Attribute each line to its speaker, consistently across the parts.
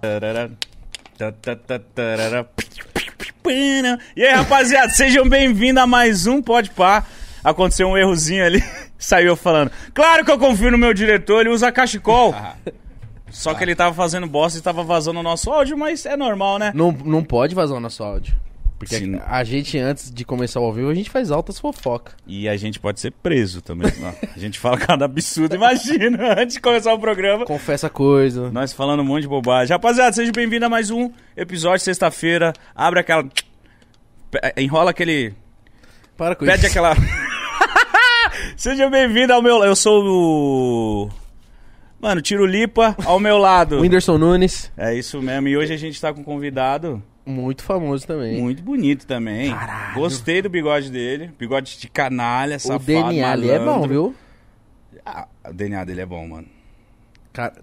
Speaker 1: Tarará. Tá, tá, tá, tarará. E aí, rapaziada, sejam bem-vindos a mais um Pode Pá. Aconteceu um errozinho ali, saiu eu falando. Claro que eu confio no meu diretor, ele usa cachecol. Só que ele tava fazendo bosta e tava vazando o nosso áudio, mas é normal, né?
Speaker 2: Não, não pode vazar o nosso áudio. Porque
Speaker 1: Sim.
Speaker 2: a gente, antes de começar o ao vivo, a gente faz altas fofocas.
Speaker 1: E a gente pode ser preso também. Não, A gente fala cada absurdo, imagina, antes de começar o programa.
Speaker 2: Confessa coisa.
Speaker 1: Nós falando um monte de bobagem. Rapaziada, seja bem-vindo a mais um episódio, sexta-feira. Abre aquela. Pe- Enrola aquele.
Speaker 2: Para com
Speaker 1: Pede
Speaker 2: isso.
Speaker 1: aquela. seja bem-vindo ao meu. Eu sou o. Mano, Tiro Lipa ao meu lado.
Speaker 2: O Whindersson Nunes,
Speaker 1: É isso mesmo. E hoje a gente tá com um convidado
Speaker 2: muito famoso também.
Speaker 1: muito bonito também.
Speaker 2: Caralho.
Speaker 1: Gostei do bigode dele. Bigode de canalha,
Speaker 2: o
Speaker 1: safado.
Speaker 2: DNA ali é bom,
Speaker 1: malandro.
Speaker 2: viu?
Speaker 1: Ah, o DNA dele é bom, mano.
Speaker 2: Cara...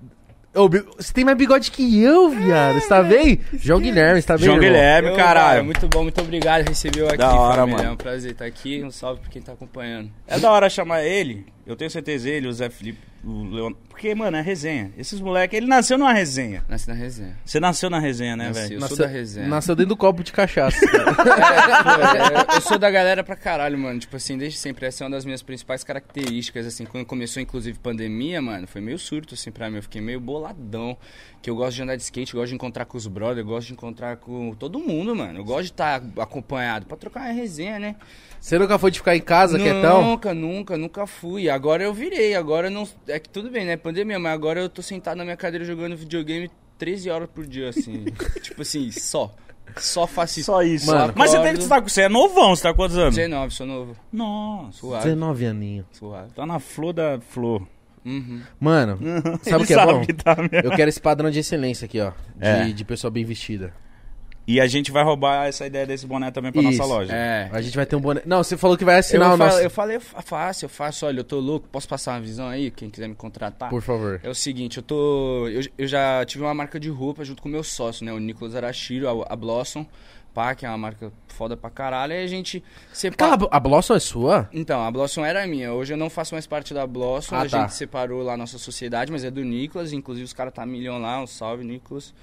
Speaker 2: Ô, bi- você tem mais bigode que eu, viado. Você tá bem? João Guilherme, você tá é bem?
Speaker 1: João
Speaker 2: irmão?
Speaker 1: Guilherme,
Speaker 3: Eu, cara,
Speaker 1: É caralho.
Speaker 3: muito bom, muito obrigado. Recebeu aqui,
Speaker 1: Da hora,
Speaker 3: família.
Speaker 1: mano.
Speaker 3: É um prazer estar aqui. Um salve pra quem tá acompanhando.
Speaker 1: É da hora chamar ele. Eu tenho certeza, ele, o Zé Felipe, o Leon. Porque, mano, é resenha. Esses moleques, ele nasceu numa resenha.
Speaker 3: Nasce na resenha.
Speaker 1: Você nasceu na resenha, né,
Speaker 3: Nasci.
Speaker 1: velho?
Speaker 3: Eu sou da resenha.
Speaker 2: Nasceu dentro do copo de cachaça. cara.
Speaker 3: É, pô, é, eu sou da galera pra caralho, mano. Tipo assim, desde sempre. Essa é uma das minhas principais características, assim. Quando começou, inclusive, pandemia, mano, foi meio surto, assim, pra mim. Eu fiquei meio boladão. Que eu gosto de andar de skate, eu gosto de encontrar com os brothers, eu gosto de encontrar com todo mundo, mano. Eu gosto de estar acompanhado pra trocar uma resenha, né?
Speaker 2: você nunca foi de ficar em casa, quietão?
Speaker 3: Nunca, nunca, nunca fui. Agora eu virei, agora eu não. É que tudo bem, né? Pandemia, mas agora eu tô sentado na minha cadeira jogando videogame 13 horas por dia, assim. tipo assim, só. Só faço isso.
Speaker 1: Só isso.
Speaker 2: Mano.
Speaker 1: Mas você tem que estar com. Você é novão, você tá com quantos anos?
Speaker 3: 19, sou novo.
Speaker 1: Nossa.
Speaker 3: Suave.
Speaker 2: 19 aninho.
Speaker 3: Suave.
Speaker 1: Tá na flor da flor.
Speaker 3: Uhum.
Speaker 2: Mano,
Speaker 1: Ele
Speaker 2: sabe o que é bom?
Speaker 1: tá mesmo.
Speaker 2: Eu quero esse padrão de excelência aqui, ó. De,
Speaker 1: É.
Speaker 2: de pessoa bem vestida.
Speaker 1: E a gente vai roubar essa ideia desse boné também pra
Speaker 2: Isso.
Speaker 1: nossa loja.
Speaker 3: É.
Speaker 2: A gente vai ter um boné. Não, você falou que vai assinar
Speaker 3: eu,
Speaker 2: o nosso.
Speaker 3: falo- eu falei, eu fa- faço, eu faço, olha, eu tô louco, posso passar uma visão aí, quem quiser me contratar?
Speaker 2: Por favor.
Speaker 3: É o seguinte, eu tô. Eu, eu já tive uma marca de roupa junto com meu sócio, né? O Nicolas Arashiro, a, a Blossom, pá, que é uma marca foda pra caralho. E a gente separa.
Speaker 2: Cala a bo- a Blossom é sua?
Speaker 3: Então, a Blossom era minha. Hoje eu não faço mais parte da Blossom.
Speaker 2: Ah,
Speaker 3: a
Speaker 2: tá.
Speaker 3: gente separou lá a nossa sociedade, mas é do Nicolas. Inclusive, os caras tá milhão lá. Um salve, Nicolas.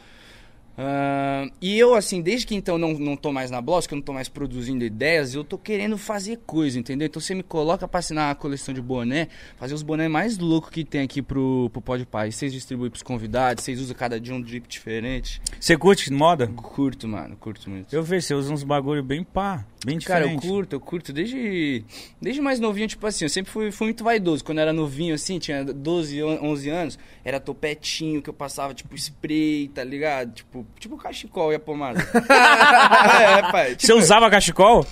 Speaker 3: Ahn, e eu, assim, desde que então não, não tô mais na Blossom, que eu não tô mais produzindo ideias, eu tô querendo fazer coisa, entendeu? Então você me coloca pra assinar a coleção de boné, fazer os boné mais loucos que tem aqui pro, pro Pode Pai. Vocês distribuem pros convidados, vocês usam cada dia um drip diferente.
Speaker 1: Você curte moda?
Speaker 3: Curto, mano, curto muito.
Speaker 1: Eu vejo, você usa uns bagulho bem pá, bem
Speaker 3: Cara, eu
Speaker 1: diferente.
Speaker 3: curto, eu curto desde, desde mais novinho, tipo assim, eu sempre fui, fui muito vaidoso. Quando eu era novinho, assim, tinha 12, on- 11 anos, era topetinho que eu passava, tipo, spray, tá ligado? Tipo, tipo cachecol e a pomada. é, pai.
Speaker 1: Você
Speaker 3: Tipo,
Speaker 1: usava cachecol?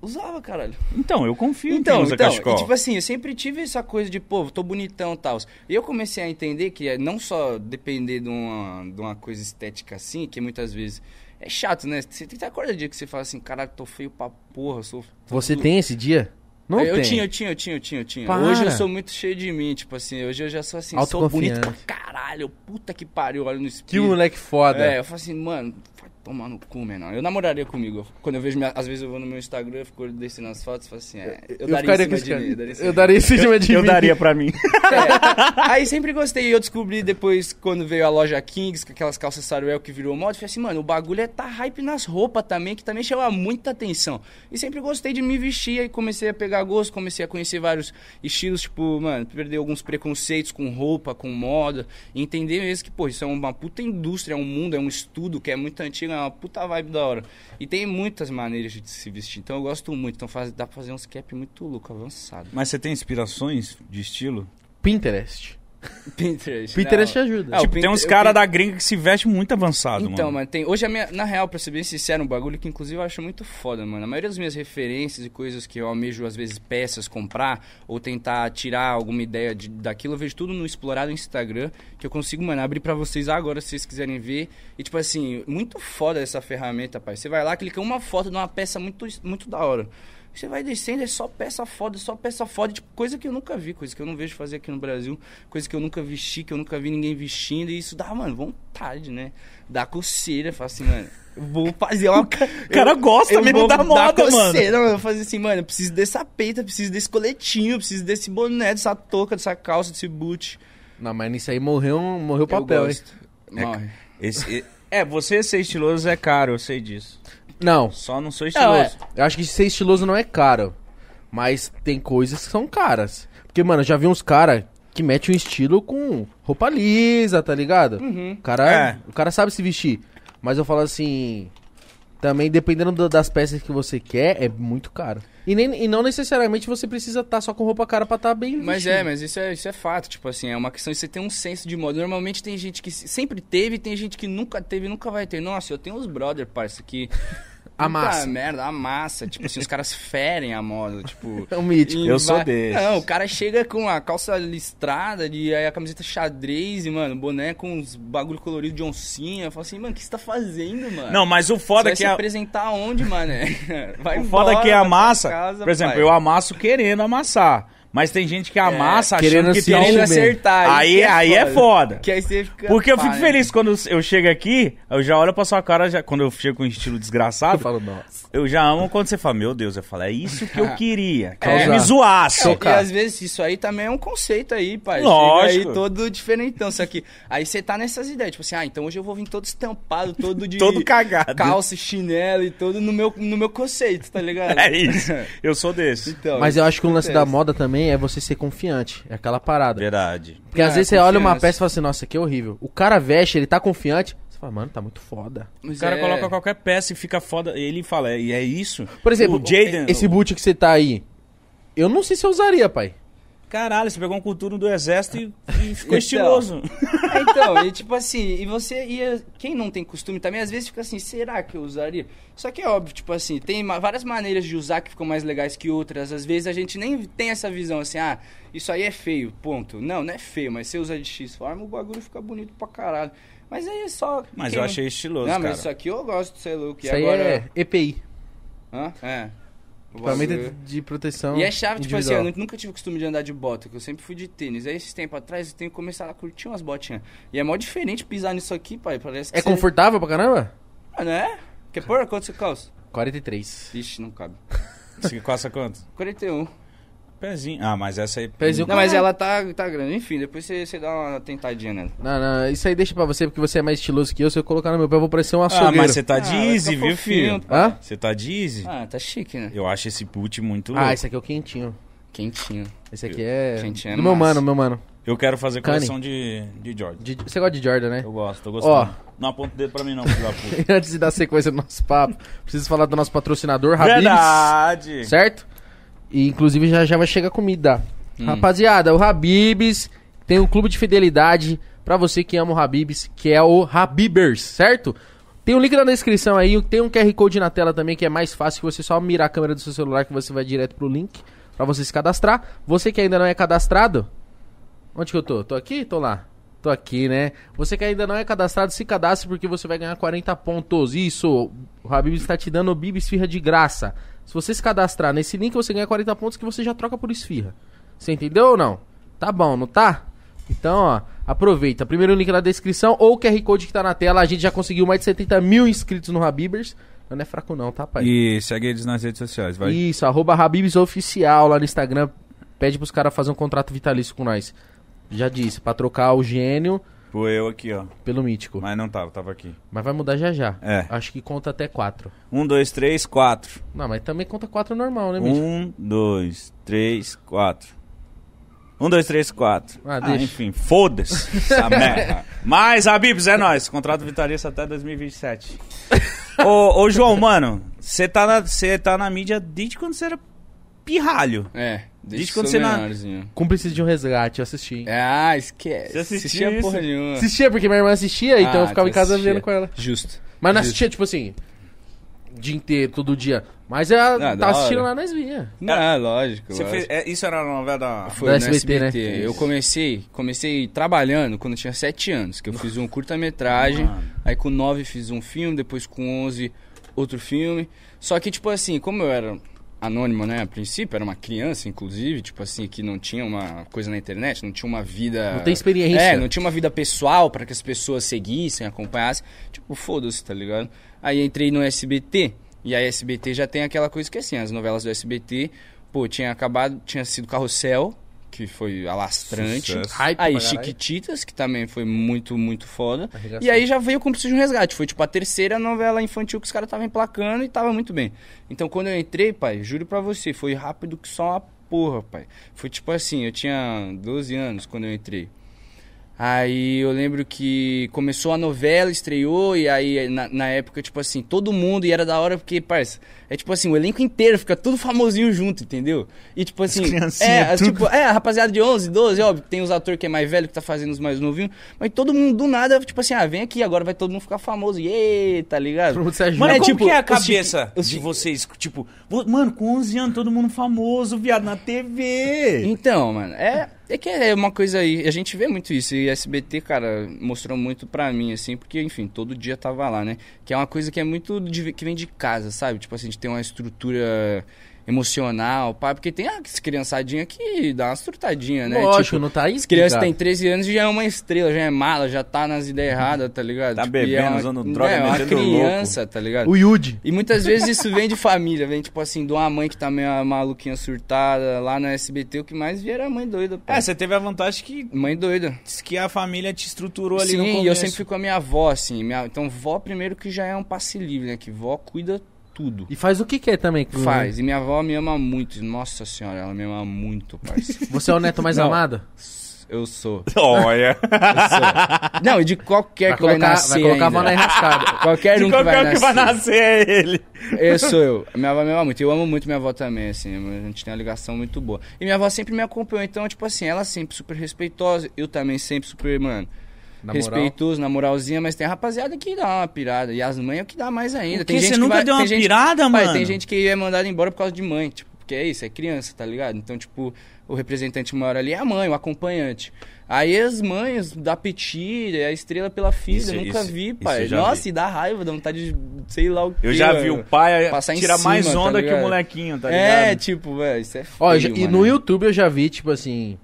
Speaker 3: usava, caralho.
Speaker 1: Então, eu confio em
Speaker 3: Então,
Speaker 1: quem usa
Speaker 3: então
Speaker 1: cachecol.
Speaker 3: e, tipo assim, eu sempre tive essa coisa de, pô, tô bonitão e tal. E eu comecei a entender que é não só depender de uma, de uma coisa estética assim, que muitas vezes é chato, né? Você tem que acordar dia que você fala assim, caralho, tô feio pra porra, sou
Speaker 2: Você tem esse dia? Não
Speaker 3: É, eu
Speaker 2: tem.
Speaker 3: tinha, eu tinha, eu tinha, eu tinha, eu tinha.
Speaker 2: Para.
Speaker 3: Hoje eu sou muito cheio de mim, tipo assim, hoje eu já sou assim, sou bonito
Speaker 2: Autoconfiante.
Speaker 3: pra caralho, puta que pariu, olha no
Speaker 2: Que
Speaker 3: espelho.
Speaker 2: moleque foda.
Speaker 3: É, eu falo assim, mano, vai tomar no cu, menor. Eu namoraria comigo. Quando eu vejo, minha- às vezes eu vou no meu Instagram, eu fico descendo as fotos, falo assim, é, eu, daria em cima de mim, eu daria em cima
Speaker 2: Eu daria em cima de
Speaker 1: eu
Speaker 2: mim.
Speaker 1: daria pra mim.
Speaker 3: é. Aí sempre gostei. Eu descobri depois, quando veio a loja Kings, com aquelas calças saruel que virou moda, eu falei assim, mano, o bagulho é tá hype nas roupas também, que também chama muita atenção. E sempre gostei de me vestir, aí comecei a pegar gosto, comecei a conhecer vários estilos, tipo, mano, perder alguns preconceitos com roupa, com moda, e entender mesmo que, pô, isso é uma puta indústria, é um mundo, é um estudo que é muito antigo, é uma puta vibe da hora. E tem muitas maneiras de se vestir, então eu gosto muito, então faz- dá pra fazer uns cap muito louco, avançado.
Speaker 1: Mas você tem inspirações de estilo?
Speaker 2: Pinterest.
Speaker 3: Pinterest.
Speaker 2: Pinterest te
Speaker 3: não.
Speaker 2: ajuda.
Speaker 3: Ah, o
Speaker 1: tipo, tem
Speaker 3: Pinter-
Speaker 1: uns
Speaker 3: eu
Speaker 1: caras da
Speaker 3: tenho-
Speaker 1: gringa que se veste muito avançado,
Speaker 3: Então,
Speaker 1: mano.
Speaker 3: mano, tem, hoje a minha, na real, pra ser bem sincero, um bagulho que inclusive eu acho muito foda, mano. A maioria das minhas referências e coisas que eu almejo, às vezes, peças, comprar ou tentar tirar alguma ideia de- daquilo, eu vejo tudo no explorado Instagram, que eu consigo, mano, abrir pra vocês agora, se vocês quiserem ver. E, tipo assim, muito foda essa ferramenta, pai. Você vai lá, clica em uma foto de uma peça muito, muito da hora. Você vai descendo, é só peça foda, só peça foda, tipo, coisa que eu nunca vi, coisa que eu não vejo fazer aqui no Brasil, coisa que eu nunca vesti, que eu nunca vi ninguém vestindo, e isso dá, mano, vontade, né? Dá coceira, fala assim, mano, eu vou fazer uma. O
Speaker 1: cara gosta mesmo da moda, mano.
Speaker 3: coceira, mano. Eu falo assim, mano, eu preciso dessa peita, eu preciso desse coletinho, eu preciso desse boné, dessa touca, dessa calça, desse boot.
Speaker 2: Não, mas nisso aí morreu, um- morreu o papel,
Speaker 3: eu
Speaker 2: hein?
Speaker 3: gosto. Morre.
Speaker 1: Esse- e- é, você ser estiloso é caro, eu sei disso.
Speaker 2: Não.
Speaker 1: Só não sou
Speaker 2: Não, é.
Speaker 1: estiloso.
Speaker 2: Eu acho que ser estiloso não é caro. Mas tem coisas que são caras. Porque, mano, eu já vi uns caras que metem um estilo com roupa lisa, tá ligado? O, cara,
Speaker 1: É.
Speaker 2: o cara sabe se vestir. Mas eu falo assim. Também, dependendo da- das peças que você quer, é muito caro. E, nem, e não necessariamente você precisa estar só com roupa cara pra estar bem vestido.
Speaker 3: Mas é, mas isso é, isso é fato, tipo assim, é uma questão de você ter um senso de moda. Normalmente tem gente que se- sempre teve, tem gente que nunca teve, nunca vai ter. Nossa, eu tenho uns brother, parça, que...
Speaker 2: Amassa.
Speaker 3: Puta merda, amassa. Tipo assim, os caras ferem a moda, tipo...
Speaker 2: É um mítico.
Speaker 3: e
Speaker 1: Eu sou
Speaker 3: vai-
Speaker 1: desses.
Speaker 3: Não, o cara chega com a calça listrada e aí a camiseta xadrez e, mano, boné com uns bagulho colorido de oncinha. Eu falo assim, mano, o que você tá fazendo, mano?
Speaker 1: Não, mas o foda é
Speaker 3: Você
Speaker 1: que
Speaker 3: vai se
Speaker 1: a,
Speaker 3: apresentar onde, mané? Vai
Speaker 1: o foda
Speaker 3: embora
Speaker 1: é que
Speaker 3: pra
Speaker 1: a
Speaker 3: tua
Speaker 1: massa.
Speaker 3: casa,
Speaker 1: por exemplo,
Speaker 3: pai.
Speaker 1: eu amasso querendo amassar. Mas tem gente que amassa
Speaker 2: É, querendo
Speaker 1: achando que
Speaker 2: se
Speaker 1: tem
Speaker 2: algo
Speaker 3: Querendo
Speaker 1: um-
Speaker 2: bem.
Speaker 3: acertar.
Speaker 1: Aí-
Speaker 3: isso
Speaker 1: aí é foda.
Speaker 3: Que aí você fica
Speaker 1: Porque eu
Speaker 3: pá,
Speaker 1: fico
Speaker 3: né?
Speaker 1: feliz quando eu chego aqui, eu já olho pra sua cara, já, quando eu chego com um estilo
Speaker 2: Eu
Speaker 1: desgraçado,
Speaker 2: falo, nossa.
Speaker 1: eu já amo quando você fala, meu Deus, eu falo, é isso que eu queria. Que
Speaker 2: É.
Speaker 1: me zoasse.
Speaker 3: É, e
Speaker 2: Socar.
Speaker 3: às vezes isso aí também é um conceito aí, pai.
Speaker 1: Lógico.
Speaker 3: Chega aí todo diferentão. Só que aí você tá nessas ideias. Tipo assim, ah, então hoje eu vou vir todo estampado, todo de
Speaker 1: Todo cagado.
Speaker 3: calça, chinelo e todo no meu, no meu conceito, tá ligado?
Speaker 1: É isso. Eu sou desse.
Speaker 3: Então,
Speaker 2: Mas eu acho que o lance da
Speaker 3: acontece.
Speaker 2: moda também é você ser confiante. É aquela parada.
Speaker 1: Verdade.
Speaker 2: Porque às
Speaker 3: Ah,
Speaker 2: vezes você olha uma
Speaker 3: confiança.
Speaker 2: peça e fala assim, nossa, que horrível. O cara veste, ele tá confiante. Você fala, mano, tá muito foda.
Speaker 1: O
Speaker 3: Mas
Speaker 1: cara
Speaker 3: é-
Speaker 1: coloca qualquer peça e fica foda. Ele fala, é- e é isso.
Speaker 2: Por exemplo,
Speaker 1: o Jaden.
Speaker 2: esse boot que você tá aí, eu não sei se eu usaria, pai.
Speaker 1: Caralho, você pegou um culturno do exército e, e ficou
Speaker 3: Então.
Speaker 1: estiloso.
Speaker 3: É, Então, e tipo assim, e você ia. Quem não tem costume também, às vezes fica assim, será que eu usaria? Só que é óbvio, tipo assim, tem ma- várias maneiras de usar que ficam mais legais que outras. Às vezes a gente nem tem essa visão assim, ah, isso aí é feio, ponto. Não, não é feio, mas você usa de X forma, o bagulho fica bonito pra caralho. Mas aí é só.
Speaker 1: Mas
Speaker 3: quem
Speaker 1: eu
Speaker 3: não-
Speaker 1: achei estiloso,
Speaker 3: Não,
Speaker 1: cara.
Speaker 3: mas isso aqui eu gosto, sei lá, o que
Speaker 2: Isso aí
Speaker 3: agora.
Speaker 2: é EPI.
Speaker 3: Hã? É. O
Speaker 2: Ferramenta
Speaker 3: bagulho-
Speaker 2: de proteção
Speaker 3: e é chave, tipo assim,
Speaker 2: Então, individual.
Speaker 3: eu nu- nunca tive costume de andar de bota, que eu sempre fui de tênis. Aí, esses tempos atrás, eu tenho começado a curtir umas botinhas. E é mó diferente pisar nisso aqui, pai. Parece que
Speaker 2: É
Speaker 3: você-
Speaker 2: confortável pra caramba?
Speaker 3: Ah, não é? Quer pôr? Quanto você calça?
Speaker 2: 43.
Speaker 3: Ixi, não cabe.
Speaker 1: Você coça quanto?
Speaker 3: 41.
Speaker 1: Pezinho. Ah, mas essa aí.
Speaker 2: Pezinho
Speaker 3: Não, mas ela tá, tá grande. Enfim, depois você, você dá uma tentadinha nela.
Speaker 2: Não, não, isso aí deixa pra você, porque você é mais estiloso que eu. Se eu colocar no meu pé, eu vou parecer um
Speaker 1: Ah,
Speaker 2: açougueiro.
Speaker 1: mas você tá
Speaker 3: Ah,
Speaker 1: de
Speaker 3: vai
Speaker 1: easy,
Speaker 3: ficar
Speaker 1: viu,
Speaker 3: fofinho.
Speaker 1: filho?
Speaker 2: Hã?
Speaker 1: Você tá de easy?
Speaker 3: Ah, tá chique, né?
Speaker 1: Eu acho esse boot muito louco.
Speaker 2: Ah, esse aqui é o quentinho.
Speaker 3: Quentinho.
Speaker 2: Esse aqui é...
Speaker 3: Quentinho é
Speaker 2: do meu
Speaker 3: massa.
Speaker 2: mano, meu mano.
Speaker 1: Eu quero fazer
Speaker 2: Kanye.
Speaker 1: coleção de, de Jordan.
Speaker 2: De- Você gosta de Jordan, né?
Speaker 1: Eu gosto, eu gosto.
Speaker 2: Ó.
Speaker 1: Não aponta o dedo pra mim, não, filho da puta.
Speaker 2: Antes de dar sequência no nosso papo, preciso falar do nosso patrocinador, Habibs.
Speaker 1: Verdade!
Speaker 2: certo? E inclusive já já vai chegar comida.
Speaker 3: Hum.
Speaker 2: Rapaziada, o Habibs tem um clube de fidelidade pra você que ama o Habibs, que é o Habibers, certo? Tem um link na descrição aí, tem um QR Code na tela também que é mais fácil que você só mirar a câmera do seu celular que você vai direto pro link pra você se cadastrar. Você que ainda não é cadastrado, Onde que eu tô? Tô aqui? Tô lá. Tô aqui, né? Você que ainda não é cadastrado, se cadastre porque você vai ganhar 40 pontos. Isso, o Habib está te dando bibi esfirra de graça. Se você se cadastrar nesse link, você ganha 40 pontos que você já troca por esfirra. Você entendeu ou não? Tá bom, não tá? Então, ó, aproveita. Primeiro link na descrição ou o QR Code que tá na tela. A gente já conseguiu mais de 70 mil inscritos no Habibers. Não é fraco não, tá, pai?
Speaker 1: E segue eles nas redes sociais, vai.
Speaker 2: Isso, arroba Habibs Oficial lá no Instagram. Pede pros caras fazer um contrato vitalício com nós. Já disse, pra trocar o gênio
Speaker 1: Pô, eu aqui, ó.
Speaker 2: pelo mítico. Mas,
Speaker 1: Mas não tava, tava aqui.
Speaker 2: vai mudar já já.
Speaker 1: É.
Speaker 2: Acho que conta até quatro.
Speaker 1: Um, dois, três, quatro.
Speaker 2: Não, mas também conta quatro normal, né, mítico?
Speaker 1: Um, dois, três, quatro. Um, dois, três, quatro.
Speaker 2: Ah, deixa.
Speaker 1: enfim, foda-se essa merda. Mas, Habibs, é nóis. Contrato vitalício até 2027. ô, ô, João, mano, você tá, na- cê tá na mídia desde quando você era pirralho.
Speaker 3: É,
Speaker 1: Desde
Speaker 3: desde
Speaker 1: quando
Speaker 3: quando
Speaker 1: você
Speaker 3: você
Speaker 1: na-
Speaker 3: menorzinho.
Speaker 2: Cúmplice de um resgate, eu assisti. hein?
Speaker 3: Ah, esquece.
Speaker 1: Você assistia
Speaker 3: Assistia porra
Speaker 1: isso?
Speaker 3: nenhuma.
Speaker 2: Assistia porque minha irmã assistia, então
Speaker 3: É. Ah,
Speaker 2: eu ficava em
Speaker 3: tu
Speaker 2: casa
Speaker 3: assistia.
Speaker 2: vendo com ela.
Speaker 3: Justo.
Speaker 2: Mas não
Speaker 3: Justo.
Speaker 2: assistia, tipo assim, dia inteiro, todo dia. Mas ela
Speaker 3: é da
Speaker 2: tá assistindo
Speaker 3: hora.
Speaker 2: lá, nós via.
Speaker 3: Não, lógico.
Speaker 1: Cê fez-
Speaker 3: lógico.
Speaker 1: é, isso era uma novela da...
Speaker 3: Foi
Speaker 2: Da
Speaker 3: no
Speaker 2: SBT,
Speaker 3: SBT,
Speaker 2: né?
Speaker 3: Eu
Speaker 2: Isso.
Speaker 3: comecei, comecei trabalhando quando eu tinha 7 anos, que eu fiz um curta-metragem,
Speaker 1: Mano.
Speaker 3: aí com 9 fiz um filme, depois com 11 outro filme. Só que tipo assim, como eu era anônimo, né, a princípio, era uma criança inclusive, tipo assim, que não tinha uma coisa na internet, não tinha uma vida
Speaker 2: Não tem experiência.
Speaker 3: É, não tinha uma vida pessoal pra que as pessoas seguissem, acompanhassem. Tipo, foda-se, tá ligado? Aí entrei no SBT. E aí SBT já tem aquela coisa que assim, as novelas do SBT, pô, tinha acabado, tinha sido Carrossel, que foi alastrante.
Speaker 4: Sucesso.
Speaker 2: Hype pra
Speaker 3: Aí
Speaker 2: caralho.
Speaker 3: Chiquititas, que também foi muito, muito foda.
Speaker 2: Arregaçou.
Speaker 3: E aí já veio o Cúmplice de um Resgate. Foi tipo a terceira novela infantil que os caras estavam emplacando e tava muito bem. Então quando eu entrei, pai, juro pra você, foi rápido que só uma porra, pai. Foi tipo assim, eu tinha 12 anos quando eu entrei. Aí eu lembro que começou a novela, estreou, e aí na, na época, tipo assim, todo mundo, e era da hora porque, parça, é tipo assim, o elenco inteiro fica tudo famosinho junto, entendeu? E tipo assim,
Speaker 1: criancinhas,
Speaker 3: é, as,
Speaker 1: tudo.
Speaker 3: tipo, é, a rapaziada de 11, 12, óbvio, que tem os atores que é mais velho, que tá fazendo os mais novinhos, mas todo mundo do nada, tipo assim, ah, vem aqui, agora vai todo mundo ficar famoso, e tá ligado?
Speaker 2: Todo mundo se ajuda.
Speaker 3: Mas
Speaker 1: Mano,
Speaker 3: é
Speaker 1: como
Speaker 3: tipo,
Speaker 1: que é a
Speaker 3: os chi-
Speaker 1: cabeça
Speaker 3: os
Speaker 1: de
Speaker 3: chi-
Speaker 1: vocês? Tipo, vo- mano, com 11 anos, todo mundo famoso, viado, na TV.
Speaker 3: Então, mano, é, é que é uma coisa aí. A gente vê muito isso. E SBT, cara, mostrou muito pra mim, assim, porque, enfim, todo dia tava lá, né? Que é uma coisa que é muito. de- que vem de casa, sabe? Tipo assim, de ter uma estrutura emocional, pá. Porque tem as criançadinha que dá umas surtadinhas, né?
Speaker 2: Lógico,
Speaker 3: Tipo,
Speaker 2: não tá aí.
Speaker 3: as crianças
Speaker 2: explicado.
Speaker 3: têm 13 anos e já é uma estrela, já é mala, já tá nas ideias erradas, tá ligado?
Speaker 1: Tá
Speaker 3: e
Speaker 1: bebendo,
Speaker 3: é uma,
Speaker 1: usando droga,
Speaker 3: é, uma
Speaker 1: metendo louco.
Speaker 3: criança, tá ligado?
Speaker 2: O Yudi.
Speaker 3: E muitas vezes isso vem de família, vem tipo assim, de uma mãe que tá meio maluquinha surtada lá no SBT, o que mais via era mãe doida, pô.
Speaker 4: É, você teve a vantagem que,
Speaker 3: Mãe doida.
Speaker 4: que a família te estruturou ali
Speaker 3: Sim,
Speaker 4: no começo.
Speaker 3: e eu sempre fico com a minha avó, assim. minha- Então, vó primeiro que já é um passe livre, né? Que vó cuida tudo.
Speaker 2: E faz o que quer também. com-
Speaker 3: Faz. E minha avó me ama muito. Nossa senhora, ela me ama muito, parceiro.
Speaker 2: Você é o neto mais
Speaker 3: Não.
Speaker 2: amado?
Speaker 3: eu sou.
Speaker 4: Olha.
Speaker 3: Não, e de qualquer
Speaker 1: é
Speaker 2: Vai
Speaker 3: que vai
Speaker 2: colocar,
Speaker 3: nascer
Speaker 2: vai colocar a
Speaker 3: ainda.
Speaker 2: mão na enrascada.
Speaker 3: Qualquer um
Speaker 1: De
Speaker 3: que vai
Speaker 1: qualquer um
Speaker 3: nascer.
Speaker 1: que vai nascer é ele.
Speaker 3: Eu sou eu. Minha avó me ama muito. Eu amo muito minha avó também, assim. A gente tem uma ligação muito boa. E minha avó sempre me acompanhou. Então, tipo assim, ela sempre super respeitosa. Eu também sempre super, mano.
Speaker 2: Na moral.
Speaker 3: respeitoso, na moralzinha. Mas tem a rapaziada que dá uma pirada. E as mães é o que dá mais ainda.
Speaker 1: Porque
Speaker 3: Tem gente
Speaker 1: você
Speaker 3: que
Speaker 1: nunca
Speaker 3: vai-
Speaker 1: deu uma
Speaker 3: tem gente-
Speaker 1: pirada,
Speaker 3: Pai,
Speaker 1: mano.
Speaker 3: Tem gente que é mandada embora por causa de mãe. Tipo, porque é isso, é criança, tá ligado? Então, tipo, o representante maior ali é a mãe, o acompanhante. Aí as mães da petira, a estrela pela filha,
Speaker 4: Isso-
Speaker 3: nunca
Speaker 4: isso-
Speaker 3: vi,
Speaker 4: isso
Speaker 3: pai.
Speaker 4: eu já
Speaker 3: Nossa,
Speaker 4: vi.
Speaker 3: e dá raiva, dá vontade de, sei lá o que.
Speaker 1: Eu já vi um o pai
Speaker 3: Passar em
Speaker 1: tirar
Speaker 3: cima,
Speaker 1: mais
Speaker 3: tá
Speaker 1: onda que o
Speaker 3: ligado?
Speaker 1: molequinho, tá ligado?
Speaker 3: É, tipo, velho, isso é feio,
Speaker 2: Ó, eu já- e
Speaker 3: mano.
Speaker 2: no YouTube eu já vi, tipo assim,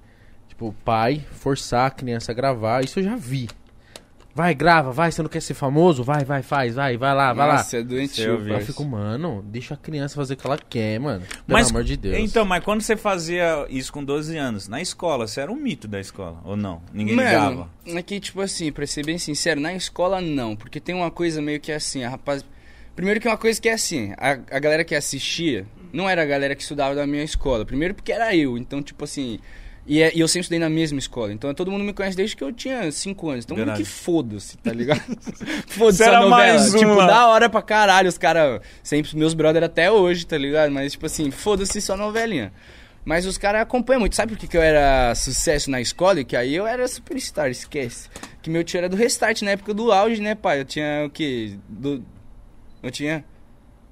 Speaker 2: tipo, pai forçar a criança a gravar, isso eu já vi. Vai, grava, vai, você não quer ser famoso? Vai, vai, faz, vai, vai lá, vai
Speaker 3: Nossa,
Speaker 2: lá.
Speaker 3: é
Speaker 1: Eu vi.
Speaker 3: doentio,
Speaker 2: Aí eu
Speaker 3: velho.
Speaker 2: fico, mano, deixa a criança fazer o que ela quer, mano. Pelo
Speaker 1: Mas-
Speaker 2: amor de Deus.
Speaker 1: Então, mas quando você fazia isso com 12 anos, na escola, você era um mito da escola, ou não? Ninguém ligava.
Speaker 3: Mano, é que, tipo assim, pra ser bem sincero, na escola não, porque tem uma coisa meio que assim, a rapaz... Primeiro que é uma coisa que é assim, a, a galera que assistia não era a galera que estudava da minha escola. Primeiro porque era eu, então, tipo assim... E, é- e eu sempre estudei na mesma escola, então todo mundo me conhece desde que eu tinha 5 anos. Então meio
Speaker 1: Verdade.
Speaker 3: que foda-se, tá ligado? foda-se
Speaker 1: Você era
Speaker 3: a novela.
Speaker 1: mais
Speaker 3: tipo,
Speaker 1: uma.
Speaker 3: da hora pra caralho, os caras... Sempre meus brother até hoje, tá ligado? Mas, tipo assim, foda-se só novelinha. Mas os caras acompanham muito. Sabe por que, que eu era sucesso na escola? E que aí eu era superstar, esquece. Que meu tio era do Restart, na época do auge, né, pai? Eu tinha o quê? Do... Eu tinha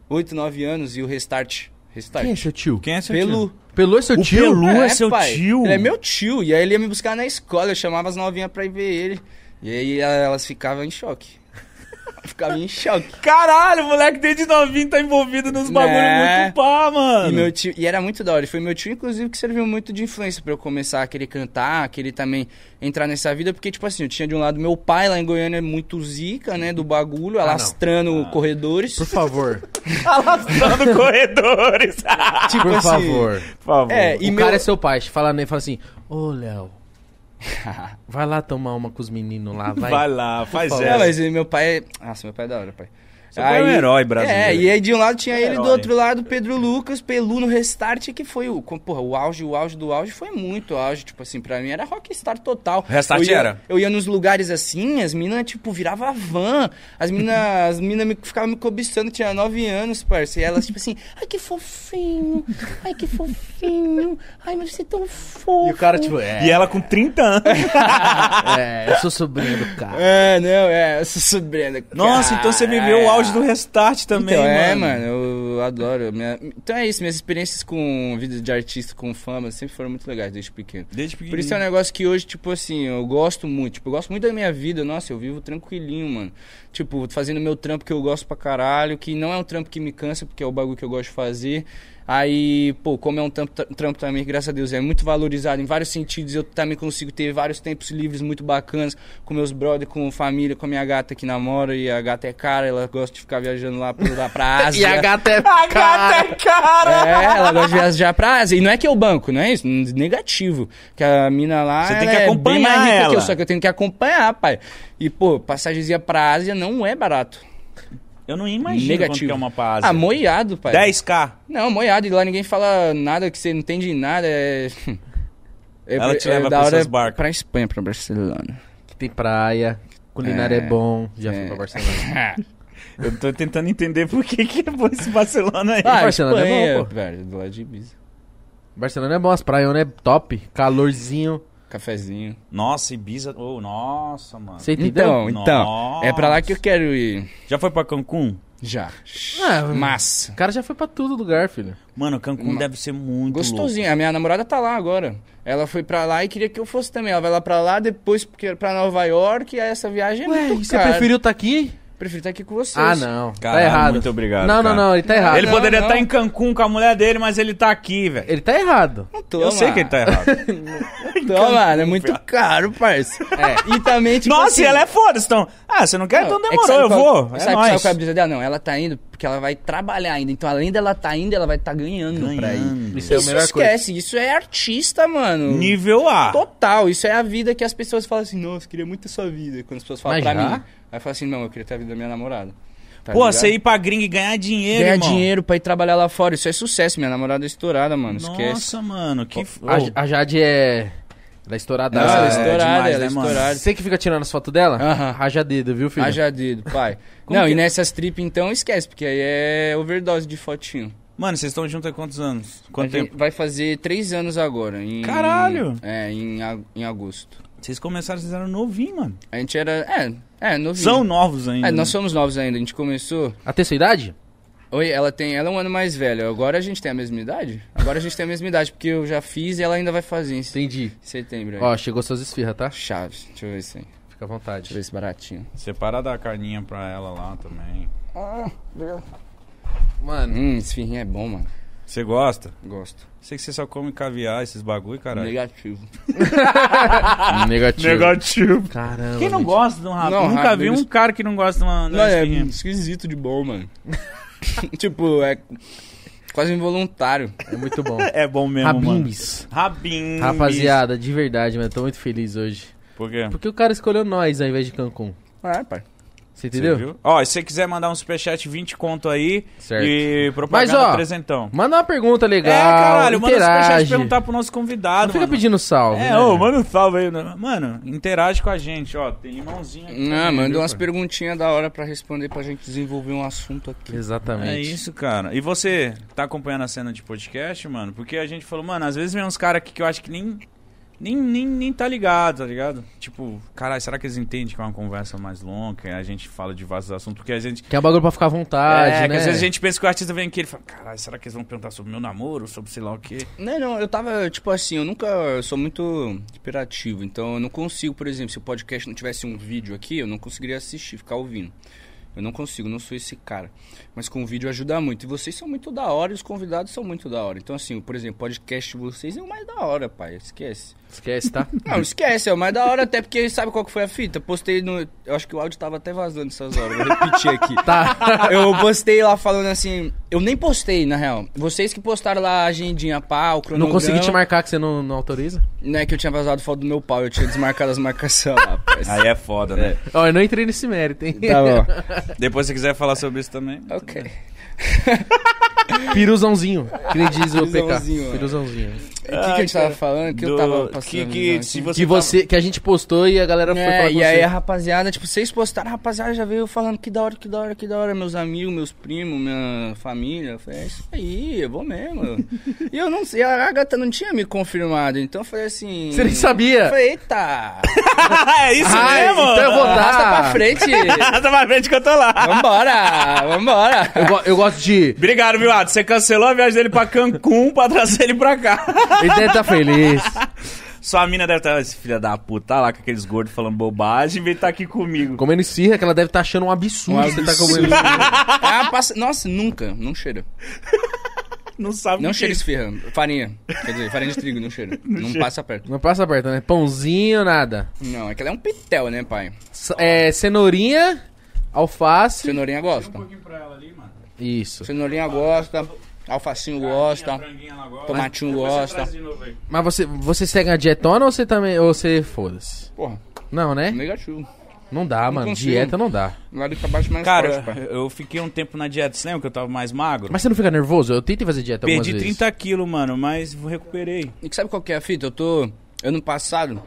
Speaker 3: 8, 9 anos e o Restart... Restart.
Speaker 2: Quem é seu tio?
Speaker 1: Quem é seu
Speaker 3: Pelu.
Speaker 1: tio?
Speaker 2: Pelu é seu
Speaker 1: O
Speaker 2: tio?
Speaker 1: Pelu é seu tio?
Speaker 3: Ele é meu tio. E aí ele ia me buscar na escola. Eu chamava as novinhas pra ir ver ele. E aí elas ficavam em choque. ficavam em choque.
Speaker 1: Caralho, o moleque desde novinho tá envolvido nos bagulho
Speaker 3: Né?
Speaker 1: muito pá, mano.
Speaker 3: E, meu tio- e era muito da hora. E foi meu tio, inclusive, que serviu muito de influência pra eu começar a querer cantar, a querer também entrar nessa vida. Porque, tipo assim, eu tinha de um lado meu pai lá em Goiânia, muito zica, né? Do bagulho, alastrando corredores.
Speaker 2: Por favor,
Speaker 1: Alastrando corredores. Ah,
Speaker 3: Tipo
Speaker 2: por
Speaker 3: assim,
Speaker 2: favor.
Speaker 1: Por favor.
Speaker 3: É, e
Speaker 2: o
Speaker 3: meu-
Speaker 2: cara é seu pai, fala, né, fala assim, ô, Léo, vai lá tomar uma com os meninos lá, vai.
Speaker 1: vai. lá, faz
Speaker 2: favor.
Speaker 3: É,
Speaker 1: essa.
Speaker 3: mas e meu pai. é- Nossa, meu pai é da hora, pai.
Speaker 1: Seu pai é um herói brasileiro.
Speaker 3: É, e aí de um lado tinha ele, do
Speaker 1: Herói.
Speaker 3: outro lado Pedro Lucas, Pelu no Restart, que foi o. com- Porra, o auge, o auge do auge foi muito auge. Tipo assim, pra mim era rockstar total.
Speaker 4: Restart
Speaker 3: Eu ia-
Speaker 4: era?
Speaker 3: Eu ia nos lugares assim, as minas, tipo, virava van. As minas as mina me, ficavam me cobiçando, tinha nove anos, parceiro. E elas, tipo assim, ai que fofinho, ai que fofinho, ai, mas você é tão fofo.
Speaker 2: E o cara, tipo, é,
Speaker 1: E ela com 30 anos.
Speaker 2: é, eu sou sobrinho do cara.
Speaker 3: É, não, é, eu sou sobrena.
Speaker 1: Nossa, então você viveu o auge do restart também,
Speaker 3: Então,
Speaker 1: mano.
Speaker 3: é, mano, eu adoro. Minha- Então é isso, minhas experiências com vida de artista, com fama, sempre foram muito legais desde pequeno.
Speaker 1: Desde
Speaker 2: tipo,
Speaker 3: Por isso é um
Speaker 1: pequenininho.
Speaker 3: negócio que hoje, tipo assim, eu gosto muito. Tipo, eu gosto muito da minha vida. Nossa, eu vivo tranquilinho, mano. Tipo, fazendo meu trampo que eu gosto pra caralho, que não é um trampo que me cansa, porque é o bagulho que eu gosto de fazer. Aí, pô, como é um tampo- trampo também, que, graças a Deus, é muito valorizado em vários sentidos, eu também consigo ter vários tempos livres muito bacanas com meus brothers, com família, com a minha gata que namora, e a gata é cara, ela gosta de ficar viajando lá, pro, lá pra Ásia.
Speaker 2: E a gata é.
Speaker 4: A gata é cara!
Speaker 3: É, ela gosta de viajar pra Ásia. E não é que eu banco, não é isso? Negativo. Que a mina lá.
Speaker 1: Você tem
Speaker 3: ela
Speaker 1: que
Speaker 3: é bem
Speaker 1: acompanhar
Speaker 3: mais rica
Speaker 1: ela.
Speaker 3: Que eu, só que eu tenho que acompanhar, pai. E, pô, passagemzinha pra Ásia não é barato.
Speaker 1: Eu não imagino quanto
Speaker 3: Negativo.
Speaker 1: que é uma paz.
Speaker 3: Ah, moiado, pai.
Speaker 1: 10k.
Speaker 3: Não, moiado. E lá ninguém fala nada que você não entende nada. É. é
Speaker 1: Ela te leva
Speaker 3: da
Speaker 1: pros
Speaker 3: hora
Speaker 1: seus barcos.
Speaker 3: Pra Espanha, pra Barcelona.
Speaker 2: Que tem praia, culinária é,
Speaker 3: É.
Speaker 2: bom. Já fui
Speaker 3: É.
Speaker 2: pra Barcelona.
Speaker 1: Eu tô tentando entender por que que é bom esse Barcelona aí.
Speaker 2: Ah, Barcelona é bom, pô.
Speaker 3: Velho, do lado de Ibiza.
Speaker 2: Barcelona é bom, as praias né? top, calorzinho.
Speaker 3: Cafezinho.
Speaker 1: Nossa, Ibiza. Oh, nossa, mano.
Speaker 2: Você entendeu?
Speaker 3: Então,
Speaker 1: Entendeu?
Speaker 3: então.
Speaker 1: Nossa.
Speaker 3: É pra lá que eu quero ir.
Speaker 1: Já foi pra Cancún?
Speaker 3: Já.
Speaker 2: Ah,
Speaker 3: Hum. Massa.
Speaker 2: O cara já foi pra todo lugar, filho.
Speaker 1: Mano, Cancún
Speaker 3: Uma-
Speaker 1: deve ser muito
Speaker 3: Hum. Gostosinho. A minha namorada tá lá agora. Ela foi pra lá e queria que eu fosse também. Ela vai lá pra lá, depois porque- pra Nova York. E aí essa viagem é
Speaker 2: Ué,
Speaker 3: muito
Speaker 2: e você
Speaker 3: cara.
Speaker 2: preferiu estar tá aqui?
Speaker 3: Prefiro estar aqui com vocês.
Speaker 2: Ah, não.
Speaker 1: Caralho,
Speaker 2: tá errado.
Speaker 1: muito obrigado,
Speaker 2: Não,
Speaker 1: cara.
Speaker 2: não, não, ele tá errado.
Speaker 1: louco. Ele
Speaker 3: não,
Speaker 1: poderia
Speaker 3: não.
Speaker 1: estar em Cancún com a mulher dele, mas ele tá aqui, velho.
Speaker 2: Ele tá errado.
Speaker 3: Não
Speaker 1: Eu
Speaker 3: toma.
Speaker 1: sei que ele tá errado.
Speaker 3: Toma, mano. É muito caro, parça. É. E também, tipo
Speaker 1: Nossa,
Speaker 3: assim,
Speaker 1: e ela é foda, então. Ah, você não quer?
Speaker 3: Não,
Speaker 1: Então
Speaker 3: é que
Speaker 1: demorou,
Speaker 3: sabe
Speaker 1: eu
Speaker 3: qual-
Speaker 1: vou.
Speaker 3: Sabe,
Speaker 1: é
Speaker 3: sabe
Speaker 1: nóis.
Speaker 3: qual é a brisa dela? Não, ela tá indo porque ela vai trabalhar ainda. Então, além dela tá indo, ela vai tá ganhando, pra ir.
Speaker 1: Ganhando.
Speaker 2: Isso é a
Speaker 3: Isso
Speaker 2: melhor coisa.
Speaker 3: esquece. Isso é artista, mano.
Speaker 1: Nível A.
Speaker 3: Total, isso é a vida que as pessoas falam assim, nossa, eu queria muito ter sua vida. Quando as pessoas falam
Speaker 2: Mas
Speaker 3: pra
Speaker 2: já?
Speaker 3: mim, aí fala assim, não, eu queria ter a vida da minha namorada. Tá
Speaker 1: Pô,
Speaker 3: ligado?
Speaker 1: você ir pra gringa e ganhar dinheiro,
Speaker 3: ganhar
Speaker 1: irmão.
Speaker 3: dinheiro pra ir trabalhar lá fora, isso é sucesso, minha namorada é estourada, mano.
Speaker 1: Nossa,
Speaker 3: Esquece.
Speaker 1: mano, que. f-
Speaker 2: A,
Speaker 1: Oh.
Speaker 2: a Jade é. Ela é estourada.
Speaker 3: Não,
Speaker 1: Ah,
Speaker 3: ela é
Speaker 1: é
Speaker 3: estourada,
Speaker 1: demais,
Speaker 3: ela é
Speaker 1: né, mano?
Speaker 3: estourada.
Speaker 2: Você que fica tirando as fotos dela?
Speaker 3: Aham.
Speaker 2: Raja dedo, viu, filho?
Speaker 3: Haja dedo, pai.
Speaker 2: Como
Speaker 3: não,
Speaker 2: que-
Speaker 1: é?
Speaker 3: e nessas trip então esquece, porque aí é overdose de fotinho.
Speaker 1: Mano, vocês estão juntos há quantos anos? Quanto
Speaker 3: A gente
Speaker 1: tempo?
Speaker 3: Vai fazer três anos agora. Em...
Speaker 1: Caralho!
Speaker 3: É, em, ag- em agosto.
Speaker 1: Vocês começaram, vocês eram novinhos, mano.
Speaker 3: A gente era. É, é, novinho.
Speaker 1: São novos ainda. né?
Speaker 3: É, nós somos novos ainda, a gente começou.
Speaker 2: Até sua idade?
Speaker 3: Oi, ela tem. Ela é um ano mais velha. Agora a gente tem a mesma idade? Agora a gente tem a mesma idade, porque eu já fiz e ela ainda vai fazer em se-
Speaker 2: Entendi.
Speaker 3: setembro. aí.
Speaker 2: Ó, chegou suas esfirras, tá?
Speaker 3: Chaves, deixa eu ver isso aí. Deixa
Speaker 2: Fica à
Speaker 3: eu ver
Speaker 2: vontade.
Speaker 3: esse baratinho.
Speaker 1: Separa da carninha pra ela lá também.
Speaker 2: Mano,
Speaker 3: Hum, esse firrinho é bom, mano.
Speaker 1: Você gosta?
Speaker 3: Gosto.
Speaker 1: Sei que você só come caviar, esses bagulho, caralho.
Speaker 3: Negativo.
Speaker 2: negativo.
Speaker 1: Negativo.
Speaker 2: Caramba.
Speaker 1: Quem não
Speaker 2: gente.
Speaker 1: gosta de um rabo?
Speaker 3: Não,
Speaker 1: Nunca
Speaker 3: rabo,
Speaker 1: vi
Speaker 3: eles-
Speaker 1: um cara que não gosta de uma, de
Speaker 3: Não,
Speaker 1: uma
Speaker 3: é
Speaker 1: espinha.
Speaker 3: esquisito de bom, mano. tipo, é quase involuntário.
Speaker 2: É muito bom.
Speaker 1: É bom mesmo, mano.
Speaker 2: Rabimbis.
Speaker 1: Rabim.
Speaker 2: Rapaziada, de verdade, mano, eu tô muito feliz hoje.
Speaker 1: Por quê?
Speaker 2: Porque o cara escolheu nós ao invés de Cancún.
Speaker 3: Ah, pai.
Speaker 2: Você
Speaker 1: Você
Speaker 2: entendeu?
Speaker 1: viu? Ó, se você quiser mandar um superchat 20 conto aí
Speaker 2: Certo.
Speaker 1: e propaganda
Speaker 2: Mas, ó,
Speaker 1: presentão.
Speaker 2: Manda uma pergunta legal.
Speaker 1: é, caralho, manda um superchat
Speaker 2: interage.
Speaker 1: perguntar pro nosso convidado.
Speaker 2: não fica
Speaker 1: mano.
Speaker 2: pedindo salve.
Speaker 1: É,
Speaker 2: né?
Speaker 1: ô, manda um salve aí. né? Mano, interage com a gente, ó. Tem limãozinho aqui.
Speaker 3: Ah,
Speaker 1: também,
Speaker 3: manda
Speaker 1: viu,
Speaker 3: umas
Speaker 1: cara?
Speaker 3: perguntinhas da hora pra responder pra gente desenvolver um assunto aqui.
Speaker 2: Exatamente.
Speaker 1: É isso, cara. E você tá acompanhando a cena de podcast, mano? Porque a gente falou, mano, às vezes vem uns caras aqui que eu acho que nem. Nem, nem, nem tá ligado, tá ligado? Tipo, caralho, será que eles entendem que é uma conversa mais longa? Que a gente fala de vários assuntos, porque a gente.
Speaker 2: Que é um bagulho pra ficar à vontade,
Speaker 1: é,
Speaker 2: né?
Speaker 1: que às vezes a gente pensa que o artista vem aqui e ele fala, caralho, será que eles vão perguntar sobre meu namoro, sobre sei lá o quê?
Speaker 3: Não, não, eu tava, tipo assim, eu nunca eu sou muito hiperativo, então eu não consigo, por exemplo, se o podcast não tivesse um vídeo aqui, eu não conseguiria assistir, ficar ouvindo. Eu não consigo, não sou esse cara. Mas com o vídeo ajuda muito. E vocês são muito da hora, e os convidados são muito da hora. Então, assim, por exemplo, o podcast de vocês é o mais da hora, pai. Esquece.
Speaker 2: Esquece, tá?
Speaker 3: Não, esquece, é o mais da hora, até porque sabe qual que foi a fita? Postei no. Eu acho que o áudio tava até vazando essas horas, vou repetir aqui.
Speaker 2: tá.
Speaker 3: Eu postei lá falando assim. Eu nem postei, na real. Vocês que postaram lá a agendinha pá, o cronograma.
Speaker 2: Não consegui te marcar que você não, não autoriza?
Speaker 3: Não é que eu tinha vazado foto do meu pau, eu tinha desmarcado as marcações lá, parça.
Speaker 1: Aí é foda, né?
Speaker 2: Ó, eu não entrei nesse mérito, hein?
Speaker 3: Tá bom.
Speaker 1: Depois se você quiser falar sobre isso também.
Speaker 3: Ok.
Speaker 2: Piruzãozinho. Que nem diz o
Speaker 3: Piruzãozinho,
Speaker 2: PK.
Speaker 3: ó.
Speaker 2: Piruzãozinho.
Speaker 3: E O que, que a gente tava falando? Que eu
Speaker 1: Do-
Speaker 3: tava passando.
Speaker 1: Que, que
Speaker 3: visão,
Speaker 1: se
Speaker 3: assim?
Speaker 1: você.
Speaker 2: Que, você, que a gente postou e a galera foi falar
Speaker 3: É,
Speaker 2: com
Speaker 3: e
Speaker 2: você.
Speaker 3: aí a rapaziada, tipo, vocês postaram, a rapaziada já veio falando que da hora, que da hora, que da hora, meus amigos, meus primos, minha família. Eu falei, é isso aí, eu vou mesmo. e eu não sei, a Agatha não tinha me confirmado, então eu falei assim.
Speaker 2: Você nem
Speaker 3: Eu
Speaker 2: sabia. Tá.
Speaker 3: falei, eita!
Speaker 1: Ah, é isso
Speaker 2: Ah,
Speaker 1: mesmo?
Speaker 2: então eu vou dar.
Speaker 3: Arrasta pra frente!
Speaker 1: Tá mais frente que eu tô lá.
Speaker 3: Vambora! Vambora!
Speaker 2: Eu, go- eu gosto de...
Speaker 1: Obrigado, viu, Ato? Você cancelou a viagem dele pra Cancún pra trazer ele pra cá.
Speaker 2: Ele deve estar feliz.
Speaker 1: Sua mina deve estar, esse filho da puta, tá lá com aqueles gordos falando bobagem, vem estar aqui comigo.
Speaker 2: Comendo esfirra, que ela deve estar achando um absurdo.
Speaker 3: Um
Speaker 2: você tá
Speaker 3: absurdo.
Speaker 2: comendo esfirra.
Speaker 3: Ah, passa... Nossa, nunca, não cheira.
Speaker 1: Não sabe
Speaker 3: Não
Speaker 1: o que é
Speaker 3: cheira
Speaker 1: isso.
Speaker 3: esfirra. Farinha. Quer dizer, farinha de trigo, não cheira. Não, passa perto.
Speaker 2: Não passa perto, né? Pãozinho, nada.
Speaker 3: Não, é que ela é um pitel, né, pai?
Speaker 2: S- é, cenourinha, alface.
Speaker 3: Cenourinha gosta.
Speaker 2: Isso.
Speaker 3: Cenourinha gosta. Alfacinho gosta. Tomatinho gosta.
Speaker 2: Mas você, você segue a dietona ou você também. Ou você foda-se?
Speaker 3: Porra,
Speaker 2: Não, né?
Speaker 3: negativo.
Speaker 2: Não dá, mano.
Speaker 3: consigo.
Speaker 2: Dieta não dá.
Speaker 3: Lá de baixo mais
Speaker 1: Cara,
Speaker 3: forte, pai.
Speaker 1: eu fiquei um tempo na dieta. Você lembra que eu tava mais magro?
Speaker 2: Mas você não fica nervoso? Eu tentei fazer dieta
Speaker 1: Perdi
Speaker 2: algumas vezes.
Speaker 1: 30 quilos, mano, mas recuperei.
Speaker 3: E que sabe qual que é a fita? Eu tô. Ano passado,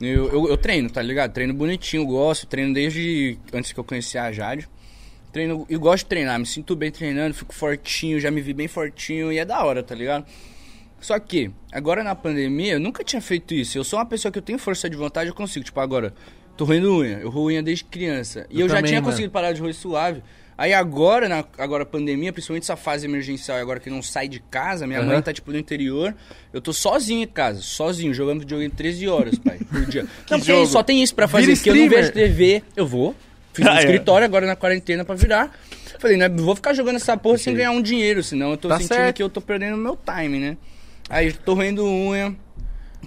Speaker 3: eu, eu, eu treino, tá ligado? Treino bonitinho, gosto, treino desde antes que eu conhecia a Jade. Treino, eu gosto de treinar, me sinto bem treinando, fico fortinho, já me vi bem fortinho e é da hora, tá ligado? Só que, agora na pandemia, eu nunca tinha feito isso. Eu sou uma pessoa que eu tenho força de vontade, eu consigo. Tipo, agora, tô roendo unha. Eu roo unha desde criança. E
Speaker 2: Eu
Speaker 3: eu, já
Speaker 2: também,
Speaker 3: tinha
Speaker 2: mano.
Speaker 3: conseguido parar de roer suave. Aí agora, na agora a pandemia, principalmente essa fase emergencial, e agora que não sai de casa, minha mãe
Speaker 2: Aham.
Speaker 3: tá, tipo, no interior. Eu tô sozinho em casa, sozinho, jogando videogame 13 horas, pai, por dia. não, porque
Speaker 1: jogo?
Speaker 3: só tem isso pra fazer,
Speaker 2: Vira
Speaker 3: porque eu não vejo
Speaker 2: streamer.
Speaker 3: TV. Eu vou. Fiz
Speaker 1: Ah,
Speaker 3: um
Speaker 1: é.
Speaker 3: escritório agora na quarentena pra virar. Falei, não vou ficar jogando essa porra sem ganhar um dinheiro, senão eu tô
Speaker 2: Tá
Speaker 3: sentindo
Speaker 2: certo.
Speaker 3: que eu tô perdendo meu time, né? Aí tô roendo unha.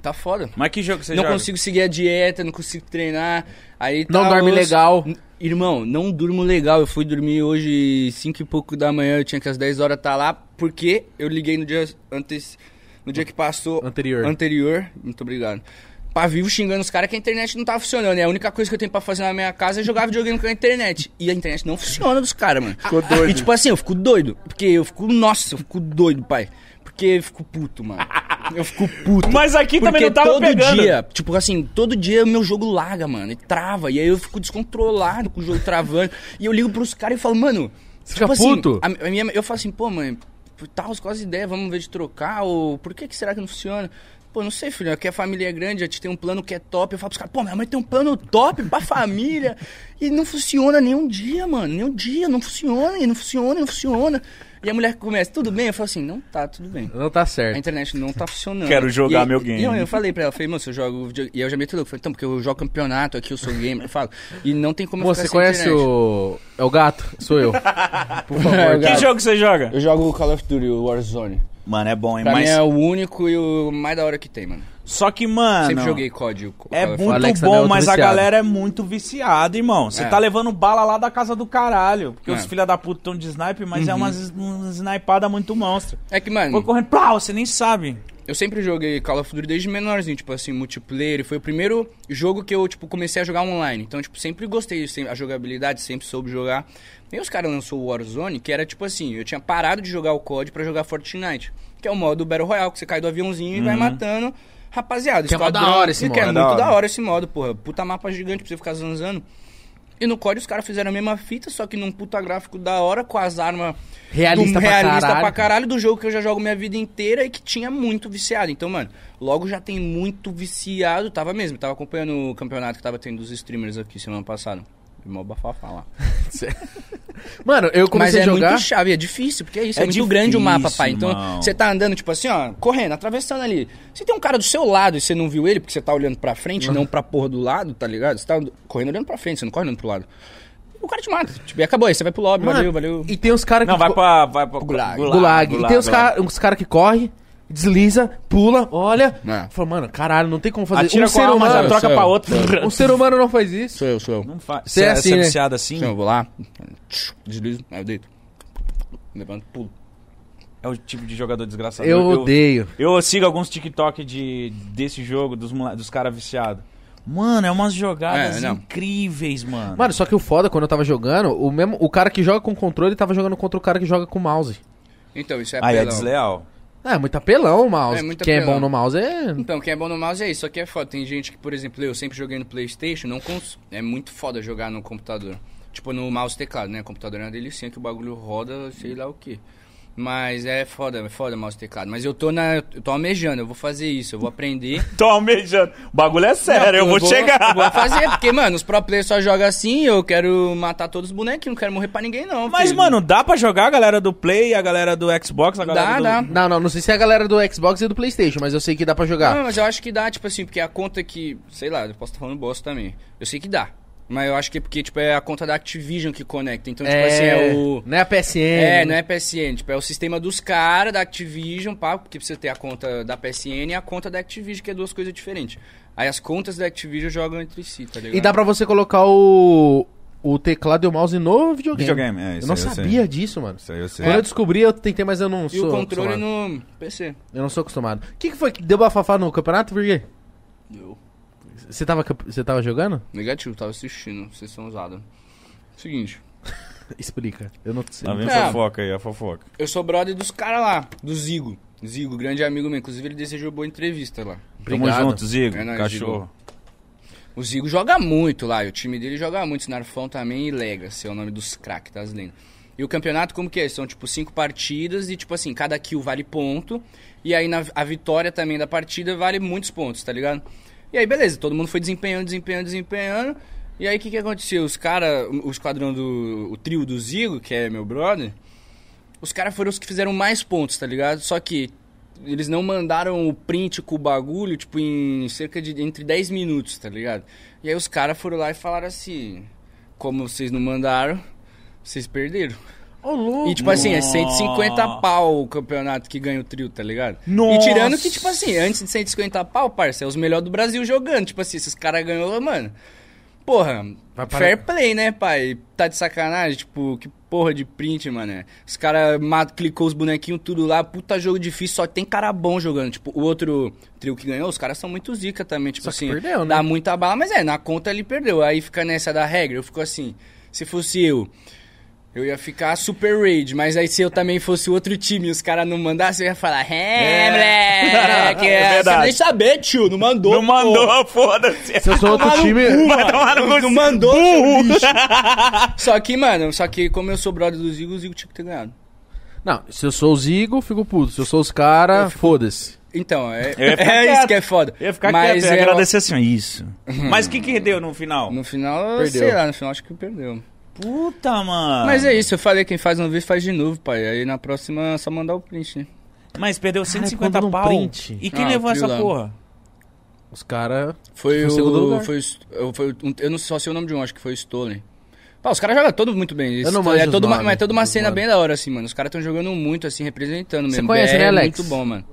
Speaker 3: Tá foda.
Speaker 1: Mas que jogo você
Speaker 3: não
Speaker 1: joga?
Speaker 3: consigo seguir a dieta, não consigo treinar. Aí tá
Speaker 2: Não dorme
Speaker 3: osso.
Speaker 2: legal.
Speaker 3: N- Irmão, não durmo legal. Eu fui dormir hoje 5 e pouco da manhã, eu tinha que às 10 horas tá lá, porque eu liguei no dia antes. No dia que passou.
Speaker 2: Anterior.
Speaker 3: Anterior. Muito obrigado. Pra vivo xingando os caras que a internet não tá funcionando. E a única coisa que eu tenho pra fazer na minha casa é jogar videogame com a internet. E a internet não funciona dos caras, mano. Ficou doido. E tipo assim, eu fico doido. Porque eu fico. Nossa, eu fico doido, pai. Porque eu fico puto, mano. Eu fico puto.
Speaker 1: Mas aqui também
Speaker 3: Porque
Speaker 1: não tava
Speaker 3: todo
Speaker 1: pegando.
Speaker 3: dia, tipo assim, todo dia meu jogo laga, mano, e trava. E aí eu fico descontrolado com o jogo travando. e eu ligo pros caras e falo, mano,
Speaker 2: Você fica puto?
Speaker 3: Assim, a- a minha- eu falo assim, pô, mãe, tal, quais as ideias, vamos ver de trocar, ou por que, que será que não funciona? Pô, não sei, filho, aqui a família é grande, a gente tem um plano que é top. Eu falo pros caras, pô, minha mãe tem um plano top pra família. E não funciona nenhum dia, mano. Nenhum dia, não funciona, e não funciona, e não funciona. E a mulher começa, tudo bem? Eu falo assim, não tá, tudo bem.
Speaker 2: Não tá
Speaker 3: A
Speaker 2: certo.
Speaker 3: internet não tá funcionando.
Speaker 1: Quero jogar meu game.
Speaker 3: Não, eu falei pra ela, falei, mano, se eu jogo videogame. E eu já meto louco. Falei, então, porque eu jogo campeonato aqui, eu sou gamer. Eu falo. E não tem como eu
Speaker 2: Moça,
Speaker 3: ficar
Speaker 2: você
Speaker 3: sem
Speaker 2: conhece
Speaker 3: internet.
Speaker 2: o. É o gato? Sou eu. Por favor,
Speaker 3: É o
Speaker 1: Que
Speaker 2: gato.
Speaker 3: gato.
Speaker 1: jogo você joga?
Speaker 3: Eu jogo o Call of Duty, o Warzone.
Speaker 1: Mano, é bom, hein?
Speaker 3: Pra
Speaker 1: Mas...
Speaker 3: mim é o único e o mais da hora que tem, mano.
Speaker 1: Só que, mano...
Speaker 3: Sempre joguei COD. o
Speaker 1: Ah, É
Speaker 3: Call of Duty.
Speaker 1: muito
Speaker 2: Alex também é
Speaker 1: bom,
Speaker 2: outro
Speaker 1: mas a
Speaker 2: viciado.
Speaker 1: galera é muito viciada, irmão. Você
Speaker 3: É.
Speaker 1: tá levando bala lá da casa do caralho. Porque
Speaker 3: É.
Speaker 1: os filha da puta tão de sniper, mas
Speaker 2: Uhum.
Speaker 1: é umas, umas snipadas muito monstro.
Speaker 3: É que,
Speaker 2: Hum.
Speaker 1: Foi
Speaker 3: mano,
Speaker 1: correndo, plau, você nem sabe.
Speaker 3: eu sempre joguei Call of Duty desde menorzinho, tipo assim, multiplayer. e Foi o primeiro jogo que eu, tipo, comecei a jogar online. Então, tipo, sempre gostei, sempre, a jogabilidade, sempre soube jogar. E os caras lançou o Warzone, que era tipo assim, eu tinha parado de jogar o COD pra jogar Fortnite. Que é o modo Battle Royale, que você cai do aviãozinho e vai matando. Rapaziada,
Speaker 2: Que é mó
Speaker 3: esquadrão-
Speaker 2: da hora esse
Speaker 3: e Que Uhum. é
Speaker 2: modo.
Speaker 3: muito
Speaker 2: Da
Speaker 3: da hora.
Speaker 2: hora.
Speaker 3: esse modo, porra. Puta mapa gigante pra você ficar zanzando. E no COD os caras fizeram a mesma fita, só que num puta gráfico da hora, com as armas
Speaker 2: Realista
Speaker 3: do,
Speaker 2: pra
Speaker 3: realista
Speaker 2: caralho.
Speaker 3: pra caralho do jogo que eu já jogo minha vida inteira e que tinha muito viciado. Então, mano, logo já tem muito viciado. Tava mesmo, tava acompanhando o campeonato que tava tendo dos streamers aqui semana passada. Mó bafafá lá.
Speaker 2: Mano, eu
Speaker 3: Mas
Speaker 2: comecei
Speaker 3: é
Speaker 2: a jogar.
Speaker 3: muito chave, é difícil, porque é isso, é,
Speaker 1: É
Speaker 3: muito grande o mapa,
Speaker 1: difícil,
Speaker 3: pai. Então,
Speaker 1: irmão.
Speaker 3: você tá andando, tipo assim, ó, correndo, atravessando ali. Se tem um cara do seu lado e você não viu ele, porque você tá olhando pra frente, não pra porra do lado, tá ligado? Você tá and- correndo olhando pra frente, você não corre olhando pro lado. O cara te mata. Tipo, e acabou aí, você vai pro lobby,
Speaker 2: Mano,
Speaker 3: valeu, valeu.
Speaker 2: E tem uns caras É que.
Speaker 1: Não, vai pra. Vai pra
Speaker 3: Gulag.
Speaker 2: Gulag. E tem uns
Speaker 1: gulag.
Speaker 2: caras cara que corre, desliza, pula, olha.
Speaker 3: É.
Speaker 2: Fala, mano, caralho, não tem como fazer
Speaker 1: Atira
Speaker 2: um
Speaker 1: com a
Speaker 2: ser
Speaker 1: alma, já
Speaker 2: humano.
Speaker 1: troca
Speaker 3: Céu.
Speaker 1: pra outro.
Speaker 2: Um ser humano não faz isso.
Speaker 3: Sou eu, sou eu.
Speaker 1: Não faz.
Speaker 2: Você é assim,
Speaker 1: você
Speaker 2: né?
Speaker 1: viciado assim?
Speaker 3: Sim, eu vou lá, deslizo, aí eu deito. Levanto, pulo.
Speaker 1: É o tipo de jogador desgraçado.
Speaker 2: Eu odeio.
Speaker 1: Eu sigo alguns TikTok de, desse jogo, dos, mola- dos caras viciados. Mano, é umas jogadas
Speaker 3: É, não.
Speaker 1: incríveis, mano.
Speaker 2: Mano, só que o foda, quando eu tava jogando, o, mesmo, o cara que joga com controle tava jogando contra o cara que joga com mouse.
Speaker 3: Então, isso é
Speaker 1: Aí é
Speaker 3: apelão.
Speaker 1: desleal.
Speaker 2: Ah, é muito apelão o mouse.
Speaker 3: É muito
Speaker 2: Quem é
Speaker 3: apelão.
Speaker 2: bom no mouse é.
Speaker 3: Então, quem é bom no mouse é isso, só que é foda. Tem gente que, por exemplo, eu sempre joguei no Playstation, não cons... é muito foda jogar no computador. Tipo, no mouse e teclado, né? Computador é uma delícia que o bagulho roda, sei lá o que. Mas é foda, é foda mouse e teclado. Mas eu tô na. Eu tô almejando, eu vou fazer isso, eu vou aprender.
Speaker 1: Tô almejando. O bagulho é sério, eu,
Speaker 3: Não,
Speaker 1: vou, chegar.
Speaker 3: Eu vou fazer, porque, mano, os pro players só jogam assim, eu quero matar todos os bonequinhos, não quero morrer pra ninguém, não.
Speaker 1: Mas,
Speaker 3: filho.
Speaker 1: mano, dá pra jogar a galera do Play, a galera do Xbox, a galera
Speaker 3: Dá,
Speaker 1: do...
Speaker 3: dá.
Speaker 2: Não, não, não sei se é a galera do Xbox e do PlayStation, mas eu sei que dá pra jogar.
Speaker 3: Não, mas eu acho que dá, tipo assim, porque a conta que. Sei lá, eu posso estar falando bosta também. Eu sei que dá. Mas eu acho que é porque, tipo, é a conta da Activision que conecta. Então, tipo
Speaker 2: é,
Speaker 3: assim, é o.
Speaker 2: Não é a PSN.
Speaker 3: É, não é PSN, tipo, é o sistema dos caras da Activision, pá, porque precisa ter a conta da PSN e a conta da Activision, que é duas coisas diferentes. Aí as contas da Activision jogam entre si, tá ligado?
Speaker 2: E dá pra você colocar o, o teclado e o mouse no videogame.
Speaker 1: Videogame, é, isso
Speaker 2: Eu não
Speaker 1: aí eu sei.
Speaker 2: sabia disso, mano.
Speaker 1: Isso aí eu sei.
Speaker 2: Quando eu descobri, eu tentei, mas eu não
Speaker 3: E
Speaker 2: sou
Speaker 3: o controle
Speaker 2: acostumado.
Speaker 3: no PC.
Speaker 2: Eu não sou acostumado. O que, que foi que deu bafafá no campeonato, Virgê? Você tava, cap- você tava jogando?
Speaker 3: Negativo, tava assistindo, vocês são usados. Seguinte,
Speaker 2: Explica. Eu não sei.
Speaker 1: Lá vem
Speaker 3: É.
Speaker 1: Tá a fofoca aí, a fofoca.
Speaker 3: eu sou brother dos caras lá, do Zigo. Zigo, grande amigo meu, inclusive ele desejou boa entrevista lá.
Speaker 2: Obrigado.
Speaker 1: Tamo junto, Zigo.
Speaker 3: É nóis,
Speaker 1: cachorro.
Speaker 3: O Zigo joga muito lá, e o time dele joga muito, Snarfão também e Legacy, é o nome dos craques das lendas. E o campeonato como que é? São tipo cinco partidas e tipo assim, cada kill vale ponto, e aí na, a vitória também da partida vale muitos pontos, tá ligado? E aí beleza, todo mundo foi desempenhando, desempenhando, desempenhando, e aí o que que aconteceu? Os caras, o esquadrão do, o trio do Zigo, que é meu brother, os caras foram os que fizeram mais pontos, tá ligado? Só que eles não mandaram o print com o bagulho, tipo, em cerca de. entre 10 minutos, tá ligado? E aí os caras foram lá e falaram assim: como vocês não mandaram, vocês perderam.
Speaker 2: Ô, louco.
Speaker 3: E tipo assim, é 150 pau o campeonato que ganha o trio, tá ligado? E tirando que, tipo assim, antes de 150 pau, parça, é os melhores do Brasil jogando. Tipo assim, esses caras ganhou, mano. Porra,
Speaker 2: Vai parar-
Speaker 3: fair play, né, pai? Tá de sacanagem, tipo, que porra de print, mano. Os caras clicou os bonequinhos tudo lá, puta jogo difícil, só tem cara bom jogando. Tipo, o outro trio que ganhou, os caras são muito zica também, tipo
Speaker 2: Só que
Speaker 3: assim.
Speaker 2: perdeu, né?
Speaker 3: Dá muita bala, mas é, na conta ele perdeu. Aí fica nessa da regra, eu fico assim, se fosse eu, eu ia ficar super raid, mas aí se eu também fosse outro time e os caras não mandassem, eu ia falar, é, moleque,
Speaker 1: É
Speaker 3: é, você
Speaker 1: verdade.
Speaker 3: nem saber, tio, não
Speaker 1: Não
Speaker 3: mandou. pô."
Speaker 1: mandou, foda-se.
Speaker 2: Se eu sou outro time.
Speaker 1: Vai tomar no cu,
Speaker 3: Não mandou, seu lixo. Só que, mano, só que como eu sou brother do Zigo, o Zigo tinha que ter ganhado.
Speaker 2: Não, se eu sou o Zigo, fico puto. Se eu sou os caras, foda-se.
Speaker 3: Então, é,
Speaker 1: Eu ia ficar
Speaker 3: é isso
Speaker 1: quieto.
Speaker 3: que é foda.
Speaker 1: Eu ia ficar
Speaker 3: mas
Speaker 1: quieto, eu ia
Speaker 3: é-
Speaker 1: agradecer assim, ó, isso. Mas o que que deu no final?
Speaker 3: No final,
Speaker 2: Perdeu.
Speaker 3: sei lá, no final acho que perdeu.
Speaker 1: Puta, mano.
Speaker 3: Mas é isso, eu falei, quem faz uma vez faz de novo, pai. Aí na próxima é só mandar o print, né?
Speaker 1: Mas perdeu 150
Speaker 2: quando não
Speaker 1: pau.
Speaker 2: print.
Speaker 1: E quem
Speaker 3: um Ah,
Speaker 1: levou essa
Speaker 3: trio lá.
Speaker 1: porra?
Speaker 2: Os caras.
Speaker 3: Foi
Speaker 2: Foi
Speaker 3: o.
Speaker 2: o segundo lugar.
Speaker 3: Foi, o St- eu- foi o- um- eu não sei só sei o nome de um, acho que foi o Stolen. Pá, os caras jogam todo muito bem. Esse-
Speaker 2: não manjo
Speaker 3: é
Speaker 2: os
Speaker 3: toda uma,
Speaker 2: nomes
Speaker 3: mas é toda uma
Speaker 2: dos
Speaker 3: cena
Speaker 2: nomes.
Speaker 3: bem da hora, assim, mano. Os caras estão jogando muito, assim, representando mesmo.
Speaker 2: conhece,
Speaker 3: BR
Speaker 2: né,
Speaker 3: é
Speaker 2: Alex?
Speaker 3: Muito bom, mano.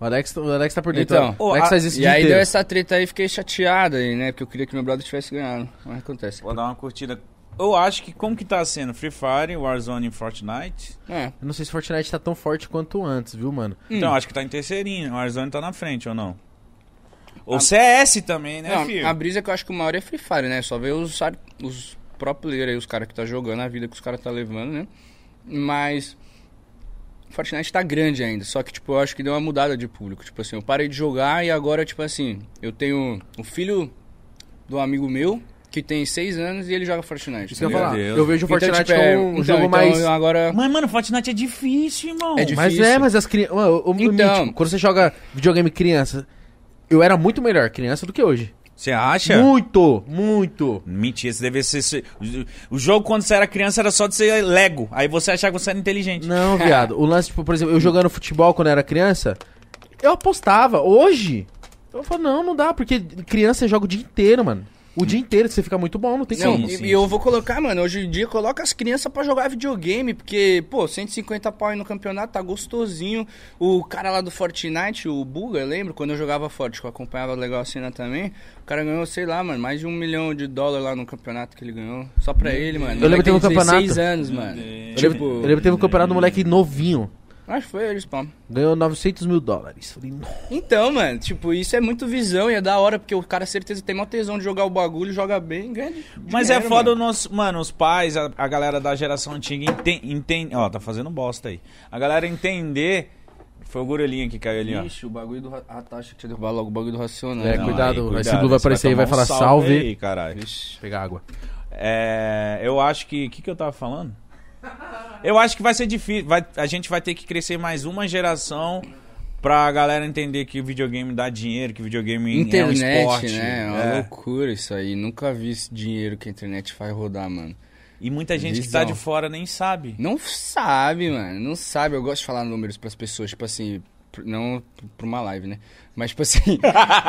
Speaker 2: O Alex, o Alex tá por dentro.
Speaker 3: Então,
Speaker 2: o Alex
Speaker 1: ô, a-
Speaker 2: faz isso
Speaker 3: e
Speaker 2: de
Speaker 3: aí
Speaker 2: inteiro.
Speaker 3: deu essa treta aí, fiquei chateado aí, né? Porque eu queria que meu brother tivesse ganhado. Mas acontece.
Speaker 1: Vou dar uma curtida. Eu acho que como que tá sendo? Free Fire, Warzone e Fortnite?
Speaker 3: É.
Speaker 2: Eu não sei se Fortnite tá tão forte quanto antes, viu, mano?
Speaker 3: Hum.
Speaker 1: Então, acho que tá em terceirinho. O Warzone tá na frente, ou não? Ou CS também, né,
Speaker 3: Não,
Speaker 1: filho?
Speaker 3: a brisa que eu acho que o maior é Free Fire, né? Só ver os, ar- os pro player aí, os caras que tá jogando, a vida que os caras tá levando, né? Mas. Fortnite tá grande ainda, só que, tipo, eu acho que deu uma mudada de público. Tipo assim, eu parei de jogar e agora, tipo assim, eu tenho o filho de um amigo meu que tem seis anos e ele joga Fortnite.
Speaker 2: Isso que eu ia
Speaker 1: Meu
Speaker 2: falar.
Speaker 1: Deus.
Speaker 2: Eu vejo o Fortnite
Speaker 3: tipo, é-
Speaker 2: como um
Speaker 3: então,
Speaker 2: jogo
Speaker 3: então
Speaker 2: mais.
Speaker 3: Agora,
Speaker 1: Mas, mano, Fortnite é difícil, irmão.
Speaker 3: É difícil.
Speaker 2: Mas é, mas as crianças.
Speaker 3: Então.
Speaker 2: quando você joga videogame criança, eu era muito melhor criança do que hoje.
Speaker 1: Você acha?
Speaker 2: Muito, muito.
Speaker 1: Mentira, você deve ser... ser- O jogo, quando você era criança, era só de ser Lego. Aí você achava que você era inteligente.
Speaker 2: Não, viado. O lance, tipo, por exemplo, eu jogando futebol quando eu era criança, eu apostava. Hoje, eu falo, não, não dá, porque criança joga o dia inteiro, mano. O dia inteiro você fica muito bom, não tem
Speaker 3: Não,
Speaker 2: como.
Speaker 3: e-
Speaker 1: sim,
Speaker 3: e eu vou colocar, mano, hoje em dia coloca as crianças pra jogar videogame, porque, pô, 150 pau aí no campeonato tá gostosinho. O cara lá do Fortnite, o Buga, eu lembro, quando eu jogava Forte, que eu acompanhava legal a cena também, o cara ganhou, sei lá, mano, mais de um milhão de dólar lá no campeonato que ele ganhou. Só pra ele, mano.
Speaker 2: Eu lembro que teve um campeonato.
Speaker 3: anos, mano. Tipo,
Speaker 2: Eu lembro, eu lembro que teve um campeonato do moleque novinho.
Speaker 3: Acho que foi ele, Spawn.
Speaker 2: Ganhou 900 mil dólares. Falei, nossa.
Speaker 3: Então, mano, tipo, isso é muito visão e é da hora, porque o cara certeza tem maior tesão de jogar o bagulho, joga bem, ganha. de-
Speaker 1: Mas é
Speaker 3: dinheiro,
Speaker 1: foda
Speaker 3: mano.
Speaker 1: o nosso. Mano, os pais, a, a galera da geração antiga entende. ó, tá fazendo bosta aí. A galera entender. Foi o gorelinha que caiu ali, ó.
Speaker 3: Ixi, o bagulho do. Ra- Ah, tá, achei que tinha derrubado logo o bagulho do né? Racional.
Speaker 2: É,
Speaker 3: Não,
Speaker 2: cuidado,
Speaker 1: aí,
Speaker 2: esse Blue vai aparecer aí, vai
Speaker 1: tomar um
Speaker 2: falar salve.
Speaker 1: aí, caralho.
Speaker 3: Vixe.
Speaker 2: Pegar água.
Speaker 1: É, eu acho que. O que, que eu tava falando? Eu acho que vai ser difícil. vai- a gente vai ter que crescer mais uma geração pra galera entender que o videogame dá dinheiro, que o videogame
Speaker 3: Internet,
Speaker 1: é um esporte.
Speaker 3: né? É uma
Speaker 1: é.
Speaker 3: loucura isso aí. Nunca vi esse dinheiro que a internet faz rodar, mano.
Speaker 1: E muita gente que tá
Speaker 3: Visão.
Speaker 1: de fora nem sabe.
Speaker 3: Não sabe, mano. Não sabe. Eu gosto de falar números pras pessoas, tipo assim. pra pr- não pra uma live, né? Mas, tipo assim,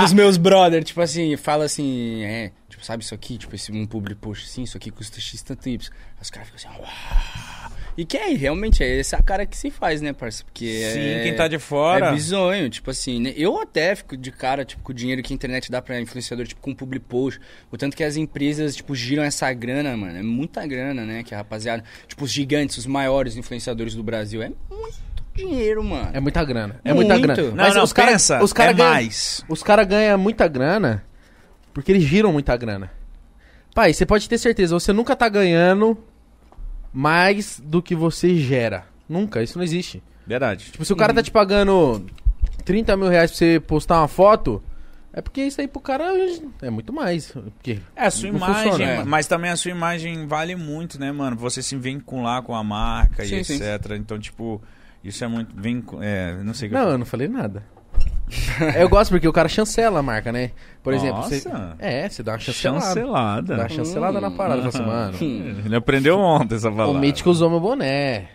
Speaker 3: os meus brother, tipo assim, fala assim, é, tipo, sabe isso aqui? Tipo, esse um público, poxa, sim, isso aqui custa X tanto Y. Aí os caras ficam assim, uau. E que é, realmente, é essa a cara que se faz, né, parça? Porque
Speaker 1: Sim,
Speaker 3: é-
Speaker 1: quem tá de fora.
Speaker 3: é bizonho, tipo assim, né? Eu até fico de cara, tipo, com o dinheiro que a internet dá pra influenciador, tipo, com public post. O tanto que as empresas, tipo, giram essa grana, mano. É muita grana, né? Que a rapaziada, tipo, os gigantes, os maiores influenciadores do Brasil. É muito dinheiro, mano.
Speaker 2: É muita grana. É muita
Speaker 3: Muito.
Speaker 2: grana.
Speaker 3: Não,
Speaker 1: Não, não,
Speaker 2: os cara-
Speaker 1: pensa,
Speaker 2: os cara
Speaker 1: é
Speaker 2: ganha-
Speaker 1: mais.
Speaker 2: Os caras ganham muita grana porque eles giram muita grana. Pai, você pode ter certeza, você nunca tá ganhando mais do que você gera. Nunca, isso não existe.
Speaker 1: Verdade.
Speaker 2: Tipo, se o cara tá te pagando 30 mil reais pra você postar uma foto, é porque isso aí pro cara é muito mais. Porque
Speaker 1: É, a sua
Speaker 2: Não
Speaker 1: imagem,
Speaker 2: funciona,
Speaker 1: ma-
Speaker 2: é.
Speaker 1: mas também a sua imagem vale muito, né, mano? Você se vincular com a marca e
Speaker 3: Sim, sim.
Speaker 1: etc. Então, tipo, isso é muito. Vincu... É, não sei o que
Speaker 2: Não, eu não falei nada. eu gosto porque o cara chancela a marca, né? Por exemplo, você.
Speaker 1: Nossa.
Speaker 2: É, você dá uma chancelada. Dá
Speaker 1: Chancelada.
Speaker 2: uma chancelada na parada. Fala assim, mano,
Speaker 1: É, Ele aprendeu ontem essa
Speaker 2: o
Speaker 1: palavra.
Speaker 2: Mítico usou meu boné.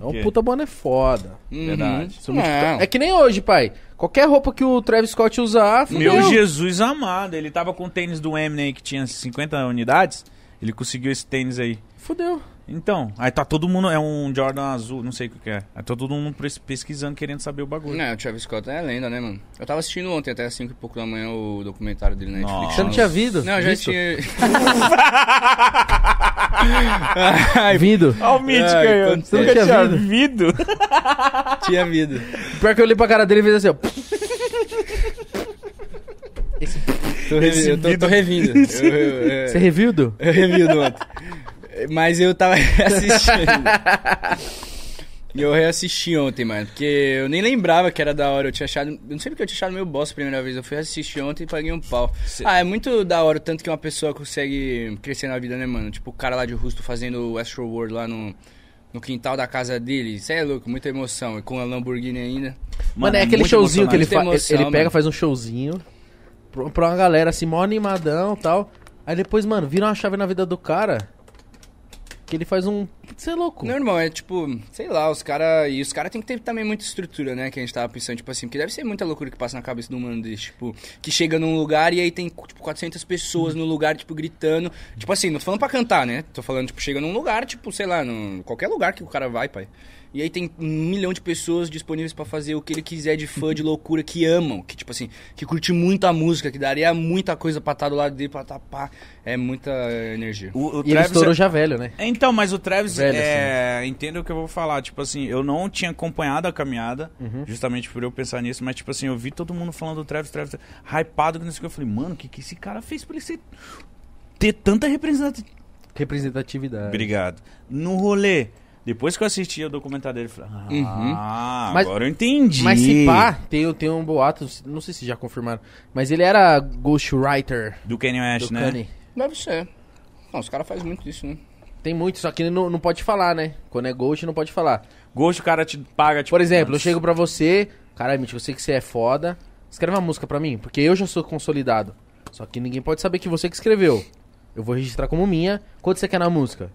Speaker 2: É
Speaker 1: quê?
Speaker 2: um puta boné foda.
Speaker 3: Uhum.
Speaker 1: Verdade.
Speaker 2: Isso é
Speaker 3: Não.
Speaker 2: muito- É que nem hoje, pai. Qualquer roupa que o Travis Scott usar, fudeu.
Speaker 1: Meu Jesus amado, ele tava com o tênis do Eminem que tinha 50 unidades. Ele conseguiu esse tênis aí.
Speaker 2: Fudeu.
Speaker 1: Então, aí tá todo mundo. É um Jordan azul, não sei o que que é. Aí tá todo mundo pres- pesquisando, querendo saber o bagulho.
Speaker 3: Não, o Travis Scott é lenda, né, mano? Eu tava assistindo ontem até 5 e pouco da manhã o documentário dele na Netflix.
Speaker 1: Nossa.
Speaker 2: Você não tinha vindo?
Speaker 3: Não, eu já
Speaker 2: visto?
Speaker 3: tinha.
Speaker 2: Vindo.
Speaker 1: Olha o Mítico
Speaker 3: Ai,
Speaker 1: aí, eu
Speaker 3: quanto
Speaker 1: nunca
Speaker 2: tempo.
Speaker 1: tinha ouvido.
Speaker 2: é
Speaker 3: tinha vida.
Speaker 2: Pior que eu olhei pra cara dele e fiz assim, ó.
Speaker 1: Esse
Speaker 3: Tô revi- eu tô,
Speaker 1: vida-
Speaker 3: tô revindo. Eu, eu- é.
Speaker 1: É.
Speaker 3: eu-
Speaker 2: Você reviu, Du?
Speaker 3: Eu revido ontem. Mas eu tava assistindo. E eu reassisti ontem, mano. Porque eu nem lembrava que era da hora. Eu tinha achado. Eu não sei porque eu tinha achado meu boss a primeira vez. Eu fui assistir ontem e paguei um pau. Ah, é muito da hora o tanto que uma pessoa consegue crescer na vida, né, mano? Tipo o cara lá de Rusto fazendo o Astro World lá no. No quintal da casa dele, isso é louco, muita emoção. E com a Lamborghini ainda.
Speaker 2: Mano, é aquele
Speaker 1: muito
Speaker 2: showzinho que ele
Speaker 1: emocionante. né?
Speaker 2: faz.
Speaker 3: Muita emoção,
Speaker 2: ele pega,
Speaker 3: mano.
Speaker 2: faz um showzinho pra pra uma galera assim, mó animadão e tal. Aí depois, mano, vira uma chave na vida do cara. Que ele faz um. Você é louco.
Speaker 3: Não, irmão, é tipo, sei lá, os caras. E os caras tem que ter também muita estrutura, né? Que a gente tava pensando, tipo assim, porque deve ser muita loucura que passa na cabeça do mano desse, tipo, que chega num lugar e aí tem, tipo, 400 pessoas no lugar, tipo, gritando. Tipo assim, não tô falando pra cantar, né? Tô falando, tipo, chega num lugar, tipo, sei lá, num, qualquer lugar que o cara vai, pai. E aí tem um milhão de pessoas disponíveis pra fazer o que ele quiser de fã de loucura, que amam, que, tipo assim, que curte muito a música, que daria muita coisa pra estar do lado dele, pra tapar. É muita energia.
Speaker 1: O, o
Speaker 2: E ele
Speaker 1: Travis é-
Speaker 2: estourou já velho, né?
Speaker 1: Então, mas o Travis,
Speaker 2: Velho, assim.
Speaker 1: é, entenda o que eu vou falar. Tipo assim, eu não tinha acompanhado a caminhada,
Speaker 2: Uhum.
Speaker 1: justamente por eu pensar nisso, mas tipo assim, eu vi todo mundo falando do Travis, Travis, hypado, que não sei o que. Eu falei, mano, o que, que esse cara fez pra ele ser- ter tanta representatividade?
Speaker 2: Representatividade.
Speaker 1: Obrigado. No rolê, depois que eu assisti o documentário dele, eu falei, ah,
Speaker 2: Uhum. Mas-
Speaker 1: agora eu entendi.
Speaker 2: Mas se pá, tem, tem um boato, não sei se já confirmaram, mas ele era ghostwriter
Speaker 1: Do Kanye
Speaker 2: do
Speaker 1: West, né?
Speaker 2: Kanye.
Speaker 3: Deve ser. Não, os caras fazem muito isso, né?
Speaker 2: Tem muito, só que não, não pode falar, né? Quando é ghost, não pode falar.
Speaker 3: Tipo
Speaker 1: Gosto, o cara te paga, tipo...
Speaker 2: Por exemplo, eu
Speaker 1: "Nossa,
Speaker 2: chego pra você, caralho, Mitch, eu sei que você é foda, escreve uma música pra mim, porque eu já sou consolidado. Só que ninguém pode saber que você que escreveu. Eu vou registrar como minha. Quanto você quer na música?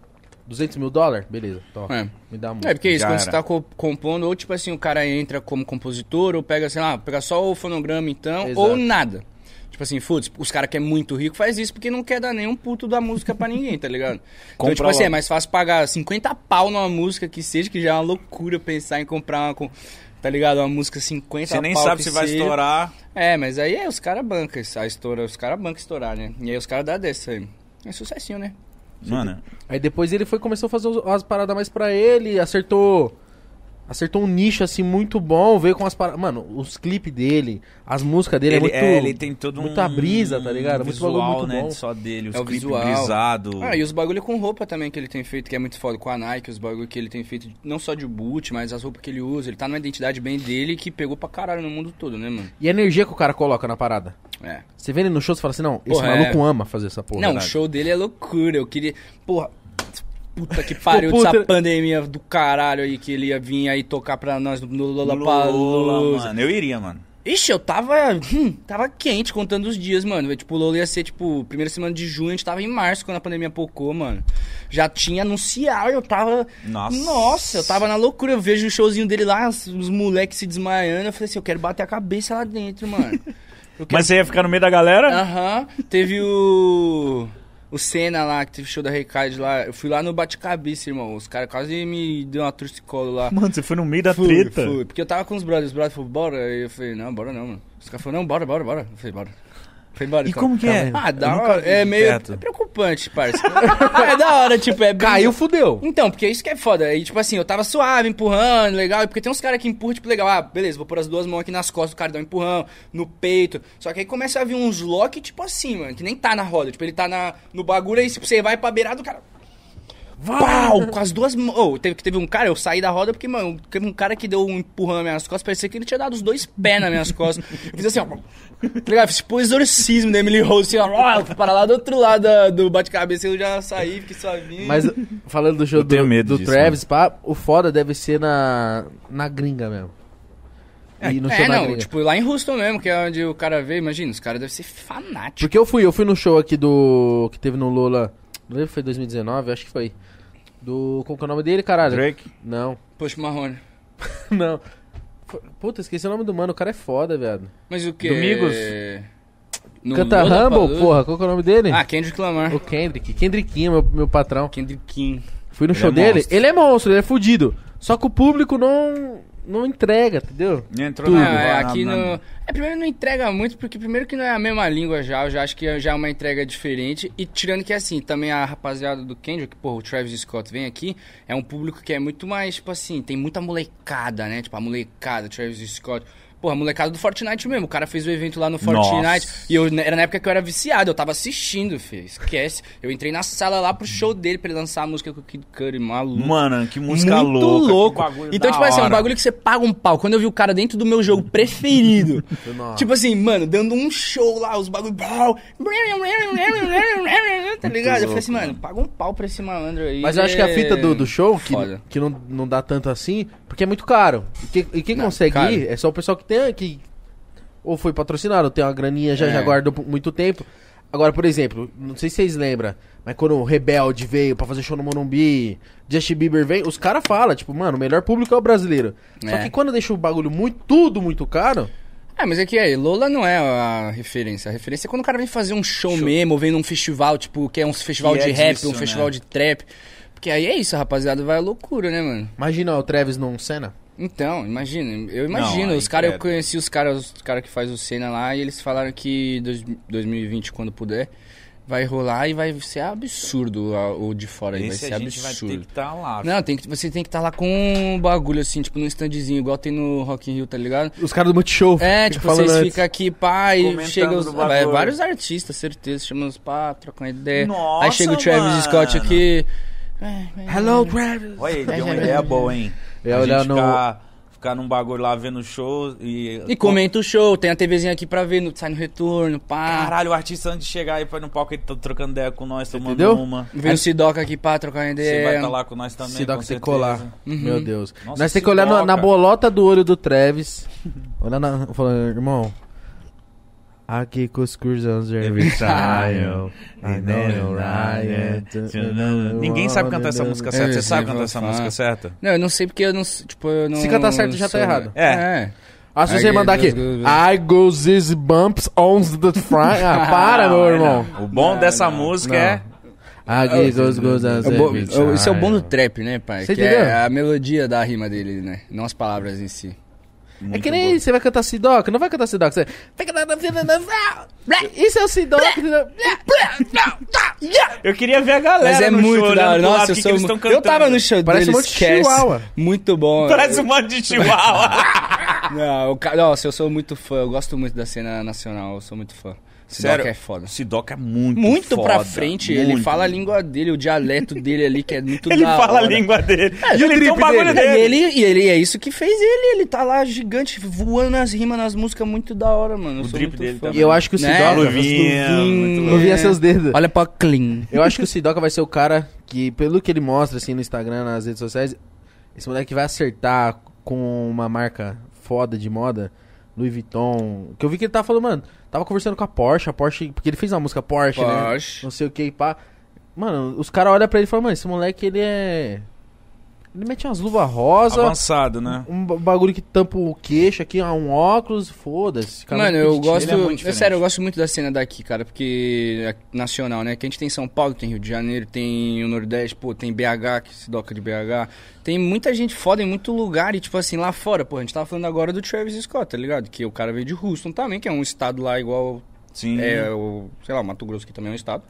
Speaker 2: 200 mil dólares? Beleza, toma.
Speaker 3: É.
Speaker 2: Me dá a música.
Speaker 3: É, porque é isso,
Speaker 1: Já
Speaker 3: quando
Speaker 1: era.
Speaker 3: você tá co- compondo, ou tipo assim, o cara entra como compositor, ou pega, sei lá, pega só o fonograma então,
Speaker 2: Exato.
Speaker 3: ou nada. Tipo assim, putz, os caras que é muito rico faz isso porque não quer dar nenhum puto da música pra ninguém, tá ligado? Então,
Speaker 1: Compra
Speaker 3: tipo assim,
Speaker 1: logo.
Speaker 3: é mais fácil pagar 50 pau numa música que seja, que já é uma loucura pensar em comprar uma, com- tá ligado? Uma música 50
Speaker 1: Você nem
Speaker 3: pau
Speaker 1: sabe
Speaker 3: que
Speaker 1: se vai
Speaker 3: seja.
Speaker 1: estourar.
Speaker 3: É, mas aí é, os caras bancam, a estoura, os caras bancam estourar, né? E aí os caras dá dessa aí. É sucessinho, né?
Speaker 1: Mano,
Speaker 2: Aí depois ele foi começou a fazer os- as paradas mais pra ele, acertou. Acertou um nicho assim muito bom, veio com as paradas. Mano, os clipes dele, as músicas dele
Speaker 1: ele,
Speaker 2: é muito.
Speaker 1: é, ele tem todo
Speaker 2: muita
Speaker 1: um...
Speaker 2: brisa, tá ligado?
Speaker 1: um
Speaker 2: Muito
Speaker 1: visual,
Speaker 2: bagulho muito
Speaker 1: né,
Speaker 2: bom.
Speaker 1: só dele, os
Speaker 3: É o
Speaker 1: clipes
Speaker 3: visual.
Speaker 1: brisados.
Speaker 3: Ah, e os bagulho com roupa também que ele tem feito, que é muito foda. Com a Nike, os bagulho que ele tem feito, não só de boot, mas as roupas que ele usa. Ele tá numa identidade bem dele que pegou pra caralho no mundo todo, né, mano?
Speaker 2: E a energia que o cara coloca na parada.
Speaker 3: É.
Speaker 2: Você vê ele no show, você fala assim, não, esse
Speaker 3: Porra, é.
Speaker 2: maluco ama fazer essa porra. né?
Speaker 3: não,
Speaker 2: Verdade.
Speaker 3: o show dele é loucura. Eu queria. Porra. Puta que pariu dessa
Speaker 2: puta.
Speaker 3: pandemia do caralho aí que ele ia vir aí tocar pra nós no
Speaker 1: Lula,
Speaker 3: Lollapalooza.
Speaker 1: mano. Eu iria, mano.
Speaker 3: Ixi, eu tava. hum, tava quente contando os dias, mano. Tipo, o Lolo ia ser, tipo, primeira semana de junho, a gente tava em março quando a pandemia pocou, mano. já tinha anunciado, eu tava.
Speaker 1: Nossa.
Speaker 3: Nossa, eu tava na loucura. Eu vejo o showzinho dele lá, os moleques se desmaiando. Eu falei assim, eu quero bater a cabeça lá dentro, mano. Eu quero
Speaker 1: Mas você ia ficar no meio da
Speaker 3: Ah,
Speaker 1: galera?
Speaker 3: Aham. Teve o. O Senna lá, que teve show da Recard lá. Eu fui lá no bate-cabeça, irmão. Os caras quase me deu uma torcicolo lá.
Speaker 1: Mano, você foi no meio da
Speaker 3: Fui,
Speaker 1: treta.
Speaker 3: fui. Porque eu tava com os brothers. Os brothers falaram, bora. E eu falei, não, bora não, mano. Os caras falaram, não, bora, bora, bora. Eu falei, bora. Eu Falei, bora,
Speaker 1: E
Speaker 3: então.
Speaker 1: como que é?
Speaker 3: Ah,
Speaker 1: Eu
Speaker 3: da
Speaker 1: nunca
Speaker 3: hora.
Speaker 1: vi
Speaker 3: É
Speaker 1: de
Speaker 3: meio.
Speaker 1: perto.
Speaker 3: É preocupante, parça. é da hora, tipo, é. bem-
Speaker 2: Caiu, fudeu.
Speaker 3: então, porque isso que é foda. Aí, tipo assim, eu tava suave, empurrando, legal. E Porque tem uns caras que empurram, tipo, legal. Ah, beleza, vou pôr as duas mãos aqui nas costas, o cara dá um empurrão, no peito. Só que aí começa a vir uns lock, tipo assim, mano, que nem tá na roda. Tipo, ele tá na, no bagulho, aí tipo, você vai pra beirada do cara. Pau! Com as duas mãos. Ô, teve, teve um cara, eu saí da roda porque, mano, teve um cara que deu um empurrão nas minhas costas, parecia que ele tinha dado os dois pés nas minhas costas. Eu fiz assim, ó. Tá ligado? Fiz tipo o exorcismo da Emily Rose, assim, ó, ó, para lá do outro lado da- do bate-cabeça, eu já saí, fiquei sozinho.
Speaker 2: Mas falando do
Speaker 1: Eu
Speaker 2: show
Speaker 1: tenho
Speaker 2: do,
Speaker 1: medo
Speaker 2: do
Speaker 1: disso, né?
Speaker 2: Travis, pá, o foda deve ser na, na gringa mesmo. E no show
Speaker 3: É,
Speaker 2: na
Speaker 3: não,
Speaker 2: gringa.
Speaker 3: tipo, lá em Houston mesmo, que é onde o cara veio, imagina, os caras devem ser fanáticos.
Speaker 2: Porque eu fui, eu fui no show aqui do. que teve no Lola. Não lembro se foi 2019, acho que foi. Do. Qual que é o nome dele, caralho?
Speaker 1: Drake?
Speaker 2: Não,
Speaker 3: Poxa, Marrone.
Speaker 2: não. Foi- Puta, esqueci o nome do mano, o cara é foda, velho.
Speaker 3: Mas o que?
Speaker 1: Domingos?
Speaker 3: No
Speaker 2: Canta Humble,
Speaker 3: Lollapalooza?
Speaker 2: porra, qual que é o nome dele?
Speaker 3: Ah, Kendrick Lamar.
Speaker 2: O Kendrick, Kendrickinho, meu, meu patrão.
Speaker 3: Kendrick King.
Speaker 2: Fui no
Speaker 1: Ele
Speaker 2: show
Speaker 1: é
Speaker 2: dele,
Speaker 1: monstro.
Speaker 2: ele é monstro, ele é fudido. Só que o público não. não entrega, entendeu?
Speaker 1: Entrou
Speaker 3: Não,
Speaker 1: na,
Speaker 3: é,
Speaker 1: na-
Speaker 3: aqui
Speaker 1: na-
Speaker 3: no... É, primeiro não entrega muito, porque primeiro que não é a mesma língua já, eu já acho que já é uma entrega diferente. E tirando que assim, também a rapaziada do Kendrick, porra, o Travis Scott vem aqui, é um público que é muito mais, tipo assim, tem muita molecada, né? Tipo, a molecada, Travis Scott... Porra, a molecada do Fortnite mesmo. O cara fez o evento lá no Fortnite.
Speaker 1: Nossa.
Speaker 3: E eu, né, era na época que eu era viciado. Eu tava assistindo, filho. Esquece. Eu entrei na sala lá pro show dele pra ele lançar a música com o Kid Cudi, maluco.
Speaker 1: Mano, que música
Speaker 3: Muito
Speaker 1: louca. que
Speaker 3: louco.
Speaker 1: bagulho
Speaker 3: Então,
Speaker 1: da
Speaker 3: tipo assim, é um
Speaker 1: hora.
Speaker 3: bagulho que você paga um pau. Quando eu vi o cara dentro do meu jogo preferido,
Speaker 2: Nossa.
Speaker 3: tipo assim, mano, dando um show lá, os bagulho. pau, Tá ligado? Eu falei assim, mano, paga um pau pra esse malandro aí.
Speaker 2: Mas eu acho que a fita do, do show, que,
Speaker 3: Foda.
Speaker 2: que não, não dá tanto assim, porque é muito caro. E quem, e quem
Speaker 3: Não,
Speaker 2: consegue
Speaker 3: caro.
Speaker 2: ir é só o pessoal que tem que ou foi patrocinado, tem uma graninha já,
Speaker 3: É.
Speaker 2: já guardou por muito tempo. Agora, por exemplo, não sei se vocês lembram, mas quando o Rebelde veio pra fazer show no Morumbi, Justin Bieber vem, os caras falam, tipo, mano, o melhor público é o brasileiro. Só
Speaker 3: É.
Speaker 2: que quando deixa o bagulho muito, tudo muito caro,
Speaker 3: É, mas é que aí, Lola não é a referência. A referência é quando o cara vem fazer um show, mesmo, ou vem num festival, tipo, que é um festival
Speaker 1: Que
Speaker 3: de
Speaker 1: é
Speaker 3: rap,
Speaker 1: disso,
Speaker 3: um
Speaker 1: né?
Speaker 3: festival de trap. Porque aí é isso, a rapaziada, vai à loucura, né, mano?
Speaker 2: imagina o Travis num Senna.
Speaker 3: Então, imagina, eu
Speaker 1: Não,
Speaker 3: imagino,
Speaker 1: aí
Speaker 3: os caras, eu
Speaker 1: credo.
Speaker 3: conheci os caras, os cara que faz o Senna lá, e eles falaram que dois, 2020, quando puder, vai rolar e vai ser absurdo a- o de fora, aí vai
Speaker 1: Esse
Speaker 3: ser
Speaker 1: a gente vai ter
Speaker 3: absurdo.
Speaker 1: que tá estar lá.
Speaker 3: Não, tem que, você tem que estar lá com um bagulho assim, tipo num standzinho, igual tem no Rock in Rio, tá ligado?
Speaker 2: Os caras do Multishow.
Speaker 3: É,
Speaker 2: ficam
Speaker 3: tipo,
Speaker 2: falando
Speaker 3: vocês
Speaker 2: antes.
Speaker 3: ficam aqui, pá, e
Speaker 1: Comentando
Speaker 3: chega os, Ah,
Speaker 1: do
Speaker 3: vai-
Speaker 1: bagulho.
Speaker 3: vários artistas, certeza, chamam os pá, trocam ideia.
Speaker 1: Nossa,
Speaker 3: aí chega o Travis
Speaker 1: mano.
Speaker 3: Scott aqui. é, Hello, Travis!
Speaker 1: Olha aí, deu uma ideia boa, hein?
Speaker 2: Eu
Speaker 3: É
Speaker 1: a
Speaker 2: olhar
Speaker 1: gente
Speaker 2: no-
Speaker 1: ficar, ficar num bagulho lá vendo show e...
Speaker 3: E comenta o show, tem a TVzinha aqui pra ver, no- sai no retorno, pá.
Speaker 1: Caralho, o artista antes de chegar aí pra ir no palco, ele tá trocando ideia com nós, tomando
Speaker 2: Entendeu?
Speaker 1: uma.
Speaker 3: Vem o Sidoca aqui pra trocar ideia.
Speaker 1: Você vai estar lá com nós também,
Speaker 2: Se dá
Speaker 1: É. com
Speaker 2: que você
Speaker 1: certeza.
Speaker 2: colar. Uhum. Meu Deus.
Speaker 1: Nossa,
Speaker 2: Nós
Speaker 1: se
Speaker 2: temos que olhar na,
Speaker 1: toca.
Speaker 2: na bolota do olho do Travis. Olhar na. Falando, irmão. Aqui com os cursos
Speaker 1: Every time, I know Ryan. é, né? Ninguém sabe cantar essa música certa. Você
Speaker 3: Eu
Speaker 1: sabe
Speaker 3: vou
Speaker 1: cantar essa
Speaker 3: falar.
Speaker 1: música certa?
Speaker 3: Não, eu não sei porque eu não. s- Tipo, eu não.
Speaker 2: Se cantar certo, já tá
Speaker 3: sou-
Speaker 2: errado.
Speaker 3: É.
Speaker 2: Ah, se você mandar aqui. I go these bumps on the front. Ah, para, meu irmão.
Speaker 1: O bom dessa música é.
Speaker 2: I go those goes on
Speaker 3: É o bo-
Speaker 2: every time.
Speaker 3: Isso é o bom do trap, né, pai?
Speaker 2: Você
Speaker 3: que
Speaker 2: entendeu?
Speaker 3: é a melodia da rima dele, né? Não as palavras em si.
Speaker 2: É que nem você vai cantar Sidoca, não vai cantar Sidoca. Você... Isso é o Sidoca. entendeu?
Speaker 1: É. Eu queria ver a galera.
Speaker 3: Mas é
Speaker 1: no
Speaker 3: muito
Speaker 1: show,
Speaker 3: da hora.
Speaker 1: olhando pro lado,
Speaker 3: Nossa,
Speaker 1: o
Speaker 3: eu
Speaker 1: que
Speaker 3: sou.
Speaker 1: que eles tão
Speaker 3: mu- eu tava
Speaker 1: cantando.
Speaker 3: no show
Speaker 2: Parece
Speaker 3: dele,
Speaker 2: um monte de
Speaker 3: esquece.
Speaker 2: chihuahua.
Speaker 3: Muito bom.
Speaker 1: Parece um monte de chihuahua.
Speaker 3: Não, o ca- Nossa, eu sou muito fã. Eu gosto muito da cena nacional. Eu sou muito fã. Sidoca
Speaker 1: Sério,
Speaker 3: é foda.
Speaker 1: Sidoca é muito
Speaker 3: Muito
Speaker 1: foda,
Speaker 3: pra frente, ele
Speaker 1: muito.
Speaker 3: fala a língua dele, o dialeto dele ali, que é muito
Speaker 1: Ele
Speaker 3: da
Speaker 1: fala a
Speaker 3: hora.
Speaker 1: língua dele.
Speaker 3: É,
Speaker 1: e ele tem um bagulho dele.
Speaker 3: E ele, e ele é isso que fez ele. Ele tá lá gigante, voando nas rimas, nas músicas, muito da hora, mano. Eu
Speaker 1: O
Speaker 3: sou
Speaker 1: drip
Speaker 3: muito
Speaker 1: dele
Speaker 3: fã.
Speaker 1: também.
Speaker 2: E eu acho que o
Speaker 3: Né? É.
Speaker 2: Sidoca.
Speaker 1: Luvinha, muito
Speaker 2: Não via seus dedos.
Speaker 3: Olha pra Clean.
Speaker 2: Eu acho que o Sidoca vai ser o cara que, pelo que ele mostra assim no Instagram, nas redes sociais, esse moleque vai acertar com uma marca foda de moda, Louis Vuitton. Que eu vi que ele tá tava falando, mano, tava conversando com a Porsche, a Porsche, porque ele fez uma música Porsche, né?
Speaker 3: Porsche.
Speaker 2: Não sei o que, pá. Mano, os caras olham pra ele e falam, mano, esse moleque, ele é... Ele mete umas luvas
Speaker 1: é
Speaker 2: rosa,
Speaker 1: Avançado, né?
Speaker 2: um ba- bagulho que tampa o queixo aqui, ah, um óculos, foda-se. cara
Speaker 3: Mano,
Speaker 2: muito
Speaker 3: eu
Speaker 2: piquitinho.
Speaker 3: gosto.
Speaker 1: é muito
Speaker 3: eu,
Speaker 1: diferente.
Speaker 3: sério, eu gosto muito da cena daqui, cara, porque é nacional, né? Que a gente tem São Paulo, tem Rio de Janeiro, tem o Nordeste, pô, tem BH, que se doca de BH. Tem muita gente foda em muito lugar e, tipo assim, lá fora, pô, a gente tava falando agora do Travis Scott, tá ligado? Que o cara veio de Houston também, que é um estado lá igual.
Speaker 1: Sim.
Speaker 3: É, o, sei lá, Mato Grosso, que também é um estado.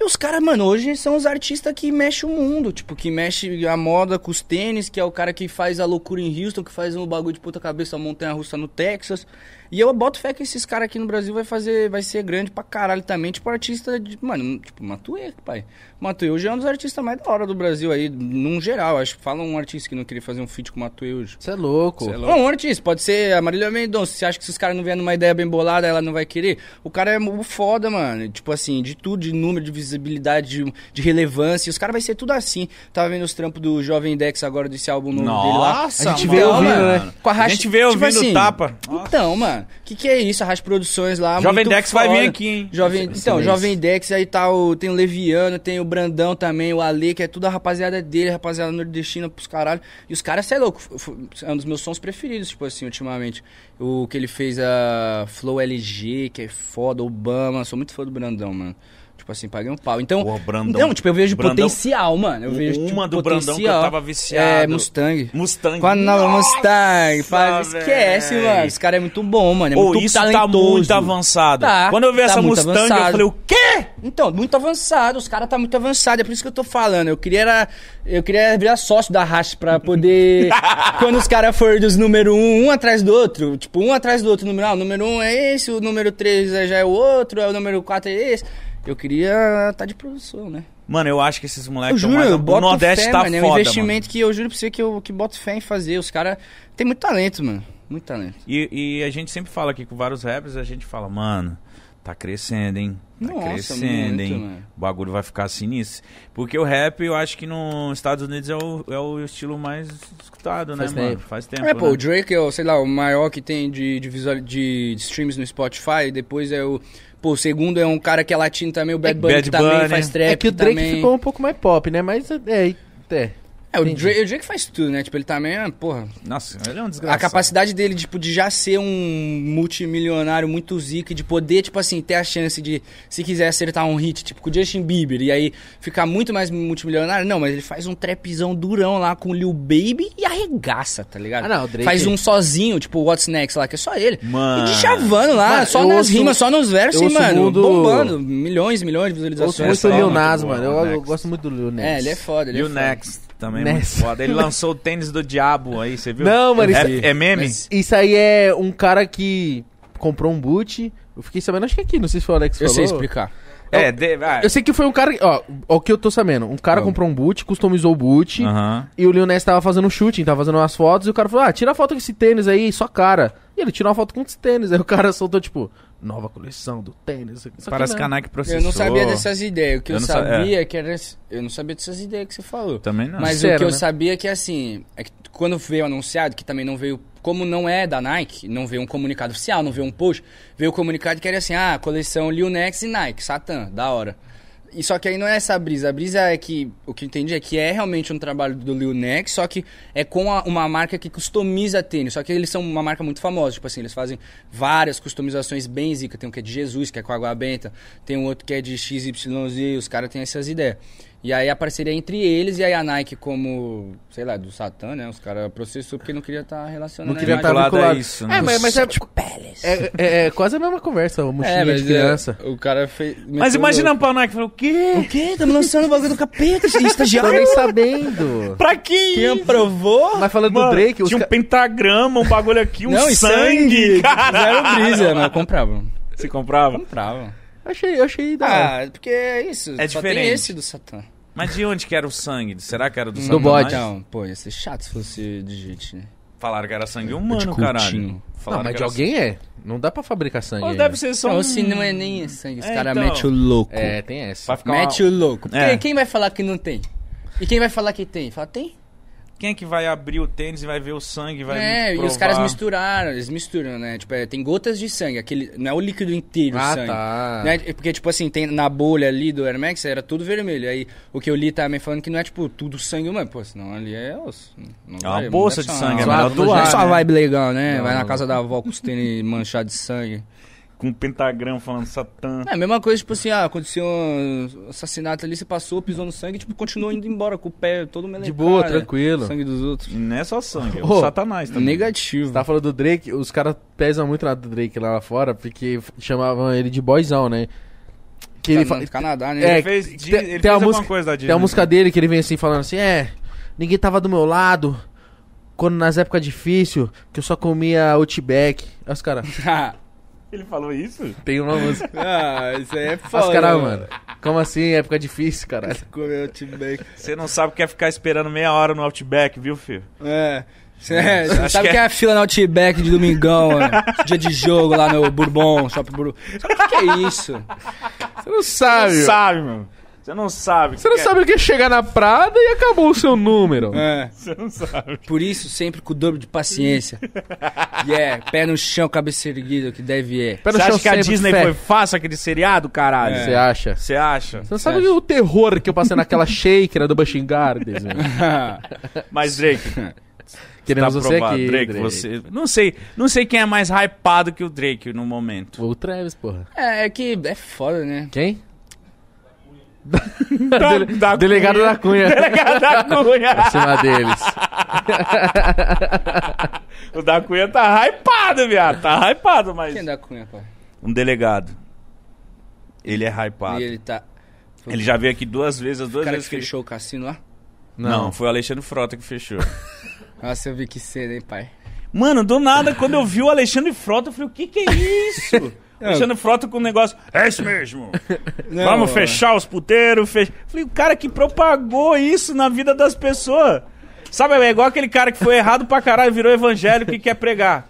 Speaker 3: E os caras, mano, hoje são os artistas que mexem o mundo, tipo, que mexe a moda com os tênis, que é o cara que faz a loucura em Houston, que faz um bagulho de puta cabeça, montanha russa no Texas. E eu boto fé que esses caras aqui no Brasil vai fazer, vai ser grande pra caralho também, tipo, artista de, mano, tipo, Matuê, pai. Matuê hoje é um dos artistas mais da hora do Brasil aí, num geral, acho. Fala um artista que não queria fazer um feat com o Matuê hoje.
Speaker 2: Você é louco.
Speaker 3: Sei lá. Não, um artista, pode ser a Marília Mendonça. Você acha que se os caras não vierem numa ideia bem bolada, ela não vai querer? O cara é um foda, mano. Tipo assim, de tudo, de número, de visibilidade, de, de relevância. Os caras vai ser tudo assim. Tava vendo os trampos do Jovem Dex agora, desse álbum novo dele lá.
Speaker 1: Nossa,
Speaker 2: A gente vê
Speaker 1: mano.
Speaker 2: ouvindo, né?
Speaker 3: Com
Speaker 1: A
Speaker 3: Racha-
Speaker 1: gente vê ouvindo tapa.
Speaker 3: assim, Então, mano, o que, que é isso? A Racha Produções lá.
Speaker 1: Jovem
Speaker 3: muito
Speaker 1: Dex vai vir aqui, hein?
Speaker 3: Jovem,
Speaker 2: Esse- esse
Speaker 3: então,
Speaker 2: mês.
Speaker 3: Jovem Dex aí tá o, tem o Leviano, tem o Brandão também, o Ale, que é tudo a rapaziada dele, a rapaziada nordestina pros caralho. E os caras, cê é louco, f- f- é um dos meus sons preferidos, tipo assim, ultimamente. O que ele fez a Flow LG, que é foda, Obama, sou muito fã do Brandão, mano. Tipo assim, paguei um pau. Então,
Speaker 1: Pô, Brandão.
Speaker 3: não, tipo, eu vejo
Speaker 1: Brandão-
Speaker 3: potencial, mano. Eu vejo tipo,
Speaker 1: Uma do Brandão que eu
Speaker 3: potencial.
Speaker 1: tava viciado.
Speaker 3: É, Mustang.
Speaker 1: Mustang.
Speaker 3: Com a nova Mustang, faz,
Speaker 1: velho.
Speaker 3: esquece, mano. Esse cara é muito bom, mano. É
Speaker 1: Ô,
Speaker 3: muito
Speaker 1: isso tá
Speaker 3: talentoso.
Speaker 1: muito avançado.
Speaker 3: Tá,
Speaker 1: Quando eu vi
Speaker 3: tá
Speaker 1: essa
Speaker 3: muito
Speaker 1: Mustang, eu
Speaker 3: avançado.
Speaker 1: falei, o quê?
Speaker 3: Então, muito avançado, os caras tá muito avançado, é por isso que eu tô falando. Eu queria era, eu queria virar sócio da Racha pra poder quando os caras forem dos número um, um atrás do outro, tipo, um atrás do outro, número, ah, o número um é esse, o número três é- já é o outro, é o número quatro é esse. Eu queria tá de produção, né?
Speaker 1: Mano, eu acho que esses moleques
Speaker 3: Eu
Speaker 1: estão
Speaker 3: juro,
Speaker 1: mais...
Speaker 3: eu
Speaker 1: Ah, então, O
Speaker 3: boto
Speaker 1: Nordeste
Speaker 3: fé,
Speaker 1: tá
Speaker 3: mano,
Speaker 1: foda,
Speaker 3: é um
Speaker 1: mano.
Speaker 3: investimento que eu juro pra você que eu que boto fé em fazer. Os caras têm muito talento, mano. Muito talento.
Speaker 1: E, e a gente sempre fala aqui com vários rappers, a gente fala, mano, tá crescendo, hein? Tá
Speaker 3: Nossa,
Speaker 1: crescendo,
Speaker 3: muito,
Speaker 1: hein?
Speaker 3: mano.
Speaker 1: O bagulho vai ficar sinistro. Porque o rap, eu acho que nos Estados Unidos é o, é o estilo mais escutado,
Speaker 2: Faz
Speaker 1: né, mano?
Speaker 2: tempo.
Speaker 1: Faz tempo.
Speaker 3: É, pô,
Speaker 1: né?
Speaker 3: o Drake é o, sei lá, o maior que tem de, de, visual, de streams no Spotify. Depois é o. Pô, o segundo é um cara que é latino também, o Bad Bunny,
Speaker 1: Bad
Speaker 3: que também
Speaker 1: Bunny.
Speaker 3: faz trap.
Speaker 2: É que o Drake
Speaker 3: também.
Speaker 2: ficou um pouco mais pop, né? Mas é, é.
Speaker 3: É, o
Speaker 2: Entendi.
Speaker 3: Drake, o Drake faz tudo, né? Tipo, ele também, é, porra.
Speaker 1: Nossa, ele é um desgraçado.
Speaker 3: A capacidade dele, tipo, de já ser um multimilionário muito zica, e de poder, tipo assim, ter a chance de, se quiser, acertar um hit, tipo, com o Justin Bieber, e aí ficar muito mais multimilionário. Não, mas ele faz um trapzão durão lá com o Lil Baby e arregaça, tá ligado?
Speaker 2: Ah, não, o Drake-
Speaker 3: Faz um sozinho, tipo, o What's Next lá, que é só ele.
Speaker 1: Mano.
Speaker 3: E de chavando lá,
Speaker 2: Mano,
Speaker 3: só
Speaker 2: eu
Speaker 3: nas
Speaker 2: ouço-
Speaker 3: rimas, só nos versos,
Speaker 2: eu
Speaker 3: e,
Speaker 2: ouço
Speaker 3: mano,
Speaker 2: muito-
Speaker 3: bombando. Milhões, milhões de
Speaker 2: Eu ouço
Speaker 3: visualizações.
Speaker 2: muito
Speaker 1: essa
Speaker 2: o
Speaker 1: é
Speaker 2: Lil
Speaker 1: muito
Speaker 2: Nas,
Speaker 1: boa,
Speaker 2: mano. Eu, eu
Speaker 1: Next.
Speaker 2: gosto muito do Lil Nas.
Speaker 3: É, ele é foda, ele
Speaker 1: E
Speaker 3: é
Speaker 1: o
Speaker 3: foda.
Speaker 1: Next também é
Speaker 2: Next.
Speaker 1: muito foda. Ele lançou o tênis do diabo aí, você viu?
Speaker 2: Não, mano, isso-
Speaker 1: É, é meme?
Speaker 3: Mas-
Speaker 2: Isso aí é um cara que comprou um boot. Eu fiquei sabendo, acho que aqui, não sei se foi o Alex que
Speaker 3: Eu
Speaker 2: falou.
Speaker 3: sei explicar.
Speaker 1: É, de... ah,
Speaker 2: Eu sei que foi um cara. Ó, ó o que eu tô sabendo. Um cara comprou um boot, customizou o boot.
Speaker 1: Aham.
Speaker 2: E o Lionel tava fazendo um shooting, tava fazendo umas fotos, e o cara falou: Ah, tira a foto com esse tênis aí, só cara. E ele tirou uma foto com esse tênis. Aí o cara soltou, tipo, nova coleção do tênis. Só que
Speaker 1: Parece
Speaker 2: não.
Speaker 1: que a Nike processou.
Speaker 3: Eu não sabia dessas ideias. O que eu,
Speaker 1: Eu não sa- é.
Speaker 3: sabia é que era. Eu não sabia dessas ideias que você falou.
Speaker 1: Também não.
Speaker 3: Mas
Speaker 2: Sério,
Speaker 3: o que eu
Speaker 2: né?
Speaker 3: sabia é que assim, é que quando veio anunciado, que também não veio. Como não é da Nike, não veio um comunicado oficial, não veio um post, veio o comunicado que era assim, ah, coleção Lil Nex e Nike, Satã, da hora. E só que aí não é essa a brisa. A brisa é que, o que eu entendi é que é realmente um trabalho do Lil Nex, só que é com a- uma marca que customiza tênis. Só que eles são uma marca muito famosa, tipo assim, eles fazem várias customizações bem zica. Tem um que é de Jesus, que é com água benta, tem um outro que é de XYZ, os caras têm essas ideias. E aí a parceria entre eles e aí a Nike como, sei lá, do Satã, né? Os caras processou porque não queria tá estar relacionando
Speaker 2: Não queria
Speaker 3: a
Speaker 2: estar
Speaker 3: imagem.
Speaker 1: vinculado a
Speaker 2: tá vinculado.
Speaker 1: isso, né?
Speaker 2: é, mas, mas é, é, é- é quase a mesma conversa, o mochilinha
Speaker 3: É, mas
Speaker 2: de criança.
Speaker 3: O cara fez...
Speaker 1: Mas imagina pra Nike, falou, o quê?
Speaker 3: O quê? Tamo lançando o bagulho do capeta, gente,
Speaker 2: Tô
Speaker 3: estagiário.
Speaker 2: nem sabendo.
Speaker 1: Pra quê?
Speaker 3: Quem
Speaker 1: isso?
Speaker 3: aprovou?
Speaker 2: Mas falando
Speaker 1: Mano,
Speaker 2: do Drake, os
Speaker 1: tinha um
Speaker 2: ca-
Speaker 1: pentagrama, um bagulho aqui, um
Speaker 3: e
Speaker 1: sangue. cara.
Speaker 3: Zero brisa, mas eu comprava.
Speaker 1: Você comprava?
Speaker 3: Comprava.
Speaker 2: achei, achei da hora.
Speaker 3: Ah, porque é isso.
Speaker 1: É
Speaker 3: só
Speaker 1: diferente.
Speaker 3: tem esse do Satã.
Speaker 1: Mas de onde que era o sangue? Será que era do, sangue
Speaker 2: Do bode.
Speaker 1: humano?
Speaker 3: Então, pô, ia ser chato se fosse de gente, né?
Speaker 1: Falaram que era sangue humano,
Speaker 3: De
Speaker 1: caralho.
Speaker 3: cultinho.
Speaker 1: Falaram
Speaker 2: Não, mas
Speaker 1: que
Speaker 2: de
Speaker 1: era
Speaker 2: alguém é. Não dá pra fabricar sangue.
Speaker 1: sangue. Ou
Speaker 2: aí,
Speaker 1: deve
Speaker 2: né?
Speaker 1: ser só
Speaker 3: Então,
Speaker 1: um...
Speaker 3: assim, não é nem sangue. Os
Speaker 1: É,
Speaker 3: caras
Speaker 1: então.
Speaker 3: metem o louco.
Speaker 2: É, tem essa.
Speaker 1: Vai ficar
Speaker 3: Mete
Speaker 1: uma...
Speaker 3: o louco.
Speaker 1: É.
Speaker 3: Quem, quem vai falar que não tem? E quem vai falar que tem? Fala, tem?
Speaker 1: Quem é que vai abrir o tênis e vai ver o sangue? Vai
Speaker 3: É, e os
Speaker 1: provar?
Speaker 3: caras misturaram, eles misturam, né? Tipo, é, tem gotas de sangue, aquele, não é o líquido inteiro
Speaker 2: Ah,
Speaker 3: sangue.
Speaker 2: tá.
Speaker 3: Né? É Porque, tipo assim, tem, na bolha ali do Air Max era tudo vermelho. Aí o que eu li também falando que não é, tipo, tudo sangue humano. Pô, senão ali é osso. Não
Speaker 1: É uma
Speaker 3: não
Speaker 1: bolsa
Speaker 3: deve
Speaker 1: de
Speaker 3: ser uma-
Speaker 1: sangue, é
Speaker 3: Não
Speaker 1: melhor
Speaker 3: é
Speaker 1: doar,
Speaker 3: só
Speaker 1: né?
Speaker 3: vibe legal, né?
Speaker 2: Não,
Speaker 3: Vai na
Speaker 2: não.
Speaker 3: casa da avó com os tênis manchados de sangue.
Speaker 1: Com um pentagrama falando Satã.
Speaker 3: É a mesma coisa, tipo assim, ah, aconteceu um assassinato ali, você passou, pisou no sangue, tipo, continuou indo embora com o pé todo melencado.
Speaker 2: De boa, tranquilo.
Speaker 3: Sangue dos outros.
Speaker 1: E não é só sangue, é
Speaker 2: Ô,
Speaker 1: o Satanás também.
Speaker 3: Negativo.
Speaker 2: Você tá falando do Drake, os caras pesam muito na do Drake lá fora, porque f- chamavam ele de boyzão, né? Que ele
Speaker 3: Tá
Speaker 2: fa-
Speaker 3: no Canadá, né?
Speaker 2: É,
Speaker 1: Ele fez, Di-
Speaker 2: tem-
Speaker 1: ele
Speaker 2: tem
Speaker 1: fez
Speaker 2: uma
Speaker 1: alguma
Speaker 2: música-
Speaker 1: coisa da Disney.
Speaker 2: Tem uma música dele que ele vem assim falando assim, é, ninguém tava do meu lado, quando nas épocas difíceis, que eu só comia Outback. Aí os caras,
Speaker 1: É, Ele falou isso?
Speaker 2: tem uma música.
Speaker 3: ah, isso aí é foda.
Speaker 2: Os caras, mano, como assim, época difícil, caralho?
Speaker 3: Comeu Outback.
Speaker 1: Você não sabe o que é ficar esperando meia hora no Outback, viu, filho?
Speaker 3: É. Cê- cê sabe
Speaker 1: que
Speaker 3: que, é a fila no Outback de domingão, né? dia de jogo lá no Bourbon, Shopping Bourbon. Sabe o que que é isso?
Speaker 2: Você não
Speaker 1: Você
Speaker 2: sabe.
Speaker 1: não
Speaker 2: meu.
Speaker 1: sabe, mano. Você não sabe. o
Speaker 2: Você não
Speaker 1: que é-
Speaker 2: sabe o que é chegar na Prada e acabou o seu número.
Speaker 3: É.
Speaker 1: Você não sabe.
Speaker 3: Por isso, sempre com o dobro de paciência. Yeah, pé no chão, cabeça erguida, o que deve é.
Speaker 2: Pé no
Speaker 1: Você
Speaker 2: chão
Speaker 1: acha que a
Speaker 2: sempre,
Speaker 1: Disney
Speaker 2: fé.
Speaker 1: foi fácil aquele seriado, caralho?
Speaker 2: Você acha?
Speaker 1: Você acha?
Speaker 2: Você não sabe o terror que eu passei naquela shaker do Bushing Gardens, meu.
Speaker 1: Mas, Drake,
Speaker 2: Queremos
Speaker 1: tá
Speaker 2: você
Speaker 1: aprovado.
Speaker 2: aqui,
Speaker 1: Drake,
Speaker 2: Drake.
Speaker 1: você. Não sei, não sei quem é mais hypado que o Drake no momento.
Speaker 2: O Travis, porra.
Speaker 3: É, é que é foda, né?
Speaker 2: Quem? Dele- Delegado da Cunha.
Speaker 1: Delegado da Cunha.
Speaker 2: Em cima deles.
Speaker 1: O da Cunha tá hypado, viado. Tá hypado, mas.
Speaker 3: Quem dá cunha, pai?
Speaker 1: Um delegado. Ele é hypado.
Speaker 3: E
Speaker 1: Ele...
Speaker 3: ele tá. Foi
Speaker 1: já veio aqui duas vezes, as
Speaker 3: o
Speaker 1: duas
Speaker 3: cara que
Speaker 1: vezes que ele.
Speaker 3: fechou o cassino lá?
Speaker 1: Não, foi o Alexandre Frota que fechou.
Speaker 3: Nossa, eu vi que cedo, hein, pai?
Speaker 1: Mano, do nada, quando eu vi o Alexandre Frota, eu falei, o que que é isso? Alexandre Frota com um negócio, é isso mesmo. Vamos
Speaker 3: é.
Speaker 1: fechar os puteiros. Fech... Falei, o cara que propagou isso na vida das pessoas. Sabe, é igual aquele cara que foi errado pra caralho, virou evangélico e quer pregar.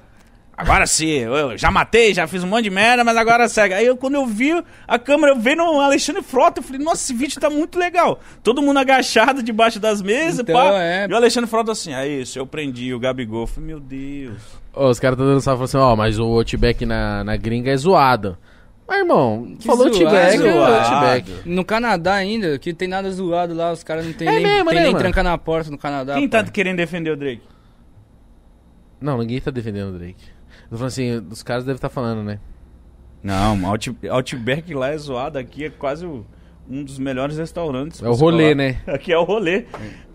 Speaker 1: Agora sim, eu já matei, já fiz um monte de merda, mas agora segue. Aí eu, quando eu vi a câmera, eu veio no Alexandre Frota, eu falei, nossa, esse vídeo tá muito legal. Todo mundo agachado debaixo das mesas,
Speaker 3: Então,
Speaker 1: pá.
Speaker 3: é.
Speaker 1: E o Alexandre Frota assim, é isso, eu prendi o Gabigol. Eu falei, meu Deus.
Speaker 2: Ô, os caras estão dando salve falando assim, ó, mas o Outback na, na gringa é zoado. Mas, irmão,
Speaker 3: Que
Speaker 2: falou
Speaker 3: zoado,
Speaker 2: Outback, é
Speaker 1: zoado.
Speaker 2: Outback.
Speaker 3: No Canadá ainda, que tem nada zoado lá, os caras não tem
Speaker 2: É
Speaker 3: nem,
Speaker 2: mesmo,
Speaker 3: tem
Speaker 2: né,
Speaker 3: nem
Speaker 2: mano?
Speaker 3: tranca na porta no Canadá.
Speaker 1: Quem
Speaker 3: pai.
Speaker 1: tá querendo defender o Drake?
Speaker 2: Não, ninguém tá defendendo o Drake. Eu tô falando assim, os caras devem estar falando, né?
Speaker 1: Não, Out, Outback lá é zoado, aqui é quase o- um dos melhores restaurantes.
Speaker 2: É o rolê,
Speaker 1: Lá-
Speaker 2: né?
Speaker 1: Aqui é o rolê.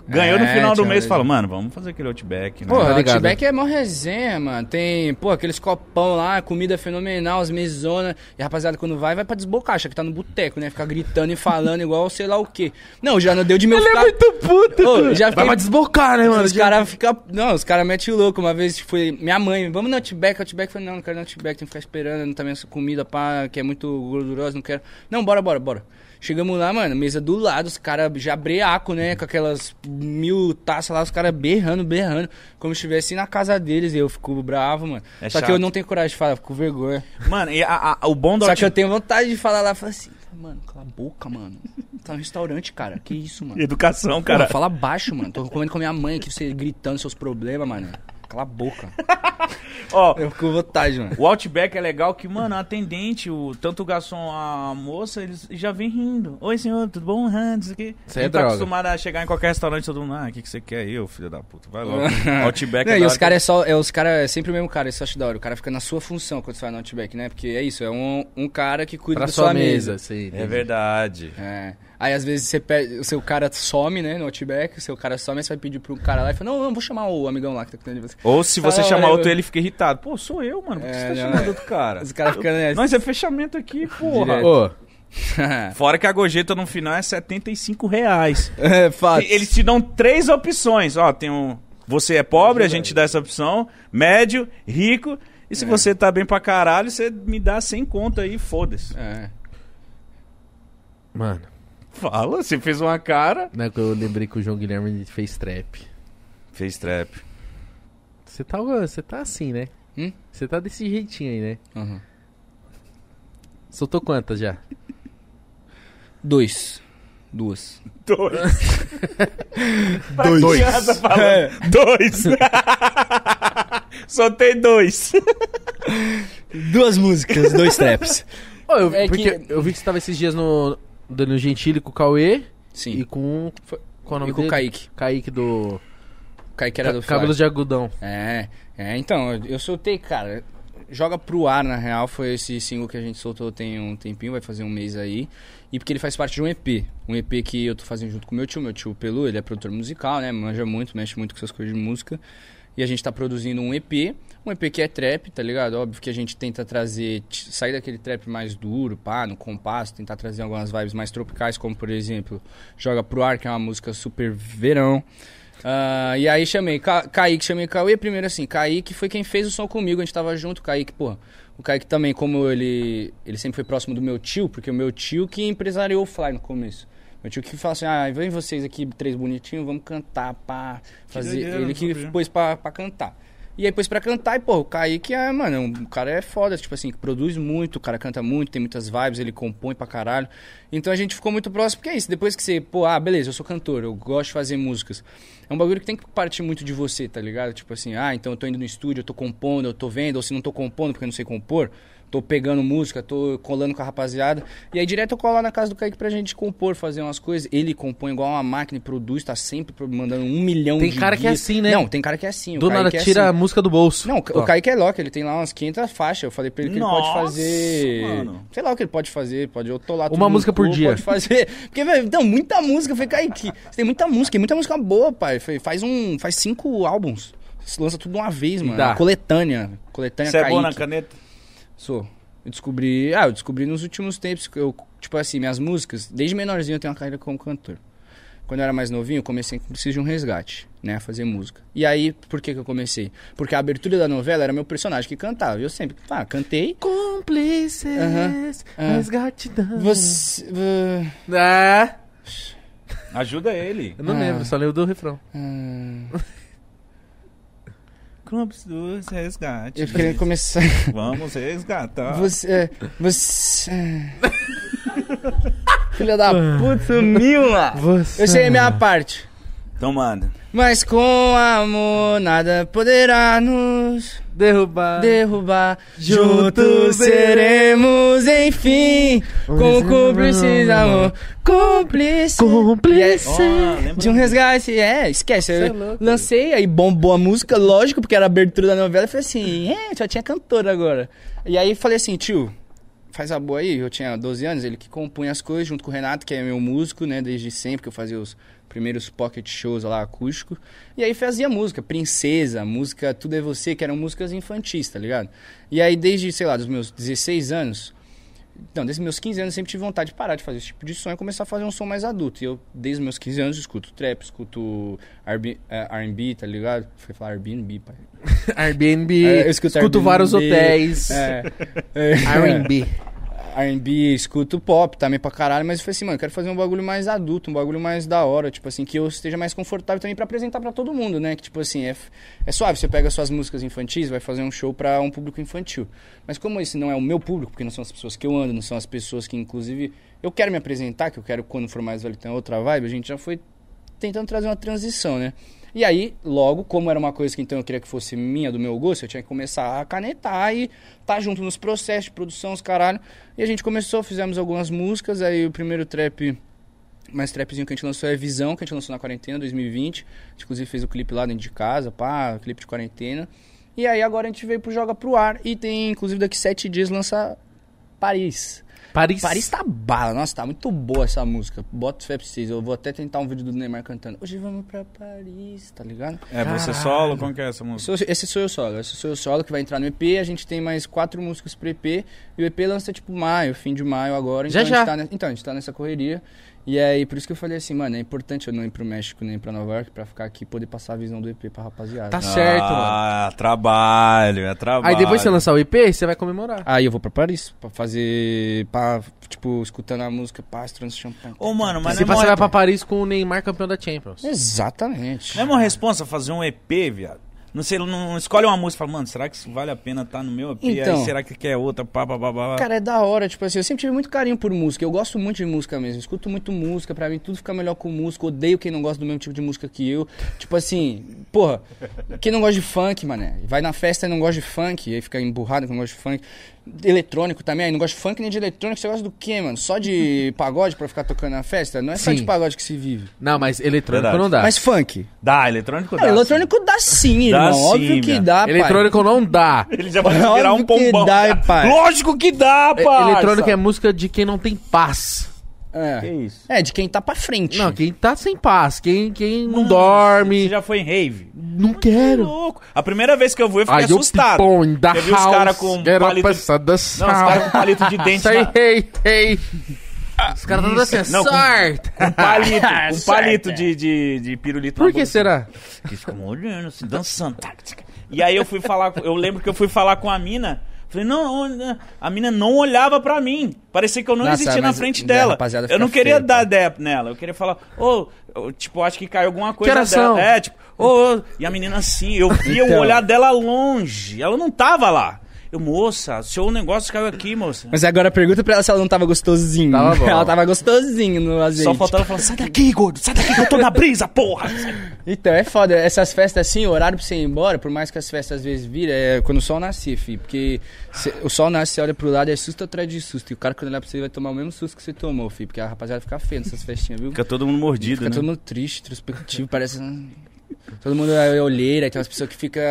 Speaker 1: Ganhou no
Speaker 3: É,
Speaker 1: final do
Speaker 3: tchau,
Speaker 1: mês e
Speaker 3: é.
Speaker 1: fala, mano, vamos fazer aquele Outback, né?
Speaker 3: Pô,
Speaker 2: Tá ligado.
Speaker 3: Outback é mó resenha, mano. Tem, pô, aqueles copão lá, comida fenomenal, as mesonas. E a rapaziada, quando vai, vai pra desbocar, acha que tá no boteco, né? Ficar gritando e falando igual sei lá o quê. Não, já não deu de meu
Speaker 2: Ele é
Speaker 3: ficar...
Speaker 2: muito puto,
Speaker 3: Ô,
Speaker 2: cara.
Speaker 3: já
Speaker 2: Vai
Speaker 3: fiquei-
Speaker 2: pra desbocar, né, mano?
Speaker 3: Os caras ficam. Não, os caras metem o louco. Uma vez foi minha mãe, vamos no Outback, Outback. Eu falei, não, não quero no Outback, tem que ficar esperando também essa comida, pá, que é muito gordurosa, não quero. Não, bora, bora, bora. Chegamos lá, mano, mesa do lado, os caras já breaco, né? Com aquelas mil taças lá, os caras berrando, berrando. Como se estivesse na casa deles, eu fico bravo, mano.
Speaker 1: É
Speaker 3: Só
Speaker 1: chato.
Speaker 3: que eu não tenho coragem de falar, fico com vergonha.
Speaker 1: Mano, e a- a- o bom do
Speaker 3: Só que eu
Speaker 1: Outback...
Speaker 3: tenho vontade de falar lá, falar assim, mano, cala a boca, mano. Tá no restaurante, cara. Que isso, mano?
Speaker 1: é Educação,
Speaker 3: Cara,
Speaker 1: cara.
Speaker 3: fala baixo, mano. Tô comendo com a minha mãe aqui, você gritando seus problemas, mano. Cala a boca.
Speaker 1: Ó,
Speaker 3: Eu fico com vontade, mano.
Speaker 1: o Outback é legal que, mano, a atendente, o, tanto o garçom, a moça, eles já vêm rindo. Oi, senhor, tudo bom? Hã, Isso aqui.
Speaker 2: Isso aí é
Speaker 1: Ele tá
Speaker 2: droga.
Speaker 1: acostumado a chegar em qualquer restaurante, todo mundo, ah, o que, que você quer? Eu, filho da puta, vai logo. Outback
Speaker 3: Não,
Speaker 1: é
Speaker 3: e
Speaker 1: da
Speaker 3: os
Speaker 1: hora.
Speaker 3: caras é só. É, os cara é sempre o mesmo cara, isso eu acho da hora. O cara fica na sua função quando você vai no Outback, né? Porque é isso, é um, um cara que cuida
Speaker 2: Pra
Speaker 3: da
Speaker 2: sua mesa, sim.
Speaker 1: É verdade.
Speaker 3: É. Aí às vezes você pede, o seu cara some, né, no Outback, o seu cara some, aí você vai pedir pro cara lá e fala, não, não, vou chamar o amigão lá que tá cuidando de você.
Speaker 1: Ou se você
Speaker 3: Ah,
Speaker 1: chamar
Speaker 3: olha,
Speaker 1: outro,
Speaker 3: eu-
Speaker 1: ele fica irritado. Pô, sou eu, mano. Por que
Speaker 3: É,
Speaker 1: você tá
Speaker 3: não,
Speaker 1: chamando
Speaker 3: é.
Speaker 1: outro cara?
Speaker 3: Os caras ficam, né?
Speaker 1: Nós é fechamento aqui, porra.
Speaker 3: Direto.
Speaker 2: Ô,
Speaker 1: Fora que a gorjeta no final é R$ 75 reais.
Speaker 3: é, fato.
Speaker 1: E Eles te dão três opções. Ó, tem um. Você é pobre, a gente dá essa opção. Médio, rico. E se você tá bem pra caralho, você me dá 100 conto aí, foda-se.
Speaker 3: É.
Speaker 2: mano,
Speaker 1: Fala, você fez uma cara.
Speaker 2: né, que eu lembrei que o João Guilherme fez trap.
Speaker 1: Fez trap.
Speaker 2: Você tá, você tá assim, né?
Speaker 3: Hum?
Speaker 2: Você tá desse jeitinho aí, né?
Speaker 3: Uhum.
Speaker 2: Soltou quantas já?
Speaker 3: Dois. Duas.
Speaker 1: Dois.
Speaker 5: Dois.
Speaker 1: Pra criança Tá falando.
Speaker 3: É.
Speaker 1: Dois. Só tem dois.
Speaker 3: Duas músicas, dois traps.
Speaker 2: Ô, eu,
Speaker 3: É
Speaker 2: porque
Speaker 3: que-
Speaker 2: eu vi que você tava esses dias no, no Gentili com o Cauê
Speaker 3: Sim.
Speaker 2: e com.
Speaker 3: Foi-
Speaker 2: Qual é o
Speaker 3: E,
Speaker 2: nome
Speaker 3: com o
Speaker 2: dele?
Speaker 3: Kaique.
Speaker 2: Kaique do.
Speaker 3: O Kaique era do Fly.
Speaker 2: Cabelos de Agudão.
Speaker 3: É, é, então, eu- eu soltei, cara. Joga pro ar, na real, foi esse single que a gente soltou tem um tempinho, vai fazer um mês aí. E porque ele faz parte de um EP. Um EP que eu tô fazendo junto com meu tio, meu tio Pelu, ele é produtor musical, né? Manja muito, mexe muito com essas coisas de música. E a gente tá produzindo um EP, um EP que é trap, tá ligado? Óbvio que a gente tenta trazer, t- sair daquele trap mais duro, pá, no compasso, tentar trazer algumas vibes mais tropicais, como por exemplo, Joga Pro Ar, que é uma música super verão. Ah, e aí chamei Ca Kaique, chamei Cauê primeiro assim. Kaique foi quem fez o som comigo, a gente tava junto, Kaique, porra. O Kaique também, como ele, ele sempre foi próximo do meu tio, porque o meu tio que empresariou o Fly no começo. Meu tio que falou assim: ah, vem vocês aqui, três bonitinhos, vamos cantar, pá. Fazer.
Speaker 1: doideira,
Speaker 3: ele
Speaker 1: não
Speaker 3: que
Speaker 1: sabia.
Speaker 3: pôs pra, pra cantar. E aí pôs pra cantar e, pô, o Kaique é, mano, o cara é foda, tipo assim, que produz muito, o cara canta muito, tem muitas vibes, ele compõe pra caralho. Então a gente ficou muito próximo, porque é isso, depois que você, pô, ah, beleza, eu sou cantor, eu gosto de fazer músicas. É um bagulho que tem que partir muito de você, tá ligado? Tipo assim, ah, então eu tô indo no estúdio, eu tô compondo, eu tô vendo, ou se não tô compondo porque eu não sei compor, tô pegando música, tô colando com a rapaziada. E aí direto eu colo lá na casa do Kaique pra gente compor, fazer umas coisas. Ele compõe igual uma máquina, e produz, tá sempre pro- mandando um milhão
Speaker 2: Tem
Speaker 3: de
Speaker 2: cara que é
Speaker 3: beats.
Speaker 2: assim, né?
Speaker 3: Não, tem cara que é assim. o
Speaker 2: Do nada
Speaker 3: Kaique é
Speaker 2: tira a
Speaker 3: assim.
Speaker 2: música do bolso.
Speaker 3: Não, o Ca-
Speaker 2: Ó.
Speaker 3: o Kaique é louco, ele tem lá umas 500 faixas. Eu falei pra ele que ele
Speaker 1: Nossa,
Speaker 3: pode fazer.
Speaker 1: mano.
Speaker 3: Sei lá o que ele pode fazer, pode otolar
Speaker 2: Uma música por dia.
Speaker 3: Pode fazer. Porque, velho, então, muita música. Eu falei, Kaique, você tem muita música, e muita música boa, pai. Eu falei, faz um. Faz cinco álbuns. Você lança tudo de uma vez, mano.
Speaker 2: dá.
Speaker 3: Uma Coletânea. Coletânea
Speaker 1: Você é bom na
Speaker 3: Kaique.
Speaker 1: caneta?
Speaker 3: Sou. Eu descobri. Ah, eu descobri nos últimos tempos. que Eu, tipo assim, minhas músicas, desde menorzinho eu tenho uma carreira como cantor. Quando eu era mais novinho, eu comecei a precisar de um resgate, né? A fazer música. E aí, por que, que eu comecei? Porque a abertura da novela era meu personagem que cantava. E eu sempre, tá, cantei.
Speaker 2: Cúmplices,
Speaker 3: Aham. Ah.
Speaker 2: resgatidão.
Speaker 3: Você. ah,
Speaker 2: Ah,
Speaker 1: Ajuda ele.
Speaker 2: eu não
Speaker 3: Ah.
Speaker 2: lembro, só lembro do refrão.
Speaker 3: ah,
Speaker 1: Clubes dos resgate.
Speaker 3: eu queria começar.
Speaker 1: Vamos resgatar.
Speaker 3: Você. é, Você. é. Filha da puta, Mila!
Speaker 2: Você.
Speaker 3: Eu sei a minha parte.
Speaker 1: Então manda.
Speaker 3: Mas com amor nada poderá nos
Speaker 2: Derrubar.
Speaker 3: derrubar.
Speaker 2: Juntos Um
Speaker 3: Juntos seremos, enfim, como cúmplices, amor. Cúmplice.
Speaker 2: Cúmplices.
Speaker 1: Ó, lembra-
Speaker 3: De um resgate, é, esquece.
Speaker 2: Cê é
Speaker 3: Eu
Speaker 2: louco.
Speaker 3: lancei, aí bombou a música, lógico, porque era a abertura da novela. Eu falei assim, é, só tinha cantor agora. E aí falei assim, tio, faz a boa aí. Eu tinha 12 anos, ele que compunha as coisas junto com o Renato, que é meu músico, né, desde sempre, que eu fazia os primeiros pocket shows lá acústico. E aí fazia música, Princesa, música Tudo é Você, que eram músicas infantis, tá ligado? E aí desde, sei lá, dos meus 16 anos, não, desde meus 15 anos eu sempre tive vontade de parar de fazer esse tipo de som e começar a fazer um som mais adulto. E eu, desde meus 15 anos, escuto trap, escuto RB, eh, R&B, tá ligado? Fui falar Airbnb, pai.
Speaker 2: Airbnb.
Speaker 3: É, eu
Speaker 2: escuto
Speaker 3: escuto Airbnb,
Speaker 2: vários hotéis.
Speaker 3: É, é,
Speaker 2: R&B.
Speaker 3: R&B, escuto pop também pra caralho, mas eu falei assim, mano, eu quero fazer um bagulho mais adulto, um bagulho mais da hora, tipo assim, que eu esteja mais confortável também pra apresentar pra todo mundo, né? Que tipo assim, é, f- é suave, você pega suas músicas infantis, vai fazer um show pra um público infantil. Mas como esse não é o meu público, porque não são as pessoas que eu ando, não são as pessoas que inclusive eu quero me apresentar, que eu quero quando for mais velho ter outra vibe, a gente já foi tentando trazer uma transição, né? E aí, logo, como era uma coisa que então eu queria que fosse minha, do meu gosto, eu tinha que começar a canetar e tá junto nos processos de produção, os caralho. E a gente começou, fizemos algumas músicas, aí o primeiro trap, mais trapzinho que a gente lançou é Visão, que a gente lançou na quarentena, 2020. A gente, inclusive, fez o clipe lá dentro de casa, pá, clipe de quarentena. E aí agora a gente veio pro Joga Pro Ar e tem, inclusive, daqui sete dias lança Paris.
Speaker 2: Paris.
Speaker 3: Paris tá bala, nossa, tá muito boa essa música. Bota fé pra vocês, eu vou até tentar um vídeo do Neymar cantando. Hoje vamos pra Paris, tá ligado?
Speaker 1: É você
Speaker 2: Caralho.
Speaker 1: solo? Como que é essa música?
Speaker 3: Sou- Esse sou eu solo, esse sou eu solo que vai entrar no EP. A gente tem mais quatro músicos pro EP. E o EP lança tipo maio, fim de maio agora.
Speaker 2: Já,
Speaker 3: então A
Speaker 2: já.
Speaker 3: gente tá ne- então a gente tá nessa correria. E aí, por isso que eu falei assim, mano, é importante eu não ir pro México nem pra Nova York pra ficar aqui e poder passar a visão do EP pra rapaziada.
Speaker 2: Tá certo, mano.
Speaker 1: ah, trabalho, é trabalho.
Speaker 2: Aí depois você lançar o EP, você vai comemorar.
Speaker 3: Aí eu vou pra Paris pra fazer. pra, tipo, escutando a música, pá, estourando esse champanhe.
Speaker 1: Ô, mano, mas
Speaker 2: você
Speaker 1: não é,
Speaker 2: passa
Speaker 1: mó...
Speaker 2: vai
Speaker 3: É.
Speaker 2: pra Paris com o Neymar campeão da Champions.
Speaker 3: Exatamente.
Speaker 1: não é mó responsa fazer um EP, viado? Não sei, não escolhe uma música e fala, mano, será que isso vale a pena estar no meu EP?
Speaker 3: Então.
Speaker 1: Aí, será que quer outra? Pá, pá, pá, pá, pá.
Speaker 3: Cara, é da hora, tipo assim, eu sempre tive muito carinho por música. Eu gosto muito de música mesmo. Escuto muito música, pra mim tudo fica melhor com música. Odeio quem não gosta do mesmo tipo de música que eu. Tipo assim, porra, quem não gosta de funk, mané? Vai na festa e não gosta de funk, aí fica emburrado que não gosta de funk. Eletrônico também, aí não gosta de funk nem de eletrônico, você gosta do quê, mano? Só de pagode pra ficar tocando na festa? Não é só
Speaker 2: Sim. Tá.
Speaker 3: de pagode que se vive.
Speaker 2: Não, mas eletrônico
Speaker 1: Verdade.
Speaker 2: não dá.
Speaker 3: Mas funk.
Speaker 1: Dá, eletrônico dá.
Speaker 3: Ah, eletrônico dá sim,
Speaker 1: Dá
Speaker 3: irmão.
Speaker 1: sim,
Speaker 3: Óbvio que
Speaker 1: minha.
Speaker 3: dá, pai.
Speaker 2: eletrônico não dá.
Speaker 1: Ele já vai virar um
Speaker 3: Óbvio que
Speaker 1: pombão.
Speaker 3: dá, pai.
Speaker 1: Lógico que dá,
Speaker 2: É,
Speaker 1: pá.
Speaker 2: eletrônico é música de quem não tem paz.
Speaker 1: Que
Speaker 3: É.
Speaker 1: isso?
Speaker 3: É, de quem tá pra frente.
Speaker 2: Não, quem tá sem paz, quem, quem não
Speaker 1: Mano, Você
Speaker 2: dorme,
Speaker 1: já foi em rave?
Speaker 2: não
Speaker 1: Que
Speaker 2: quero.
Speaker 1: louco. A primeira vez que eu fui, eu fiquei
Speaker 2: Aí eu
Speaker 1: assustado.
Speaker 2: pipon da
Speaker 1: Eu vi os cara
Speaker 2: house,
Speaker 1: com um
Speaker 2: get up
Speaker 1: palito-
Speaker 2: passada
Speaker 1: Não, os caras com palito de dente
Speaker 2: Say
Speaker 1: na...
Speaker 2: hey, hey. Os caras estão assim,
Speaker 1: Não, com-
Speaker 2: sorte.
Speaker 1: Um palito, um
Speaker 3: Certo,
Speaker 1: palito
Speaker 3: é.
Speaker 1: de, de, de pirulito
Speaker 2: Por
Speaker 1: na
Speaker 2: que
Speaker 1: boca.
Speaker 2: será?
Speaker 1: Que ficam olhando, assim,
Speaker 3: Então,
Speaker 1: dançando. tac, tac. E aí eu fui falar, com- eu lembro que eu fui falar com a mina. Falei, não, não, a mina não olhava pra mim. Parecia que eu não
Speaker 3: Nossa,
Speaker 1: existia na
Speaker 3: mas
Speaker 1: frente
Speaker 3: a
Speaker 1: dela.
Speaker 3: rapaziada
Speaker 1: Eu
Speaker 3: fica
Speaker 1: não queria
Speaker 3: feia,
Speaker 1: dar
Speaker 3: cara.
Speaker 1: dep nela. Eu queria falar, ô, eu, tipo, acho que caiu alguma coisa
Speaker 2: horas
Speaker 1: dela.
Speaker 2: são?
Speaker 1: É, tipo, ô, ô. e a menina assim, eu via o
Speaker 3: Então.
Speaker 1: olhar dela longe. Ela não tava lá. Eu, moça, seu negócio caiu aqui, moça.
Speaker 3: Mas agora pergunta pra ela se ela não tava gostosinho.
Speaker 2: Tava bom.
Speaker 3: Ela tava gostosinho no azeite.
Speaker 1: Só faltava falar, sai daqui, gordo, sai daqui que eu tô na brisa, porra.
Speaker 3: Então, é foda. Essas festas assim, o horário pra você ir embora, por mais que as festas às vezes virem, é quando o sol nasce, fi. Porque cê- o sol nasce, você olha pro lado, é susto atrás de susto. E o cara, quando olhar pra você, vai tomar o mesmo susto que você tomou, fi. Porque a rapaziada fica feia nessas festinhas, viu?
Speaker 1: Fica todo mundo mordido, né?
Speaker 3: Fica todo mundo triste, introspectivo, parece... um- Todo mundo é olheira, tem umas pessoas que ficam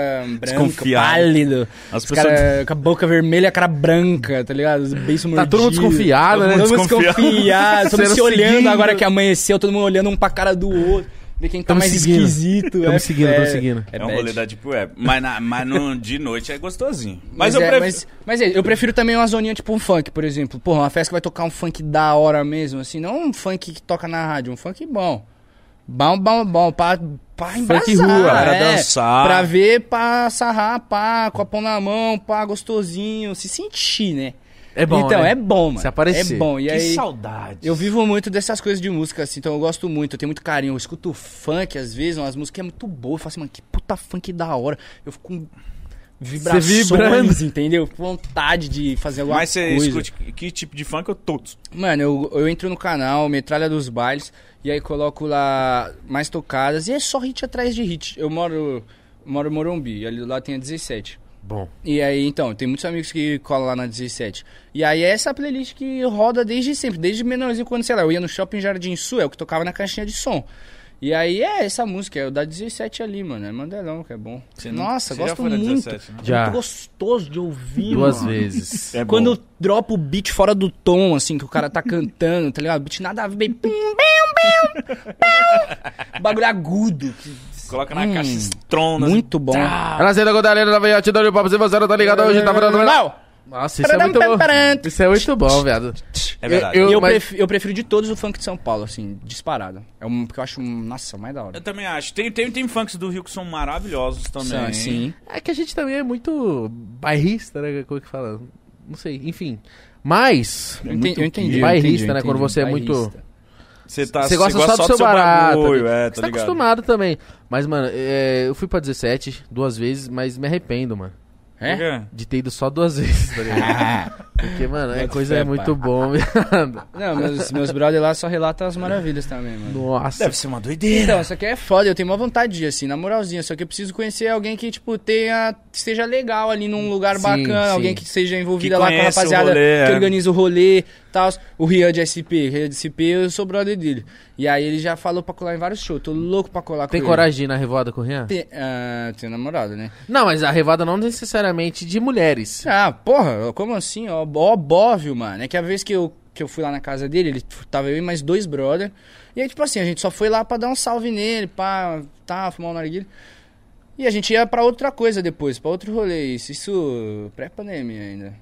Speaker 3: branco,
Speaker 1: Desconfiado.
Speaker 3: pálido.
Speaker 1: As
Speaker 3: Os caras com a boca vermelha, a cara branca, tá ligado? Os beiços
Speaker 2: Tá todo mundo
Speaker 3: mordidos.
Speaker 2: desconfiado, né?
Speaker 3: Todo mundo desconfiado, todo mundo se
Speaker 2: Sendo
Speaker 3: olhando
Speaker 2: seguido.
Speaker 3: agora que amanheceu, todo mundo olhando um pra cara do outro. Ver quem tá
Speaker 2: Tamo
Speaker 3: mais
Speaker 2: seguindo.
Speaker 3: esquisito.
Speaker 2: Tamo
Speaker 3: é,
Speaker 2: seguindo,
Speaker 3: é,
Speaker 2: tamo seguindo.
Speaker 3: É,
Speaker 1: É um
Speaker 3: bad.
Speaker 1: rolê da Deep Web. Mas, na- mas no- de noite é gostosinho. Mas,
Speaker 3: Mas,
Speaker 1: eu
Speaker 3: é,
Speaker 1: prefiro.
Speaker 3: mas, mas é, eu prefiro também uma zoninha tipo um funk, por exemplo. Porra, uma festa que vai tocar um funk da hora mesmo, assim. Não um funk que toca na rádio, um funk bom. Bom, bom, bom. Pra, pra
Speaker 2: Funk
Speaker 3: embrasar,
Speaker 2: rua,
Speaker 1: pra
Speaker 3: é.
Speaker 1: dançar.
Speaker 3: Pra ver, pra sarrar, pá, com a pão na mão, pá, gostosinho. Se sentir, né?
Speaker 2: É bom,
Speaker 3: Então,
Speaker 2: né?
Speaker 3: é bom, mano.
Speaker 2: Se aparecer.
Speaker 3: É bom. E
Speaker 1: Que
Speaker 3: aí,
Speaker 1: saudade.
Speaker 3: eu vivo muito dessas coisas de música, assim, então eu gosto muito, eu tenho muito carinho. Eu escuto funk, às vezes, umas músicas é muito boa. Eu falo assim, mano, que puta funk da hora. Eu fico com vibrações,
Speaker 2: vibrando.
Speaker 3: entendeu? Vontade de fazer alguma
Speaker 1: Mas você
Speaker 3: coisa.
Speaker 1: escute que- que tipo de funk eu todos?
Speaker 3: Mano, eu, eu entro no canal, metralha dos bailes, e aí coloco lá mais tocadas, e é só hit atrás de hit. Eu moro, moro em Morumbi, e ali do lado tem a 17.
Speaker 2: Bom.
Speaker 3: E aí, então, tem muitos amigos que colam lá na 17. E aí é essa playlist que roda desde sempre, desde menorzinho, quando, sei lá, eu ia no Shopping Jardim Sul, é o que tocava na caixinha de som. E aí é essa música, é o da 17 ali, mano, é Mandelão, que é bom.
Speaker 1: Você não-
Speaker 3: Nossa,
Speaker 1: você já
Speaker 3: gosto
Speaker 1: foi na
Speaker 3: muito.
Speaker 1: 17, né?
Speaker 2: Já.
Speaker 3: Muito gostoso de ouvir,
Speaker 2: Duas
Speaker 3: mano.
Speaker 2: vezes.
Speaker 1: É
Speaker 3: Quando
Speaker 1: bom.
Speaker 3: eu dropo o beat fora do tom, assim, que o cara tá cantando, tá ligado? Beat nada a ver, bem... pum, bum, bum, bum. Bagulho agudo. que-
Speaker 1: Coloca na
Speaker 3: Hum,
Speaker 1: caixa estrona.
Speaker 3: Muito bom.
Speaker 1: Tá. Ah.
Speaker 2: Ela saiu da Godalena, ela veio te dando o papo, se você não tá ligado hoje, tá falando...
Speaker 3: Não!
Speaker 2: Nossa, isso é muito bom. Isso é muito bom, viado.
Speaker 1: É verdade.
Speaker 2: Eu-
Speaker 1: Eu,
Speaker 3: E eu,
Speaker 2: mas-
Speaker 3: prefiro, eu prefiro de todos o funk de São Paulo, assim, disparado. É um que eu acho, um- nossa, o mais da hora.
Speaker 1: também acho. Tem, tem, tem funks do Rio que são maravilhosos também.
Speaker 3: Sim.
Speaker 2: É que a gente também é muito bairrista, né? Como é que fala? Não sei, enfim.
Speaker 1: É
Speaker 2: Mas...
Speaker 3: Eu entendi, eu entendi.
Speaker 2: Bairrista,
Speaker 3: entendi,
Speaker 2: né?
Speaker 3: entendi.
Speaker 2: Quando você é muito-
Speaker 3: Bairrista.
Speaker 1: Você tá,
Speaker 2: Você gosta, só do seu barato.
Speaker 1: bagulho, é, tá
Speaker 2: você tá
Speaker 1: ligado?
Speaker 2: acostumado também. Mas, mano, é, eu fui pra 17 duas vezes, mas me arrependo, mano.
Speaker 1: Por
Speaker 3: É?
Speaker 1: quê?
Speaker 2: De ter ido só duas vezes, tá ligado?
Speaker 1: É.
Speaker 2: Porque, mano, a
Speaker 3: Bota
Speaker 2: coisa
Speaker 3: fé,
Speaker 2: é muito
Speaker 3: pai.
Speaker 2: bom, viado.
Speaker 3: Não, meus, meus brother lá só relatam as maravilhas também, mano.
Speaker 2: Nossa.
Speaker 1: Deve ser uma doideira.
Speaker 3: Então, isso aqui é foda, eu tenho uma vontade de ir, assim, na moralzinha. Só que eu preciso conhecer alguém que, tipo, tenha. Seja legal ali num lugar
Speaker 2: Sim,
Speaker 3: bacana,
Speaker 2: sim.
Speaker 3: alguém que seja envolvida
Speaker 1: Que
Speaker 3: lá com a
Speaker 1: conheça o
Speaker 3: rapaziada
Speaker 1: rolê,
Speaker 3: que
Speaker 1: é.
Speaker 3: organiza o rolê tal. O Rian de SP, Rian de SP, eu sou brother dele. E aí ele já falou pra colar em vários shows, tô louco pra colar
Speaker 2: Tem
Speaker 3: com
Speaker 2: coragem de ir na revoada com o Rian?
Speaker 3: ele. Tem, ah, tenho namorado, né?
Speaker 2: Não, mas a revoada não necessariamente de mulheres.
Speaker 1: É
Speaker 3: Ah, porra, como assim? Ó, ó bóvio, mano. É que a vez que eu, que eu fui lá na casa dele, ele f- tava eu e mais dois brother. E aí, tipo assim, a gente só foi lá pra dar um salve nele, pra tá, fumar um narguilho. E a gente ia pra outra coisa depois, pra outro rolê. Isso, isso pré-pandemia ainda.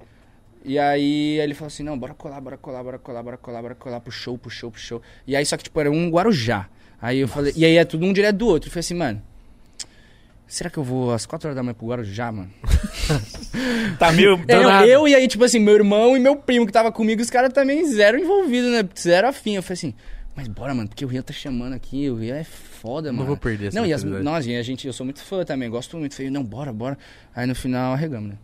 Speaker 3: E aí ele falou assim, não, bora colar, bora colar, bora colar, bora colar, bora colar pro show, pro show, pro show. E aí, só que, tipo, era um Guarujá. Aí eu falei, e aí é tudo um direto do outro. Eu falei assim, mano, Será que eu vou às 4 horas da manhã pro Guarujá, mano?
Speaker 1: Tá meio
Speaker 3: Eu,
Speaker 1: danado.
Speaker 3: eu e aí, tipo assim, meu irmão e meu primo que tava comigo, os caras também zero envolvido, né? Zero afim. Eu falei assim, mas bora, mano, porque o Rian tá chamando aqui, o Rian é foda, mano.
Speaker 2: vou perder essa
Speaker 3: Não, e as,
Speaker 2: oportunidade.
Speaker 3: nós, e a gente, eu sou muito fã também, gosto muito. Falei, não, bora, bora. Aí no final arregamos, né?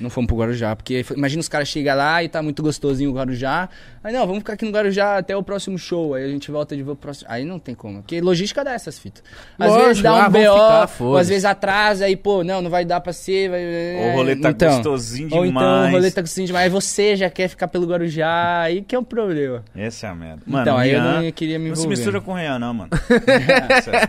Speaker 3: Não fomos pro Guarujá, porque foi- imagina os caras chegam lá e tá muito gostosinho o Guarujá. Aí não, vamos ficar aqui no Guarujá até o próximo show. Aí a gente volta de ver o próximo. Aí não tem como. Porque logística dá essas fitas. Às
Speaker 2: Lógico,
Speaker 3: vezes
Speaker 2: ah,
Speaker 3: dá um
Speaker 2: vamos ficar,
Speaker 3: BO, ou
Speaker 2: foda-se.
Speaker 3: às vezes atrasa, aí pô, não, não vai dar pra ser. Vai...
Speaker 1: O rolê tá
Speaker 3: Então,
Speaker 1: gostosinho
Speaker 3: Ou
Speaker 1: demais.
Speaker 3: então o rolê tá gostosinho demais. Aí você já quer ficar pelo Guarujá, aí que é o problema.
Speaker 1: Essa é a merda. Mano,
Speaker 3: Então, aí eu
Speaker 1: Rian-
Speaker 3: não queria me
Speaker 1: Não se
Speaker 3: envolver.
Speaker 1: mistura com o Rian, não, mano. É, sério.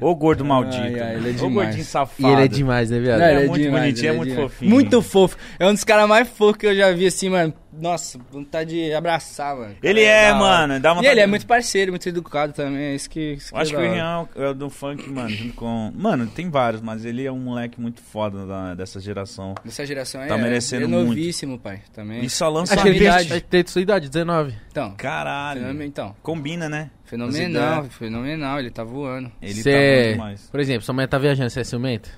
Speaker 1: Ô gordo maldito.
Speaker 3: Ai, ai,
Speaker 1: né?
Speaker 3: ele é
Speaker 1: Ô
Speaker 3: demais.
Speaker 1: gordinho
Speaker 2: E
Speaker 1: safado.
Speaker 2: ele é demais, né, viado?
Speaker 1: Não,
Speaker 3: Cara,
Speaker 1: ele é muito bonitinho,
Speaker 3: ele
Speaker 1: é muito fofinho.
Speaker 3: Muito fofo. É um dos caras mais fofos que eu já vi, assim, mano. Nossa, vontade de abraçar, mano.
Speaker 1: Ele é,
Speaker 3: Da hora.
Speaker 1: mano. Dá
Speaker 3: E
Speaker 1: vontade
Speaker 3: ele é
Speaker 1: de-
Speaker 3: muito parceiro, muito educado também. É isso que. Isso
Speaker 1: Eu acho que
Speaker 3: é da
Speaker 1: o
Speaker 3: hora.
Speaker 1: Rian é o do funk, mano, junto com... Mano, tem vários, mas ele é um moleque muito foda da- dessa geração.
Speaker 3: Dessa geração aí
Speaker 1: Tá
Speaker 3: é,
Speaker 1: merecendo
Speaker 3: é
Speaker 1: muito.
Speaker 3: novíssimo, pai. Também.
Speaker 1: E só lança...
Speaker 2: Acho que ele tem-
Speaker 3: Suavidade.
Speaker 2: ele tem sua idade, 19.
Speaker 3: Então,
Speaker 1: Caralho.
Speaker 3: fenomen- então,
Speaker 1: Combina, né? As
Speaker 3: fenomenal,
Speaker 1: ideias.
Speaker 3: fenomenal. Ele tá voando.
Speaker 1: Ele tá
Speaker 2: Cê
Speaker 1: bom
Speaker 2: é-
Speaker 1: demais.
Speaker 2: Por exemplo, sua mãe tá viajando, você é ciumento?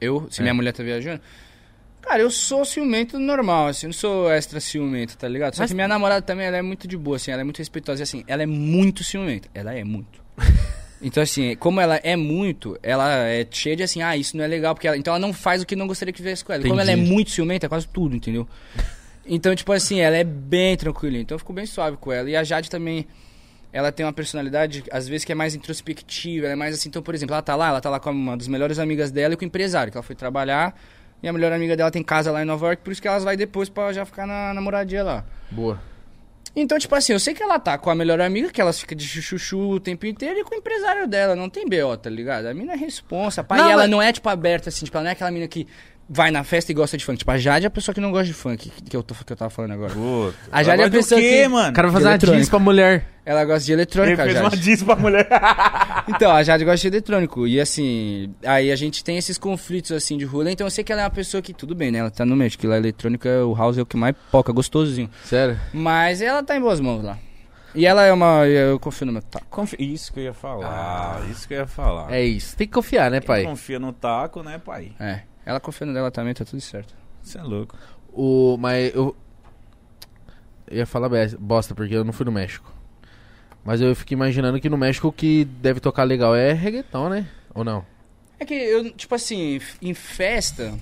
Speaker 3: Eu,
Speaker 2: É.
Speaker 3: se minha mulher tá viajando. Cara, eu sou ciumento normal, assim, eu não sou extra ciumento, tá ligado? Só
Speaker 2: Mas-
Speaker 3: que minha namorada também, ela é muito de boa, assim, ela é muito respeitosa. E assim, ela é muito ciumenta. Ela é muito. Então, assim, como ela é muito, ela é cheia de assim, ah, isso não é legal, porque ela. Então ela não faz o que não gostaria que fizesse com ela. Como ela é
Speaker 2: Entendi.
Speaker 3: muito ciumenta, é quase tudo, entendeu? Então, tipo assim, ela é bem tranquila. Então eu fico bem suave com ela. E a Jade também, ela tem uma personalidade, às vezes, que é mais introspectiva. Ela é mais assim. Então, por exemplo, ela tá lá, ela tá lá com uma das melhores amigas dela e com o empresário, que ela foi trabalhar. E a melhor amiga dela tem casa lá em Nova York, por isso que elas vai depois pra já ficar na, na moradia lá.
Speaker 2: Boa.
Speaker 3: Então, tipo assim, eu sei que ela tá com a melhor amiga, que elas ficam de chuchu o tempo inteiro, e com o empresário dela. Não tem BO, tá ligado? A mina é responsa. Pá,
Speaker 2: Não,
Speaker 3: e ela
Speaker 2: mas-
Speaker 3: não é, tipo, aberta, assim. Tipo, ela não é aquela mina que vai na festa e gosta de funk. Tipo, a Jade é a pessoa que não gosta de funk, que eu, tô, que eu tava falando agora.
Speaker 1: Puta.
Speaker 3: A Jade é
Speaker 1: Agora
Speaker 3: a
Speaker 1: do
Speaker 3: pessoa
Speaker 1: quê,
Speaker 3: que-
Speaker 2: O
Speaker 1: mano?
Speaker 2: cara vai fazer uma
Speaker 3: Eletrônico.
Speaker 2: jeans pra mulher.
Speaker 3: Ela gosta de
Speaker 1: Ele
Speaker 3: eletrônica, a
Speaker 1: fez uma
Speaker 3: Jade.
Speaker 1: diz pra mulher.
Speaker 3: Então, a Jade gosta de eletrônico. E assim, aí a gente tem esses conflitos assim de rolê. Então eu sei que ela é uma pessoa que, tudo bem, né? Ela tá no meio, acho que lá eletrônica, o house é o que mais poca, gostosinho.
Speaker 2: Sério?
Speaker 3: Mas ela tá em boas mãos lá. E ela é uma. Eu confio no meu tá. taco.
Speaker 1: Confi- Isso que eu ia falar. isso que eu ia falar.
Speaker 2: É isso. Tem que confiar, né, pai?
Speaker 1: Confia no taco, né, pai?
Speaker 3: É. Ela confia no dela também, tá tudo certo.
Speaker 1: Você é louco.
Speaker 2: O, mas eu... eu ia falar bes- bosta, porque eu não fui no México. Mas eu fico imaginando que no México o que deve tocar legal é reggaeton, né? Ou não?
Speaker 3: É que eu, tipo assim, f- em festa.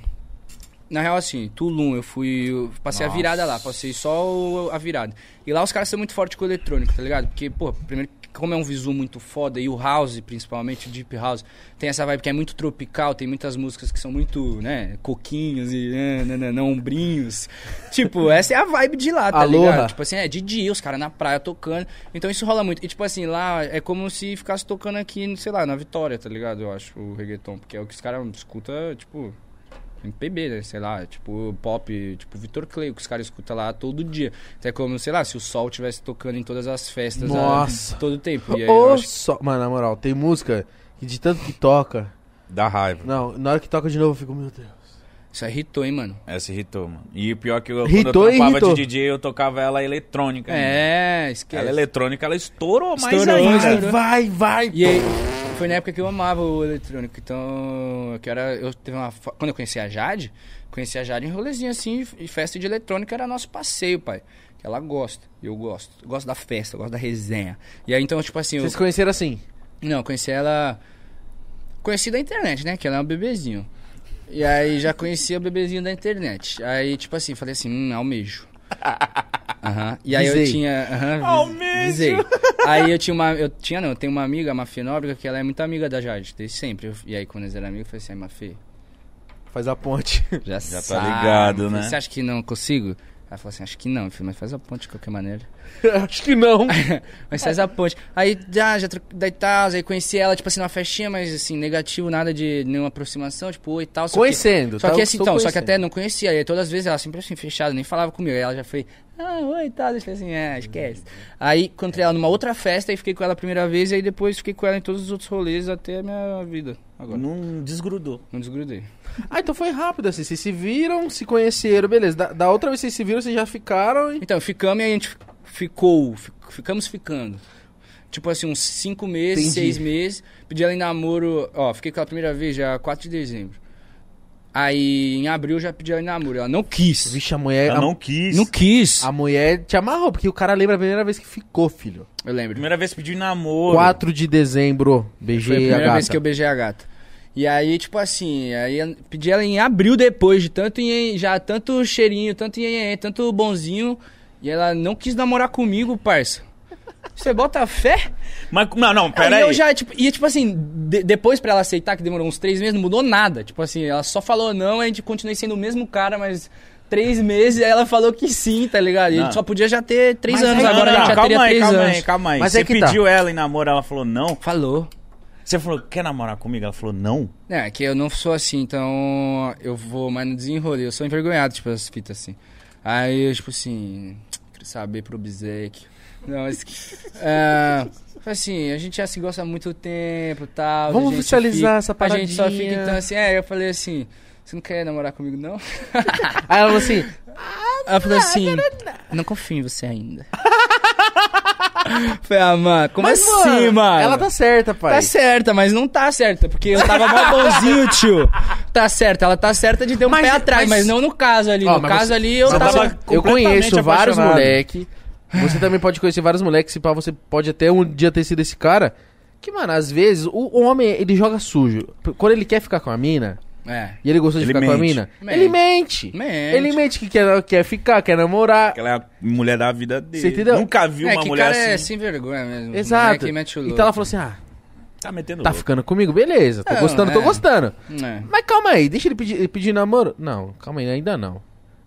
Speaker 3: Na real, assim, Tulum, eu fui. eu passei a virada lá, passei só o- a virada. E lá os caras são muito fortes com o eletrônico, tá ligado? Porque, pô, primeiro, como é um visu muito foda, e o house, principalmente, o deep house, tem essa vibe que é muito tropical, tem muitas músicas que são muito, né, coquinhos e né, né, né, né, ombrinhos. tipo, essa é a vibe de lá, tá
Speaker 2: Aloha.
Speaker 3: ligado? Tipo assim, é de dia, os caras na praia tocando. Então isso rola muito. E tipo assim, lá é como se ficasse tocando aqui, sei lá, na Vitória, tá ligado? Eu acho, o reggaeton. Porque é o que os caras escutam, tipo, MPB, né? Sei lá, tipo, pop, tipo, Vitor Clay, que os caras escutam lá todo dia. Até como, sei lá, se o sol estivesse tocando em todas as festas né,
Speaker 2: Nossa.
Speaker 3: todo o tempo. E aí, eu
Speaker 2: Ô,
Speaker 3: acho...
Speaker 2: só... Mano, na moral, tem música que de tanto que toca...
Speaker 1: Dá raiva.
Speaker 2: Não, na hora que toca de novo eu fico, meu Deus.
Speaker 3: Isso irritou, hein, mano?
Speaker 1: Essa irritou, mano. E o pior é que eu,
Speaker 2: Irritou
Speaker 1: quando
Speaker 2: e
Speaker 1: eu trampava
Speaker 2: irritou.
Speaker 1: de DJ, eu tocava ela eletrônica. ainda.
Speaker 3: É,
Speaker 1: Ela
Speaker 3: esquece.
Speaker 1: eletrônica, ela estourou,
Speaker 3: Estourou, né?
Speaker 1: mais
Speaker 3: estourou.
Speaker 1: ainda.
Speaker 2: Vai, vai.
Speaker 3: E aí, foi na época que eu amava o eletrônico. Então, que era. Eu teve uma. fo- Quando eu conheci a Jade, conheci a Jade em rolezinho assim, e festa de eletrônica era nosso passeio, pai. Que ela gosta, e eu gosto. Eu gosto da festa, eu gosto da resenha. E aí, então, tipo assim. Eu...
Speaker 2: Vocês conheceram assim?
Speaker 3: Não, eu conheci ela. Conheci da internet, né? Que ela é um bebezinho. E aí já conhecia o bebezinho da internet. Aí, tipo assim, falei assim, hum, almejo. Aham. E aí eu
Speaker 2: Visei.
Speaker 3: tinha. aham, vis-
Speaker 1: Almejo!
Speaker 3: visei. Aí eu tinha uma. Eu tinha, não, eu tenho uma amiga, a Mafê Nóbrega, que ela é muito amiga da Jade, desde sempre. Eu- e aí, quando eles eram amigos, eu falei assim, Mafê,
Speaker 2: Faz a ponte.
Speaker 3: já,
Speaker 1: Já tá
Speaker 3: sabe.
Speaker 1: ligado,
Speaker 3: Eu falei,
Speaker 1: né?
Speaker 3: Você acha que não consigo? Ela falou assim, acho que não. Eu falei, mas faz a ponte de qualquer maneira.
Speaker 2: Acho que não.
Speaker 3: Mas faz a ponte. Aí já, já tro- daí tal, aí conheci ela, tipo assim, numa festinha, mas assim, negativo, nada de nenhuma aproximação, tipo, oi e tal. só que-
Speaker 2: Conhecendo,
Speaker 3: Só
Speaker 2: tá?
Speaker 3: que assim,
Speaker 2: Estou
Speaker 3: então, só que
Speaker 2: conhecendo.
Speaker 3: até não conhecia. E aí todas as vezes ela sempre assim, fechada, nem falava comigo. Aí ela já foi, ah, oi e tal. Eu falei assim, ah, esquece. Aí encontrei ela numa outra festa e fiquei com ela a primeira vez, e aí depois fiquei com ela em todos os outros rolês até a minha vida. Agora.
Speaker 1: Não desgrudou.
Speaker 3: Não desgrudei.
Speaker 2: Ah, então foi rápido assim. Vocês se viram, se conheceram, beleza. Da, da outra vez que vocês se viram, vocês já ficaram e.
Speaker 3: Então, ficamos e a gente fi- ficou. fi- Ficamos ficando. Tipo assim, uns cinco meses,
Speaker 2: Entendi.
Speaker 3: seis meses. Pedi ela em namoro. Ó, fiquei com ela a primeira vez já 4 de dezembro. Aí em abril eu já pedi ela em namoro. Ela não quis.
Speaker 2: Vixe, a mulher.
Speaker 1: Ela
Speaker 2: a,
Speaker 1: não quis.
Speaker 3: Não quis.
Speaker 2: a mulher te amarrou, porque o cara lembra a primeira vez que ficou, filho.
Speaker 3: Eu lembro.
Speaker 1: Primeira vez que pediu em namoro.
Speaker 2: 4 de dezembro.
Speaker 3: Foi a
Speaker 2: Beijei a,
Speaker 3: primeira
Speaker 2: é gata.
Speaker 3: vez que eu beijei a gata. E aí, tipo assim, aí eu pedi ela em abril depois, de tanto em, já tanto cheirinho, tanto em, tanto bonzinho, e ela não quis namorar comigo, parça. Você bota fé?
Speaker 1: Mas, não, não,
Speaker 3: Aí
Speaker 1: pera aí.
Speaker 3: eu já, tipo, e tipo assim, de- depois pra ela aceitar, que demorou uns três meses, não mudou nada. Tipo assim, ela só falou não, a gente continuei sendo o mesmo cara, mas três meses, aí ela falou que sim, tá ligado? E a
Speaker 1: Não.
Speaker 3: gente só podia já ter três
Speaker 2: Mas
Speaker 3: anos,
Speaker 2: aí-
Speaker 3: agora
Speaker 1: não,
Speaker 3: a gente já teria
Speaker 1: calma aí,
Speaker 3: três
Speaker 1: calma
Speaker 3: anos.
Speaker 1: aí, calma aí.
Speaker 2: Mas
Speaker 1: Você
Speaker 2: é que tá.
Speaker 1: pediu ela em namoro, ela falou não.
Speaker 3: Falou.
Speaker 1: Você falou, quer namorar comigo? Ela falou não.
Speaker 3: É, que eu não sou assim, então eu vou mais no desenrolê. Eu sou envergonhado, tipo, as fitas assim. Aí, eu, tipo assim, quero saber pro obsequio. Não, mas. ah, assim, a gente já se gosta há muito tempo tal.
Speaker 2: Vamos
Speaker 3: a gente
Speaker 2: oficializar
Speaker 3: fica-
Speaker 2: essa
Speaker 3: A gente só
Speaker 2: paradinha.
Speaker 3: fica, então assim, é, eu falei assim. Você não quer namorar comigo, não?
Speaker 2: Aí ela falou assim:
Speaker 3: Tá Ela falou assim, não confio em você ainda. Falei, ah, mano, como
Speaker 2: Mas
Speaker 3: assim, mano?
Speaker 2: Ela tá certa, pai.
Speaker 3: Tá certa, mas não tá certa, porque eu tava mó bonzinho, tio. Tá certa, ela tá certa de ter um
Speaker 2: Mas- é,
Speaker 3: pé atrás, mas...
Speaker 2: mas
Speaker 3: não no caso ali.
Speaker 2: Ó,
Speaker 3: no
Speaker 2: mas
Speaker 3: caso
Speaker 2: você-
Speaker 3: ali, eu
Speaker 1: você
Speaker 3: tava...
Speaker 1: tava-
Speaker 2: Eu
Speaker 1: completamente
Speaker 2: conheço vários
Speaker 1: apaixonado.
Speaker 2: moleque. Você também pode conhecer vários moleques. Se pá, você pode até um dia ter sido esse cara. Que, mano, às vezes o homem, ele joga sujo. P- Quando ele quer ficar com a mina,
Speaker 3: É.
Speaker 2: e ele gostou de
Speaker 1: Ele
Speaker 2: ficar com a
Speaker 1: mente.
Speaker 2: mina,
Speaker 3: Mente.
Speaker 2: ele mente.
Speaker 3: Mente.
Speaker 2: Ele mente que quer, quer ficar, quer namorar.
Speaker 1: Ela é a mulher da vida dele.
Speaker 2: Você entendeu?
Speaker 1: Nunca vi
Speaker 3: é,
Speaker 1: uma
Speaker 3: que
Speaker 1: mulher
Speaker 3: cara é
Speaker 1: assim.
Speaker 3: sem vergonha mesmo.
Speaker 2: Exato.
Speaker 3: Moleque mete o louco.
Speaker 2: então ela falou assim, ah,
Speaker 1: Tá metendo
Speaker 2: tá
Speaker 1: louco.
Speaker 2: ficando comigo? Beleza, tô
Speaker 3: Não,
Speaker 2: gostando, tô
Speaker 3: é.
Speaker 2: gostando.
Speaker 3: É.
Speaker 2: Mas calma aí, deixa ele pedir, ele pedir namoro? Não, calma aí, ainda não.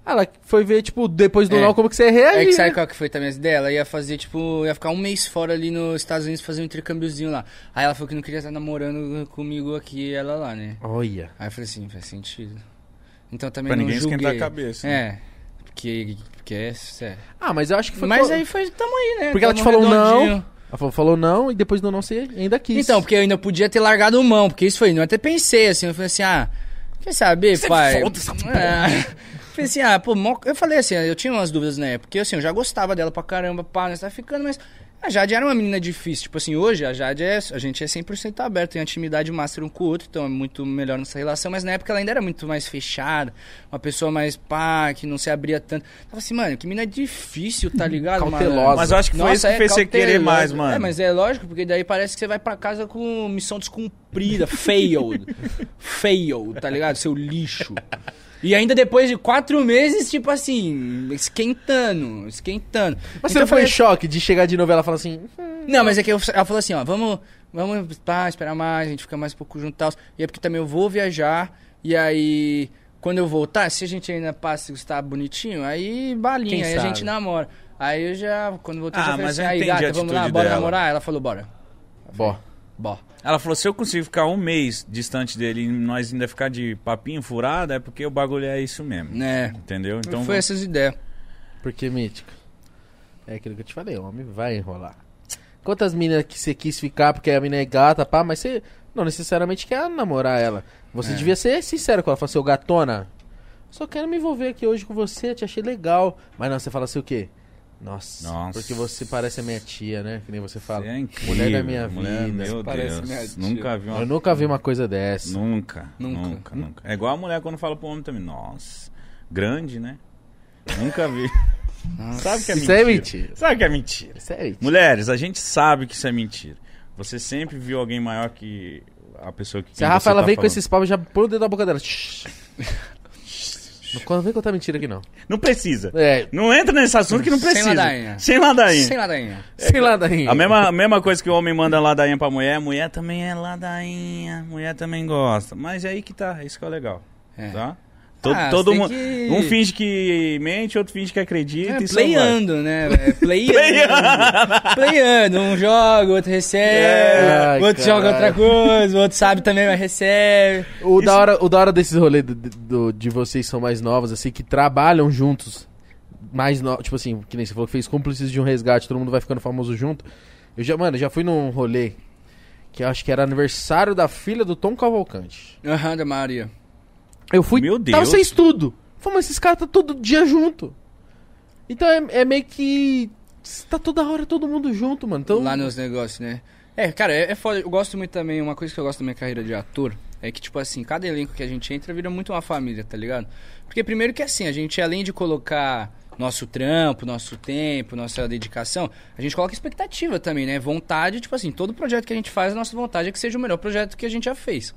Speaker 2: Ela foi ver, tipo, depois do
Speaker 3: É.
Speaker 2: nó, como que você né? reagiu.
Speaker 3: É que sabe qual que foi também a ideia? Ela ia fazer, tipo, ia ficar um mês fora ali nos Estados Unidos fazer um intercâmbiozinho lá. Aí ela falou que não queria estar namorando comigo aqui e ela lá, né?
Speaker 2: Olha.
Speaker 3: Aí eu falei assim, faz sentido. Então também
Speaker 1: Pra
Speaker 3: não
Speaker 1: ninguém
Speaker 3: julguei.
Speaker 1: esquentar a cabeça, né?
Speaker 3: É. Porque, porque é sério.
Speaker 2: Ah, mas eu acho que foi...
Speaker 3: Mas
Speaker 2: co-
Speaker 3: aí foi, tamo aí, né?
Speaker 2: Porque ela te
Speaker 3: Tamo
Speaker 2: falou não,
Speaker 3: redondinho.
Speaker 2: ela falou, falou não, e depois do não você ainda quis.
Speaker 3: Então, porque eu ainda podia ter largado mão, porque isso foi, não até pensei assim, eu falei assim, ah, quer saber, pai? Ah, falei assim, ah, pô, mó- eu falei assim, eu tinha umas dúvidas né porque assim, eu já gostava dela pra caramba, pá, nós tá ficando, mas a Jade era uma menina difícil, tipo assim, hoje a Jade é, a gente é 100% aberto, tem intimidade master um com o outro, então é muito melhor nessa relação, mas na época ela ainda era muito mais fechada, uma pessoa mais pá, que não se abria tanto. Tava assim, mano, que menina difícil, tá ligado?
Speaker 2: Cautelosa.
Speaker 3: malandro?
Speaker 1: Mas eu acho que foi
Speaker 3: Nossa,
Speaker 1: isso que
Speaker 3: é
Speaker 1: fez você querer
Speaker 3: cautelosa.
Speaker 1: mais, mano.
Speaker 3: É, mas é lógico, porque daí parece que você vai pra casa com missão descumprida, failed. failed, tá ligado? Seu lixo. E ainda depois de quatro meses, tipo assim, esquentando, esquentando.
Speaker 2: Mas
Speaker 3: Então
Speaker 2: você
Speaker 3: eu
Speaker 2: não foi em
Speaker 3: falei-
Speaker 2: choque de chegar de novo e ela fala assim...
Speaker 3: Não, mas é que eu, ela falou assim, ó, vamos, vamos tá, esperar mais, a gente fica mais um pouco junto e tal. E é porque também eu vou viajar, e aí, quando eu voltar, se a gente ainda passa e está bonitinho, aí balinha,
Speaker 2: Quem
Speaker 3: aí a
Speaker 2: sabe?
Speaker 3: gente namora. Aí eu já, quando
Speaker 1: Ah,
Speaker 3: voltei, eu já falei
Speaker 1: mas
Speaker 3: assim,
Speaker 1: eu
Speaker 3: aí
Speaker 1: entendi a
Speaker 3: gata, vamos lá,
Speaker 1: atitude
Speaker 3: bora
Speaker 1: dela.
Speaker 3: namorar? Ela falou, bora,
Speaker 2: Bó.
Speaker 3: bora.
Speaker 1: Ela falou, se eu consigo ficar um mês distante dele e nós ainda ficar de papinho furado, é porque o bagulho é isso mesmo.
Speaker 3: Né,
Speaker 1: Entendeu? Então
Speaker 3: foi
Speaker 1: vamos-
Speaker 3: essas ideias.
Speaker 2: Porque, mítico, é aquilo que eu te falei, homem vai enrolar. Quantas minas que você quis ficar porque a mina é gata, pá, mas você não necessariamente quer namorar ela. Você devia ser sincero com ela, falar assim, ô gatona, só quero me envolver aqui hoje com você, te achei legal. Mas não, você fala assim o quê? Nossa,
Speaker 1: Nossa.
Speaker 2: porque você parece a minha tia, né? Que nem você fala.
Speaker 1: Você é incrível.
Speaker 2: Mulher da minha
Speaker 1: mulher,
Speaker 2: vida.
Speaker 1: Meu
Speaker 3: Parece
Speaker 1: Deus.
Speaker 3: minha tia.
Speaker 1: nunca vi uma
Speaker 2: Eu nunca vi uma coisa dessa.
Speaker 1: Nunca,
Speaker 3: Nunca.
Speaker 1: nunca, nunca, É igual a mulher quando fala pro homem também, nossa, grande, né? Nunca vi. Sabe que é mentira.
Speaker 2: Isso é mentira.
Speaker 1: Sabe que é mentira.
Speaker 2: Sério.
Speaker 1: Mulheres, a gente sabe que isso é mentira. Você sempre viu alguém maior que a pessoa que tá
Speaker 2: Se a Rafa ela vem
Speaker 1: vem
Speaker 2: com esses papos, já põe o dedo na boca dela. Shhh. não con- vem contar mentira aqui, não.
Speaker 1: Não precisa.
Speaker 2: É,
Speaker 1: Não entra nesse assunto que não
Speaker 3: Sem
Speaker 1: precisa.
Speaker 3: ladainha.
Speaker 1: Sem ladainha.
Speaker 3: Sem ladainha.
Speaker 2: sei lá daí.
Speaker 1: A mesma, a mesma coisa que o homem manda ladainha pra mulher, mulher também é ladainha, mulher também gosta. Mas é aí que tá, isso que é o legal.
Speaker 3: É.
Speaker 1: Tá? To-
Speaker 3: Ah,
Speaker 1: todo
Speaker 3: você tem
Speaker 1: mundo.
Speaker 3: que-
Speaker 1: Um finge que mente, outro finge que acredita
Speaker 3: É,
Speaker 1: e só vai.
Speaker 3: playando, né? É, playando. playando. Um joga, outro recebe.
Speaker 2: Ai,
Speaker 1: É.
Speaker 3: o outro joga outra
Speaker 2: caralho.
Speaker 3: coisa. O outro sabe também, mas recebe.
Speaker 2: O, da hora, o da hora desses rolês do- do- de vocês que são mais novos, assim, que trabalham juntos, mais no... tipo assim, que nem você falou que fez cúmplices de um resgate, todo mundo vai ficando famoso junto. Eu já, mano, eu já fui num rolê que eu acho que era aniversário da filha do Tom Cavalcante.
Speaker 3: Aham, da Maria.
Speaker 2: Eu fui,
Speaker 1: Meu
Speaker 2: tava
Speaker 1: Deus.
Speaker 2: sem estudo. Falei, mas esses caras tá todo dia junto. Então é, é meio que Tá toda hora todo mundo junto, mano. Então,
Speaker 3: Lá nos negócios, né? É, cara, é, é foda. Eu gosto muito também, uma coisa que eu gosto da minha carreira de ator é que, tipo assim, cada elenco que a gente entra vira muito uma família, tá ligado? Porque primeiro que assim, a gente, além de colocar nosso trampo, nosso tempo, nossa dedicação, a gente coloca expectativa também, né? Vontade, tipo assim, todo projeto que a gente faz, a nossa vontade é que seja o melhor projeto que a gente já fez.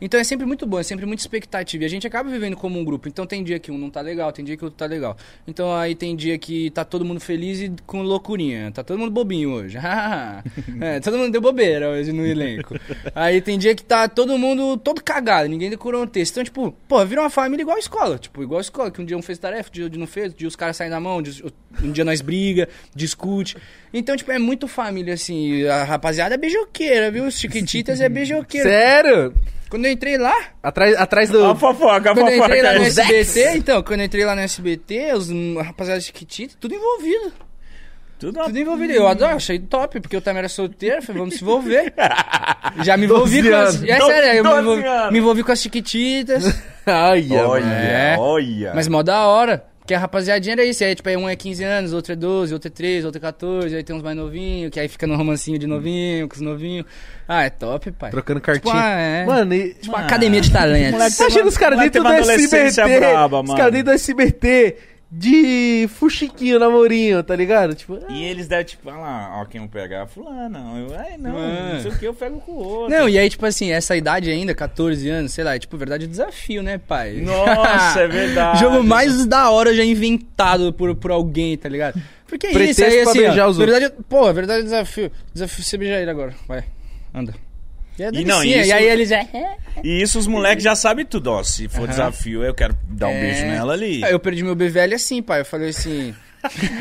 Speaker 3: Então é sempre muito bom, é sempre muita expectativa. E a gente acaba vivendo como um grupo. Então tem dia que um não tá legal, tem dia que o outro tá legal. Então aí tem dia que tá todo mundo feliz e com loucurinha. Tá todo mundo bobinho hoje. É, todo mundo deu bobeira hoje no elenco. Aí tem dia que tá todo mundo todo cagado, ninguém decorou um texto. Então, tipo, pô, vira uma família igual a escola. Tipo, igual a escola, que um dia um fez tarefa, um dia outro não fez, um dia os caras saem na mão, um dia- um dia nós briga, discute. Então, tipo, é muito família, assim. A rapaziada é beijoqueira, viu? Os chiquititas é beijoqueira.
Speaker 2: sério?
Speaker 3: Quando eu entrei lá,
Speaker 2: Atrás, atrás do.
Speaker 1: A fofoca, é a
Speaker 3: quando eu entrei lá no
Speaker 1: fofoca.
Speaker 3: SBT, então, quando eu entrei lá no SBT, os hum, rapaziada chiquitita, tudo envolvido.
Speaker 1: Tudo
Speaker 3: Tudo envolvido. Eu adoro, achei top, porque eu também era solteiro, falei, vamos se envolver. Já me envolvi com as. É
Speaker 1: Do-
Speaker 3: sério, eu me
Speaker 1: 12
Speaker 3: envolvi,
Speaker 1: anos.
Speaker 3: me envolvi com as chiquititas.
Speaker 2: Ai,
Speaker 1: Olha,
Speaker 2: mano.
Speaker 3: É.
Speaker 1: olha.
Speaker 3: Mas mó da hora. Porque a rapaziadinha era isso. Aí, tipo, aí um é 15 anos, outro é 12, outro é 13, outro é 14. Aí tem uns mais novinhos, que aí fica no romancinho de novinho, com os novinhos. Ah, é top, pai.
Speaker 2: Trocando
Speaker 3: Tipo,
Speaker 2: cartinha.
Speaker 3: ah, é.
Speaker 2: Mano, e.
Speaker 3: tipo, uma academia de talentos.
Speaker 2: Você imagina os caras
Speaker 1: Moleque
Speaker 2: dentro do
Speaker 1: teve uma adolescência
Speaker 2: SBT?
Speaker 1: braba,
Speaker 2: os
Speaker 1: mano.
Speaker 2: caras dentro do SBT de fuxiquinho, namorinho, tá ligado? Tipo, ah,
Speaker 1: E eles devem, tipo, olha lá, ó, quem eu pegar, fulano. Eu, ai, não,
Speaker 3: É.
Speaker 1: não sei o que, eu pego com o outro.
Speaker 3: Não, e aí, tipo assim, essa idade ainda, 14 anos, sei lá, é tipo, verdade, é desafio, né, pai?
Speaker 1: Nossa, é verdade.
Speaker 3: Jogo mais da hora já inventado por, por alguém, tá ligado? Porque é
Speaker 2: ah, Pretexto
Speaker 3: isso aí,
Speaker 2: pra
Speaker 3: assim,
Speaker 2: beijar
Speaker 3: ó,
Speaker 2: os
Speaker 3: verdade, Pô, verdade é desafio. Desafio você beijar ele agora. Vai, anda. E, é
Speaker 1: E não,
Speaker 3: delicinha,
Speaker 1: isso-
Speaker 3: e aí eles é...
Speaker 1: E isso os moleques já sabem tudo, ó. Se for desafio, eu quero dar um
Speaker 3: É.
Speaker 1: beijo nela ali.
Speaker 3: Aí eu perdi meu BVL assim, pai. Eu falei assim...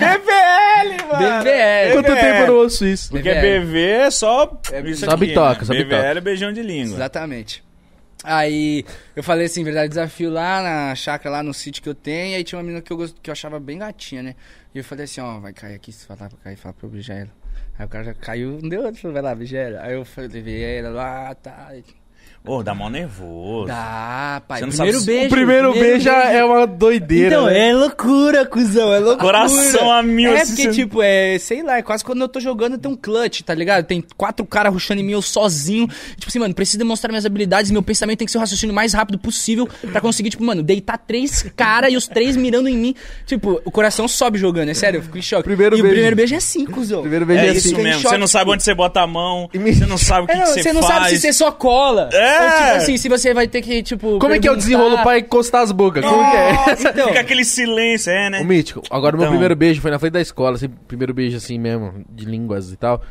Speaker 1: BVL, mano!
Speaker 3: BVL.
Speaker 2: quanto
Speaker 1: é.
Speaker 2: tempo eu não ouço isso?
Speaker 1: Porque BV é só. isso
Speaker 2: só
Speaker 1: aqui,
Speaker 2: bitoca,
Speaker 1: né?
Speaker 2: só
Speaker 1: BVL
Speaker 2: bitoca.
Speaker 1: é beijão de língua.
Speaker 3: Exatamente. Aí eu falei assim, verdade, desafio lá na chácara, lá no sítio que eu tenho. E aí tinha uma menina que eu, gost... que eu achava bem gatinha, né? E eu falei assim, ó, vai cair aqui, se falar pra cair, fala pra eu beijar ela. Aí o cara já caiu, não deu outro, falou, vai lá, beija ela. Aí eu falei, levei ela lá, tá.
Speaker 1: Ô, dá mó nervoso.
Speaker 3: Dá, pai.
Speaker 1: Você não
Speaker 3: primeiro
Speaker 1: sabe se-
Speaker 3: beijo.
Speaker 2: O primeiro beijo já é uma doideira.
Speaker 3: Então,
Speaker 2: né?
Speaker 3: é loucura, cuzão, é loucura.
Speaker 1: Coração a mil,
Speaker 3: É
Speaker 1: assim,
Speaker 3: porque,
Speaker 1: você-
Speaker 3: tipo, é, sei lá, é quase quando eu tô jogando tem um clutch, tá ligado? Tem quatro caras rushando em mim, eu sozinho. Tipo assim, mano, preciso demonstrar minhas habilidades, meu pensamento tem que ser o raciocínio mais rápido possível pra conseguir, tipo, mano, deitar três caras e os três mirando em mim. Tipo, o coração sobe jogando, é sério, eu fico em choque.
Speaker 2: Primeiro
Speaker 3: e
Speaker 2: beijo.
Speaker 3: o primeiro beijo é assim, cuzão.
Speaker 2: Primeiro beijo
Speaker 1: É
Speaker 2: é
Speaker 1: isso
Speaker 2: assim.
Speaker 1: mesmo.
Speaker 3: choque.
Speaker 1: Você não sabe onde você bota a mão.
Speaker 2: E me-
Speaker 1: Você não sabe o que,
Speaker 3: É,
Speaker 1: que
Speaker 3: não,
Speaker 1: você,
Speaker 3: você não
Speaker 1: faz.
Speaker 3: sabe se você só cola.
Speaker 1: É.
Speaker 3: Ou, tipo assim, se você vai ter que, tipo.
Speaker 2: Como é que é o
Speaker 3: perguntar.
Speaker 2: desenrolo pra encostar as bocas? Como que é?
Speaker 1: Nossa,
Speaker 3: Então.
Speaker 1: Fica aquele silêncio, é, né?
Speaker 2: O mítico. Agora, o meu
Speaker 1: Então.
Speaker 2: primeiro beijo foi na frente da escola, assim, primeiro beijo assim mesmo, de línguas e tal.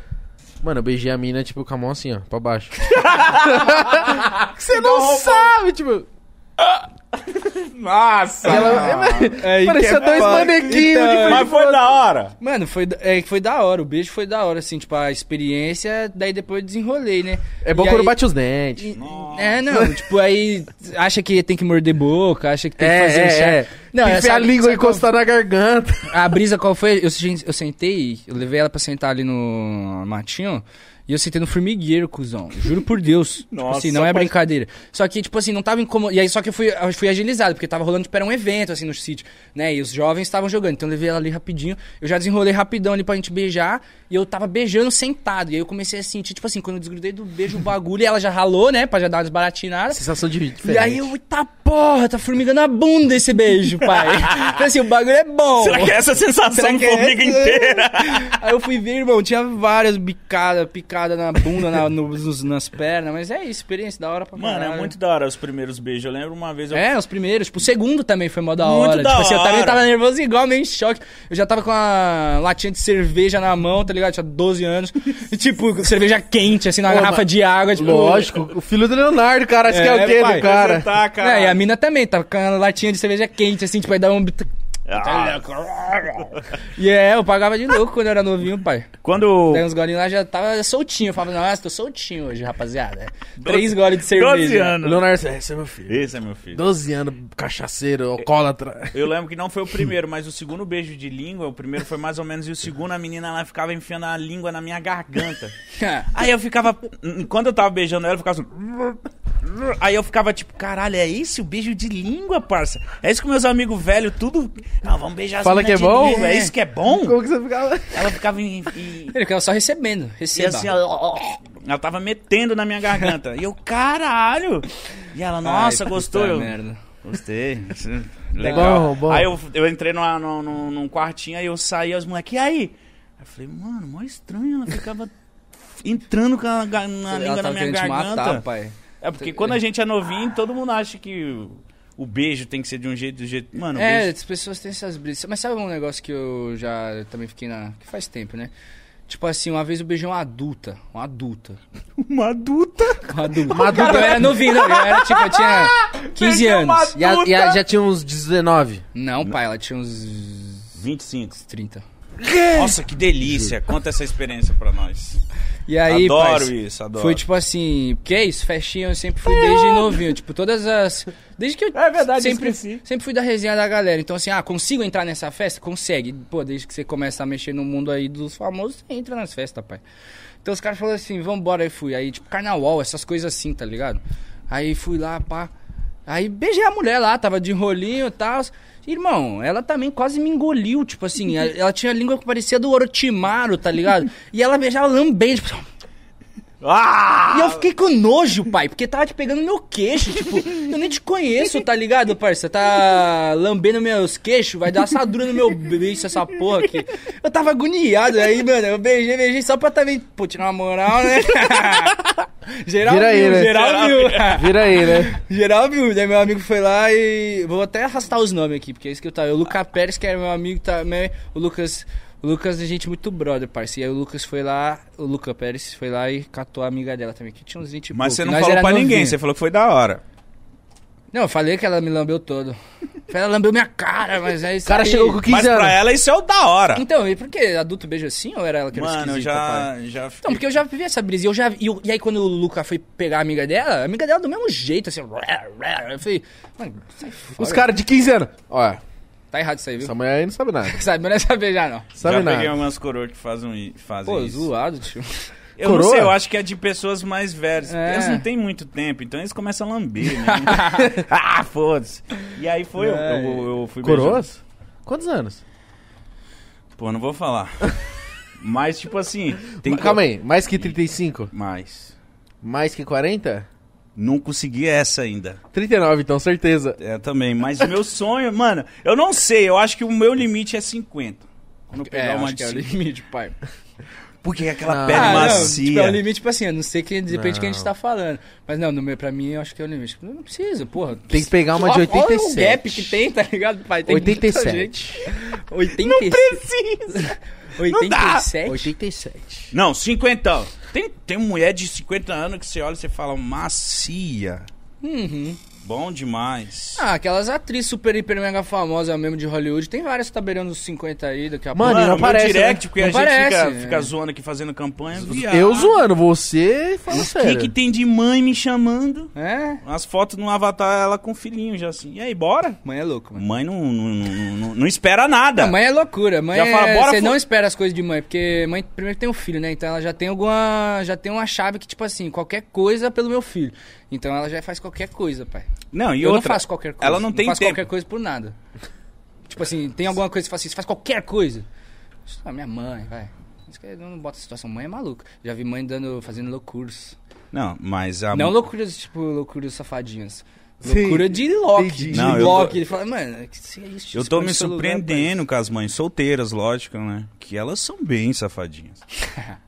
Speaker 2: Mano, eu beijei a mina, tipo, com a mão assim, ó, pra baixo. Você não sabe, tipo.
Speaker 1: Nossa!
Speaker 2: Ela, é,
Speaker 3: Aí
Speaker 2: parecia
Speaker 3: que Ah, é
Speaker 2: dois
Speaker 3: foda.
Speaker 2: manequinhos.
Speaker 3: Então,
Speaker 2: tipo,
Speaker 1: Mas foi da hora.
Speaker 3: Mano, foi, da- é, foi da hora, o beijo foi da hora, assim, tipo, a experiência, daí depois eu desenrolei, né?
Speaker 2: É bom
Speaker 3: E
Speaker 2: quando
Speaker 3: aí-
Speaker 2: bate os dentes.
Speaker 3: e- É, não, tipo, aí acha que tem que morder boca, acha que tem que fazer um chá. Não,
Speaker 2: É, Não,
Speaker 3: sabe-
Speaker 2: a língua
Speaker 3: sabe qual-
Speaker 2: encostar na garganta.
Speaker 3: A brisa qual foi? Eu, se- eu sentei, eu levei ela pra sentar ali no matinho, e eu sentei no formigueiro, cuzão. Juro por Deus. Tipo
Speaker 1: Nossa,
Speaker 3: assim, não é
Speaker 1: mas-
Speaker 3: brincadeira. Só que, tipo assim, não tava incomodado. E aí, só que eu fui, eu fui agilizado, porque tava rolando, tipo, era um evento, assim, no sítio, né? E os jovens estavam jogando. Então eu levei ela ali rapidinho. Eu já desenrolei rapidão ali pra gente beijar. E eu tava beijando sentado. E aí eu comecei a sentir, tipo assim, quando eu desgrudei do beijo o bagulho, e ela já ralou, né? Pra já dar uma desbaratinada.
Speaker 2: Sensação de
Speaker 1: é
Speaker 2: diferente.
Speaker 3: E aí eu, eita porra, tá formigando a bunda esse beijo, pai. Então, assim, o bagulho é bom.
Speaker 1: Será que é essa sensação
Speaker 3: Será
Speaker 1: de
Speaker 3: que é
Speaker 1: formiga
Speaker 3: essa?
Speaker 1: inteira?
Speaker 3: Aí eu fui ver, irmão, tinha várias bicadas, picada na bunda, na, no- nos- nas pernas, mas é isso, experiência da hora pra
Speaker 1: Mano, é
Speaker 3: caralho.
Speaker 1: muito da hora os primeiros beijos. Eu lembro uma vez eu
Speaker 3: É, os primeiros, tipo, o segundo também foi mó da
Speaker 1: Muito
Speaker 3: hora.
Speaker 1: da
Speaker 3: tipo assim, eu também
Speaker 1: hora.
Speaker 3: tava nervoso igual, meio em choque. Eu já tava com uma latinha de cerveja na mão, tá ligado? Tinha 12 anos. E, tipo, cerveja quente, assim, na
Speaker 2: Ô,
Speaker 3: garrafa
Speaker 2: mas-
Speaker 3: de água, tipo.
Speaker 2: Lógico, o filho do Leonardo, cara, acho que é o
Speaker 3: É,
Speaker 2: quê
Speaker 3: pai,
Speaker 2: do cara?
Speaker 1: Tá, cara.
Speaker 3: É, e a mina também, tava com a latinha de cerveja quente, assim, tipo, aí dava um. Tá
Speaker 1: Ah,
Speaker 3: E é, eu pagava de louco quando eu era novinho, pai.
Speaker 1: quando.
Speaker 3: Daí uns golinhos lá já tava soltinho. Eu falava, nossa, tô soltinho hoje, rapaziada. Três goles de cerveja.
Speaker 1: 12
Speaker 2: O
Speaker 1: anos.
Speaker 2: Leonardo, esse é meu filho.
Speaker 1: Esse é meu filho.
Speaker 2: 12 anos, cachaceiro, alcoólatra.
Speaker 1: Eu lembro que não foi o primeiro, mas o segundo beijo de língua, o primeiro foi mais ou menos, e o segundo a menina lá ficava enfiando a
Speaker 3: Ah,
Speaker 1: língua na minha garganta. Aí eu ficava. Enquanto eu tava beijando ela, eu ficava assim. Aí eu ficava tipo, caralho, é esse o beijo de língua, parça? É isso que meus amigos velhos, tudo. Não, vamos beijar as
Speaker 2: Fala
Speaker 1: minas
Speaker 2: que é
Speaker 1: de
Speaker 2: bom?
Speaker 1: língua, É isso que é bom?
Speaker 2: Como que você ficava?
Speaker 1: Ela ficava em. em-
Speaker 3: Ele ficava só recebendo,
Speaker 1: e
Speaker 3: receba.
Speaker 1: assim, ela, ela tava metendo na minha garganta. E eu, caralho! E ela, nossa,
Speaker 3: Ai,
Speaker 1: gostou?
Speaker 3: puta
Speaker 1: Eu,
Speaker 3: merda.
Speaker 1: Gostei. Isso é Legal.
Speaker 2: Bom, bom.
Speaker 1: Aí eu, eu entrei numa, num, num- num quartinho, aí eu saí, aí os moleques, e aí? Aí eu falei, mano, mó estranho, ela ficava entrando com a, ga- na língua
Speaker 3: Ela
Speaker 1: na
Speaker 3: tava
Speaker 1: minha
Speaker 3: querendo te
Speaker 1: garganta.
Speaker 3: matar, pai.
Speaker 1: É porque quando a gente é novinho, todo mundo acha que o, o beijo tem que ser de um jeito, do jeito. Mano, o
Speaker 3: É,
Speaker 1: beijo.
Speaker 3: as pessoas têm essas brisas. Mas sabe um negócio que eu já também fiquei na. que faz tempo, né? Tipo assim, uma vez eu beijei uma adulta. Uma adulta.
Speaker 1: Uma adulta.
Speaker 3: Uma adulta. Eu era novinho, não. Eu era tipo, eu tinha
Speaker 2: É
Speaker 3: 15 anos.
Speaker 2: E, a- e a- já tinha uns 19.
Speaker 3: Não, pai, ela tinha uns
Speaker 1: 25.
Speaker 3: 30.
Speaker 1: É. Nossa, que delícia. Conta essa experiência pra nós.
Speaker 3: E aí,
Speaker 1: adoro
Speaker 3: pai,
Speaker 1: isso, adoro.
Speaker 3: Foi tipo assim, porque é isso, festinha eu sempre fui desde novinho, tipo, todas as. Desde que eu.
Speaker 1: É verdade, eu
Speaker 3: sempre,
Speaker 1: esqueci.
Speaker 3: sempre fui da resenha da galera. Então, assim, ah, consigo entrar nessa festa? Consegue. Pô, desde que você começa a mexer no mundo aí dos famosos, você entra nas festas, pai. Então os caras falaram assim, vambora, aí fui. Aí, tipo, carnaval, essas coisas assim, tá ligado? Aí fui lá, pá. Aí beijei a mulher lá, tava de rolinho e tal. Irmão, ela também quase me engoliu, tipo assim, a- ela tinha a língua que parecia do Orochimaru, tá ligado? E ela beijava lambendo, tipo,
Speaker 1: Ah!
Speaker 3: e eu fiquei com nojo, pai, porque tava te pegando meu queixo, tipo, eu nem te conheço, tá ligado, parça? Tá lambendo meus queixos, vai dar assadura no meu beijo essa porra aqui. Eu tava agoniado, aí, mano, eu beijei, beijei só pra também, pô, tirar uma moral, né? geral
Speaker 2: Vira aí,
Speaker 3: viu,
Speaker 2: né?
Speaker 3: geral viu.
Speaker 2: Vira aí, né?
Speaker 3: Geral viu, daí meu amigo foi lá e. Vou até arrastar os nomes aqui, porque é isso que eu tava. O
Speaker 1: Ah,
Speaker 3: Lucas
Speaker 1: tá.
Speaker 3: Pérez, que era meu amigo também. O Lucas. O Lucas é gente muito brother, parceiro. E aí o Lucas foi lá. O Lucas Pérez foi lá e catou a amiga dela também, que tinha uns 20 e
Speaker 1: Mas
Speaker 3: pouco.
Speaker 1: você não
Speaker 3: Nós
Speaker 1: falou
Speaker 3: era
Speaker 1: pra ninguém,
Speaker 3: novinho.
Speaker 1: você falou que foi da hora.
Speaker 3: Não, eu falei que ela me lambeu todo. Ela lambeu minha cara, mas é isso.
Speaker 2: O cara
Speaker 3: aí.
Speaker 2: chegou com 15
Speaker 1: Mas
Speaker 2: anos.
Speaker 1: pra ela isso é o da hora.
Speaker 3: Então, e por que? Adulto beijo assim ou era ela que era
Speaker 1: Mano, eu
Speaker 3: esquisita,
Speaker 1: já,
Speaker 3: pai?
Speaker 1: já fiquei...
Speaker 3: Então, porque eu já vivi essa brisa. E, eu já, e, eu- e aí, quando o Luca foi pegar a amiga dela, a amiga dela do mesmo jeito, assim. Eu falei, mano, sai fora.
Speaker 2: Os caras de 15 anos. Olha,
Speaker 3: Tá errado isso aí, viu?
Speaker 2: essa mulher aí não sabe nada.
Speaker 3: Sabe, mas não é saber já, não.
Speaker 2: Sabe
Speaker 1: já
Speaker 2: nada.
Speaker 1: peguei algumas coroas que fazem, i- fazem
Speaker 3: Pô,
Speaker 1: isso.
Speaker 3: zoado, tio.
Speaker 1: Eu não
Speaker 2: Coroa?
Speaker 1: sei, eu acho que é de pessoas mais velhas.
Speaker 3: É.
Speaker 1: Eles não têm muito tempo, então eles começam a lamber. Né? ah, foda-se. E aí foi eu.
Speaker 3: É.
Speaker 1: Eu, eu fui beijando.
Speaker 2: Coroas? Quantos anos?
Speaker 1: Pô, não vou falar. Mas, tipo assim. Tem
Speaker 2: Ma- Calma aí, mais que 35?
Speaker 1: Mas.
Speaker 2: Mais que 40?
Speaker 1: Não consegui essa ainda.
Speaker 2: 39, então, certeza.
Speaker 1: É, também. Mas meu sonho, mano, eu não sei. Eu acho que o meu limite é 50. Quando eu pegar
Speaker 3: É,
Speaker 1: uma
Speaker 3: acho
Speaker 1: de
Speaker 3: que é o
Speaker 1: 50.
Speaker 3: limite, pai.
Speaker 1: Porque é aquela
Speaker 2: Ah,
Speaker 1: pele
Speaker 2: não,
Speaker 1: macia.
Speaker 3: tipo, é o limite, tipo assim, eu não sei que depende de quem a
Speaker 2: Não.
Speaker 3: gente tá falando. Mas não, no meu, pra mim, eu acho que é o limite. Não precisa, porra.
Speaker 2: Tem que pegar uma de
Speaker 3: Olha- Olha o
Speaker 2: 87.
Speaker 3: gap que tem, tá ligado, pai? Tem muita
Speaker 2: 87.
Speaker 3: gente. 87. Não precisa. 87.
Speaker 2: 87.
Speaker 1: Não, 50. Tem, tem mulher de 50 anos que você olha e você fala, macia.
Speaker 3: Uhum.
Speaker 1: Bom demais.
Speaker 3: Ah, aquelas atrizes super, hiper, mega famosas mesmo de Hollywood. Tem várias que tá beirando os 50 aí daqui a
Speaker 2: Mano,
Speaker 1: Mano,
Speaker 2: não
Speaker 1: meu
Speaker 2: parece,
Speaker 1: direct,
Speaker 2: né?
Speaker 1: porque
Speaker 3: Não
Speaker 1: a gente
Speaker 3: parece,
Speaker 1: fica,
Speaker 3: é.
Speaker 1: fica zoando aqui fazendo campanha. viado.
Speaker 2: Eu zoando, você fala
Speaker 1: O que,
Speaker 2: sério.
Speaker 1: que tem de mãe me chamando?
Speaker 3: pouco. É?
Speaker 1: As fotos no avatar, ela com o filhinho já assim. E aí, bora?
Speaker 3: Mãe é louco, mano.
Speaker 1: Mãe não, não, não, não- não espera nada.
Speaker 3: Não, mãe é loucura. Mãe
Speaker 1: Já
Speaker 3: é-
Speaker 1: fala, bora
Speaker 3: você
Speaker 1: fu-
Speaker 3: não espera as coisas de mãe, porque mãe primeiro tem um filho, né? Então ela já tem alguma, já tem uma chave que tipo assim, qualquer coisa pelo meu filho. Então ela já faz qualquer coisa, pai.
Speaker 1: Não, e
Speaker 3: eu
Speaker 1: outra.
Speaker 3: não faço qualquer coisa.
Speaker 1: Ela não tem
Speaker 3: faço
Speaker 1: tempo.
Speaker 3: qualquer coisa por nada. Tipo assim, tem alguma coisa que você faz assim, você faz qualquer coisa. Ah, minha mãe, vai. Isso que eu não bota situação. Mãe é maluca. Já vi mãe dando, fazendo loucuras.
Speaker 1: Não, mas a.
Speaker 3: Não loucuras, tipo, loucuras safadinhas.
Speaker 2: Sim.
Speaker 3: Loucura de Loki.
Speaker 2: Entendi.
Speaker 3: De
Speaker 1: Não, eu tô-
Speaker 3: Loki. Ele fala, mano, que isso é isso?
Speaker 1: eu tô
Speaker 3: Esconde
Speaker 1: me
Speaker 3: seu lugar, pai."
Speaker 1: surpreendendo com as mães solteiras, lógico, né? Que elas são bem safadinhas.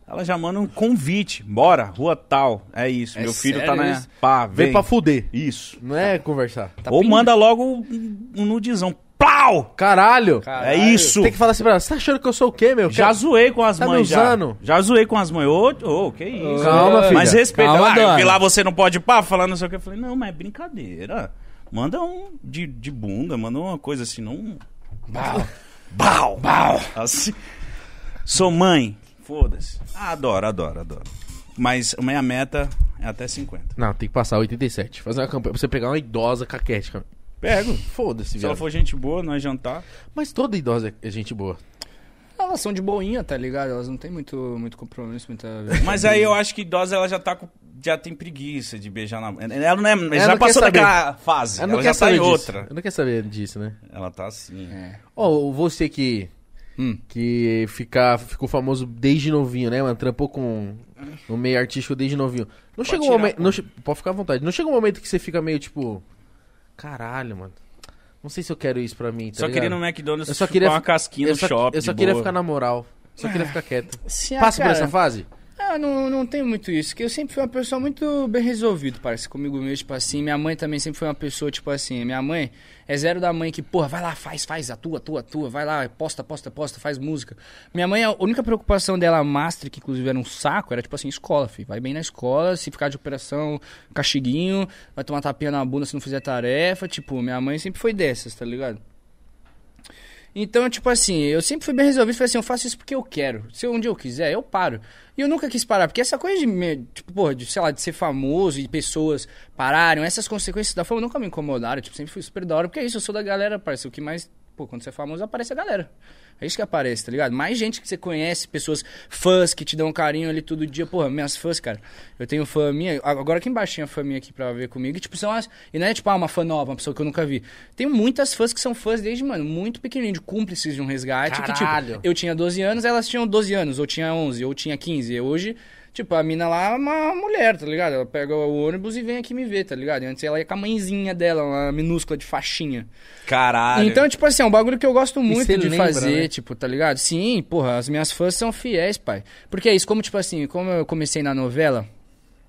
Speaker 1: Ela já manda um convite. Bora, rua tal. É isso.
Speaker 3: É
Speaker 1: meu filho tá
Speaker 3: sério
Speaker 1: na.
Speaker 3: isso?
Speaker 1: Pá, vem.
Speaker 2: Vem pra fuder.
Speaker 1: Isso.
Speaker 2: Não é conversar.
Speaker 3: Tá
Speaker 1: Ou
Speaker 3: pingando.
Speaker 1: manda logo um um nudizão. Plau!
Speaker 2: Caralho.
Speaker 1: É
Speaker 3: Caralho.
Speaker 1: isso.
Speaker 2: Tem que falar assim pra ela, você tá achando que eu sou o quê, meu?
Speaker 1: Já zoei com as
Speaker 2: Tá me
Speaker 1: mães. Já.
Speaker 2: usando?
Speaker 1: já zoei com as mães. Ô, ô, que isso.
Speaker 2: Calma, filha.
Speaker 1: Mas respeita.
Speaker 3: Calma,
Speaker 1: ah,
Speaker 3: dona.
Speaker 1: que lá você não pode pá, falar não sei o que. Eu falei, não, mas é brincadeira. Manda um de, de bunda, manda uma coisa assim, não. um
Speaker 3: Bau.
Speaker 1: Bau! Bau! Assim. Sou mãe. Foda-se. Ah, adoro, adoro, adoro. Mas a minha meta é até 50.
Speaker 2: Não, tem que passar 87. Fazer uma campanha pra você pegar uma idosa caquética.
Speaker 1: Pego.
Speaker 2: Foda-se,
Speaker 1: Se ela
Speaker 2: velho.
Speaker 1: for gente boa, nós jantar.
Speaker 2: Mas toda idosa é gente boa.
Speaker 3: Ela elas são de boinha, tá ligado? Elas não têm muito, muito compromisso, muita.
Speaker 1: Mas aí eu acho que idosa ela já tá com- já tem preguiça de beijar na boca. Ela não é,
Speaker 2: Ela
Speaker 1: já
Speaker 2: não quer
Speaker 1: passou
Speaker 2: saber.
Speaker 1: daquela fase.
Speaker 2: Eu
Speaker 1: Ela,
Speaker 2: não
Speaker 1: já
Speaker 2: quero
Speaker 1: tá
Speaker 2: saber
Speaker 1: em
Speaker 2: disso.
Speaker 1: outra.
Speaker 2: Eu não quero saber disso, né?
Speaker 1: Ela tá assim.
Speaker 3: É.
Speaker 2: Ó, você que.
Speaker 3: Hum.
Speaker 2: Que fica, ficou famoso desde novinho, né, mano? Trampou com no meio artístico desde novinho. Não chega um
Speaker 1: tirar,
Speaker 2: momento. não che- Pode ficar à vontade. Não chega um momento que você fica meio tipo. Caralho, mano. Não sei se eu quero isso pra mim. Tá
Speaker 1: só
Speaker 2: ligado?
Speaker 1: queria no McDonald's
Speaker 2: Eu só queria
Speaker 1: chupar uma
Speaker 2: fi-
Speaker 1: casquinha
Speaker 2: eu
Speaker 1: no
Speaker 2: só,
Speaker 1: shopping.
Speaker 2: Eu só
Speaker 1: de
Speaker 2: queria
Speaker 1: boa.
Speaker 2: ficar na moral. Só queria ficar quieto.
Speaker 3: Se É. a
Speaker 2: Passa por
Speaker 3: cara-
Speaker 2: essa fase?
Speaker 3: Ah, não, não tenho muito isso, que eu sempre fui uma pessoa muito bem resolvida, parece, comigo mesmo, tipo assim. Minha mãe também sempre foi uma pessoa, tipo assim, minha mãe é zero da mãe que, porra, vai lá, faz, faz, atua, atua, atua, vai lá, posta, posta, posta, faz música. Minha mãe, a única preocupação dela, master, que inclusive era um saco, era tipo assim, escola, filho, vai bem na escola, se ficar de operação, cachiguinho, vai tomar tapinha na bunda se não fizer tarefa, tipo, minha mãe sempre foi dessas, tá ligado? Então, tipo assim, eu sempre fui bem resolvido. Falei assim, eu faço isso porque eu quero. Se um dia eu quiser, eu paro. E eu nunca quis parar, porque essa coisa de, me- tipo, porra, de, sei lá, de ser famoso e pessoas pararem, essas consequências da fama nunca me incomodaram. Tipo, sempre fui super da hora, porque é isso, eu sou da galera, parece o que mais... Pô, quando você é famoso, aparece a galera. É isso que aparece, tá ligado? Mais gente que você conhece, pessoas fãs que te dão carinho ali todo dia. Porra, minhas fãs, cara. Eu tenho fã minha. a- Agora aqui embaixo tinha fã minha aqui pra ver comigo. E, tipo, são as. E não é tipo, ah, uma fã nova, uma pessoa que eu nunca vi. Tem muitas fãs que são fãs desde, mano, muito pequenininho, de cúmplices de um resgate. Que,
Speaker 2: Caralho.
Speaker 3: tipo, eu tinha 12 anos, elas tinham 12 anos, ou tinha 11, ou tinha 15. E hoje, tipo, a mina lá é uma mulher, tá ligado? Ela pega o ônibus e vem aqui me ver, tá ligado? E antes ela ia com a mãezinha dela, uma minúscula de faixinha.
Speaker 1: Caralho.
Speaker 3: Então, tipo assim, é um bagulho que eu gosto muito
Speaker 2: você
Speaker 3: de
Speaker 2: lembra,
Speaker 3: fazer,
Speaker 2: né?
Speaker 3: tipo, tá ligado? Sim, porra, as minhas fãs são fiéis, pai. Porque é isso, como, tipo assim, como eu comecei na novela,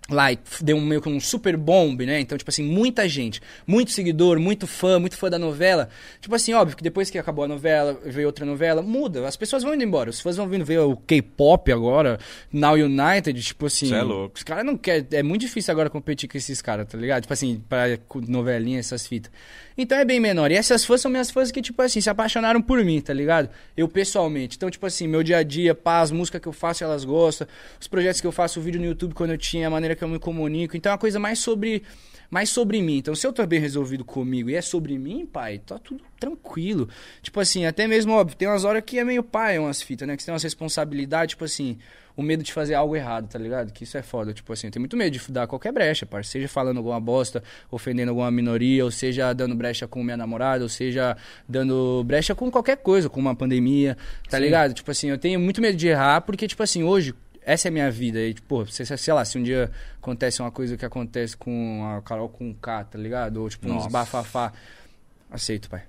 Speaker 3: lá e f- deu um, meio que um super bomb, né? Então, tipo assim, muita gente, muito seguidor, muito fã, muito fã da novela. Tipo assim, óbvio que depois que acabou a novela, veio outra novela, muda. As pessoas vão indo embora, os fãs vão vindo ver o K-pop agora, Now United, tipo assim.
Speaker 1: Cê é louco.
Speaker 3: Os caras não querem. É muito difícil agora competir com esses caras, tá ligado? Tipo assim, pra cu- novelinha, essas fitas. Então é bem menor. E essas fãs são minhas fãs que, tipo assim, se apaixonaram por mim, tá ligado? Eu pessoalmente. Então, tipo assim, meu dia a dia, pá, as músicas que eu faço, elas gostam. Os projetos que eu faço, o vídeo no YouTube quando eu tinha, a maneira que eu me comunico. Então é uma coisa mais sobre. Mais sobre mim. Então, se eu tô bem resolvido comigo e é sobre mim, pai, tá tudo tranquilo. Tipo assim, até mesmo, óbvio, tem umas horas que é meio pai, umas fitas, né? Que você tem umas responsabilidades, tipo assim, o medo de fazer algo errado, tá ligado? Que isso é foda. Tipo assim, eu tenho muito medo de dar qualquer brecha, parceiro. Seja falando alguma bosta, ofendendo alguma minoria, ou seja dando brecha com minha namorada, ou seja dando brecha com qualquer coisa, com uma pandemia, tá ligado? Tipo assim, eu tenho muito medo de errar, porque, tipo assim, hoje. Essa é a minha vida. E, tipo, se- se- sei lá, se um dia acontece uma coisa que acontece com a Carol com K, tá ligado? Ou, tipo, uns
Speaker 1: Nossa.
Speaker 3: bafafá. Aceito, pai.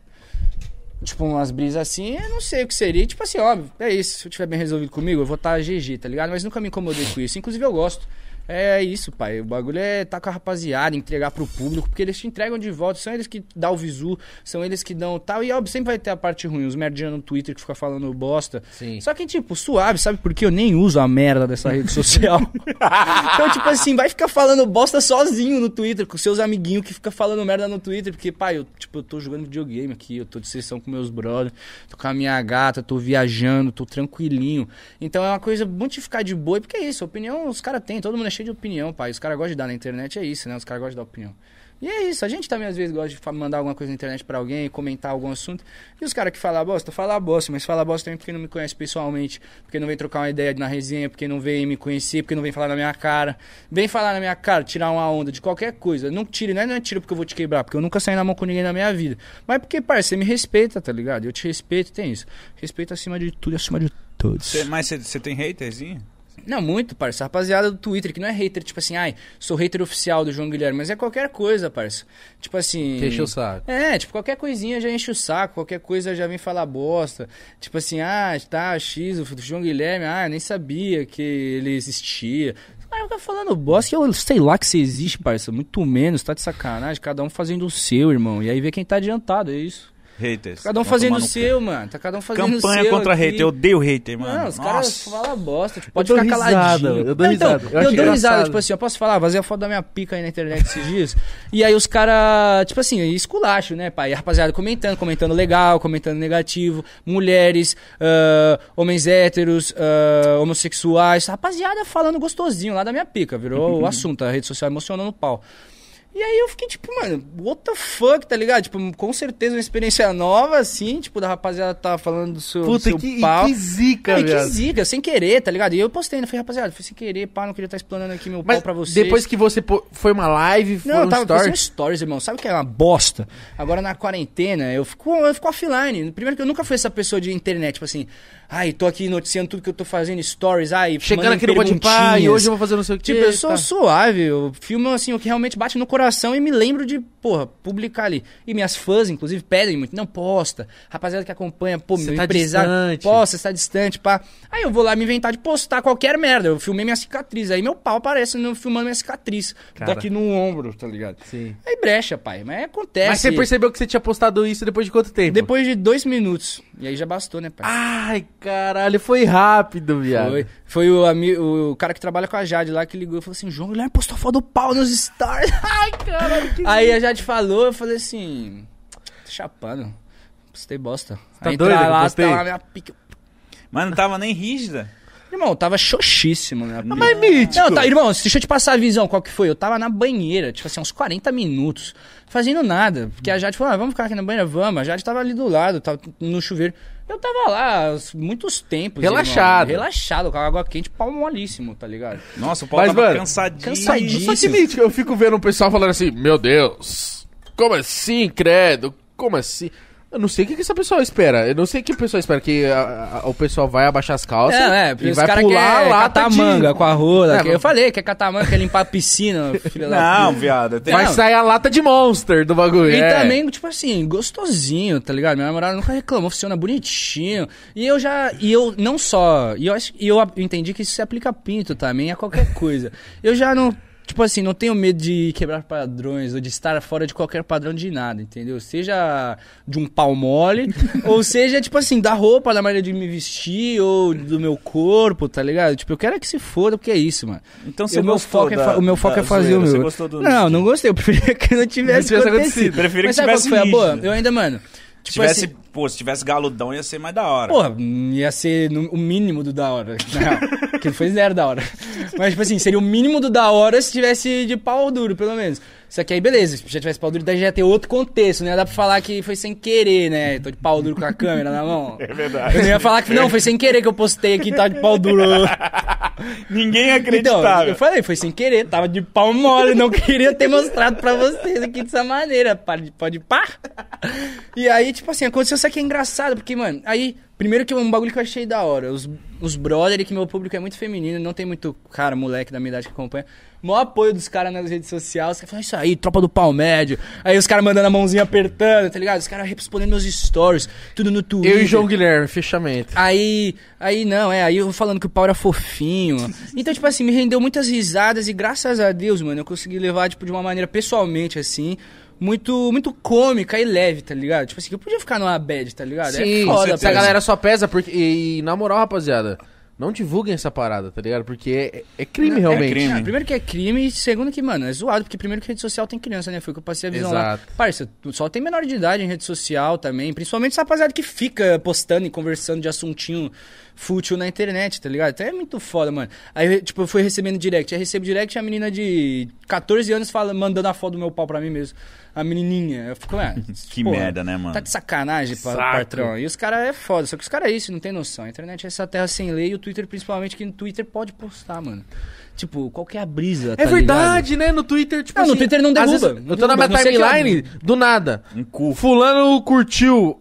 Speaker 3: Tipo, umas brisas assim, eu não sei o que seria. Tipo assim, óbvio, é isso. Se eu tiver bem resolvido comigo, eu vou estar GG, tá ligado? Mas nunca me incomodei com isso. Inclusive, eu gosto. É isso, pai. O bagulho é estar com a rapaziada, entregar pro público, porque eles te entregam de volta. São eles que dão o visu, são eles que dão tal. E óbvio, sempre vai ter a parte ruim. Os merdinhos no Twitter que fica falando bosta.
Speaker 2: Sim.
Speaker 3: Só que, tipo, suave, sabe? Porque eu nem uso a merda dessa rede social. então, tipo assim, vai ficar falando bosta sozinho no Twitter, com seus amiguinhos que fica falando merda no Twitter, porque, pai, eu, tipo, eu tô jogando videogame aqui, eu tô de sessão com meus brothers, tô com a minha gata, tô viajando, tô tranquilinho. Então é uma coisa muito de ficar de boi, porque é isso, opinião os caras têm, todo mundo é cheio de opinião, pai. Os caras gostam de dar na internet, é isso, né? Os caras gostam de dar opinião. E é isso, a gente também às vezes gosta de fa- mandar alguma coisa na internet pra alguém, comentar algum assunto. E os caras que falam bosta, falam bosta, mas falam bosta também porque não me conhece pessoalmente, porque não vem trocar uma ideia na resenha, porque não vem me conhecer, porque não vem falar na minha cara. Vem falar na minha cara, tirar uma onda de qualquer coisa. Não tire, não é, não é tiro porque eu vou te quebrar, porque eu nunca saí na mão com ninguém na minha vida. Mas porque, parceiro, você me respeita, tá ligado? Eu te respeito, tem isso. Respeito acima de tudo e acima de todos.
Speaker 1: Cê- mas você tem haterzinho?
Speaker 3: Não, muito, parça. Rapaziada do Twitter, que não é hater, tipo assim, ai, sou hater oficial do João Guilherme, mas é qualquer coisa, parça. Tipo assim.
Speaker 2: Deixa eu saco.
Speaker 3: É, tipo, qualquer coisinha já enche o saco, qualquer coisa já vem falar bosta. Tipo assim, ah, tá, X, o João Guilherme, ah, nem sabia que ele existia. Os caras ficam falando bosta que eu sei lá que você existe, parça. Muito menos, tá de sacanagem, cada um fazendo o seu, irmão. E aí vê quem tá adiantado, é isso.
Speaker 1: Haters.
Speaker 3: Cada um
Speaker 1: Vão
Speaker 3: fazendo
Speaker 1: tomar
Speaker 3: o
Speaker 1: no cu.
Speaker 3: seu, mano. Tá cada um fazendo o seu.
Speaker 1: Campanha contra
Speaker 3: aqui.
Speaker 1: hater. Eu odeio hater, mano.
Speaker 3: Não, os caras
Speaker 1: Nossa.
Speaker 3: falam bosta, tipo, pode
Speaker 2: dou
Speaker 3: ficar
Speaker 2: risada,
Speaker 3: caladinho.
Speaker 2: eu dou
Speaker 3: Não, então,
Speaker 2: risada, eu
Speaker 3: eu
Speaker 2: acho
Speaker 3: dou risada,
Speaker 2: engraçado.
Speaker 3: tipo assim, eu posso falar, vazei a foto da minha pica aí na internet esses dias. e aí os caras, tipo assim, esculacho, né, pai? E a rapaziada comentando, comentando legal, comentando negativo, mulheres, ah, homens héteros, ah, homossexuais, rapaziada falando gostosinho lá da minha pica, virou o assunto, a rede social emocionando o pau. E aí eu fiquei tipo, mano, what the fuck, tá ligado? Tipo, com certeza uma experiência nova, assim, tipo, da rapaziada tá falando do seu,
Speaker 2: Puta,
Speaker 3: do seu
Speaker 2: que-
Speaker 3: pau.
Speaker 2: que zica,
Speaker 3: Cara, e que
Speaker 2: viado.
Speaker 3: zica, sem querer, tá ligado? E eu postei ainda, falei, rapaziada, foi sem querer, pá, não queria estar explanando aqui meu pau
Speaker 2: Mas
Speaker 3: pra vocês.
Speaker 2: depois que você pô- foi uma live, foi
Speaker 3: Não, eu
Speaker 2: um
Speaker 3: tava
Speaker 2: story.
Speaker 3: fazendo stories, irmão. Sabe o que é uma bosta? Agora na quarentena, eu fico, eu fico offline. Primeiro que eu nunca fui essa pessoa de internet, tipo assim, ai, tô aqui noticiando tudo que eu tô fazendo, stories, ai,
Speaker 2: Chegando
Speaker 3: mandando
Speaker 2: aqui no Pode Pá, e
Speaker 3: perguntinhas.
Speaker 2: hoje eu vou fazer não sei o tá. que.
Speaker 3: Tipo, eu sou suave, eu filmo assim, o que realmente bate no coração e me lembro de, porra, publicar ali. E minhas fãs, inclusive, pedem muito, não, posta. Rapaziada que acompanha, pô,
Speaker 2: Você
Speaker 3: meu
Speaker 2: tá
Speaker 3: empresário,
Speaker 2: distante.
Speaker 3: posta, você tá distante, pá. Aí eu vou lá me inventar de postar qualquer merda. Eu filmei minha cicatriz, aí meu pau aparece no, filmando minha cicatriz.
Speaker 2: Cara.
Speaker 3: Daqui no ombro, tá ligado?
Speaker 2: Sim.
Speaker 3: Aí brecha, pai, mas acontece.
Speaker 2: Mas você percebeu que você tinha postado isso depois de quanto tempo?
Speaker 3: Depois de dois minutos. E aí já bastou, né, pai?
Speaker 2: Ai, caralho, foi rápido, viado.
Speaker 3: Foi, foi o, ami- o cara que trabalha com a Jade lá que ligou e falou assim: João Guilherme postou foto do pau nos stories.
Speaker 2: Ai, caralho, que
Speaker 3: Aí a Jade falou, eu falei assim. Tô chapando. Postei bosta.
Speaker 2: Tá
Speaker 3: Aí
Speaker 2: doido que
Speaker 3: Tá
Speaker 2: eu
Speaker 3: lá,
Speaker 2: postei?
Speaker 3: tá lá minha pica.
Speaker 1: Mas não tava nem rígida.
Speaker 3: Irmão, tava xoxíssimo, né?
Speaker 2: Mas mítico.
Speaker 3: Não, tá, irmão, deixa eu te passar a visão, qual que foi? Eu tava na banheira, tipo assim, uns 40 minutos, fazendo nada. Porque a Jade falou, ah, vamos ficar aqui na banheira, vamos. A Jade tava ali do lado, tava no chuveiro. Eu tava lá os- muitos tempos. irmão.
Speaker 2: Relaxado.
Speaker 3: relaxado, com a água quente, pau molíssimo, tá ligado?
Speaker 1: Nossa, o Paulo
Speaker 2: Mas,
Speaker 1: tava
Speaker 2: mano,
Speaker 1: cansadinho.
Speaker 3: cansadinho.
Speaker 2: Só que
Speaker 3: Isso.
Speaker 2: mítico, eu fico vendo o pessoal falando assim, meu Deus, como assim, credo? Como assim? Eu não sei o que, que essa pessoa espera. Eu não sei o que a pessoa espera. Que a- a- o pessoal vai abaixar as calças e
Speaker 3: É, os
Speaker 2: vai
Speaker 3: cara
Speaker 2: pular
Speaker 3: quer
Speaker 2: lá tá
Speaker 3: catar manga com a rola.
Speaker 2: É,
Speaker 3: que eu falei, quer catar manga, quer limpar a piscina, filha da
Speaker 1: Não, viado. Tem...
Speaker 2: Vai
Speaker 3: Não.
Speaker 2: sair a lata de Monster do bagulho.
Speaker 3: E
Speaker 2: é.
Speaker 3: também, tipo assim, gostosinho, tá ligado? Minha namorada nunca reclamou, funciona bonitinho. E eu já. E eu não só. E eu, acho- e eu a- entendi que isso se aplica a pinto também, a qualquer coisa. Eu já não. Tipo assim, não tenho medo de quebrar padrões ou de estar fora de qualquer padrão de nada, entendeu? Seja de um pau mole, ou seja, tipo assim, da roupa, da maneira de me vestir, ou do meu corpo, tá ligado? Tipo, eu quero é que se foda, porque é isso, mano.
Speaker 1: Então
Speaker 3: E
Speaker 1: você
Speaker 3: o meu
Speaker 1: gostou
Speaker 3: foco é,
Speaker 1: da-
Speaker 3: fa- o meu foco
Speaker 1: da
Speaker 3: é fazer
Speaker 1: zoeira,
Speaker 3: o meu.
Speaker 1: Você gostou do...
Speaker 3: Não, não gostei. Eu preferia que não tivesse,
Speaker 2: tivesse acontecido.
Speaker 3: acontecido.
Speaker 1: Prefiro
Speaker 3: Mas
Speaker 1: que
Speaker 3: sabe qual
Speaker 1: tivesse
Speaker 3: foi a boa?
Speaker 1: rígido.
Speaker 3: Eu ainda, mano. Tipo
Speaker 1: tivesse,
Speaker 3: assim,
Speaker 1: Pô, se tivesse galudão ia ser mais da hora.
Speaker 3: porra, ia ser no- o mínimo do da hora. Na real. Porque não foi zero da hora. Mas, tipo assim, seria o mínimo do da hora se tivesse de pau duro, pelo menos. Só que aí, beleza, se já tivesse pau duro, daí já ia ter outro contexto, né? Dá pra falar que foi sem querer, né? Tô de pau duro com a câmera na mão. É verdade. Eu não ia falar que não, foi sem querer que eu postei aqui, tá de pau duro.
Speaker 1: Ninguém
Speaker 3: Então,
Speaker 1: acreditava.
Speaker 3: eu falei, foi sem querer, tava de pau mole, não queria ter mostrado pra vocês aqui dessa maneira, pode, pode pá. E aí, tipo assim, aconteceu isso aqui é engraçado, porque, mano, aí, primeiro que é um bagulho que eu achei da hora, os, os brother, que meu público é muito feminino, não tem muito cara, moleque da minha idade que acompanha, maior apoio dos caras nas redes sociais, os caras falam, isso aí, tropa do pau médio, aí os caras mandando a mãozinha apertando, tá ligado? Os caras respondendo meus stories, tudo no Twitter.
Speaker 2: Eu e João Guilherme, fechamento.
Speaker 3: Aí, aí não, é, aí eu falando que o pau era fofinho. Então, tipo assim, me rendeu muitas risadas e graças a Deus, mano, eu consegui levar, tipo, de uma maneira pessoalmente, assim, muito, muito cômica e leve, tá ligado? Tipo assim, que eu podia ficar numa bad, tá ligado?
Speaker 2: Sim,
Speaker 3: é foda,
Speaker 2: essa
Speaker 3: pô.
Speaker 2: galera só pesa porque. E, e na moral, rapaziada, não divulguem essa parada, tá ligado? Porque é, é crime, realmente.
Speaker 1: crime.
Speaker 3: Ah, primeiro que é crime, e segundo que, mano, é zoado, porque primeiro que rede social tem criança, né? Foi o que eu passei a visão
Speaker 2: Exato.
Speaker 3: lá. Parça, tu- só tem menor de idade em rede social também, principalmente essa rapaziada que fica postando e conversando de assuntinho fútil na internet, tá ligado? Até é muito foda, mano. Aí, tipo, eu fui recebendo direct. Aí recebo direct e a menina de 14 anos fala, mandando a foto do meu pau pra mim mesmo. A menininha. Eu fico, ah,
Speaker 1: Que
Speaker 3: porra,
Speaker 1: merda, né, mano?
Speaker 3: Tá de sacanagem, pa-
Speaker 1: Saco.
Speaker 3: patrão. E os caras é foda. Só que os caras é isso, não tem noção. A internet é essa terra sem lei e o Twitter, principalmente, que no Twitter pode postar, mano. Tipo, qual que é a brisa, tá
Speaker 2: É
Speaker 3: ligado?
Speaker 2: verdade, né? No Twitter, tipo
Speaker 3: Não, no
Speaker 2: assim,
Speaker 3: Twitter não
Speaker 2: às
Speaker 3: derruba.
Speaker 2: vezes
Speaker 3: Não
Speaker 2: eu tô na minha
Speaker 3: derruba. Não sei que é
Speaker 2: timeline, do nada.
Speaker 1: Um cu.
Speaker 2: Fulano curtiu.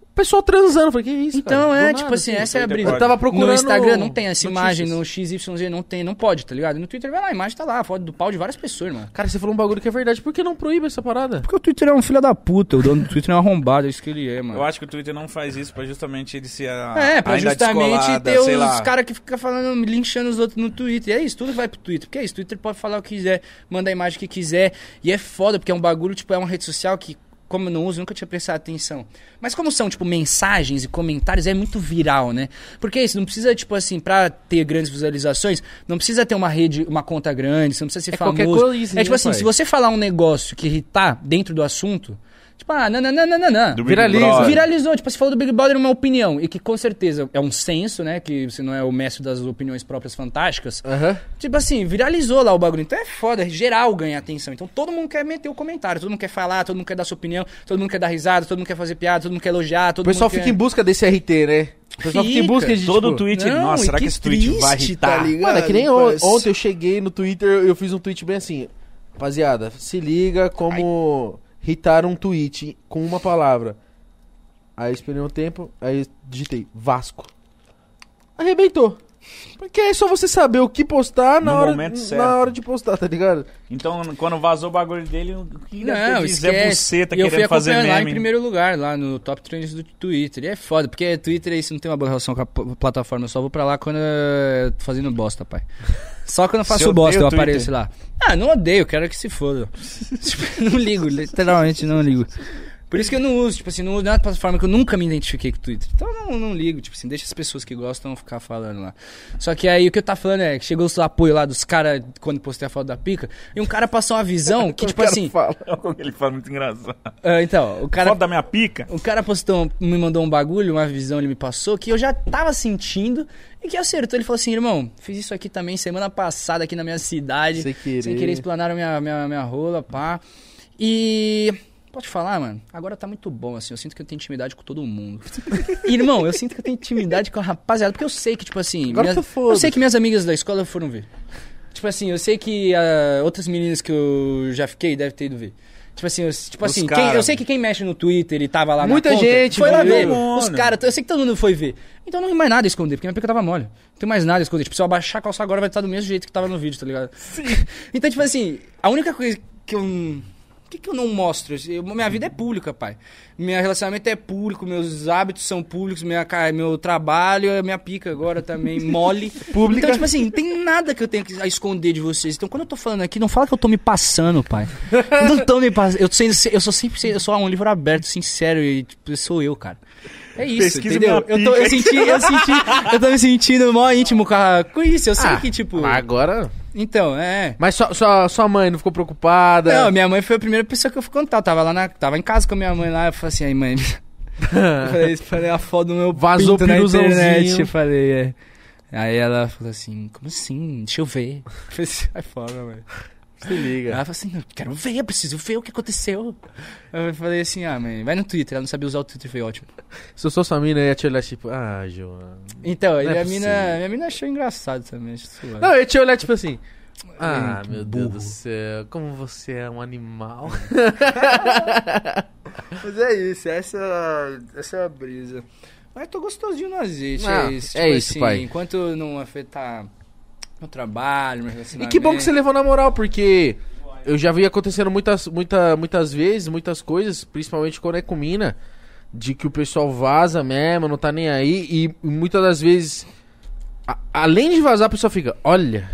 Speaker 2: O pessoal transando. Eu Falei, que isso,
Speaker 3: Então
Speaker 2: cara?
Speaker 3: é,
Speaker 2: Do
Speaker 3: tipo
Speaker 2: nada,
Speaker 3: assim, essa é a
Speaker 1: Twitter
Speaker 3: brisa.
Speaker 2: Eu tava procurando
Speaker 3: No Instagram não tem essa
Speaker 2: notícias.
Speaker 3: imagem, no XYZ não tem, não pode, tá ligado? No Twitter vai lá, a imagem tá lá, a foto do pau de várias pessoas, mano.
Speaker 2: Cara, você falou um bagulho que é verdade. Por que não proíbe essa parada?
Speaker 3: Porque o Twitter é um filho da puta, o dono do Twitter é um arrombado, é isso que ele é, mano.
Speaker 1: Eu acho que o Twitter não faz isso pra justamente ele se a...
Speaker 3: É, pra
Speaker 1: ainda
Speaker 3: justamente
Speaker 1: descolada,
Speaker 3: ter
Speaker 1: sei
Speaker 3: os
Speaker 1: lá.
Speaker 3: caras que ficam falando, linchando os outros no Twitter. E é isso, tudo vai pro Twitter. Porque é isso, Twitter pode falar o que quiser, manda a imagem que quiser. E é foda, porque é um bagulho, tipo, é uma rede social que, como eu não uso, nunca tinha prestado atenção. Mas como são, tipo, mensagens e comentários, é muito viral, né? Porque é isso, não precisa, tipo assim, pra ter grandes visualizações, não precisa ter uma rede, uma conta grande, você não precisa ser
Speaker 2: É
Speaker 3: famoso.
Speaker 1: né,
Speaker 2: qualquer coisinha,
Speaker 3: é tipo assim,
Speaker 2: pai.
Speaker 3: se você falar um negócio que irritar dentro do assunto. Tipo, ah, nananana.
Speaker 1: Do Big Viraliza. Brother.
Speaker 3: Viralizou. Tipo, você falou do Big Brother uma opinião. E que com certeza é um senso, né? Que você não é o mestre das opiniões próprias fantásticas.
Speaker 2: Aham.
Speaker 3: Tipo assim, viralizou lá o bagulho. Então é foda, geral ganha atenção. Então todo mundo quer meter o comentário, todo mundo quer falar, todo mundo quer dar sua opinião, todo mundo quer dar risada, todo mundo quer fazer piada, todo mundo quer elogiar, todo
Speaker 2: O pessoal
Speaker 3: mundo
Speaker 2: fica em busca desse RT, né? O pessoal fica, em
Speaker 3: é? Fica.
Speaker 2: busca de.
Speaker 1: Todo
Speaker 2: tipo,
Speaker 1: tweet,
Speaker 3: né? não,
Speaker 1: nossa,
Speaker 3: e
Speaker 1: será que,
Speaker 3: que
Speaker 1: esse tweet vai
Speaker 3: triste, Tipo,
Speaker 1: irritar?
Speaker 5: tá ligado?
Speaker 2: Mano, é que nem
Speaker 5: Parece-
Speaker 2: on- ontem eu cheguei no Twitter, eu fiz um tweet bem assim. Rapaziada, se liga como hitar um tweet com uma palavra. Aí eu esperei um tempo, aí eu digitei Vasco. Arrebentou. Porque é só você saber o que postar na,
Speaker 1: No
Speaker 2: hora,
Speaker 1: momento certo.
Speaker 2: na hora de postar, tá ligado?
Speaker 1: Então, quando vazou o bagulho dele, o que ele
Speaker 3: Não,
Speaker 1: deve ter é
Speaker 3: esquece.
Speaker 1: buceta
Speaker 3: E eu fui
Speaker 1: querendo fazer
Speaker 3: acompanhando
Speaker 1: meme.
Speaker 3: lá em primeiro lugar, lá no top trends do Twitter. E é foda, porque Twitter aí você não tem uma boa relação com a p- plataforma. Eu só vou pra lá quando eu tô fazendo bosta, pai. Só quando eu
Speaker 1: Você
Speaker 3: faço
Speaker 1: odeia
Speaker 3: bosta
Speaker 1: o
Speaker 3: eu
Speaker 1: Twitter?
Speaker 3: apareço lá. Ah, não odeio, quero que se foda. tipo, não ligo, literalmente não ligo. Por isso que eu não uso, tipo assim, não uso nada plataforma que eu nunca me identifiquei com o Twitter. Então eu não, não ligo, tipo assim, deixa as pessoas que gostam ficar falando lá. Só que aí o que eu tava falando é que chegou o apoio lá dos caras quando postei a foto da pica, e um cara passou uma visão que, tipo
Speaker 2: O cara
Speaker 3: assim.
Speaker 2: fala.
Speaker 1: Olha como ele fala muito engraçado.
Speaker 3: Ah, então, o cara,
Speaker 1: Foto da minha pica.
Speaker 3: o cara postou, um- me mandou um bagulho, uma visão ele me passou, que eu já tava sentindo e que acertou. Ele falou assim, irmão, fiz isso aqui também semana passada aqui na minha cidade.
Speaker 2: Sem querer.
Speaker 3: Sem querer explanaram minha, minha, minha rola, pá. E... Pode falar, mano? Agora tá muito bom, assim. Eu sinto que eu tenho intimidade com todo mundo. Irmão, eu sinto que eu tenho intimidade com a rapaziada. Porque eu sei que, tipo assim...
Speaker 2: Agora
Speaker 3: minhas-
Speaker 2: tá foda.
Speaker 3: eu sei que minhas amigas da escola foram ver. Tipo assim, eu sei que ah, outras meninas que eu já fiquei devem ter ido ver. Tipo assim, eu, tipo
Speaker 1: Os
Speaker 3: assim,
Speaker 1: cara,
Speaker 3: quem- eu
Speaker 1: mano.
Speaker 3: sei que quem mexe no Twitter e tava lá
Speaker 2: Muita
Speaker 3: na conta,
Speaker 2: gente,
Speaker 3: foi lá
Speaker 2: viu?
Speaker 3: ver.
Speaker 1: Mano.
Speaker 3: Os caras, eu sei que todo mundo foi ver. Então não tem mais nada a esconder, porque minha pica tava mole. Não tem mais nada a esconder. Tipo, se eu abaixar a calça agora vai estar do mesmo jeito que tava no vídeo, tá ligado? Então, tipo assim, a única coisa que eu. O que, que eu não mostro? Eu- minha vida é pública, pai. Meu relacionamento é público, meus hábitos são públicos, minha, ca- meu trabalho, é minha pica agora também, mole.
Speaker 2: Pública.
Speaker 3: Então, tipo assim, não tem nada que eu tenha que esconder de vocês. Então, quando eu tô falando aqui, não fala que eu tô me passando, pai. Não tô me passando. Eu, sendo- eu sou sempre eu sou um livro aberto, sincero, e tipo, eu sou eu, cara. É isso,
Speaker 1: Pesquisa
Speaker 3: entendeu?
Speaker 1: minha
Speaker 3: Eu, tô,
Speaker 1: pica.
Speaker 3: eu senti, eu senti, eu tô me sentindo mó íntimo com, a- com isso. Eu sei
Speaker 2: Ah,
Speaker 3: que, tipo.
Speaker 2: mas Agora.
Speaker 3: Então, é.
Speaker 2: Mas sua, sua, sua mãe não ficou preocupada?
Speaker 3: Não, minha mãe foi a primeira pessoa que eu fui contar. Eu tava lá na, tava em casa com a minha mãe lá, eu falei assim, aí mãe. eu falei, isso, falei a foto do meu
Speaker 2: Vazou
Speaker 3: pinto na
Speaker 2: piruzãozinho.
Speaker 3: internet. Eu falei, é. Aí ela falou assim, como assim? Deixa eu ver. Eu falei assim, ai fora, mãe.
Speaker 2: Se liga.
Speaker 3: Ela falou assim, eu quero ver, eu preciso ver o que aconteceu. Eu falei assim, ah, mãe, vai no Twitter. Ela não sabia usar o Twitter, foi ótimo.
Speaker 2: Se eu sou sua mina, eu ia te olhar tipo, ah, João.
Speaker 3: Então, e
Speaker 2: é
Speaker 3: a
Speaker 2: possível.
Speaker 3: mina, minha mina achou engraçado também, achou suave.
Speaker 2: Não, eu ia te olhar tipo assim. Ah,
Speaker 3: que
Speaker 2: meu
Speaker 3: burro.
Speaker 2: Deus do céu, como você é um animal.
Speaker 3: Mas é isso, essa, essa é a brisa. Mas tô gostosinho no azeite,
Speaker 2: Ah,
Speaker 3: é isso.
Speaker 2: é isso, pai.
Speaker 3: Enquanto não afetar meu trabalho, assim, meu
Speaker 2: E
Speaker 3: relacionamento...
Speaker 2: que bom que você levou na moral, porque eu já vi acontecendo muitas, muita, muitas vezes, muitas coisas, principalmente quando é com mina, de que o pessoal vaza mesmo, não tá nem aí, e muitas das vezes, a- além de vazar, a pessoa fica, olha,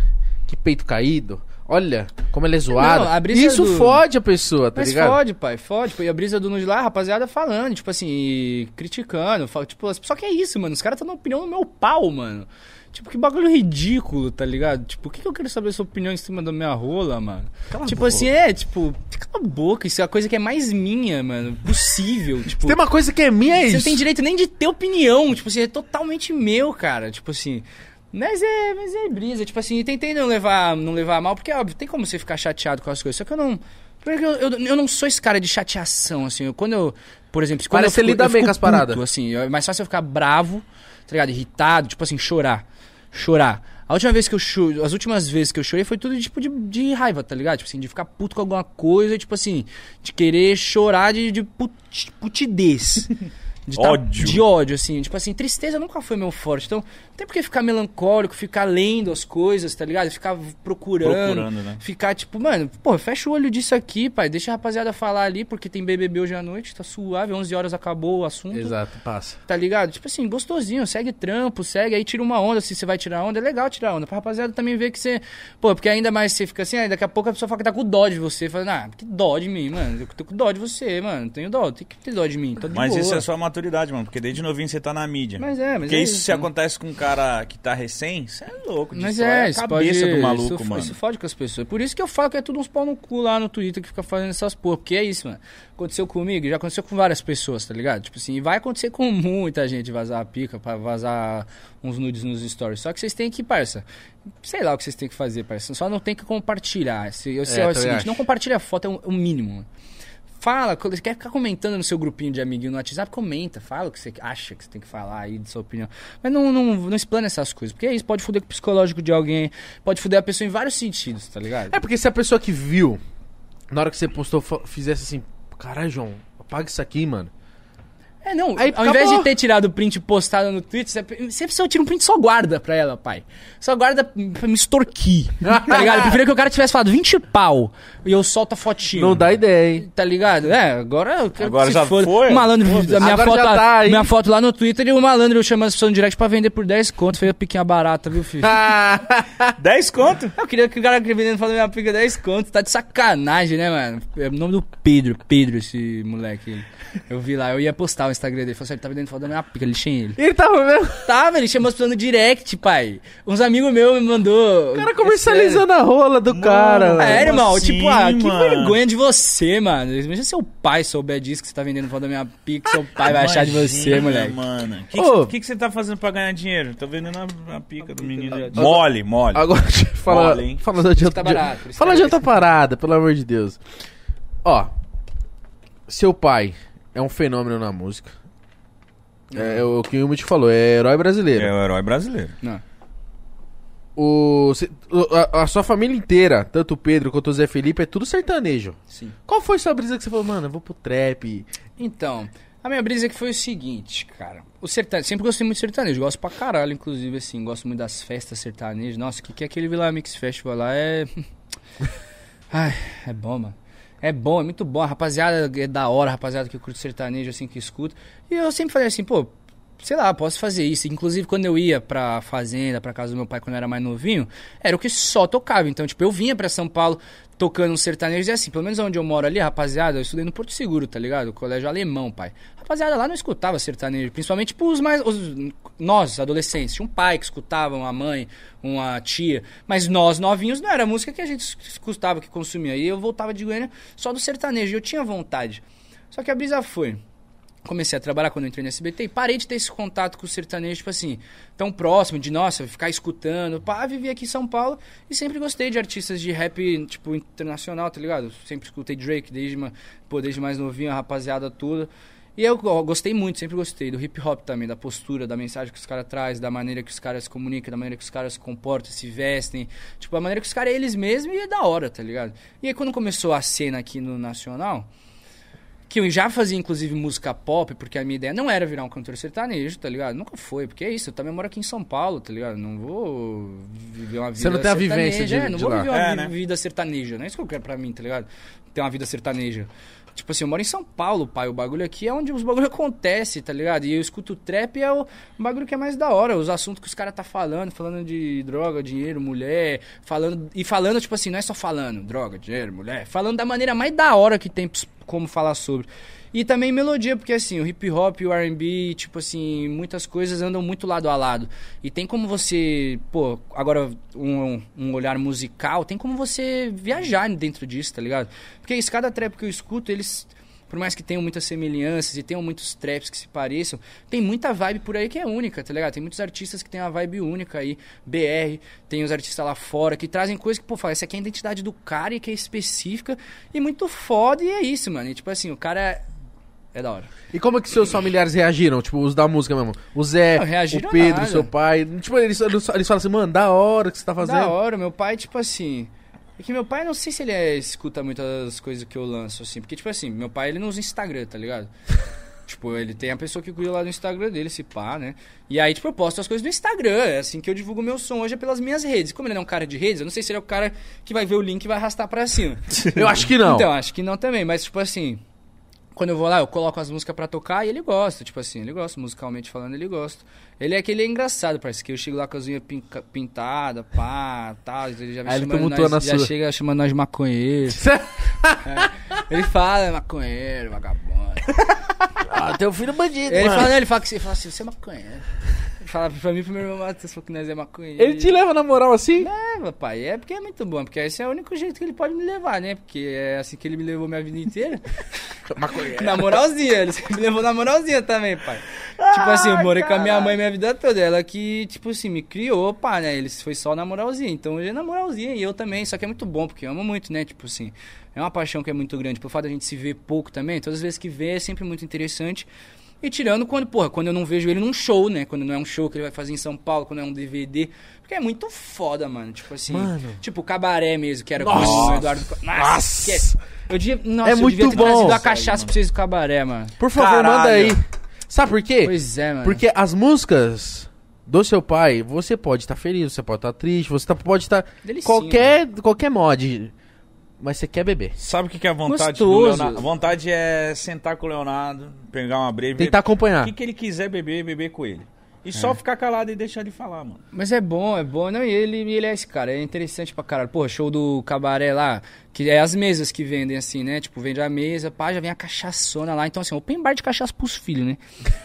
Speaker 2: que peito caído, olha como ela é zoada.
Speaker 3: a brisa
Speaker 2: Isso
Speaker 3: do-
Speaker 2: fode a pessoa, tá
Speaker 3: Mas
Speaker 2: ligado?
Speaker 3: fode, pai, fode. pô. E a brisa do nude lá, a rapaziada falando, tipo assim, e criticando. fala- Tipo, as- só que é isso, mano. Os caras estão dando opinião no meu pau, mano. Tipo, que bagulho ridículo, tá ligado? Tipo, o que, que eu quero saber sua opinião em cima da minha rola, mano? tipo assim, é, tipo, cala a boca, isso é a coisa que é mais minha, mano, possível. tipo,
Speaker 2: Se Tem uma coisa que é minha, é
Speaker 3: Você
Speaker 2: isso.
Speaker 3: não tem direito nem de ter opinião. Tipo assim, é totalmente meu, cara. Tipo assim. Mas é, mas é brisa. Tipo assim, eu tentei não levar, não levar a mal, porque é óbvio, tem como você ficar chateado com as coisas. Só que eu não. Porque eu, eu, eu não sou esse cara de chateação, assim. Eu- quando eu. Por exemplo, quando
Speaker 2: Parece
Speaker 3: eu
Speaker 2: que você lida
Speaker 3: eu
Speaker 2: bem
Speaker 3: fico
Speaker 2: com as paradas.
Speaker 3: puto, Assim, é mais fácil eu ficar bravo, tá ligado? Irritado, tipo assim, chorar. Chorar. A última vez que eu chorei, as últimas vezes que eu chorei foi tudo tipo de, de raiva, tá ligado? Tipo assim, de ficar puto com alguma coisa, tipo assim, de querer chorar de, de put- putidez. De tá-
Speaker 1: Ódio.
Speaker 3: de ódio, assim. Tipo assim, tristeza nunca foi meu forte. Então, não tem porque ficar melancólico, ficar lendo as coisas, tá ligado? Ficar procurando.
Speaker 1: Procurando, né?
Speaker 3: Ficar tipo, mano, pô, fecha o olho disso aqui, pai. Deixa a rapaziada falar ali, porque tem BBB hoje à noite, tá suave, 11 horas acabou o assunto.
Speaker 2: Exato, passa.
Speaker 3: Tá ligado? Tipo assim, gostosinho, segue trampo, segue, aí tira uma onda, se você vai tirar onda, é legal tirar onda. Pra rapaziada também ver que você. Pô, porque ainda mais você fica assim, aí daqui a pouco a pessoa fala que tá com dó de você, falando, ah, que dó de mim, mano. Eu tô com dó de você, mano. Tenho dó, tem que ter dó de mim. Tô de
Speaker 1: Mas
Speaker 3: boa.
Speaker 1: isso é só uma maturidade, mano. Porque desde novinho você tá na mídia.
Speaker 3: Mas é, mas
Speaker 1: Porque
Speaker 3: é
Speaker 1: isso,
Speaker 3: isso,
Speaker 1: se
Speaker 3: né?
Speaker 1: acontece com um cara que tá recém, você é louco.
Speaker 3: Mas
Speaker 1: disso,
Speaker 3: é,
Speaker 1: a
Speaker 3: isso
Speaker 1: cabeça
Speaker 3: pode-
Speaker 1: do maluco,
Speaker 3: isso,
Speaker 1: mano.
Speaker 3: Isso fode com as pessoas. Por isso que eu falo que é tudo uns pau no cu lá no Twitter que fica fazendo essas porra. Porque é isso, mano. Aconteceu comigo, já aconteceu com várias pessoas, tá ligado? Tipo assim, e vai acontecer com muita gente vazar a pica, pra vazar uns nudes nos stories. Só que vocês têm que, parça, sei lá o que vocês têm que fazer, parça. Só não tem que compartilhar. Se- Eu sei, é, o
Speaker 2: também
Speaker 3: seguinte,
Speaker 2: acho.
Speaker 3: não compartilha foto, é o- é o mínimo, mano. Fala, quando você quer ficar comentando no seu grupinho de amiguinho no WhatsApp, comenta, fala o que você acha que você tem que falar aí de sua opinião. Mas não, não, não explana essas coisas, porque é isso pode foder com o psicológico de alguém, pode foder a pessoa em vários sentidos, tá ligado?
Speaker 2: É porque se a pessoa que viu, na hora que você postou, fa- fizesse assim, caralho, João, apaga isso aqui, mano.
Speaker 3: É, não,
Speaker 2: Aí,
Speaker 3: ao invés
Speaker 2: acabou.
Speaker 3: de ter tirado o print e postado no Twitter, você, se a pessoa tira um print, só guarda pra ela, pai. Só guarda pra me extorquir, tá ligado? Eu preferia que o cara tivesse falado 20 pau e eu solto a fotinho.
Speaker 2: Não dá ideia, hein?
Speaker 3: Tá ligado? É, agora eu quero
Speaker 1: Agora
Speaker 3: que
Speaker 1: já
Speaker 3: se foda.
Speaker 1: foi?
Speaker 3: O malandro, a minha,
Speaker 2: Agora
Speaker 3: foto,
Speaker 2: já tá aí.
Speaker 3: minha foto lá no Twitter e o malandro chamando as pessoas no direct pra vender por 10 conto. Fez a piquinha barata, viu, filho?
Speaker 1: 10 conto?
Speaker 3: Eu queria que o cara que vendendo falando minha pica 10 conto. Tá de sacanagem, né, mano? É o nome do Pedro, Pedro, esse moleque. Eu vi lá, eu ia postar o Instagram dele. Falei assim, ele tá vendendo falando minha pica, lixem ele.
Speaker 2: Ele tava mesmo.
Speaker 3: Tava, ele chamou as pessoas no direct, pai. Uns amigos meus me mandou.
Speaker 2: O cara comercializando a rola do cara,
Speaker 3: É,
Speaker 2: velho.
Speaker 3: irmão,
Speaker 1: assim,
Speaker 3: tipo, ah, que
Speaker 1: mano?
Speaker 3: vergonha de você, mano. Imagina seu pai souber disso que você tá vendendo foda da minha pica, seu pai vai achar de você,
Speaker 1: Imagina,
Speaker 3: moleque.
Speaker 1: Mano. O que,
Speaker 2: Ô.
Speaker 1: que, que você tá fazendo pra ganhar dinheiro? Tô vendendo a, a pica do menino. de- Mole, mole.
Speaker 2: Agora, deixa eu falar-
Speaker 1: Olha, hein?
Speaker 2: falando de outra
Speaker 3: tá barato, por isso
Speaker 2: Fala
Speaker 3: tá
Speaker 2: de outra parada, pelo amor de Deus. Ó, seu pai é um fenômeno na música. É, o que o Yumi te falou, é herói brasileiro.
Speaker 1: É o herói brasileiro.
Speaker 3: Não.
Speaker 2: O, cê- o- a, a sua família inteira, tanto o Pedro quanto o Zé Felipe, é tudo sertanejo.
Speaker 3: Sim.
Speaker 2: Qual foi sua brisa que você falou, mano, eu vou pro trap?
Speaker 3: Então, a minha brisa que foi o seguinte, cara. O sertanejo, sempre gostei muito de sertanejo, gosto pra caralho, inclusive, assim, gosto muito das festas sertanejas. Nossa, o que, que é aquele Vila Mix Festival lá? É. Ai, é bom, mano. É bom, é muito bom. A rapaziada é da hora, a rapaziada que curte sertanejo, assim, que escuta. E eu sempre falei assim, pô, sei lá, posso fazer isso. Inclusive, quando eu ia pra fazenda, pra casa do meu pai, quando eu era mais novinho, era o que só tocava. Então, tipo, eu vinha pra São Paulo tocando um sertanejo. E assim, pelo menos onde eu moro ali, rapaziada, eu estudei no Porto Seguro, tá ligado? Colégio alemão, pai. Rapaziada, lá não escutava sertanejo. Principalmente, tipo, os mais... Os, nós, adolescentes. Tinha um pai que escutava, uma mãe, uma tia. Mas nós, novinhos, não era a música que a gente escutava, que consumia. E eu voltava de Goiânia só do sertanejo. E eu tinha vontade. Só que a brisa foi comecei a trabalhar quando eu entrei no SBT e parei de ter esse contato com o sertanejo, tipo assim, tão próximo de, nossa, ficar escutando. Pá, vivi aqui em São Paulo e sempre gostei de artistas de rap, tipo, internacional, tá ligado? Sempre escutei Drake desde, ma- pô, desde mais novinho, a rapaziada toda. E eu go- gostei muito, sempre gostei do hip hop também, da postura, da mensagem que os caras trazem, da maneira que os caras se comunicam, da maneira que os caras se comportam, se vestem. Tipo, a maneira que os caras é eles mesmos e é da hora, tá ligado? E aí quando começou a cena aqui no Nacional, que eu já fazia, inclusive, música pop, porque a minha ideia não era virar um cantor sertanejo, tá ligado? Nunca foi, porque é isso, eu também moro aqui em São Paulo, tá ligado? Não vou viver uma vida
Speaker 2: Você não tem a
Speaker 3: sertaneja,
Speaker 2: vivência de-
Speaker 3: é, não
Speaker 2: de
Speaker 3: vou
Speaker 2: lá.
Speaker 3: viver uma
Speaker 1: É,
Speaker 3: vi-
Speaker 1: né?
Speaker 3: vida sertaneja, não é isso que eu quero pra mim, tá ligado? Ter uma vida sertaneja. Tipo assim, eu moro em São Paulo, pai, o bagulho aqui é onde os bagulho acontece, tá ligado? E eu escuto trap e é o bagulho que é mais da hora, os assuntos que os caras tá falando, falando de droga, dinheiro, mulher, falando e falando tipo assim, não é só falando, droga, dinheiro, mulher, falando da maneira mais da hora que tem pros- como falar sobre. E também melodia, porque assim, o hip hop e o R&B, tipo assim, muitas coisas andam muito lado a lado. E tem como você, pô, agora um, um olhar musical, tem como você viajar dentro disso, tá ligado? Porque isso, cada trap que eu escuto, eles, por mais que tenham muitas semelhanças e tenham muitos traps que se pareçam, tem muita vibe por aí que é única, tá ligado? Tem muitos artistas que tem uma vibe única aí, BR, tem os artistas lá fora que trazem coisas que, pô, fala, essa aqui é a identidade do cara e que é específica e muito foda e é isso, mano. E tipo assim, o cara é da hora.
Speaker 2: E como é que seus familiares reagiram? Tipo, os da música mesmo. O Zé,
Speaker 3: Não, reagiram
Speaker 2: o Pedro,
Speaker 3: nada.
Speaker 2: seu pai. Tipo, eles, eles falam assim, mano, da hora que você tá fazendo.
Speaker 3: Da hora, meu pai, tipo assim. É que meu pai, não sei se ele é- escuta muitas coisas que eu lanço, assim. Porque, tipo assim, meu pai, ele não usa Instagram, tá ligado? tipo, ele tem a pessoa que cuida lá do Instagram dele, se pá, né? E aí, tipo, eu posto as coisas no Instagram. É assim que eu divulgo meu som hoje, é pelas minhas redes. Como ele não é um cara de redes, eu não sei se ele é o cara que vai ver o link e vai arrastar pra cima.
Speaker 2: Eu acho que não.
Speaker 3: Então, acho que não também, mas tipo assim, quando eu vou lá, eu coloco as músicas pra tocar e ele gosta, tipo assim, ele gosta, musicalmente falando, ele gosta. Ele é aquele engraçado, parece que eu chego lá com as unhas pinca- pintadas, pá, tal, ele já vem
Speaker 2: Aí ele
Speaker 3: chamando
Speaker 2: tumultua
Speaker 3: nós,
Speaker 2: na
Speaker 3: já
Speaker 2: sua.
Speaker 3: chega chamando nós de maconheiro. É,
Speaker 2: Cê-
Speaker 3: Ele fala, maconheiro, vagabundo. Ah, teu filho bandido. Ele fala, ele fala que você fala assim, você é maconha. Ele fala pra mim, pro meu irmão Matheus, falou que nós é maconha.
Speaker 2: Ele te leva na moral assim?
Speaker 3: Leva, pai. É porque é muito bom, porque esse é o único jeito que ele pode me levar, né? Porque é assim que ele me levou minha vida inteira.
Speaker 2: Maconheiro.
Speaker 3: Na moralzinha, ele sempre me levou na moralzinha também, pai. tipo assim, eu morei com a minha mãe minha vida toda. Ela que, tipo assim, me criou, pá, né? Eles foi só na moralzinha. Então ele é na moralzinha e eu também. Só que é muito bom, porque eu amo muito, né? Tipo assim, é uma paixão que é muito grande. Por fato da gente se ver pouco também, todas as vezes que vê é sempre muito interessante. E tirando quando, porra, quando eu não vejo ele num show, né? Quando não é um show que ele vai fazer em São Paulo, quando é um DVD. Porque é muito foda, mano. Tipo assim.
Speaker 2: Mano.
Speaker 3: Tipo cabaré mesmo, que era
Speaker 2: Nossa.
Speaker 3: o Eduardo. Nossa!
Speaker 2: Nossa.
Speaker 3: esquece. Eu devia, nossa,
Speaker 2: É
Speaker 3: eu
Speaker 2: muito
Speaker 3: devia ter
Speaker 2: bom.
Speaker 3: trazido a cachaça pra vocês do cabaré, mano.
Speaker 2: Por favor,
Speaker 1: Caralho.
Speaker 2: manda aí. Sabe por quê?
Speaker 3: Pois é, mano.
Speaker 2: Porque as músicas do seu pai, você pode estar feliz, você pode estar triste, você tá- pode estar
Speaker 3: Delicinho,
Speaker 2: qualquer qualquer mod, mas você quer beber.
Speaker 1: Sabe o que, que é a vontade do
Speaker 3: Gostoso.
Speaker 1: Leonardo? A vontade é sentar com o Leonardo, pegar uma breve.
Speaker 2: Tentar
Speaker 1: O
Speaker 2: acompanhar.
Speaker 1: que, que ele quiser beber, beber com ele. E só ficar calado e deixar ele falar, mano.
Speaker 3: Mas é bom, é bom. Não, e ele, ele é esse cara, é interessante pra caralho. Porra, show do cabaré lá, que é as mesas que vendem, assim, né? Tipo, vende a mesa, pá, já vem a cachaçona lá. Então, assim, open bar de cachaça pros filhos, né?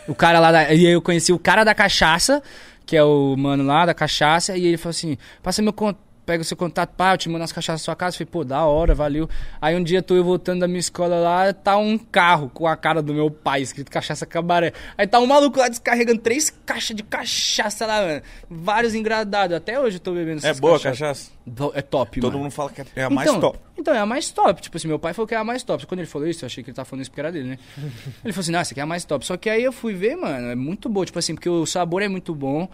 Speaker 3: O cara lá, da, e aí eu conheci o cara da cachaça, que é o mano lá da cachaça, e ele falou assim, passa meu contato. Pega o seu contato, pá, eu te mando as cachaças da sua casa. Eu Falei, pô, da hora, valeu. Aí um dia tô eu voltando da minha escola lá, tá um carro com a cara do meu pai, escrito cachaça cabaré. Aí tá um maluco lá descarregando três caixas de cachaça lá, mano. Vários engradados. Até hoje eu tô bebendo
Speaker 1: É
Speaker 3: essas
Speaker 1: boa a
Speaker 3: cachaças.
Speaker 1: cachaça?
Speaker 3: Do- É top,
Speaker 1: Todo
Speaker 3: mano.
Speaker 1: mundo fala que é a mais top.
Speaker 3: Então, é a mais top. Tipo assim, meu pai falou que é a mais top. Quando ele falou isso, eu achei que ele tava falando isso porque era dele, né? ele falou assim, nossa, que é a mais top. Só que aí eu fui ver, mano, é muito boa. Tipo assim, porque o sabor é muito bom.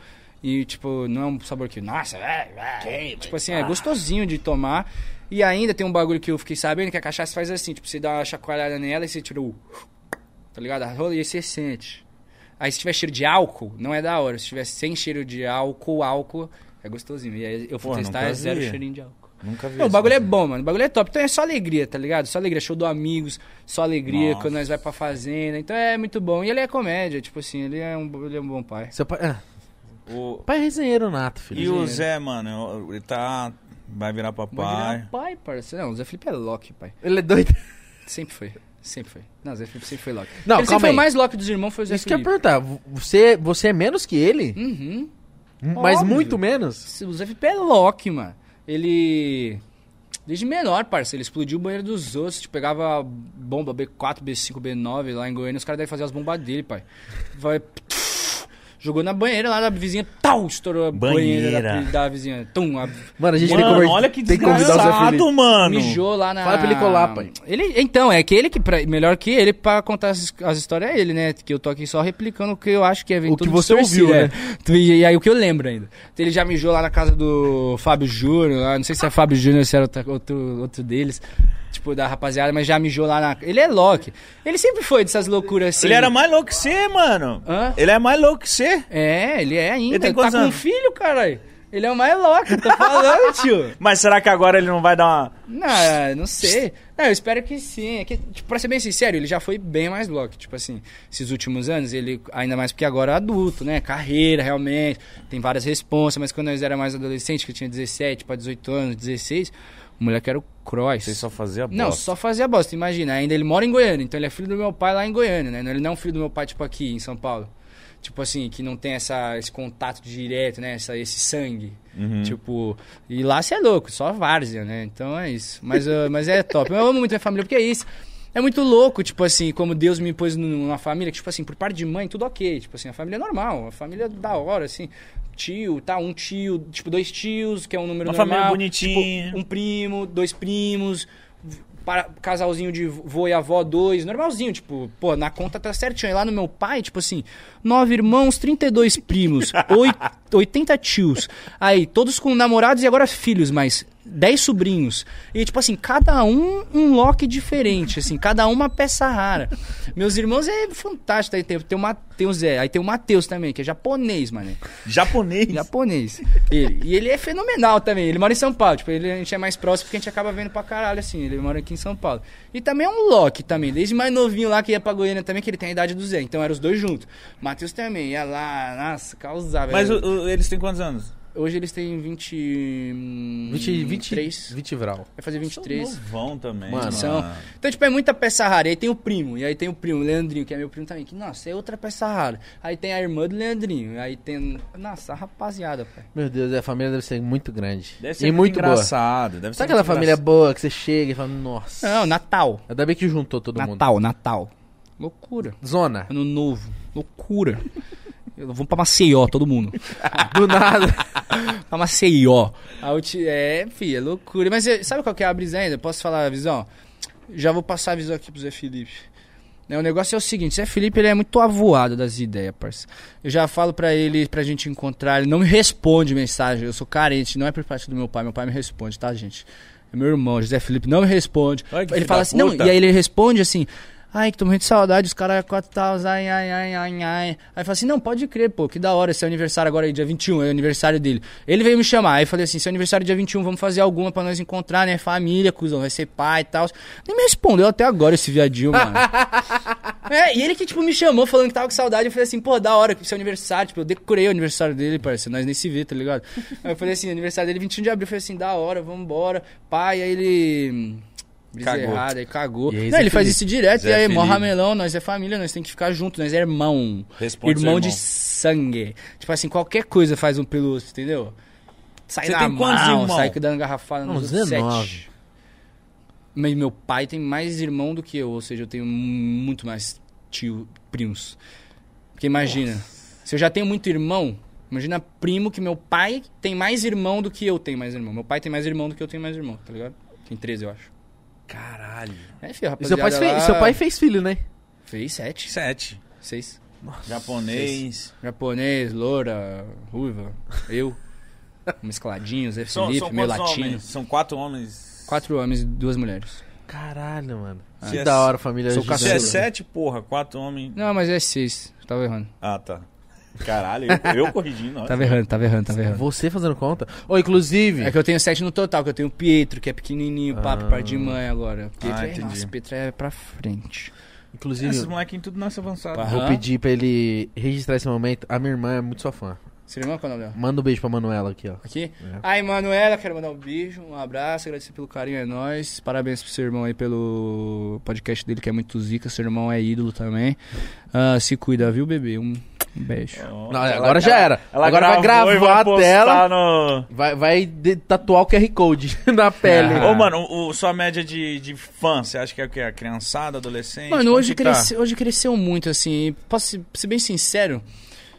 Speaker 3: E, tipo, não é um sabor que, nossa, é, é, tipo assim, é gostosinho de tomar. E ainda tem um bagulho que eu fiquei sabendo que a cachaça faz assim, tipo, você dá uma chacoalhada nela e você tira o. Tá ligado? A rola e aí você sente. Aí se tiver cheiro de álcool, não é da hora. Se tiver sem cheiro de álcool, álcool, é gostosinho. E aí eu fui
Speaker 1: Pô,
Speaker 3: testar,
Speaker 1: nunca
Speaker 3: é zero
Speaker 1: vi.
Speaker 3: cheirinho de álcool.
Speaker 1: Nunca vi.
Speaker 3: Não, o
Speaker 1: isso. né?
Speaker 3: bagulho é bom, mano. O bagulho é top. Então é só alegria, tá ligado? Só alegria. Show do Amigos, só alegria
Speaker 1: Nossa.
Speaker 3: quando nós vai pra fazenda. Então é muito bom. E ele é comédia, tipo assim, ele é um, bo- ele é um bom pai.
Speaker 2: Seu pai, ah,
Speaker 1: O-
Speaker 2: pai é resenheiro nato, filho.
Speaker 1: E o Zé, mano, ele tá. Vai virar
Speaker 3: Vai
Speaker 1: papai.
Speaker 3: virar é um pai, parceiro. Não, o Zé Felipe é Loki, pai.
Speaker 2: Ele é doido.
Speaker 3: Sempre foi. Sempre foi. Não, o Zé Felipe sempre foi Loki.
Speaker 2: Não, calma
Speaker 3: ele sempre foi
Speaker 2: aí.
Speaker 3: o mais Loki dos irmãos, foi o Zé
Speaker 2: Isso que é eu ia
Speaker 3: Felipe.
Speaker 2: perguntar. Você, você é menos que ele?
Speaker 3: Uhum.
Speaker 2: Mas
Speaker 3: Óbvio.
Speaker 2: muito menos?
Speaker 3: O Zé Felipe é Loki, mano. Ele. Desde menor, parceiro, ele explodiu o banheiro dos outros, tipo, pegava bomba B4, B5, B9 lá em Goiânia, os caras devem fazer as bombas dele, pai. Vai. Jogou na banheira lá da vizinha, tal, estourou a banheira, da-
Speaker 1: Banheira.
Speaker 3: da, vizinha. Tum, a-
Speaker 2: Mano, a gente tem
Speaker 1: Mano,
Speaker 2: conver-
Speaker 1: olha que
Speaker 2: tem que convidar o Zé Felipe.
Speaker 1: desgraçado, mano.
Speaker 3: mijou lá na.
Speaker 2: Fala pra ele colar, pai.
Speaker 3: Ele, então, é que ele que, pra- melhor que ele, pra contar as, as histórias, é ele, né? Que eu tô aqui só replicando o que eu acho que é
Speaker 2: O que você
Speaker 3: distorcido,
Speaker 2: ouviu,
Speaker 3: é.
Speaker 2: né?
Speaker 3: Tu- E, aí o que eu lembro ainda. Então, Ele já mijou lá na casa do Fábio Júnior, lá, não sei se é Fábio Júnior ou se era outra- outro, outro deles. Tipo, da rapaziada, mas já mijou lá na. Ele é Loki. Ele sempre foi dessas loucuras assim.
Speaker 1: Ele era mais louco que você, mano.
Speaker 3: Hã?
Speaker 1: Ele é mais louco que você.
Speaker 3: É, ele é ainda.
Speaker 1: Ele tem
Speaker 3: tá
Speaker 1: quantos
Speaker 3: com um
Speaker 1: anos?
Speaker 3: filho, caralho. Ele é o mais Loki, tô falando, tio.
Speaker 1: Mas será que agora ele não vai dar uma.
Speaker 3: Não, não sei. Não, eu espero que sim. É que, tipo, pra ser bem sincero, ele já foi bem mais bloco. Tipo assim, esses últimos anos, ele, ainda mais porque agora é adulto, né? Carreira, realmente, tem várias responsas, mas quando nós era mais adolescente, que eu tinha 17 pra 18 anos, 16, o moleque era o cross.
Speaker 1: Você só fazia bosta.
Speaker 3: Não, só fazia bosta, imagina. Ainda ele mora em Goiânia, então ele é filho do meu pai lá em Goiânia, né? Ele não é um filho do meu pai, tipo, aqui em São Paulo. Tipo assim, que não tem essa, esse contato direto, né? Essa, esse sangue.
Speaker 1: Uhum.
Speaker 3: Tipo, e lá você é louco, só várzea, né? Então é isso. Mas, ah, mas é top. Eu amo muito minha família, porque é isso. É muito louco, tipo assim, como Deus me pôs nu- numa família, que, tipo assim, por parte de mãe, tudo ok. Tipo assim, a família é normal, a família é da hora, assim. Tio, tá? Um tio, tipo, dois tios, que é um número
Speaker 1: Uma
Speaker 3: normal.
Speaker 1: família bonitinha.
Speaker 3: Tipo, um primo, dois primos, para, casalzinho de vô e avó, dois, normalzinho, tipo, pô, na conta tá certinho. Aí lá no meu pai, tipo assim, nove irmãos, 32 primos, oit- 80 tios. Aí, todos com namorados e agora filhos, mas 10 sobrinhos. E, tipo assim, cada um um lock diferente, assim, cada uma peça rara. Meus irmãos é fantástico. Aí tem, tem o Matheus, é, aí tem o Matheus também, que é japonês, mano.
Speaker 1: Japonês.
Speaker 3: Japonês. Ele. E ele é fenomenal também. Ele mora em São Paulo. Tipo, ele, a gente é mais próximo porque a gente acaba vendo pra caralho, assim. Ele mora aqui em São Paulo. E também é um Loki também. Desde mais novinho lá que ia pra Goiânia também, que ele tem a idade do Zé. Então eram os dois juntos. Matheus também ia lá, nossa, causava.
Speaker 1: Mas
Speaker 2: É.
Speaker 3: Era-
Speaker 1: o- o- eles têm quantos anos?
Speaker 3: Hoje eles têm 20...
Speaker 2: 20, 20,
Speaker 3: 23.
Speaker 2: 20 Vral.
Speaker 3: Vai fazer 23.
Speaker 1: São novão também,
Speaker 3: Mano,
Speaker 1: mano.
Speaker 3: são- Então, tipo, é muita peça rara. E aí tem o primo, e aí tem o primo, Leandrinho, que é meu primo também, que, nossa, é outra peça rara. Aí tem a irmã do Leandrinho, aí tem. Nossa, a rapaziada, pai.
Speaker 2: Meu Deus, é, a família deve ser muito grande.
Speaker 1: Deve
Speaker 2: e
Speaker 1: ser
Speaker 2: muito boa. Sabe
Speaker 1: engraçado. Deve ser
Speaker 2: aquela
Speaker 1: muito
Speaker 2: família
Speaker 1: engraçado.
Speaker 2: boa que você chega e fala, nossa.
Speaker 3: Não, Natal.
Speaker 2: Ainda bem que juntou todo mundo.
Speaker 3: Natal, Natal. Loucura.
Speaker 2: Zona.
Speaker 3: Ano novo. Loucura. Eu vou pra Maceió, todo mundo.
Speaker 2: Do nada.
Speaker 3: pra Maceió. A ulti- É, filho, é loucura. Mas é, sabe qual que é a brisa ainda? Posso falar a visão? Já vou passar a visão aqui pro Zé Felipe. Né, O negócio é o seguinte, Zé Felipe ele é muito avoado das ideias, parça. Eu já falo pra ele, pra gente encontrar, ele não me responde mensagem, eu sou carente, não é por parte do meu pai, meu pai me responde, tá, gente? É meu irmão, José Felipe não me responde.
Speaker 1: Ai, que
Speaker 3: ele
Speaker 1: filho
Speaker 3: fala
Speaker 1: da
Speaker 3: assim, não,
Speaker 1: puta.
Speaker 3: e aí ele responde assim, ai, que tô morrendo de saudade, os caras é 4 tals, ai, ai, ai, ai, ai. Aí fala assim, não, pode crer, pô, que da hora, esse é aniversário agora, aí, dia 21, é o aniversário dele. Ele veio me chamar, aí eu falei assim, seu aniversário dia 21, vamos fazer alguma pra nós encontrar, né, família, cuzão, vai ser pai e tal. Nem me respondeu até agora esse viadinho, mano. É, e ele que, tipo, me chamou falando que tava com saudade. Eu falei assim, pô, da hora, que seu aniversário. Tipo, eu decorei o aniversário dele, parceiro. Nós nem se vê, tá ligado? Aí eu falei assim, aniversário dele, 21 de abril. Eu falei assim, da hora, vambora. Pai, aí ele... Brisa
Speaker 1: Cagou.
Speaker 3: errada, aí cagou.
Speaker 2: E aí,
Speaker 3: Não,
Speaker 2: Zé
Speaker 3: ele faz
Speaker 2: Felipe?
Speaker 3: isso direto.
Speaker 1: Zé
Speaker 3: e aí, mó
Speaker 1: Felipe.
Speaker 3: ramelão, nós é família, nós tem que ficar junto, nós é irmão.
Speaker 1: Responde seu
Speaker 3: irmão de
Speaker 1: irmão.
Speaker 3: sangue. Tipo assim, qualquer coisa faz um pelo outro, entendeu? Sai
Speaker 1: Você
Speaker 3: na
Speaker 1: tem quantos
Speaker 3: mão,
Speaker 1: irmão?
Speaker 3: sai dando garrafada
Speaker 2: Não,
Speaker 3: nos
Speaker 2: 19.
Speaker 3: 19. Mas meu pai tem mais irmão do que eu, ou seja, eu tenho muito mais tio, primos. Porque imagina, se eu já tenho muito irmão, imagina primo que meu pai tem mais irmão do que eu tenho mais irmão. Meu pai tem mais irmão do que eu tenho mais irmão, tá ligado? Tem 13, eu acho.
Speaker 1: Caralho.
Speaker 3: É, filho,
Speaker 2: E seu,
Speaker 3: rapaziada
Speaker 2: pai
Speaker 3: lá
Speaker 2: fez, seu pai fez filho, né?
Speaker 3: fez 7,
Speaker 1: Sete.
Speaker 3: 6.
Speaker 1: Japonês.
Speaker 3: Japonês, loura, ruiva, eu, mescladinho, Zé
Speaker 1: São,
Speaker 3: Felipe,
Speaker 1: são
Speaker 3: meio
Speaker 1: quantos
Speaker 3: latino.
Speaker 1: homens? São quatro homens.
Speaker 3: Quatro homens e duas mulheres.
Speaker 2: Caralho, mano.
Speaker 1: Se
Speaker 2: Que
Speaker 1: é-
Speaker 2: da hora, família.
Speaker 3: sou
Speaker 2: gigante.
Speaker 1: Se é
Speaker 3: cacete.
Speaker 1: sete, porra, quatro homens.
Speaker 3: Não, mas é seis. Tava errando.
Speaker 1: Ah, tá. Caralho, eu, eu corrigindo. ó.
Speaker 2: Tá
Speaker 3: Tava Tá errando, tava errando, tava errando.
Speaker 2: É. Você fazendo conta? Ô, inclusive...
Speaker 3: É que eu tenho sete no total, que eu tenho o Pietro, que é pequenininho, papo, par de mãe agora. Pietro,
Speaker 1: Ah,
Speaker 3: é,
Speaker 1: entendi.
Speaker 3: nossa, Pietro é pra frente.
Speaker 2: Inclusive...
Speaker 1: Esses molequinhos tudo nasce avançado.
Speaker 3: Pá.
Speaker 2: Vou
Speaker 3: Aham.
Speaker 2: pedir pra ele registrar esse momento. A minha irmã é muito sua fã.
Speaker 3: Seu irmão, qual é o nome dela?
Speaker 2: Manda um beijo pra Manuela aqui, ó.
Speaker 3: Aqui?
Speaker 2: É.
Speaker 3: Ai, Manuela, quero mandar um beijo, um abraço, agradecer pelo carinho, é nóis. Parabéns pro seu irmão aí pelo podcast dele, que é muito zica. Seu irmão é ídolo também. Ah, se cuida, viu, bebê? Um beijo.
Speaker 1: Ó,
Speaker 2: Não,
Speaker 1: ela-
Speaker 2: agora já era.
Speaker 1: ela
Speaker 2: agora vai
Speaker 1: gravou e vai
Speaker 2: gravar a
Speaker 1: postar
Speaker 2: tela.
Speaker 1: No...
Speaker 2: Vai, vai de- tatuar o QR Code na pele.
Speaker 3: Ah.
Speaker 1: Ô, mano, o, o- sua média de, de fã, você acha que é o quê? A criançada, adolescente?
Speaker 3: Mano,
Speaker 1: Como
Speaker 3: hoje,
Speaker 1: que tá?
Speaker 3: cresce- hoje cresceu muito, assim. Posso ser- ser bem sincero?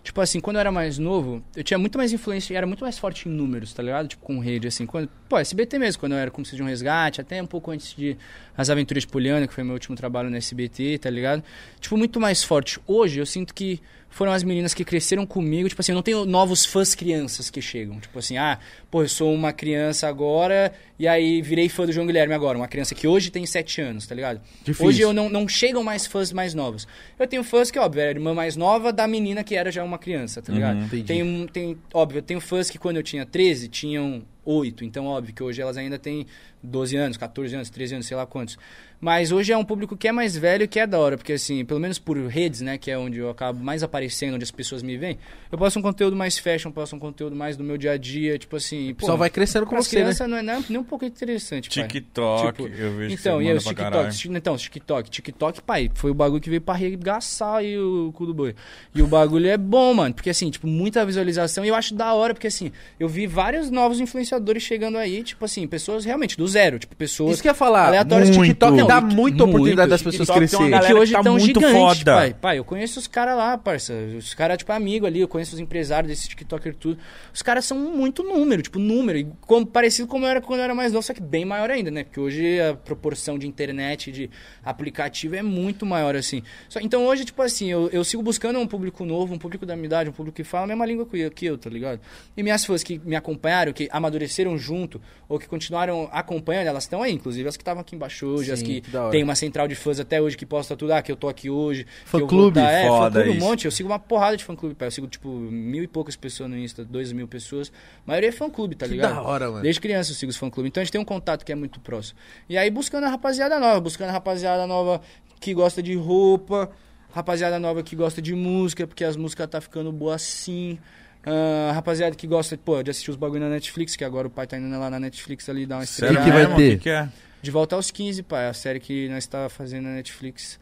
Speaker 3: Tipo assim, quando eu era mais novo, eu tinha muito mais influência e era muito mais forte em números, tá ligado? Tipo, com rede, assim. Quando, pô, SBT mesmo, quando eu era como se de um resgate, até um pouco antes de As Aventuras de Poliana, que foi meu último trabalho no SBT, tá ligado? Tipo, muito mais forte. Hoje, eu sinto que foram as meninas que cresceram comigo. Tipo assim, eu não tenho novos fãs crianças que chegam. Tipo assim, ah, pô, eu sou uma criança agora e aí virei fã do João Guilherme agora. Uma criança que hoje tem 7 anos, tá ligado?
Speaker 2: Difícil.
Speaker 3: Hoje eu não, não chegam mais fãs mais novos. Eu tenho fãs que, óbvio, era a irmã mais nova da menina que era já uma criança, tá ligado?
Speaker 2: Uhum, entendi.
Speaker 3: Tem, um- tem, óbvio, eu tenho fãs que quando eu tinha 13 tinham 8, então óbvio que hoje elas ainda têm 12 anos, 14 anos, 13 anos, sei lá quantos. Mas hoje é um público que é mais velho que é da hora, porque assim, pelo menos por redes, né, que é onde eu acabo mais aparecendo, onde as pessoas me veem, eu posto um conteúdo mais fashion, posto um conteúdo mais do meu dia a dia, tipo assim...
Speaker 2: O pessoal vai crescendo com
Speaker 3: As
Speaker 2: você, né?
Speaker 3: crianças não é nem, nem um pouco interessante, pai.
Speaker 1: TikTok,
Speaker 3: Tipo,
Speaker 1: eu vejo que
Speaker 3: Então,
Speaker 1: você
Speaker 3: e aí
Speaker 1: manda
Speaker 3: os
Speaker 1: pra
Speaker 3: TikTok,
Speaker 1: caralho.
Speaker 3: ti- então, os TikTok, TikTok, pai, foi o bagulho que veio pra arregaçar aí o cu do boi. E o bagulho é bom, mano, porque assim, tipo, muita visualização e eu acho da hora, porque assim, eu vi vários novos influenciadores chegando aí, tipo assim, pessoas realmente do zero, tipo, pessoas
Speaker 1: é
Speaker 2: Isso que eu ia falar.
Speaker 3: Aleatórias
Speaker 2: o
Speaker 3: de
Speaker 2: TikTok
Speaker 3: muito.
Speaker 2: dá
Speaker 3: Muito. é
Speaker 2: muita oportunidade das
Speaker 3: Muito.
Speaker 1: TikTok
Speaker 2: pessoas
Speaker 1: tem uma
Speaker 2: crescerem.
Speaker 1: galera-
Speaker 3: que hoje
Speaker 1: que tá
Speaker 3: tá um
Speaker 1: muito
Speaker 3: gigante,
Speaker 1: foda.
Speaker 3: pai. Pai, eu conheço os caras lá, parça. Os caras, tipo, amigo ali, eu conheço os empresários desse TikToker e tudo. Os caras são muito número, tipo, número. E como, parecido como eu era quando eu era mais novo, só que bem maior ainda, né? Porque hoje a proporção de internet, de aplicativo é muito maior, assim. Só- então hoje, tipo assim, eu, eu sigo buscando um público novo, um público da minha idade, um público que fala a mesma língua que eu, que eu, tá ligado? E minhas fãs que me acompanharam, que amadureceram junto, ou que continuaram acompanhando, elas estão aí, inclusive as que estavam aqui embaixo hoje, as
Speaker 2: Sim,
Speaker 3: que
Speaker 2: que da hora.
Speaker 3: têm uma central de fãs até hoje que posta tudo, ah, que eu tô aqui hoje. que
Speaker 2: Fã
Speaker 3: eu vou
Speaker 2: clube,
Speaker 3: tá- é,
Speaker 1: foda
Speaker 3: fã clube, um
Speaker 1: isso.
Speaker 3: monte. Eu sigo uma porrada de fã clube, pai. Eu sigo, tipo, mil e poucas pessoas no Insta, dois mil pessoas. A maioria é fã clube, tá
Speaker 2: Que
Speaker 3: ligado?
Speaker 2: da hora, mano.
Speaker 3: Desde criança eu sigo os fã clube. Então a gente tem um contato que é muito próximo. E aí buscando a rapaziada nova, buscando a rapaziada nova que gosta de roupa, rapaziada nova que gosta de música, porque as músicas tá ficando boa assim. Ah, rapaziada que gosta pô, de assistir os bagulho na Netflix, que agora o pai tá indo lá na Netflix ali dar uma
Speaker 2: O
Speaker 3: estreia.
Speaker 2: que que vai
Speaker 3: mesmo?
Speaker 2: ter?
Speaker 1: O que, que é?
Speaker 3: De volta aos 15, pai. A série que nós tá fazendo na Netflix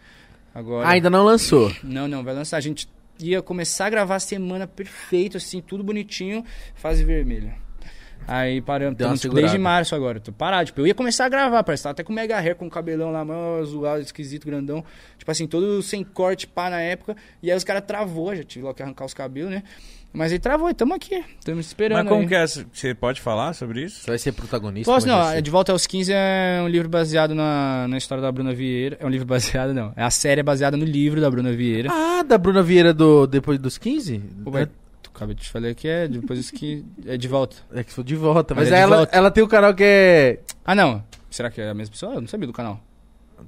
Speaker 3: agora.
Speaker 2: Ah, ainda não lançou.
Speaker 3: Não, não, vai lançar. A gente ia começar a gravar a semana perfeito, assim, tudo bonitinho, fase vermelha. Aí paramos,
Speaker 2: Deu uma
Speaker 3: estamos tipo,
Speaker 2: segurada.
Speaker 3: desde março agora, tô parado. Tipo, eu ia começar a gravar, parece, tava até com o mega hair, com o cabelão lá, mó zoado, esquisito, grandão. Tipo assim, todo sem corte, pá, na época. E aí os caras travou, já tive lá que arrancar os cabelos, né? Mas aí travou, e tamo aqui, estamos esperando
Speaker 1: Mas como
Speaker 3: aí.
Speaker 1: que é? Você pode falar sobre isso?
Speaker 2: Você vai ser protagonista?
Speaker 3: Posso,
Speaker 2: Como é
Speaker 3: não, é
Speaker 2: vai ser?
Speaker 3: De Volta aos 15 é um livro baseado na, na história da Bruna Vieira. É um livro baseado, não. É a série é baseada no livro da Bruna Vieira.
Speaker 2: Ah, da Bruna Vieira do Depois dos 15?
Speaker 3: Pô, mas tu acabei de te falar que é, depois isso que é de volta.
Speaker 2: É que sou de volta. Mas,
Speaker 3: Mas é de
Speaker 2: ela,
Speaker 3: volta.
Speaker 2: ela tem o canal que é.
Speaker 3: Ah, não. Será que é a mesma pessoa? Eu não sabia do canal.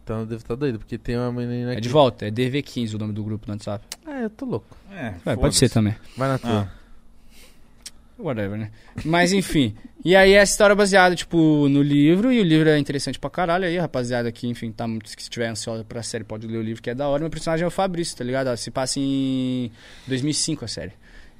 Speaker 2: Então eu devo estar doido, porque tem uma menina
Speaker 3: É
Speaker 2: aqui.
Speaker 3: de volta, é DV15 o nome do grupo no WhatsApp.
Speaker 2: Ah, eu tô louco.
Speaker 1: É,
Speaker 3: Ué, pode
Speaker 1: foda-se.
Speaker 3: ser também.
Speaker 2: Vai na tua.
Speaker 3: Ah. Whatever, né? Mas enfim. e aí é a história baseada, tipo, no livro, e o livro é interessante pra caralho. Aí, a rapaziada, que, enfim, tá muito. Se tiver ansiosa pra série, pode ler o livro, que é da hora. Meu personagem é o Fabrício, tá ligado? Ó, Se passa em 2005 a série.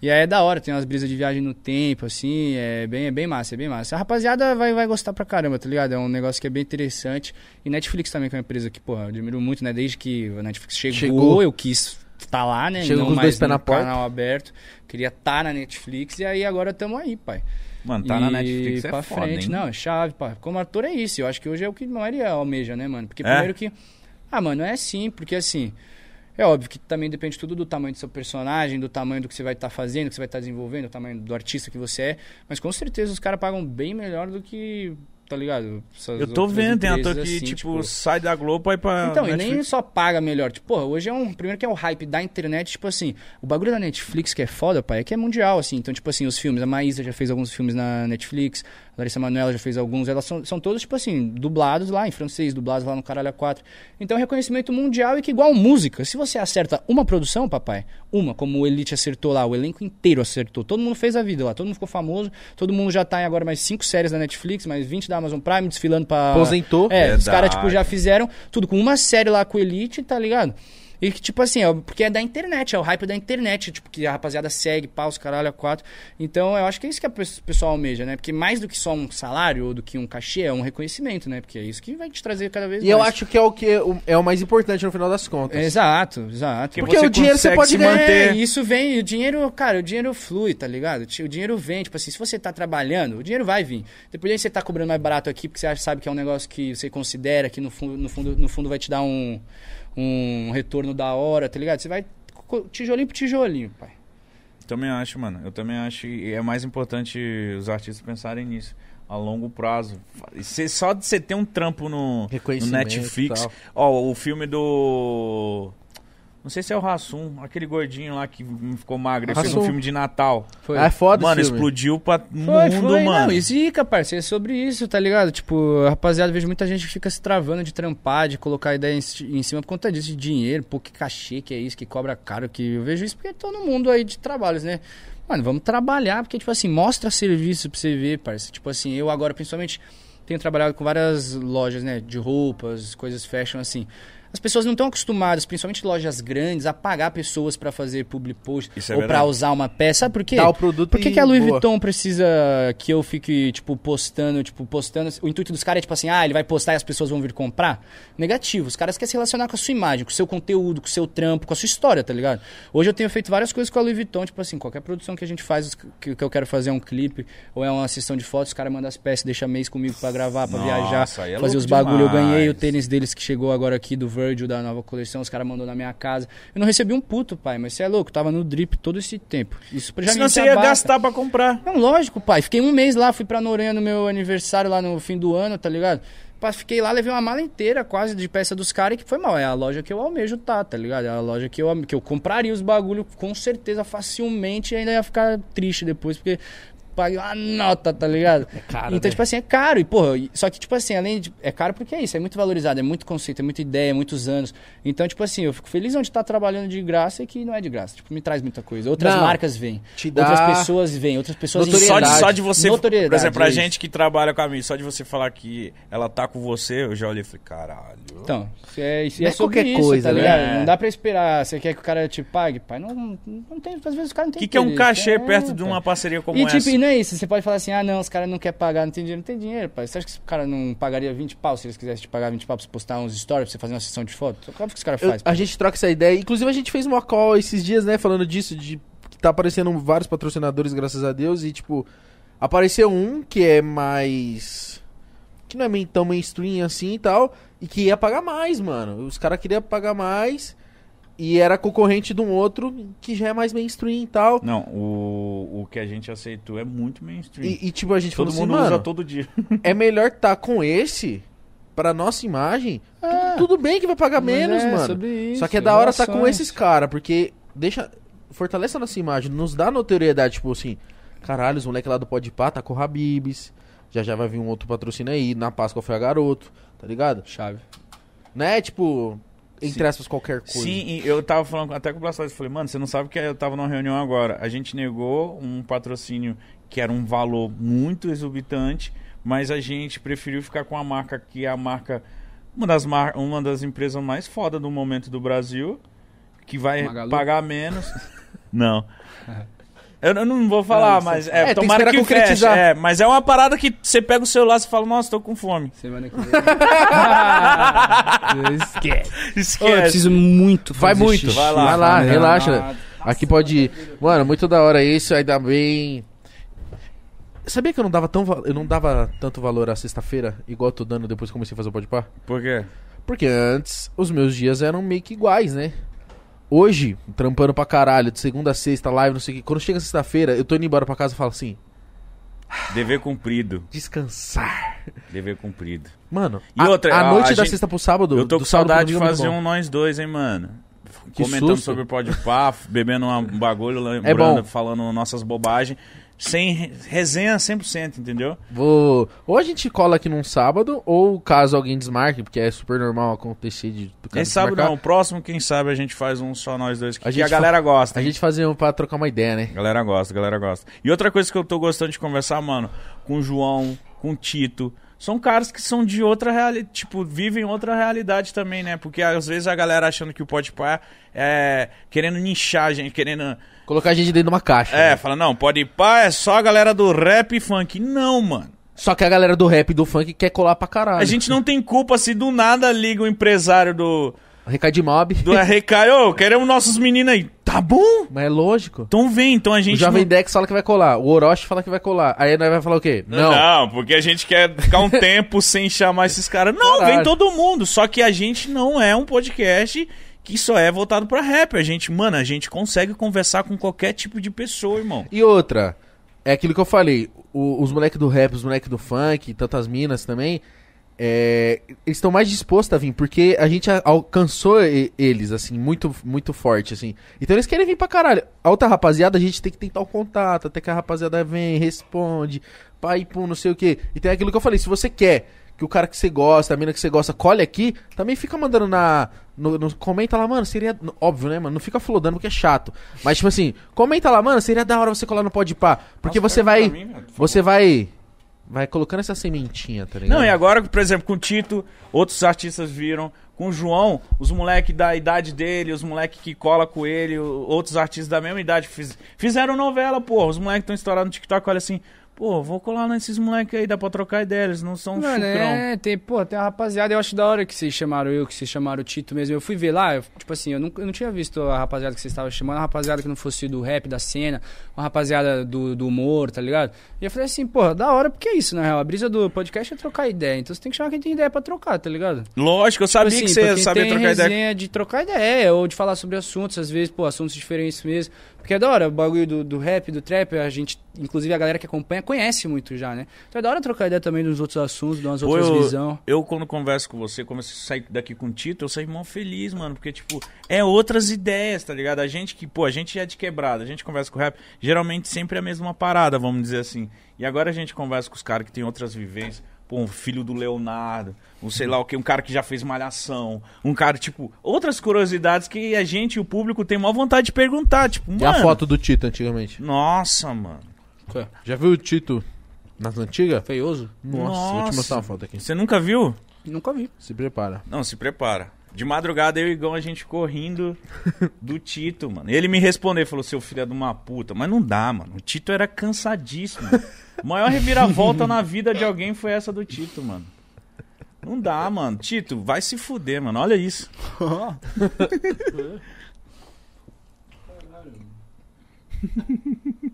Speaker 3: E aí é da hora, tem umas brisas de viagem no tempo, assim, é bem, é bem massa, é bem massa. A rapaziada vai, vai gostar pra caramba, tá ligado? É um negócio que é bem interessante. E Netflix também, que é uma empresa que, porra, eu admiro muito, né? Desde que a Netflix chegou,
Speaker 2: Chegou.
Speaker 3: eu quis estar tá lá, né?
Speaker 2: Chegou
Speaker 3: Não
Speaker 2: com os
Speaker 3: mais
Speaker 2: dois pés
Speaker 3: no
Speaker 2: na porta.
Speaker 3: canal aberto. Queria estar na Netflix e aí agora estamos aí, pai.
Speaker 1: Mano, tá
Speaker 3: e
Speaker 1: na Netflix, é
Speaker 3: pra
Speaker 1: foda,
Speaker 3: frente,
Speaker 1: hein?
Speaker 3: não, é chave, pai. Como ator é isso. Eu acho que hoje é o que a maioria almeja, né, mano? Porque
Speaker 1: É?
Speaker 3: primeiro que. Ah, mano, é sim, porque assim. É óbvio que também depende tudo do tamanho do seu personagem, do tamanho do que você vai estar fazendo, do que você vai estar desenvolvendo, do tamanho do artista que você é. Mas com certeza os caras pagam bem melhor do que. Tá ligado? Essas
Speaker 1: Eu tô
Speaker 3: outras
Speaker 1: vendo, tem ator
Speaker 3: empresas
Speaker 1: que,
Speaker 3: assim,
Speaker 1: tipo, sai da Globo pra ir pra
Speaker 3: então, e nem
Speaker 1: é Netflix.
Speaker 3: só paga melhor. Tipo, porra, hoje é um. Primeiro que é o hype da internet, tipo assim. O bagulho da Netflix que é foda, pai, é que é mundial, assim. Então, tipo assim, os filmes. A Maísa já fez alguns filmes na Netflix. A Larissa Manoela já fez alguns. Elas são, são todos, tipo assim, dublados lá em francês, dublados lá no Caralho A4. Então, é reconhecimento mundial e que igual música. Se você acerta uma produção, papai, uma, como o Elite acertou lá, o elenco inteiro acertou. Todo mundo fez a vida lá, todo mundo ficou famoso. Todo mundo já tá em agora mais cinco séries da Netflix, mais 20 da Amazon Prime, desfilando pra.
Speaker 2: Aposentou.
Speaker 3: É, os caras,
Speaker 1: Verdade.
Speaker 3: tipo, já fizeram tudo com uma série lá com o Elite, tá ligado? E que, tipo assim, é, porque é da internet, é o hype da internet, tipo, que a rapaziada segue, pá, os caralho, a quatro. Então, eu acho que é isso que a pe- o pessoal almeja, né? Porque mais do que só um salário ou do que um cachê, é um reconhecimento, né? Porque é isso que vai te trazer cada vez
Speaker 2: E
Speaker 3: mais.
Speaker 2: eu acho que é o que é o- é o mais importante no final das contas.
Speaker 3: É, Exato, exato.
Speaker 2: Porque
Speaker 1: você
Speaker 2: o dinheiro você
Speaker 1: consegue
Speaker 2: pode
Speaker 1: se
Speaker 2: ganhar,
Speaker 1: manter.
Speaker 3: É, isso vem, e o dinheiro, cara, o dinheiro flui, tá ligado? Ti- O dinheiro vem, tipo assim, se você tá trabalhando, o dinheiro vai vir. Depois aí você tá cobrando mais barato aqui, porque você acha- sabe que é um negócio que você considera que no fundo, no fundo, no fundo vai te dar um, um retorno da hora, tá ligado? Você vai co- tijolinho por tijolinho, pai.
Speaker 1: Também acho, mano. Eu também acho que é mais importante os artistas pensarem nisso. A longo prazo. E cê- só de você ter um trampo no, no
Speaker 2: Reconhecimento e
Speaker 1: Netflix.
Speaker 2: tal.
Speaker 1: Ó, o filme do. Não sei se é o Rassum, aquele gordinho lá que ficou magro. Ele fez um
Speaker 2: Hassum.
Speaker 1: filme de Natal.
Speaker 3: Foi.
Speaker 2: Ah, é foda
Speaker 1: mano,
Speaker 2: esse filme.
Speaker 1: explodiu pra
Speaker 3: Foi,
Speaker 1: mundo,
Speaker 3: foi,
Speaker 1: mano.
Speaker 3: Não, e zica, parceiro, é sobre isso, tá ligado? Tipo, rapaziada, eu vejo muita gente que fica se travando de trampar, de colocar ideia em, ci- em cima por conta disso, de dinheiro, pô, que cachê que é isso, que cobra caro, que eu vejo isso porque tô no mundo aí de trabalhos, né? Mano, vamos trabalhar, porque, tipo assim, mostra serviço pra você ver, parceiro. Tipo assim, eu agora, principalmente, tenho trabalhado com várias lojas, né, de roupas, coisas fashion, assim. As pessoas não estão acostumadas, principalmente lojas grandes, a pagar pessoas pra fazer public post
Speaker 1: Isso é
Speaker 3: ou pra
Speaker 1: verdade. Tá
Speaker 3: usar uma peça. Sabe por quê?
Speaker 2: Dá Tá o produto
Speaker 3: Por que,
Speaker 2: e
Speaker 3: que a Louis
Speaker 2: boa.
Speaker 3: Vuitton precisa que eu fique, tipo, postando, tipo, postando? O intuito dos caras é, tipo assim, ah, ele vai postar e as pessoas vão vir comprar? Negativo. Os caras querem se relacionar com a sua imagem, com o seu conteúdo, com o seu trampo, com a sua história, tá ligado? Hoje eu tenho feito várias coisas com a Louis Vuitton, tipo assim, qualquer produção que a gente faz, os- que, que eu quero fazer é um clipe ou é uma sessão de fotos, os caras mandam as peças, deixa mês comigo pra gravar, pra
Speaker 1: Nossa, aí
Speaker 3: viajar,
Speaker 1: é
Speaker 3: fazer
Speaker 1: louco
Speaker 3: os bagulho. Eu ganhei o
Speaker 1: demais.
Speaker 3: tênis deles que chegou agora aqui do Virgil, da nova coleção, os caras mandou na minha casa. Eu não recebi um puto, pai, mas você é louco, tava no drip todo esse tempo. Isso é pra já
Speaker 1: Senão
Speaker 3: me
Speaker 1: você ia
Speaker 3: abata.
Speaker 1: gastar pra comprar.
Speaker 3: Não, É lógico, pai. Fiquei um mês lá, fui pra Noronha no meu aniversário lá no fim do ano, tá ligado? Pá, fiquei lá, levei uma mala inteira quase de peça dos caras e que foi mal. É a loja que eu almejo tá, tá ligado? É a loja que eu, am- que eu compraria os bagulho com certeza, facilmente, e ainda ia ficar triste depois, porque pague uma nota, tá ligado? É
Speaker 2: caro,
Speaker 3: Então,
Speaker 2: né?
Speaker 3: tipo assim, é caro. E, porra, e- só que, tipo assim, além de. É caro porque é isso, é muito valorizado, é muito conceito, é muita ideia, é muitos anos. Então, tipo assim, eu fico feliz onde tá trabalhando de graça e que não é de graça. Tipo, me traz muita coisa. Outras
Speaker 2: Não.
Speaker 3: marcas vêm.
Speaker 2: Te dá
Speaker 3: Outras pessoas vêm, outras pessoas
Speaker 1: Só de,
Speaker 2: Notoriedade.
Speaker 1: só de você. Por
Speaker 3: Notoriedade,
Speaker 1: exemplo, pra
Speaker 3: é isso.
Speaker 1: gente que trabalha com a mim, só de você falar que ela tá com você, eu já olhei e falei, caralho.
Speaker 3: Então, é, isso
Speaker 2: Não
Speaker 3: é,
Speaker 2: é
Speaker 3: sobre
Speaker 2: qualquer
Speaker 3: isso,
Speaker 2: coisa,
Speaker 3: tá
Speaker 2: né?
Speaker 3: ligado?
Speaker 1: É.
Speaker 3: Não dá pra esperar. Você quer que o cara te pague? Pai, não, não tem. Às vezes o cara não
Speaker 1: O
Speaker 3: tem
Speaker 1: que, que é um
Speaker 3: interesse,
Speaker 1: cachê
Speaker 3: é,
Speaker 1: perto de
Speaker 3: pai.
Speaker 1: uma parceria como
Speaker 3: e,
Speaker 1: essa?
Speaker 3: tipo, e não é isso. Você pode falar assim, ah, não, os caras não querem pagar, não tem dinheiro. Não tem dinheiro, pai. Você acha que esse cara não pagaria 20 pau se eles quisessem te pagar 20 pau pra você postar uns stories, pra você fazer uma sessão de foto? Claro que os caras
Speaker 2: Eu-
Speaker 3: fazem.
Speaker 2: a gente troca essa ideia. Inclusive, a gente fez uma call esses dias, né? Falando disso, de que tá aparecendo vários patrocinadores, graças a Deus. E, tipo, apareceu um que é mais. que não é meio- tão mainstream assim e tal. E que ia pagar mais, mano. Os caras queriam pagar mais. E era concorrente de um outro que já é mais mainstream e tal.
Speaker 1: Não, o, o que a gente aceitou é muito mainstream.
Speaker 2: E, e, tipo, a gente
Speaker 1: Todo
Speaker 2: falou
Speaker 1: mundo
Speaker 2: assim,
Speaker 1: usa
Speaker 2: mano,
Speaker 1: todo dia.
Speaker 2: é melhor tá com esse pra nossa imagem. Ah,
Speaker 3: É.
Speaker 2: Tudo tudo bem que vai pagar menos, mano. Só que é da hora tá com esses caras, porque deixa. Fortalece a nossa imagem, nos dá notoriedade, tipo assim, caralho, os moleque lá do Podpah tá com o Habibs, já já vai vir um outro patrocínio aí, na Páscoa foi a garoto, tá ligado?
Speaker 3: Chave.
Speaker 2: Né, tipo, entre
Speaker 1: Sim.
Speaker 2: aspas, qualquer coisa.
Speaker 1: Sim, e eu tava falando até com o Blastoise, falei, mano, você não sabe que eu tava numa reunião agora. A gente negou um patrocínio que era um valor muito exorbitante, mas a gente preferiu ficar com a marca que é a marca, uma das, mar... uma das empresas mais foda do momento do Brasil, que vai
Speaker 3: Magalu?
Speaker 1: pagar menos. não. Eu eu não vou falar,
Speaker 3: Não, você-
Speaker 1: mas
Speaker 2: É,
Speaker 1: é,
Speaker 2: tem que
Speaker 1: tomara
Speaker 2: esperar
Speaker 1: que, feche.
Speaker 2: concretizar.
Speaker 1: É, mas é uma parada que você pega o celular e fala, nossa, tô com fome.
Speaker 3: Semana que vem. Ah, Esquece. Ô, eu
Speaker 1: Esquece.
Speaker 3: preciso muito fazer
Speaker 2: Vai muito,
Speaker 3: xixi.
Speaker 1: Vai
Speaker 2: vai
Speaker 1: lá,
Speaker 2: lá,
Speaker 1: vai lá.
Speaker 2: relaxa. Aqui pode ir. Mano, muito da hora isso, ainda bem. Sabia que eu não dava, tão, va- eu não dava tanto valor à sexta-feira, igual eu tô dando depois que comecei a fazer o Podpah?
Speaker 1: Por quê?
Speaker 2: Porque antes os meus dias eram meio que iguais, né? Hoje, trampando pra caralho, de segunda a sexta, live, não sei o que. Quando chega sexta-feira, eu tô indo embora pra casa e falo assim:
Speaker 1: Dever cumprido.
Speaker 2: descansar.
Speaker 1: Dever cumprido.
Speaker 2: Mano,
Speaker 1: E
Speaker 2: a,
Speaker 1: outra,
Speaker 2: a
Speaker 1: a-
Speaker 2: noite
Speaker 1: a
Speaker 2: da
Speaker 1: gente-
Speaker 2: sexta pro sábado.
Speaker 1: Eu tô
Speaker 2: do
Speaker 1: com
Speaker 2: sábado pro
Speaker 1: saudade de
Speaker 2: domingo é muito
Speaker 1: fazer
Speaker 2: bom.
Speaker 1: um nós dois, hein, mano. F-
Speaker 2: Que
Speaker 1: Comentando
Speaker 2: susto.
Speaker 1: sobre o podpá, f- bebendo um bagulho,
Speaker 2: É
Speaker 1: lembrando,
Speaker 2: bom.
Speaker 1: falando nossas bobagens. Sem re- resenha 100%, entendeu?
Speaker 2: Vou... Ou a gente cola aqui num sábado, ou caso alguém desmarque, porque é super normal acontecer de. do cara
Speaker 1: Quem sabe
Speaker 2: desmarcar,
Speaker 1: não. O próximo, quem sabe, a gente faz um só nós dois. Que
Speaker 2: A
Speaker 1: a,
Speaker 2: gente
Speaker 1: a galera gosta,
Speaker 2: A
Speaker 1: hein?
Speaker 2: gente fazer um pra trocar uma ideia, né?
Speaker 1: Galera gosta, galera gosta. E outra coisa que eu tô gostando de conversar, mano, com o João, com o Tito. São caras que são de outra realidade, tipo, vivem outra realidade também, né? Porque às vezes a galera achando que o Podpah é querendo nichar a gente, querendo
Speaker 2: Colocar a gente dentro de uma caixa.
Speaker 1: É,
Speaker 2: né?
Speaker 1: fala, não, pode ir pá, é só a galera do rap e funk. Não, mano.
Speaker 2: Só que a galera do rap e do funk quer colar pra caralho.
Speaker 1: A gente não tem culpa se do nada liga o empresário do,
Speaker 2: Recado de mob.
Speaker 1: do RK, ô, queremos nossos meninos aí. Tá bom?
Speaker 2: Mas é lógico.
Speaker 1: Então vem, então a
Speaker 2: O
Speaker 1: gente.
Speaker 2: Jovem
Speaker 1: não...
Speaker 2: Dex fala que vai colar. O Orochi fala que vai colar. Aí nós vai falar o quê? Não.
Speaker 1: Não, porque a gente quer ficar um tempo sem chamar esses caras. Não,
Speaker 2: Caralho.
Speaker 1: vem todo mundo. Só que a gente não é um podcast que só é voltado pra rap. A gente, mano, a gente consegue conversar com qualquer tipo de pessoa, irmão.
Speaker 2: E outra, é aquilo que eu falei. o- os moleques do rap, os moleques do funk, tantas minas também, é, eles estão mais dispostos a vir, porque a gente a- alcançou e- eles, assim, muito, muito forte, assim. Então eles querem vir pra caralho. A outra rapaziada, a gente tem que tentar o contato, até que a rapaziada vem, responde, pai, pum, não sei o quê. Então é aquilo que eu falei, se você quer que o cara que você gosta, a mina que você gosta, colhe aqui, também fica mandando na. No, no- comenta lá, mano, seria. no- Óbvio, né, mano? Não fica flodando porque é chato. Mas, tipo assim, comenta lá, mano, seria da hora você colar no Podpah. Porque você vai. você vai. Vai colocando essa sementinha, tá ligado?
Speaker 1: Não, e agora, por exemplo, com o Tito, outros artistas viram. Com o João, os moleques da idade dele, os moleques que cola com ele, o- outros artistas da mesma idade fiz- fizeram novela, porra. Os moleques estão estourados no TikTok, olha assim, pô, vou colar nesses moleques aí, dá pra trocar ideia, eles não são
Speaker 3: Mano,
Speaker 1: um chucrão.
Speaker 3: é, tem, pô, tem uma rapaziada, eu acho da hora que vocês chamaram eu, que vocês chamaram o Tito mesmo. Eu fui ver lá, eu, tipo assim, eu não, eu não tinha visto a rapaziada que vocês estavam chamando, a rapaziada que não fosse do rap, da cena, uma rapaziada do, do humor, tá ligado? E eu falei assim, porra, da hora, porque é isso, na real. A brisa do podcast é trocar ideia, então você tem que chamar quem tem ideia pra trocar, tá ligado?
Speaker 1: Lógico, eu sabia
Speaker 3: Tipo
Speaker 1: que
Speaker 3: assim,
Speaker 1: você
Speaker 3: pra quem
Speaker 1: sabia
Speaker 3: tem
Speaker 1: trocar ideia.
Speaker 3: resenha de trocar ideia, ou de falar sobre assuntos, às vezes, pô, assuntos diferentes mesmo. Porque é da hora o bagulho do, do rap, do trap, a gente, inclusive a galera que acompanha, conhece muito já, né? Então é da hora trocar ideia também dos outros assuntos, de umas
Speaker 1: Pô,
Speaker 3: outras
Speaker 1: eu,
Speaker 3: visões.
Speaker 1: eu, quando converso com você, como eu saio daqui com o Tito, eu saio mó feliz, mano. Porque, tipo, é outras ideias, tá ligado? A gente que, pô, a gente é de quebrada, a gente conversa com o rap, geralmente sempre é a mesma parada, vamos dizer assim. E agora a gente conversa com os caras que tem outras vivências. Pô, um filho do Leonardo, um sei lá o que, um cara que já fez malhação, um cara, tipo, outras curiosidades que a gente, o público, tem maior vontade de perguntar, tipo, mano.
Speaker 2: E a foto do Tito antigamente?
Speaker 1: Nossa, mano.
Speaker 2: Já viu o Tito nas antigas?
Speaker 3: Feioso?
Speaker 2: Nossa, vou te mostrar uma foto aqui.
Speaker 1: Você nunca viu?
Speaker 3: Nunca vi.
Speaker 2: Se prepara.
Speaker 1: Não, se prepara. De madrugada eu e o Igão a gente ficou rindo do Tito, mano. E ele me respondeu, falou: seu filho é de uma puta. Mas não dá, mano. O Tito era cansadíssimo. A maior reviravolta na vida de alguém foi essa do Tito, mano. Não dá, mano. Tito, vai se fuder, mano. Olha isso.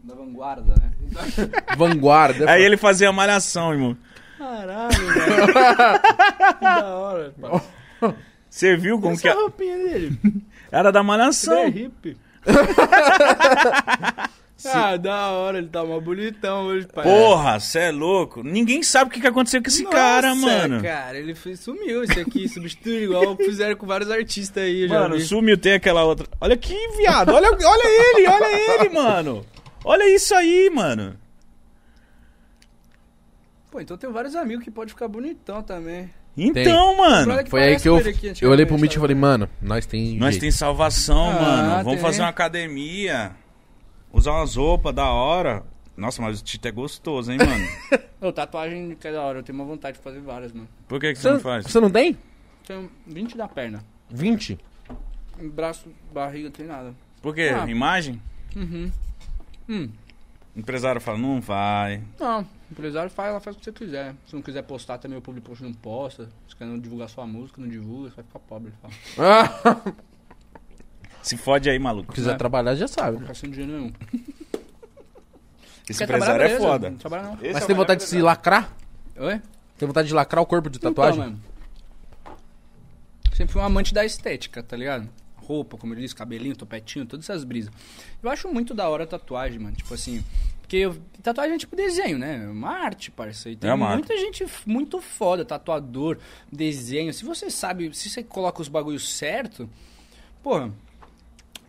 Speaker 3: Da vanguarda, né?
Speaker 2: Vanguarda.
Speaker 1: Aí ele fazia a malhação, irmão.
Speaker 3: Caralho, velho. que da hora, pô.
Speaker 1: Você viu como que é?
Speaker 3: Essa é
Speaker 1: a-
Speaker 3: roupinha dele.
Speaker 1: era da
Speaker 3: Ele é
Speaker 1: malhação?
Speaker 3: hippie. ah, da hora, ele tá mó bonitão hoje, pai.
Speaker 1: Porra, cê é louco. Ninguém sabe o que que aconteceu com esse cara,
Speaker 3: Nossa,
Speaker 1: mano.
Speaker 3: cara, ele foi- sumiu isso aqui, substituiu igual fizeram com vários artistas aí. eu já
Speaker 1: Mano,
Speaker 3: vi.
Speaker 1: sumiu, tem aquela outra. Olha aqui, viado. Olha, olha ele, olha ele, mano. Olha isso aí, mano.
Speaker 3: Pô, então tem vários amigos que pode ficar bonitão também.
Speaker 1: Então, mano.
Speaker 3: Olha que
Speaker 2: Foi aí
Speaker 3: parece
Speaker 2: que eu,
Speaker 3: com ele aqui,
Speaker 2: eu olhei pro Mitch e
Speaker 3: antigamente,
Speaker 2: falei, mano, nós tem.
Speaker 1: Nós
Speaker 2: jeito.
Speaker 1: tem salvação,
Speaker 3: Ah,
Speaker 1: mano. Vamos
Speaker 3: tem.
Speaker 1: fazer uma academia. Usar umas roupas da hora. Nossa, mas o Tito é gostoso, hein, mano?
Speaker 3: Ô, tatuagem que é da hora, eu tenho uma vontade de fazer várias, mano.
Speaker 1: Por que, que você
Speaker 2: Você
Speaker 1: não
Speaker 2: não,
Speaker 1: faz?
Speaker 2: você não tem?
Speaker 3: Tenho 20 da perna.
Speaker 2: 20?
Speaker 3: Em braço, barriga, tem nada.
Speaker 1: Por quê?
Speaker 3: Ah.
Speaker 1: Imagem?
Speaker 3: Uhum. Hum.
Speaker 1: O empresário fala, não vai.
Speaker 3: Não, o empresário faz, ela faz o que você quiser. Se não quiser postar também, o público post não posta. Se quer não divulgar sua música, não divulga, você vai ficar pobre. ele Fala.
Speaker 2: Ah,
Speaker 1: Se fode aí, maluco.
Speaker 2: quiser
Speaker 3: É.
Speaker 2: trabalhar, já sabe.
Speaker 3: Não ficar sem dinheiro nenhum.
Speaker 1: Esse
Speaker 3: Quer
Speaker 1: empresário
Speaker 3: trabalhar,
Speaker 1: é
Speaker 3: beleza,
Speaker 1: foda.
Speaker 3: Não trabalha não.
Speaker 1: Esse
Speaker 2: Mas
Speaker 1: é
Speaker 2: tem
Speaker 1: o
Speaker 2: vontade de se lacrar?
Speaker 3: Oi?
Speaker 2: Tem vontade de lacrar o corpo de
Speaker 3: Então,
Speaker 2: tatuagem?
Speaker 3: mano, Sempre fui um amante da estética, tá ligado? Roupa, como ele disse, cabelinho, topetinho, todas essas brisas. Eu acho muito da hora a tatuagem, mano. Tipo assim. Porque eu- tatuagem é tipo desenho, né? É uma arte, parceiro. E Tem
Speaker 1: É uma
Speaker 3: muita gente f- muito foda, tatuador, desenho. Se você sabe, se você coloca os bagulhos certo, porra,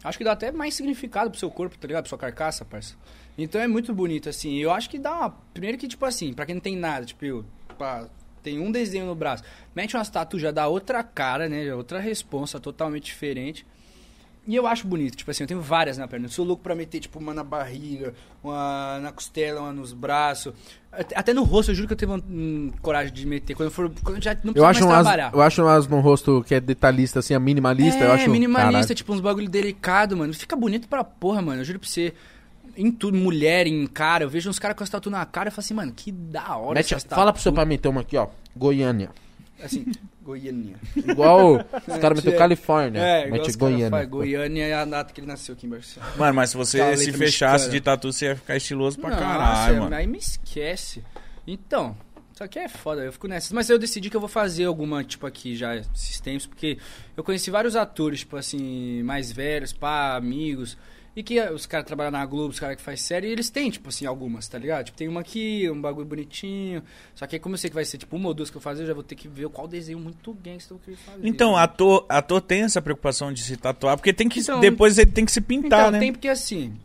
Speaker 3: Acho que dá até mais significado pro seu corpo, tá ligado? Pra sua carcaça, parça. Então é muito bonito, assim. Eu acho que dá uma... Primeiro que, tipo assim, pra quem não tem nada, tipo, eu, pá, tem um desenho no braço. Mete umas tatu, já dá outra cara, né? Já Outra responsa totalmente diferente. E eu acho bonito, tipo assim, eu tenho várias na perna. Eu sou louco pra meter, tipo, uma na barriga, uma na costela, uma nos braços. Até até no rosto, eu juro que eu tenho hum, coragem de meter. Quando eu for. Quando eu já não
Speaker 2: Eu
Speaker 3: preciso
Speaker 2: acho,
Speaker 3: mais
Speaker 2: umas,
Speaker 3: trabalhar.
Speaker 2: eu acho umas no rosto que é detalhista, assim, a minimalista.
Speaker 3: É,
Speaker 2: eu acho,
Speaker 3: minimalista,
Speaker 2: Caralho.
Speaker 3: tipo, uns bagulho delicado, mano. Fica bonito pra porra, mano. Eu juro pra você. Em tudo, mulher, em cara. Eu vejo uns caras com as tatu na cara e falo assim, mano, que da hora
Speaker 2: Mete,
Speaker 3: essas tatu.
Speaker 2: fala pro seu pai meter uma aqui, ó. Goiânia.
Speaker 3: Assim, Goiânia.
Speaker 2: Igual os caras meteu
Speaker 3: É,
Speaker 2: Califórnia.
Speaker 3: igual
Speaker 2: mete
Speaker 3: os caras
Speaker 2: Goiânia.
Speaker 3: faz. Goiânia é a data que ele nasceu aqui em Barcelona.
Speaker 1: Mano, mas se você
Speaker 3: Tá,
Speaker 1: se
Speaker 3: letra
Speaker 1: fechasse
Speaker 3: mexicana.
Speaker 1: de tatu, você ia ficar estiloso pra
Speaker 3: Nossa,
Speaker 1: caralho, mano.
Speaker 3: Aí me esquece. Então, só que é foda, eu fico nessa. Mas eu decidi que eu vou fazer alguma, tipo, aqui já esses tempos, porque eu conheci vários atores, tipo assim, mais velhos, pá, amigos. E que ah, os caras trabalham na Globo, os caras que faz série, e eles têm, tipo assim, algumas, tá ligado? Tipo, tem uma aqui, um bagulho bonitinho. Só que aí, como eu sei que vai ser, tipo, uma ou duas que eu fazer, eu já vou ter que ver qual desenho muito gangster eu queria fazer.
Speaker 1: Então, ator, ator tem essa preocupação de se tatuar, porque tem que.
Speaker 3: Então-
Speaker 1: depois ele tem que se pintar,
Speaker 3: então,
Speaker 1: né?
Speaker 3: tem porque assim,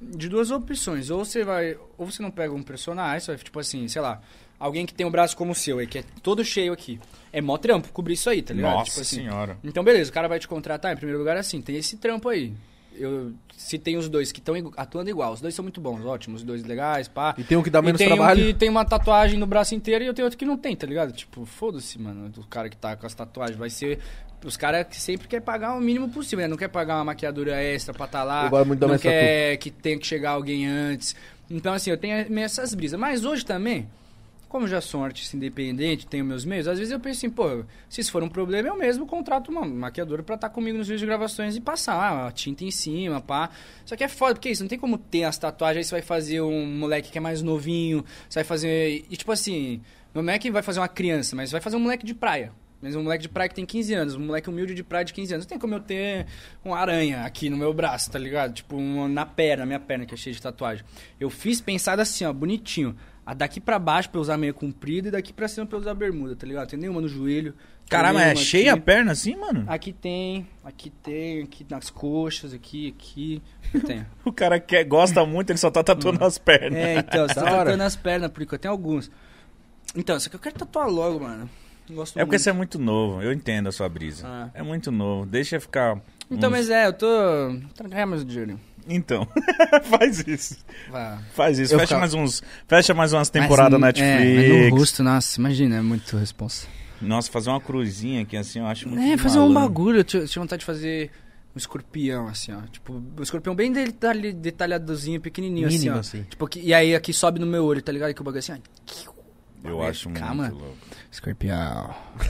Speaker 3: de duas opções, ou você vai, ou você não pega um personagem, você vai, tipo assim, sei lá, alguém que tem um braço como o seu, aí que é todo cheio aqui. É mó trampo cobrir isso aí, tá ligado?
Speaker 1: Nossa
Speaker 3: Tipo assim,
Speaker 1: senhora.
Speaker 3: Então, beleza, o cara vai te contratar, em primeiro lugar, assim, tem esse trampo aí. Eu, se tem os dois que estão atuando igual, os dois são muito bons, ótimos, os dois legais, pá.
Speaker 2: E tem um que dá menos
Speaker 3: tem
Speaker 2: trabalho.
Speaker 3: Um que tem uma tatuagem no braço inteiro e eu tenho outro que não tem, tá ligado? Tipo, foda-se, mano. O cara que tá com as tatuagens vai ser. Os caras que sempre quer pagar o mínimo possível, né? Não quer pagar uma maquiadura extra pra tá lá.
Speaker 2: Eu gosto muito da
Speaker 3: não
Speaker 2: minha
Speaker 3: quer que tenha que chegar alguém antes. Então, assim, eu tenho meio essas brisas. Mas hoje também, como eu já sou um artista independente, tenho meus meios, às vezes eu penso assim, pô, se isso for um problema, eu mesmo contrato uma maquiadora pra estar comigo nos vídeos de gravações e passar a tinta em cima, pá. Só que é foda, porque isso, não tem como ter as tatuagens, aí você vai fazer um moleque que é mais novinho, você vai fazer. E tipo assim, não é que vai fazer uma criança, mas vai fazer um moleque de praia. Mas um moleque de praia que tem 15 anos, um moleque humilde de praia de 15 anos. Não tem como eu ter uma aranha aqui no meu braço, tá ligado? Tipo, uma na perna, na minha perna, que é cheia de tatuagem. Eu fiz pensado assim, ó, bonitinho. A daqui pra baixo pra eu usar meia comprida e daqui pra cima pra eu usar bermuda, tá ligado? Tem nenhuma no joelho. tem
Speaker 1: Caramba, é
Speaker 3: nenhuma
Speaker 1: cheia a
Speaker 3: aqui.
Speaker 1: perna assim, mano?
Speaker 3: Aqui tem, aqui tem, aqui nas coxas, aqui, aqui. Eu tenho.
Speaker 1: O cara quer, gosta muito, ele só tá tatuando as pernas.
Speaker 3: É, então, você tá
Speaker 2: Da hora.
Speaker 3: tatuando as pernas, por enquanto. Tem alguns. Então, só que eu quero tatuar logo, mano. Eu Gosto
Speaker 1: É porque
Speaker 3: muito.
Speaker 1: você é muito novo, eu entendo a sua brisa.
Speaker 3: Ah.
Speaker 1: É muito novo, deixa ficar.
Speaker 3: Então,
Speaker 1: uns-
Speaker 3: mas é, eu tô. Tá ganhando mais dinheiro.
Speaker 1: Então, faz isso.
Speaker 3: Vai.
Speaker 1: Faz isso,
Speaker 3: Eu
Speaker 1: fecha
Speaker 3: ficava-
Speaker 1: mais uns. Fecha mais umas temporadas
Speaker 3: Mas,
Speaker 1: Netflix.
Speaker 3: É, mas no rosto, nossa, imagina, é muito responsa.
Speaker 1: Nossa, fazer uma cruzinha aqui assim, eu acho muito.
Speaker 3: É,
Speaker 1: de
Speaker 3: fazer um
Speaker 1: malandro.
Speaker 3: bagulho, eu tinha eu tinha vontade de fazer um escorpião, assim, ó. Tipo, um escorpião bem detalhe- detalhadozinho, pequenininho,
Speaker 2: Mínimo,
Speaker 3: assim, ó.
Speaker 2: assim.
Speaker 3: Tipo, aqui- e aí aqui sobe no meu olho, tá ligado? Que o bagulho assim, ó.
Speaker 1: Eu acho muito
Speaker 3: Calma.
Speaker 1: louco.
Speaker 3: Escorpião.
Speaker 1: Você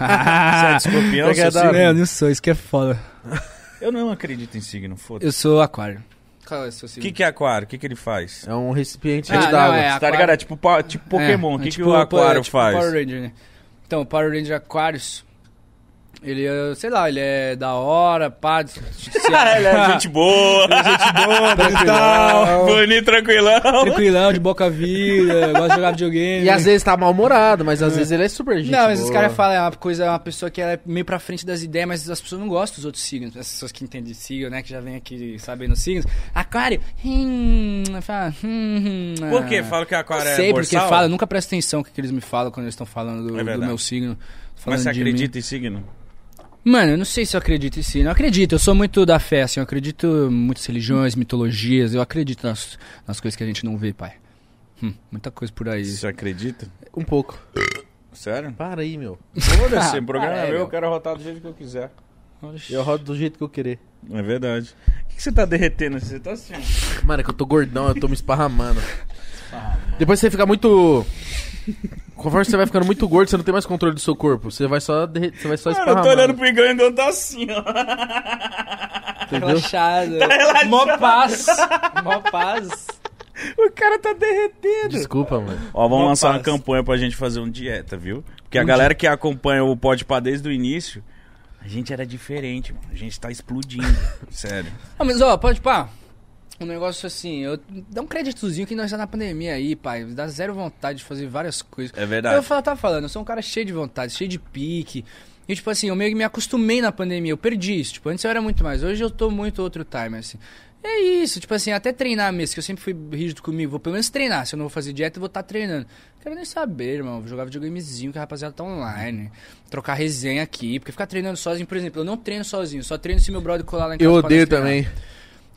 Speaker 3: Ah,
Speaker 1: é de escorpião, seu signo?
Speaker 3: Não, eu não sou, isso que é foda.
Speaker 1: Eu não acredito em signo, foda-se.
Speaker 3: Eu sou aquário. Qual é o seu
Speaker 1: O que, que é aquário? O que, que ele faz?
Speaker 2: É um recipiente
Speaker 3: Ah,
Speaker 2: cheio
Speaker 3: não,
Speaker 2: d'água.
Speaker 3: é.
Speaker 1: Tá
Speaker 3: aquário-
Speaker 1: ligado? É tipo, pa- tipo Pokémon. O que, que o aquário faz?
Speaker 3: É, Power Ranger, né? Então, o Power Ranger Aquarius, ele é, sei lá, ele é da hora, pá... de-
Speaker 1: Ele é gente boa,
Speaker 3: é Tranquilão,
Speaker 1: bonito, tranquilão.
Speaker 3: tranquilão, de boca vida, gosta de jogar videogame.
Speaker 2: E às vezes tá mal-humorado, mas às vezes ele é super gente
Speaker 3: não, mas os
Speaker 2: boa.
Speaker 3: caras falam, é uma coisa, é uma pessoa que ela é meio pra frente das ideias, mas as pessoas não gostam dos outros signos. As pessoas que entendem de signo, né, que já vem aqui sabendo os signos. Aquário, hum, fala, hum, hum,
Speaker 1: Por quê?
Speaker 3: ah.
Speaker 1: Fala que o aquário é
Speaker 3: Sei porque
Speaker 1: borsal?
Speaker 3: fala, eu nunca presto atenção no que, que eles me falam quando eles estão falando do,
Speaker 1: É
Speaker 3: do
Speaker 1: verdade.
Speaker 3: meu signo.
Speaker 1: Mas
Speaker 3: falando
Speaker 1: você
Speaker 3: de
Speaker 1: acredita em signo?
Speaker 3: mim. Mano, eu não sei se eu acredito em si. Não acredito, eu sou muito da fé, assim, eu acredito em muitas religiões, mitologias, eu acredito nas, nas coisas que a gente não vê, pai. Hum, muita coisa por aí.
Speaker 1: Você acredita?
Speaker 2: Um pouco.
Speaker 1: Sério?
Speaker 2: Para aí, meu.
Speaker 1: Foda-se,
Speaker 3: Ah,
Speaker 1: o programa é
Speaker 3: para,
Speaker 1: meu,
Speaker 3: meu.
Speaker 1: eu quero rotar do jeito que eu quiser.
Speaker 2: Eu rodo do jeito que eu querer.
Speaker 1: É verdade. O que que você tá derretendo? Você tá assim?
Speaker 2: Mano, é que eu tô gordão, eu tô me esparramando. Depois você fica muito. Conforme você vai ficando muito gordo, você não tem mais controle do seu corpo. Você vai só, derre- você vai só
Speaker 1: Mano, eu
Speaker 2: esparramando.
Speaker 1: tô olhando pro Ingrande, eu tô assim, ó.
Speaker 2: entendeu?
Speaker 3: Relaxado. Mó paz. Mó paz.
Speaker 1: O cara tá derretendo.
Speaker 2: Desculpa, mano.
Speaker 1: Ó, vamos
Speaker 3: Uma
Speaker 1: lançar uma
Speaker 3: paz.
Speaker 1: campanha pra gente fazer um dieta, viu? Porque a galera que acompanha o Pode Pá desde o início, a gente era diferente, mano. A gente tá explodindo. Sério.
Speaker 3: Ah, mas ó, pode pá. Um negócio assim, eu dá um créditozinho que nós tá na pandemia aí, pai. Dá zero vontade de fazer várias coisas.
Speaker 1: É verdade.
Speaker 3: Eu fa- tava falando, eu sou um cara cheio de vontade, cheio de pique. E tipo assim, eu meio que me acostumei na pandemia, eu perdi isso. Tipo, antes eu era muito mais, hoje eu tô muito outro time, assim. É isso, tipo assim, até treinar mesmo, que eu sempre fui rígido comigo, vou pelo menos treinar. Se eu não vou fazer dieta, eu vou estar treinando. Quero nem saber, irmão. Vou jogar videogamezinho que a rapaziada tá online. Trocar resenha aqui, porque ficar treinando sozinho, por exemplo, eu não treino sozinho, só treino se meu brother colar lá em casa
Speaker 2: Eu
Speaker 3: pra nós
Speaker 2: odeio
Speaker 3: treinar.
Speaker 2: também.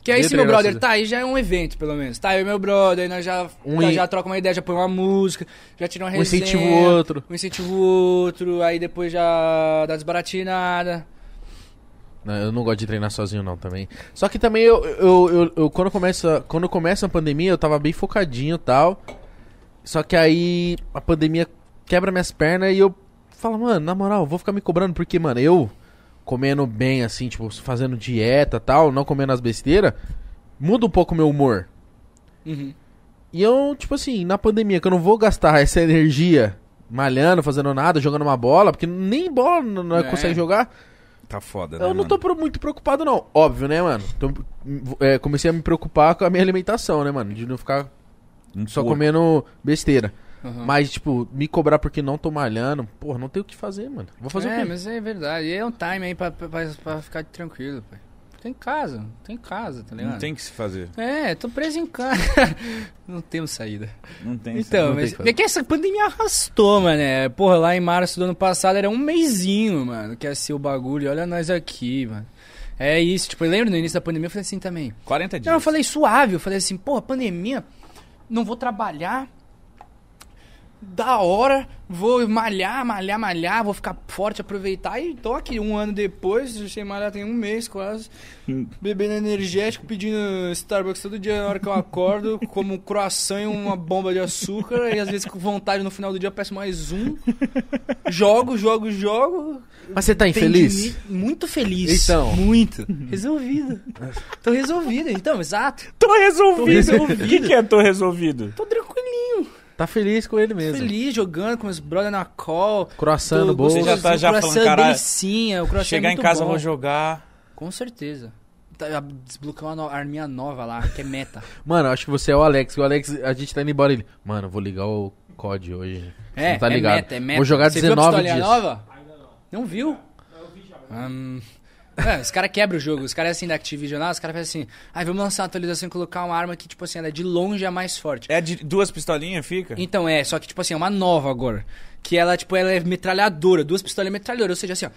Speaker 3: Que aí, se
Speaker 2: Dedo
Speaker 3: meu
Speaker 2: e
Speaker 3: brother
Speaker 2: graças.
Speaker 3: tá aí, já é um evento, pelo menos. Tá aí o meu brother, aí nós já,
Speaker 2: Um
Speaker 3: nós
Speaker 2: in-
Speaker 3: já troca uma ideia, já põe uma música, já tira uma
Speaker 2: Um
Speaker 3: resenha.
Speaker 2: incentivo o outro.
Speaker 3: Um incentivo o outro, aí depois já dá desbaratinada.
Speaker 2: Não, Né, eu não gosto de treinar sozinho, não, também. Só que também eu, eu, eu, eu- quando, começa, quando começa a pandemia, eu tava bem focadinho e tal. Só que aí a pandemia quebra minhas pernas e eu falo, mano, na moral, eu vou ficar me cobrando, porque, mano, eu comendo bem, assim, tipo, fazendo dieta e tal, não comendo as besteiras, muda um pouco o meu humor.
Speaker 3: Uhum.
Speaker 2: E eu, tipo assim, na pandemia, que eu não vou gastar essa energia malhando, fazendo nada, jogando uma bola, porque nem bola não, não
Speaker 3: É.
Speaker 2: consegue jogar.
Speaker 1: Tá foda, né?
Speaker 2: Eu não tô pro- muito preocupado, não. Óbvio, né, mano? Então, é, comecei a me preocupar com a minha alimentação, né, mano? De não ficar
Speaker 1: mano?
Speaker 2: só
Speaker 1: Pô,
Speaker 2: comendo besteira.
Speaker 3: Uhum.
Speaker 2: Mas, tipo, me cobrar porque não tô malhando, porra, não tem o que fazer, mano. Vou fazer
Speaker 3: é,
Speaker 2: o quê?
Speaker 3: mas é verdade. E é um time aí pra, pra, pra- pra ficar tranquilo, pai. Tem casa, tem casa, tá ligado?
Speaker 1: Não tem o que se fazer.
Speaker 3: É, tô preso em casa. não temos saída.
Speaker 1: Não tem o que
Speaker 2: não
Speaker 3: Então,
Speaker 2: tem o
Speaker 3: mas
Speaker 2: que fazer.
Speaker 3: é que essa pandemia arrastou, mano. É, porra, lá em março do ano passado era um mêsinho, mano, que ia ser o bagulho. Olha nós aqui, mano. É isso, tipo, eu lembro no início da pandemia, eu falei assim também.
Speaker 1: 40 dias.
Speaker 3: Não, eu falei suave, eu falei assim, porra, pandemia, não vou trabalhar, da hora, vou malhar, malhar, malhar, vou ficar forte, aproveitar e tô aqui um ano depois, sem malhar tem um mês quase, bebendo energético, pedindo Starbucks todo dia na hora que eu acordo, como um croissant e uma bomba de açúcar, e às vezes com vontade no final do dia eu peço mais um, jogo, jogo, jogo.
Speaker 2: Mas você tá
Speaker 3: Tem de
Speaker 2: infeliz?
Speaker 3: mim- Muito feliz.
Speaker 2: Então.
Speaker 3: Muito. Resolvido. Tô resolvido, então, exato.
Speaker 1: Tô resolvido.
Speaker 3: Tô resolvido.
Speaker 1: O que, que é tô resolvido?
Speaker 3: Tô tranquilinho.
Speaker 2: Tá feliz com ele mesmo.
Speaker 3: Feliz jogando com os brother na call.
Speaker 2: Croissant
Speaker 3: Tô
Speaker 2: no bolso.
Speaker 1: Você já tá já
Speaker 3: O
Speaker 1: falando,
Speaker 3: croissant
Speaker 1: "Caralho,
Speaker 3: delicinha, o croissant é
Speaker 1: Chegar em
Speaker 3: muito
Speaker 1: casa eu
Speaker 3: bom."
Speaker 1: vou jogar.
Speaker 3: Com certeza. Tá- Desbloqueou uma no- arminha nova lá, que é meta.
Speaker 2: Mano, acho que você é o Alex. O Alex, a gente tá indo embora. Ele, mano, vou ligar o COD hoje.
Speaker 3: É,
Speaker 2: Não tá
Speaker 3: é
Speaker 2: ligado.
Speaker 3: meta, é meta.
Speaker 2: Vou jogar
Speaker 3: Você
Speaker 2: 19
Speaker 3: viu a pistolinha
Speaker 2: dias.
Speaker 3: nova? Não viu? Hum. É, os caras quebram o jogo. Os caras assim da Activision lá, os caras fazem assim... Ai, vamos lançar uma atualização e colocar uma arma que, tipo assim, ela é de longe a mais forte.
Speaker 1: É de duas pistolinhas, fica?
Speaker 3: Então é, só que tipo assim, é uma nova agora. Que ela, tipo, ela é metralhadora. Duas pistolas metralhadoras, ou seja, assim, ó...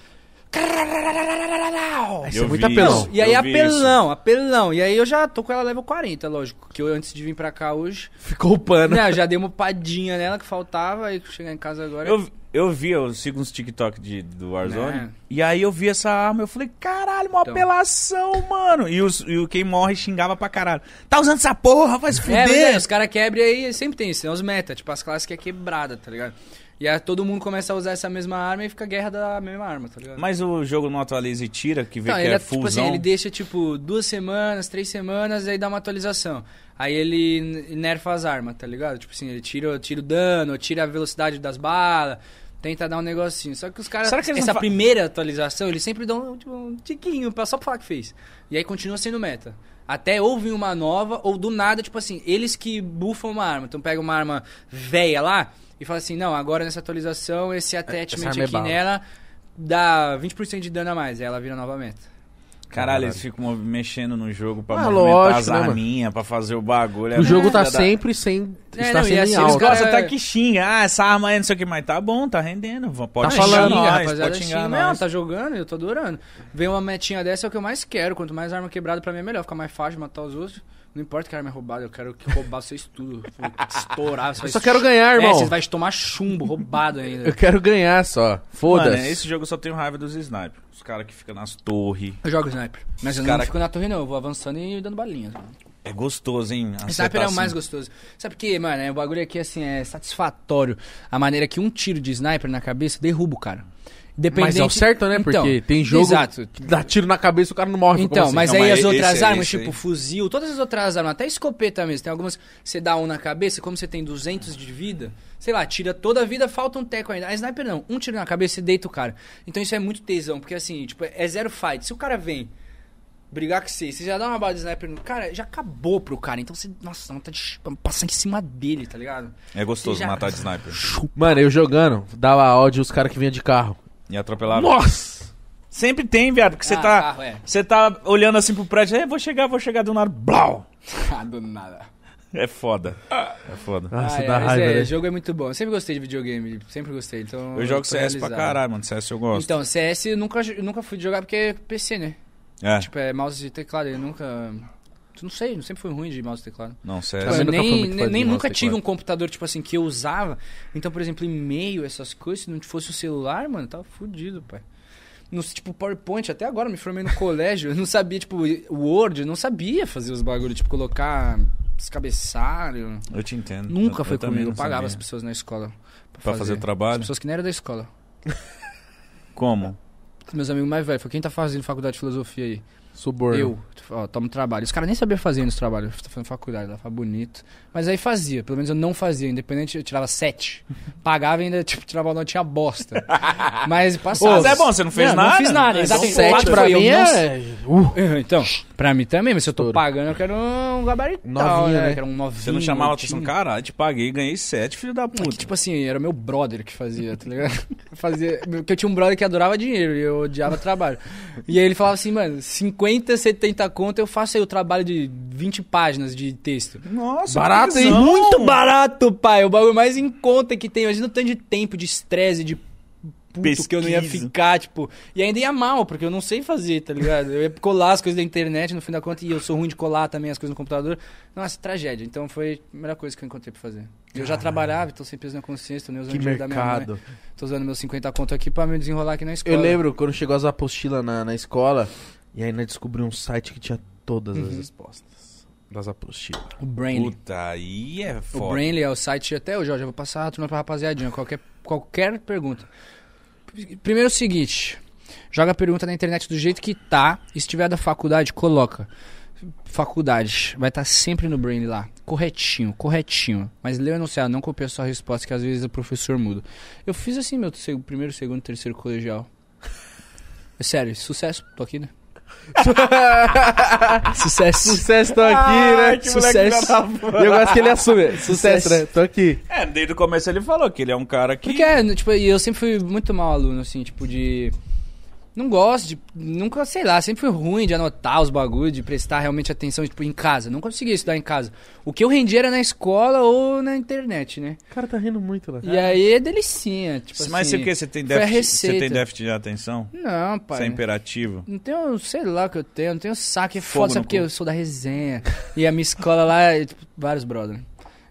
Speaker 2: Isso é
Speaker 1: Eu
Speaker 2: muito
Speaker 1: vi
Speaker 2: apelão.
Speaker 1: isso.
Speaker 3: E aí
Speaker 1: Eu vi
Speaker 3: apelão, apelão. E aí eu já tô com ela level 40, lógico. Que eu, antes de vir pra cá hoje...
Speaker 2: Ficou o pano.
Speaker 3: Né, eu já dei uma padinha nela que faltava e chegar em casa agora.
Speaker 1: Eu, eu vi, eu sigo uns TikTok de, do Warzone.
Speaker 3: Né?
Speaker 1: E aí eu vi essa arma, eu falei, caralho, uma
Speaker 3: Então.
Speaker 1: apelação, mano. E, os, e o quem morre xingava pra caralho. Tá usando essa porra, vai se
Speaker 3: É, mas é,
Speaker 1: fuder.
Speaker 3: os caras quebram e aí sempre tem isso, né? Os meta, tipo, as classes que é quebrada, tá ligado? E aí todo mundo começa a usar essa mesma arma e fica a guerra da mesma arma, tá ligado?
Speaker 1: mas o jogo não atualiza e tira, que vê
Speaker 3: Então,
Speaker 1: que
Speaker 3: ele,
Speaker 1: é
Speaker 3: é, tipo assim,
Speaker 1: fusão.
Speaker 3: ele deixa tipo duas semanas, três semanas, e aí dá uma atualização. Aí ele n- nerfa as armas, tá ligado? Tipo assim, ele tira, tira o dano, tira a velocidade das balas, tenta dar um negocinho. Só que os caras,
Speaker 1: Será que eles
Speaker 3: essa
Speaker 1: não fa-
Speaker 3: primeira atualização, eles sempre dão tipo, um tiquinho pra, só pra falar que fez. E aí continua sendo meta. Até ouvem uma nova, ou do nada, tipo assim, eles que bufam uma arma. Então pega uma arma velha lá e fala assim, não, agora nessa atualização, esse attachment
Speaker 2: arma é
Speaker 3: aqui
Speaker 2: bala.
Speaker 3: nela dá 20% de dano a mais. Aí ela vira nova meta.
Speaker 1: Caralho, eles ficam mov- mexendo no jogo pra
Speaker 2: Ah,
Speaker 1: movimentar
Speaker 2: lógico,
Speaker 1: as
Speaker 2: né, mano?
Speaker 1: arminhas, pra fazer o bagulho. É
Speaker 2: O jogo tá
Speaker 1: filha da-
Speaker 2: sempre sem.
Speaker 3: É,
Speaker 2: está
Speaker 3: não, e
Speaker 2: sendo
Speaker 3: assim,
Speaker 2: em
Speaker 3: os
Speaker 1: Eles
Speaker 2: alta.
Speaker 3: caras-
Speaker 1: gostam até que xinga. Ah, essa arma aí, não sei o que, mas tá bom, tá rendendo. v- Pode
Speaker 2: Tá
Speaker 1: xingar
Speaker 2: falando,
Speaker 1: nós,
Speaker 3: xinga,
Speaker 1: pode
Speaker 3: xinga.
Speaker 1: xingar
Speaker 3: Não,
Speaker 1: nós.
Speaker 3: tá jogando, eu tô adorando. Vem uma metinha dessa é o que eu mais quero. Quanto mais arma quebrada pra mim é melhor. Fica mais fácil de matar os outros. Não importa que a arma é roubada, eu quero que roubar vocês tudo. Vou Estourar, vocês
Speaker 2: Eu só quero ganhar, irmão.
Speaker 3: É, vocês vão tomar chumbo, roubado ainda.
Speaker 2: Eu quero ganhar só.
Speaker 3: é
Speaker 1: Mano,
Speaker 2: Foda-se.
Speaker 1: esse jogo eu só tenho raiva dos snipers. Os caras que ficam nas torres.
Speaker 3: Eu jogo sniper. Mas eu
Speaker 1: Cara-
Speaker 3: não fico na torre, não. Eu vou avançando e dando balinhas. mano.
Speaker 1: É gostoso, hein?
Speaker 3: Sniper
Speaker 1: acertar
Speaker 3: é o mais
Speaker 1: assim.
Speaker 3: gostoso. Sabe por quê, mano? É, O bagulho aqui, assim, é satisfatório. A maneira que um tiro de sniper na cabeça derruba o cara.
Speaker 2: Mas é o certo, né? Porque
Speaker 3: Então,
Speaker 2: tem jogo
Speaker 3: Exato.
Speaker 2: que dá tiro na cabeça e o cara não morre. como
Speaker 3: Então,
Speaker 2: assim?
Speaker 3: mas
Speaker 1: Não,
Speaker 3: aí
Speaker 1: mas
Speaker 3: as
Speaker 1: esse
Speaker 3: outras
Speaker 1: é
Speaker 3: armas,
Speaker 1: esse
Speaker 3: tipo
Speaker 1: aí.
Speaker 3: fuzil, todas as outras armas, até escopeta mesmo, tem algumas que você dá um na cabeça, como você tem 200 de vida, sei lá, tira toda a vida, falta um teco ainda. A sniper não, um tiro na cabeça e deita o cara. Então isso é muito tesão, porque assim, tipo, é zero fight. Se o cara vem brigar com você, você já dá uma bala de sniper no cara, já acabou pro cara. Então você, nossa, dá vontade de passar em cima dele, tá ligado?
Speaker 1: É gostoso
Speaker 3: Você já-
Speaker 1: matar de sniper.
Speaker 2: Mano, eu jogando, dava ódio os caras que vinham de carro.
Speaker 1: E atropelar.
Speaker 2: Nossa!
Speaker 1: Sempre tem, viado, porque você
Speaker 3: Ah,
Speaker 1: tá.
Speaker 3: carro, é.
Speaker 1: Você tá olhando assim pro prédio, é, vou chegar, vou chegar do nada. Blau!
Speaker 3: Ah, do nada.
Speaker 1: É foda. É foda.
Speaker 2: Nossa,
Speaker 3: Ah, é,
Speaker 2: dá
Speaker 3: mas
Speaker 2: raiva,
Speaker 3: é,
Speaker 2: né?
Speaker 3: o jogo é muito bom. Eu sempre gostei de videogame, sempre gostei. Então
Speaker 1: Eu jogo
Speaker 3: tô
Speaker 1: CS pra
Speaker 3: realizado.
Speaker 1: caralho, mano. CS eu gosto.
Speaker 3: Então, CS eu nunca, eu nunca fui jogar porque é PC, né?
Speaker 1: é.
Speaker 3: Tipo, é mouse e teclado, eu nunca. eu Não sei, eu sempre fui ruim de mouse e teclado.
Speaker 1: Não,
Speaker 3: Tipo,
Speaker 1: CS.
Speaker 2: Também
Speaker 3: eu
Speaker 2: nunca fui
Speaker 3: nem,
Speaker 2: muito fã
Speaker 3: nem,
Speaker 2: de
Speaker 3: nem
Speaker 2: mouse e
Speaker 3: nunca tive
Speaker 2: teclado.
Speaker 3: um computador, tipo assim, que eu usava. Então, por exemplo, e-mail, essas coisas, se não fosse o celular, mano, tava fudido, pai. No, tipo, PowerPoint, até agora eu me formei no colégio, eu não sabia, tipo, Word, eu não sabia fazer os bagulhos, tipo, colocar os cabeçalho.
Speaker 1: Eu te entendo.
Speaker 3: Nunca
Speaker 1: Eu-
Speaker 3: foi
Speaker 1: eu também
Speaker 3: comigo, eu
Speaker 1: não
Speaker 3: pagava as
Speaker 1: sabia.
Speaker 3: pessoas na escola.
Speaker 1: Pra fazer o
Speaker 3: As
Speaker 1: trabalho?
Speaker 3: pessoas que não eram da escola.
Speaker 1: Como?
Speaker 3: Meus amigos mais velhos, foi quem tá fazendo faculdade de filosofia aí?
Speaker 2: Suborno.
Speaker 3: Eu, ó, tomo trabalho. Os caras nem sabiam fazer nos trabalhos. Tá fazendo faculdade, lá faz bonito. Mas aí fazia, pelo menos eu não fazia. Independente, eu tirava sete. Pagava e ainda, tipo, tirava notinha bosta. Mas passava.
Speaker 1: Ô, Zé é Bom, você não fez nada?
Speaker 3: Não fiz nada,
Speaker 1: Então,
Speaker 3: exatamente.
Speaker 2: Sete
Speaker 3: Quatro
Speaker 2: pra
Speaker 3: foi eu,
Speaker 2: mim
Speaker 3: não-
Speaker 2: é... Uh,
Speaker 3: um Então, pra mim também, mas se eu tô
Speaker 2: Estouro.
Speaker 3: pagando, eu quero um gabaritão,
Speaker 2: Novinho,
Speaker 3: né?
Speaker 2: né?
Speaker 3: Eu Quero um novinho.
Speaker 1: Você não chamava
Speaker 3: tinha-
Speaker 1: atenção? Caralho, te paguei, ganhei sete, filho da
Speaker 3: É
Speaker 1: puta.
Speaker 3: que, tipo assim, era meu brother que fazia, tá ligado? fazia, porque eu tinha um brother que adorava dinheiro e eu odiava trabalho. E aí ele falava assim, mano, 50, 70 conto, eu faço aí o trabalho de 20 páginas de texto.
Speaker 1: Nossa,
Speaker 2: Barato, hein?
Speaker 1: tesão.
Speaker 3: Muito barato, pai. O bagulho mais em conta que tem. Imagina o tanto de tempo, de estresse, de puto que eu não ia
Speaker 1: Pesquisa.
Speaker 3: ficar, tipo. E ainda ia mal, porque eu não sei fazer, tá ligado? Eu ia colar as coisas da internet no fim da conta e eu sou ruim de colar também as coisas no computador. Nossa, tragédia. Então foi a melhor coisa que eu encontrei pra fazer. Eu já trabalhava, então tô sem peso na consciência, tô nem usando
Speaker 2: que
Speaker 3: dinheiro da minha mãe.
Speaker 2: mercado.
Speaker 3: Tô usando meus 50 conto aqui pra me desenrolar aqui na escola.
Speaker 2: Eu lembro quando chegou as apostilas na, na escola, e aí nós descobrimos um site que tinha todas
Speaker 3: Uhum.
Speaker 2: as respostas das apostilas.
Speaker 3: O Brainly.
Speaker 1: Puta, aí é
Speaker 3: O
Speaker 1: foda.
Speaker 3: Brainly é o site até hoje, ó, já vou passar a turma pra rapaziadinha, qualquer, qualquer pergunta. Primeiro é o seguinte, joga a pergunta na internet do jeito que tá, e se tiver da faculdade, coloca. faculdade, vai estar sempre no Brain lá. Corretinho, corretinho. Mas leu o enunciado, não copiou só a resposta, que às vezes o professor muda. Eu fiz assim meu seg- primeiro, segundo, terceiro colegial. É sério, sucesso, tô aqui, né? Ah, sucesso.
Speaker 2: Sucesso, tô aqui, né?
Speaker 3: Sucesso.
Speaker 2: E eu gosto que ele assume. Sucesso,
Speaker 3: Sucesso.
Speaker 2: né? Tô aqui.
Speaker 1: É, desde o começo ele falou que ele é um cara que.
Speaker 3: Porque, é, tipo, e eu sempre fui muito mau aluno, assim, tipo, de. Não gosto de. Nunca, sei lá, sempre fui ruim de anotar os bagulhos, de prestar realmente atenção, tipo, em casa. Não conseguia estudar em casa. O que eu rendia era na escola ou na internet, né?
Speaker 2: O cara tá rindo muito lá.
Speaker 3: E aí é delicinha, tipo assim.
Speaker 1: Mas você o quê? Você tem
Speaker 3: foi a
Speaker 1: déficit, você tem
Speaker 3: receita.
Speaker 1: déficit de atenção?
Speaker 3: Não, pai.
Speaker 1: Você é imperativo?
Speaker 3: Não tenho, sei lá o que eu tenho, não tenho saque, é
Speaker 1: Fogo
Speaker 3: foda,
Speaker 1: no
Speaker 3: sabe porque
Speaker 1: cu.
Speaker 3: eu sou da resenha. E a minha escola lá, é, tipo, vários brother.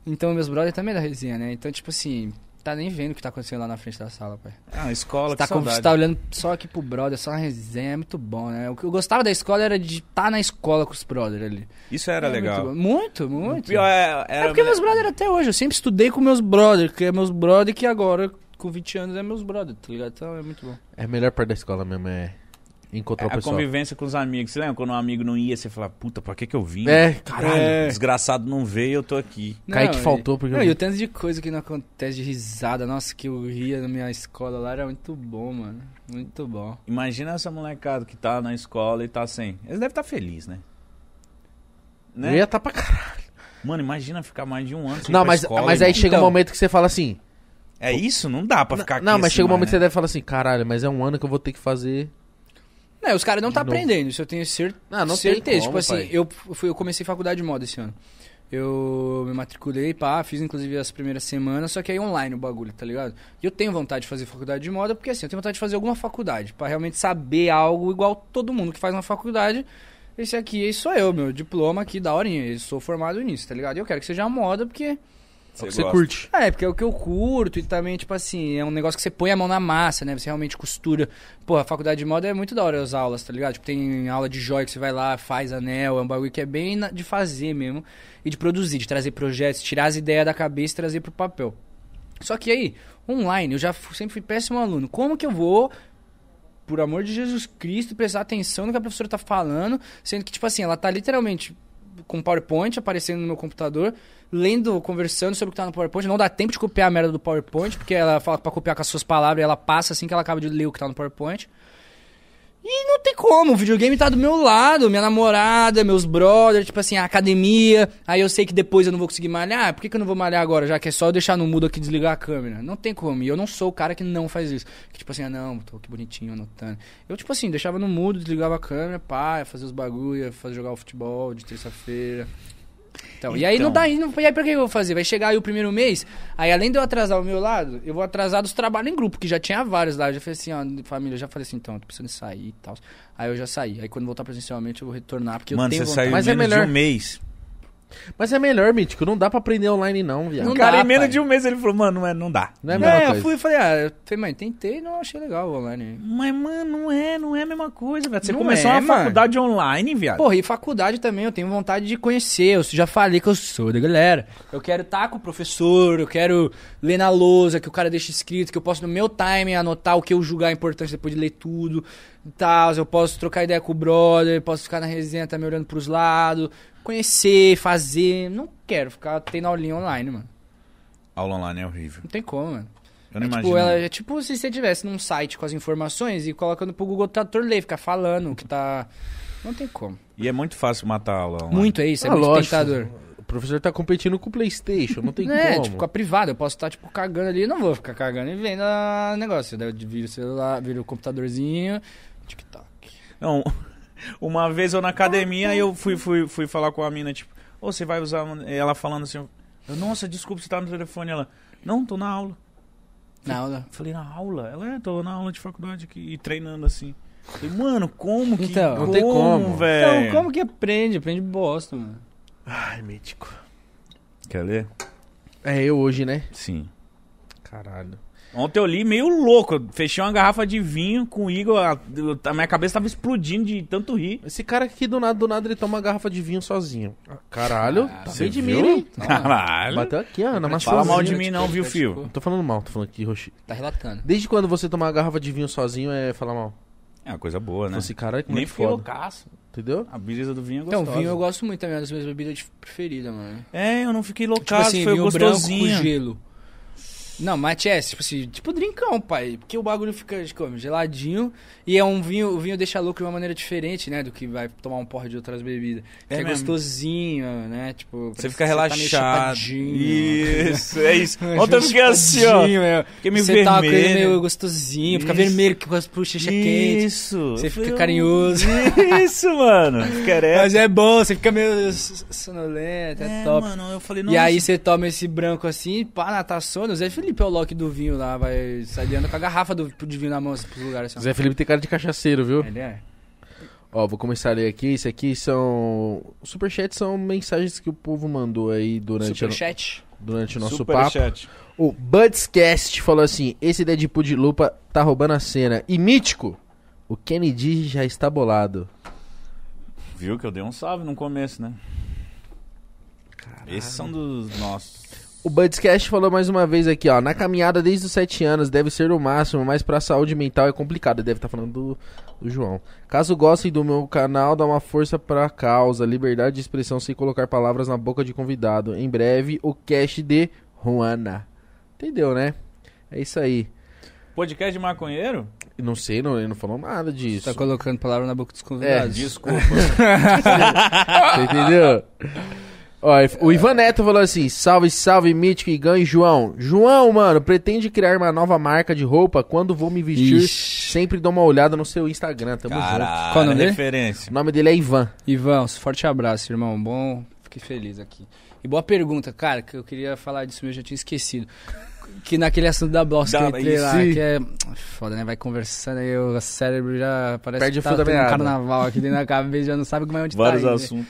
Speaker 3: Então meus brother também é da resenha, né? Então, tipo assim, tá nem vendo o que tá acontecendo lá na frente da sala, pai.
Speaker 1: Ah, escola,
Speaker 3: Você tá,
Speaker 1: que
Speaker 3: com,
Speaker 1: saudade.
Speaker 3: você tá olhando só aqui pro brother, só uma resenha, é muito bom, né? O que eu gostava da escola era de estar na escola com os brothers ali. É
Speaker 1: Isso era legal.
Speaker 3: Muito, bom. muito.
Speaker 1: O
Speaker 3: muito.
Speaker 1: pior é,
Speaker 3: É
Speaker 1: era...
Speaker 3: porque meus brother até hoje, eu sempre estudei com meus brother, que é meus brother que agora, com 20 anos, é meus brother, tá ligado? Então é muito bom.
Speaker 2: É a melhor parte da escola mesmo, é encontrar o
Speaker 1: a
Speaker 2: pessoal.
Speaker 1: convivência com os amigos. Você lembra quando um amigo não ia, você falava, puta, pra que que eu vim?
Speaker 2: É, caralho.
Speaker 3: É.
Speaker 1: Desgraçado não veio, eu tô aqui.
Speaker 2: Kaique
Speaker 3: e-
Speaker 2: faltou porque eu
Speaker 3: Não,
Speaker 2: vi.
Speaker 3: e o tanto de coisa que não acontece de risada, nossa, que eu ria na minha escola lá, era muito bom, mano. Muito bom.
Speaker 1: Imagina essa molecada que tá na escola e tá sem. Eles devem estar tá feliz, né?
Speaker 2: Eu
Speaker 1: Né?
Speaker 2: ia tá pra caralho.
Speaker 1: Mano, imagina ficar mais de um ano sem ir
Speaker 2: Não,
Speaker 1: pra
Speaker 2: mas,
Speaker 1: escola.
Speaker 2: mas
Speaker 1: e-
Speaker 2: aí chega um
Speaker 3: Então.
Speaker 2: momento que você fala assim.
Speaker 1: É isso? Não dá pra ficar aqui
Speaker 2: não, mas
Speaker 1: assim
Speaker 2: chega um
Speaker 1: mais,
Speaker 2: momento que você
Speaker 1: né?
Speaker 2: deve falar assim, caralho, mas é um ano que eu vou ter que fazer.
Speaker 3: Não, os caras não
Speaker 2: De
Speaker 3: tá
Speaker 2: novo.
Speaker 3: aprendendo, isso eu tenho cer
Speaker 2: Ah, não tem
Speaker 3: certeza.
Speaker 2: como,
Speaker 3: tipo assim,
Speaker 2: pai.
Speaker 3: eu, fui, eu comecei faculdade de moda esse ano. Eu me matriculei, pá, fiz inclusive as primeiras semanas, só que aí online o bagulho, tá ligado? E eu tenho vontade de fazer faculdade de moda, porque assim, eu tenho vontade de fazer alguma faculdade, pra realmente saber algo igual todo mundo que faz uma faculdade. Esse aqui sou eu, meu diploma aqui, daorinha, eu sou formado nisso, tá ligado? E eu quero que seja moda, porque
Speaker 2: Você,
Speaker 1: gosta.
Speaker 2: curte.
Speaker 3: é, porque é o que eu curto e também, tipo assim, é um negócio que você põe a mão na massa, né? Você realmente costura. Pô, a faculdade de moda é muito da hora as aulas, tá ligado? Tipo, tem aula de joia que você vai lá, faz anel, é um bagulho que é bem na- de fazer mesmo. E de produzir, de trazer projetos, tirar as ideias da cabeça e trazer pro papel. Só que aí, online, eu já fu- sempre fui péssimo aluno. Como que eu vou por amor de Jesus Cristo, prestar atenção no que a professora tá falando, sendo que, tipo assim, ela tá literalmente com PowerPoint aparecendo no meu computador, lendo, conversando sobre o que tá no PowerPoint, não dá tempo de copiar a merda do PowerPoint, porque ela fala pra copiar com as suas palavras e ela passa assim que ela acaba de ler o que tá no PowerPoint. E não tem como, o videogame tá do meu lado, minha namorada, meus brothers, tipo assim, a academia, aí eu sei que depois eu não vou conseguir malhar, Ah, por que, que eu não vou malhar agora, já que é só eu deixar no mudo aqui e desligar a câmera? Não tem como, e eu não sou o cara que não faz isso, que tipo assim, ah não, tô aqui bonitinho anotando. Eu tipo assim, deixava no mudo, desligava a câmera, pá, ia fazer os bagulho, ia fazer jogar o futebol de terça-feira. Então, e aí
Speaker 1: Então.
Speaker 3: não dá, e, não, e aí pra que eu vou fazer? Vai chegar aí o primeiro mês, aí além de eu atrasar o meu lado, eu vou atrasar dos trabalhos em grupo, que já tinha vários lá. Eu já falei assim, ó, família, eu já falei assim, então, tô precisando sair e tal. Aí eu já saí. Aí quando voltar presencialmente eu vou retornar, porque
Speaker 1: Mano, você
Speaker 3: eu tenho vontade.
Speaker 1: saiu em
Speaker 2: Mas é
Speaker 1: menos
Speaker 2: melhor.
Speaker 1: de um mês.
Speaker 2: Mas é melhor, Mítico. Não dá pra aprender online, não, viado.
Speaker 3: Não
Speaker 1: O cara,
Speaker 3: dá,
Speaker 1: em menos
Speaker 3: pai.
Speaker 1: de um mês, ele falou, mano, não, é, não dá.
Speaker 2: Não é a mesma
Speaker 3: É, eu
Speaker 2: coisa.
Speaker 3: fui e falei, ah, eu falei, mãe, tentei, não achei legal o online.
Speaker 1: Mas, mano, não é, não é a mesma coisa, velho. Você
Speaker 3: Não
Speaker 1: começou
Speaker 3: é,
Speaker 1: uma
Speaker 3: mano.
Speaker 1: faculdade online, viado.
Speaker 3: Porra, e faculdade também, eu tenho vontade de conhecer. Eu já falei que eu sou da galera. Eu quero estar com o professor, eu quero ler na lousa, que o cara deixa escrito, que eu posso no meu time anotar o que eu julgar importante depois de ler tudo e tal. Eu posso trocar ideia com o brother, posso ficar na resenha também olhando pros lados, conhecer, fazer. Não quero ficar tendo aulinha online, mano.
Speaker 1: Aula online é horrível.
Speaker 3: Não tem como, mano.
Speaker 1: Eu não
Speaker 3: É
Speaker 1: imagino.
Speaker 3: tipo, ela, é tipo se você tivesse num site com as informações e colocando pro Google Tradutor ler, ficar falando o que tá. Não tem como.
Speaker 1: E é muito fácil matar a aula online.
Speaker 3: Muito é isso, é
Speaker 2: Ah,
Speaker 3: muito
Speaker 2: lógico.
Speaker 3: tentador.
Speaker 2: O professor tá competindo com o Playstation, não tem
Speaker 3: É,
Speaker 2: como.
Speaker 3: tipo, com a privada, eu posso estar, tipo, cagando ali, eu não vou ficar cagando e vendo o negócio. Daí eu viro o celular, viro o computadorzinho, tic-tac.
Speaker 1: Não, uma vez eu na academia, eu fui, fui, fui falar com a mina, tipo, ô, você vai usar. um-" Ela falando assim, eu, nossa, desculpa, você tá no telefone. Ela, não, tô na aula.
Speaker 3: Na aula.
Speaker 1: Eu falei, na aula? Ela, é, tô na aula de faculdade aqui e treinando assim. Eu Falei, mano, como que.
Speaker 3: Então.
Speaker 2: Não tem como.
Speaker 1: velho.
Speaker 3: Então, como que aprende? Aprende bosta, mano.
Speaker 2: Ai, Mítico.
Speaker 1: Quer ler?
Speaker 2: É eu hoje, né?
Speaker 1: Sim.
Speaker 2: Caralho.
Speaker 1: Ontem eu li meio louco. Eu fechei uma garrafa de vinho com o Igor. A, eu- a minha cabeça tava explodindo de tanto rir.
Speaker 2: Esse cara aqui do nada, do nada, ele toma uma garrafa de vinho sozinho. Ah, Caralho, tá
Speaker 1: você
Speaker 2: bem de
Speaker 1: viu?
Speaker 2: mim, hein?
Speaker 1: Caralho.
Speaker 2: Bateu aqui, ó, na
Speaker 3: Não
Speaker 1: Fala mal de
Speaker 2: maçãzinha.
Speaker 1: mim, não, viu, fio?
Speaker 2: tipo, Não tô falando mal, tô falando aqui, Roxi.
Speaker 3: Tá relatando.
Speaker 2: Desde quando você tomar uma garrafa de vinho sozinho é falar mal?
Speaker 1: É uma coisa boa, né?
Speaker 2: Falei assim, caralho, que
Speaker 1: Nem
Speaker 2: moleque
Speaker 1: fiquei
Speaker 2: foda.
Speaker 1: loucaço.
Speaker 2: Entendeu?
Speaker 1: A brisa do vinho é
Speaker 3: Então,
Speaker 1: gostosa.
Speaker 3: vinho eu gosto muito também, é uma das minhas bebidas de- preferidas, mano.
Speaker 1: É, eu não fiquei loucaço,
Speaker 3: Tipo assim,
Speaker 1: foi
Speaker 3: vinho branco com
Speaker 1: gostosinho.
Speaker 3: gelo. Não, mate é, tipo assim, tipo drincão, pai. Porque o bagulho fica como, geladinho e é um vinho, o vinho deixa louco de uma maneira diferente, né? Do que vai tomar um porra de outras bebidas.
Speaker 1: É
Speaker 3: que é
Speaker 1: mesmo.
Speaker 3: gostosinho, né? Tipo,
Speaker 1: Você
Speaker 3: parece
Speaker 1: fica
Speaker 3: que tá meio
Speaker 1: relaxado.
Speaker 3: chapadinho.
Speaker 1: isso, é isso.
Speaker 3: É,
Speaker 1: Ontem eu fiquei assim, ó.
Speaker 3: chapadinho, é.
Speaker 1: Fiquei meio
Speaker 3: Você tá com ele
Speaker 1: vermelho.
Speaker 3: meio gostosinho, fica
Speaker 1: Isso.
Speaker 3: vermelho que gosta puxa cheia quente.
Speaker 1: Isso.
Speaker 3: Você
Speaker 1: Eu
Speaker 3: fica
Speaker 1: falei,
Speaker 3: carinhoso.
Speaker 1: Isso, mano. Fica
Speaker 3: Mas é bom, você fica meio s- sonolento, é, top.
Speaker 1: mano, eu falei,
Speaker 3: E aí você toma esse branco assim, pá, na taçona, o Zé Felipe é o Loki do vinho lá, vai saliando com a garrafa do, de vinho na mão assim, pros lugares assim.
Speaker 2: Zé Felipe tem cara de cachaceiro, viu?
Speaker 3: Ele é?
Speaker 2: Ó, vou começar a ler aqui. Isso aqui são. Os superchats são mensagens que o povo mandou aí durante, a-
Speaker 3: Superchat.
Speaker 2: durante o nosso papo.
Speaker 1: Superchat.
Speaker 2: O Budscast falou assim: esse Deadpool de lupa tá roubando a cena. E mítico, o Kennedy já está bolado.
Speaker 1: Viu que eu dei um salve no começo, né? Esses são dos nossos.
Speaker 2: O Budscast falou mais uma vez aqui, ó. Na caminhada desde os 7 anos deve ser o máximo, mas pra saúde mental é complicado. Deve estar falando do, do João. Caso gostem do meu canal, dá uma força pra causa. Liberdade de expressão sem colocar palavras na boca de convidado. Em breve, o cast de Juana. Entendeu, né? É isso aí.
Speaker 1: Podcast de maconheiro?
Speaker 2: Não sei, não, ele não É, falou nada disso.
Speaker 3: Tá colocando palavra na boca dos convidados.
Speaker 1: Desculpa.
Speaker 2: Ah, Você entendeu? Ó, e- o Ivan Neto falou assim: salve, salve, Mítico, Igão e João. João, mano, pretende criar uma nova marca de roupa? Quando vou me vestir,
Speaker 3: Ixi.
Speaker 2: sempre dou uma olhada no seu Instagram. Tamo junto.
Speaker 1: Caralho,
Speaker 3: Qual o nome dele?
Speaker 1: referência.
Speaker 2: O nome dele é Ivan.
Speaker 3: Ivão, forte abraço, irmão. Bom, fiquei feliz aqui. E boa pergunta, cara, que eu queria falar disso, mas eu já tinha esquecido. Que naquele assunto da bosta que
Speaker 1: Da-
Speaker 3: eu entrei lá,
Speaker 2: sim.
Speaker 3: que é. Foda, né? Vai conversando aí, o cérebro já parece
Speaker 2: Perde o
Speaker 3: que tá
Speaker 2: fio da
Speaker 3: tendo um
Speaker 2: meada.
Speaker 3: carnaval aqui dentro da cabeça, já não sabe como é onde
Speaker 1: Vários
Speaker 3: tá. ainda.
Speaker 1: assuntos.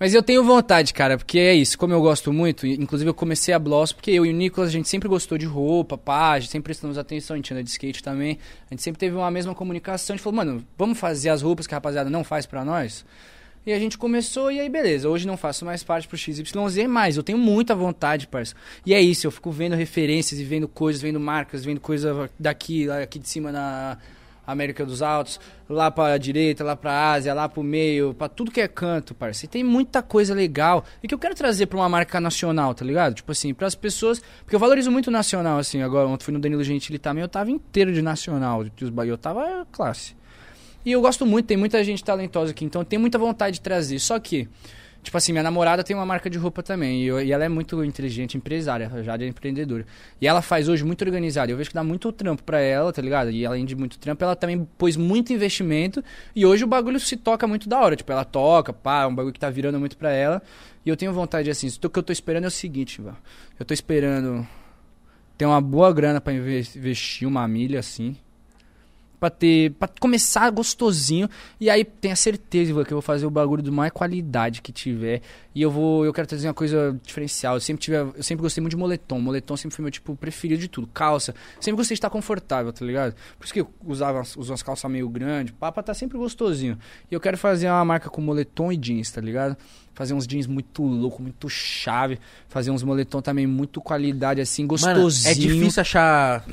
Speaker 3: Mas eu tenho vontade, cara, porque é isso. Como eu gosto muito, e- inclusive eu comecei a Bloss, porque eu e o Nicolas, a gente sempre gostou de roupa, pá, a gente sempre prestamos atenção, a gente anda de skate também. A gente sempre teve uma mesma comunicação. A gente falou, mano, vamos fazer as roupas que a rapaziada não faz pra nós? E a gente começou, e aí beleza, hoje não faço mais parte pro XYZ, mas eu tenho muita vontade, parceiro. E é isso, eu fico vendo referências e vendo coisas, vendo marcas, vendo coisa daqui, lá aqui de cima na América dos Altos, lá pra direita, lá pra Ásia, lá pro meio, pra tudo que é canto, parceiro. E tem muita coisa legal e que eu quero trazer pra uma marca nacional, tá ligado? Tipo assim, pras pessoas, porque eu valorizo muito o nacional, assim, agora ontem fui no Danilo Gentili também, eu tava inteiro de nacional, de os ba- eu tava classe. E eu gosto muito, tem muita gente talentosa aqui, então eu tenho muita vontade de trazer. Só que, tipo assim, minha namorada tem uma marca de roupa também, e, eu- e ela é muito inteligente, empresária, já é empreendedora. E ela faz hoje muito organizada. Eu vejo que dá muito trampo pra ela, tá ligado? E além de muito trampo, ela também pôs muito investimento, e hoje o bagulho se toca muito da hora. Tipo, ela toca, pá, é um bagulho que tá virando muito pra ela. E eu tenho vontade, assim, o que eu tô esperando é o seguinte, vá. Eu tô esperando ter uma boa grana pra inves- investir uma milha, assim. Pra ter. para começar gostosinho. E aí tenha certeza Ivan, que eu vou fazer o bagulho do maior qualidade que tiver. E eu vou. Eu quero trazer uma coisa diferencial. Eu sempre, tive, eu sempre gostei muito de moletom. Moletom sempre foi meu tipo preferido de tudo. Calça. Sempre gostei de estar confortável, tá ligado? Por isso que eu usava umas- uso umas calças meio grandes. Papa tá sempre gostosinho. E eu quero fazer uma marca com moletom e jeans, tá ligado? Fazer uns jeans muito louco, muito chave. Fazer uns moletom também muito qualidade, assim, gostosinho.
Speaker 2: Mano, é difícil achar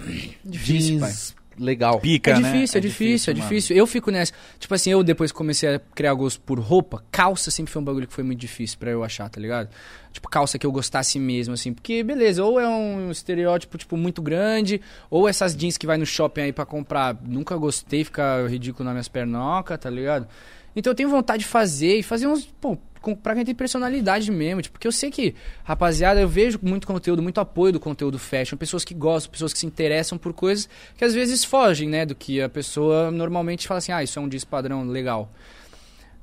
Speaker 3: Difícil, pai.
Speaker 2: jeans legal.
Speaker 1: Pica,
Speaker 3: é
Speaker 1: né?
Speaker 3: difícil, é, difícil, é
Speaker 1: mano.
Speaker 3: difícil. Eu fico nessa. Tipo assim, eu depois que comecei a criar gosto por roupa, calça sempre foi um bagulho que foi muito difícil pra eu achar, tá ligado? Tipo, calça que eu gostasse mesmo, assim. Porque, beleza, ou é um estereótipo, tipo, muito grande, ou essas jeans que vai no shopping aí pra comprar. Nunca gostei, fica ridículo nas minhas pernocas, tá ligado? Então eu tenho vontade de fazer e fazer uns. Pô, com, pra quem tem personalidade mesmo. Tipo, porque eu sei que, rapaziada, eu vejo muito conteúdo, muito apoio do conteúdo fashion. Pessoas que gostam, pessoas que se interessam por coisas que às vezes fogem, né? Do que a pessoa normalmente fala assim, ah, isso é um jeans padrão legal.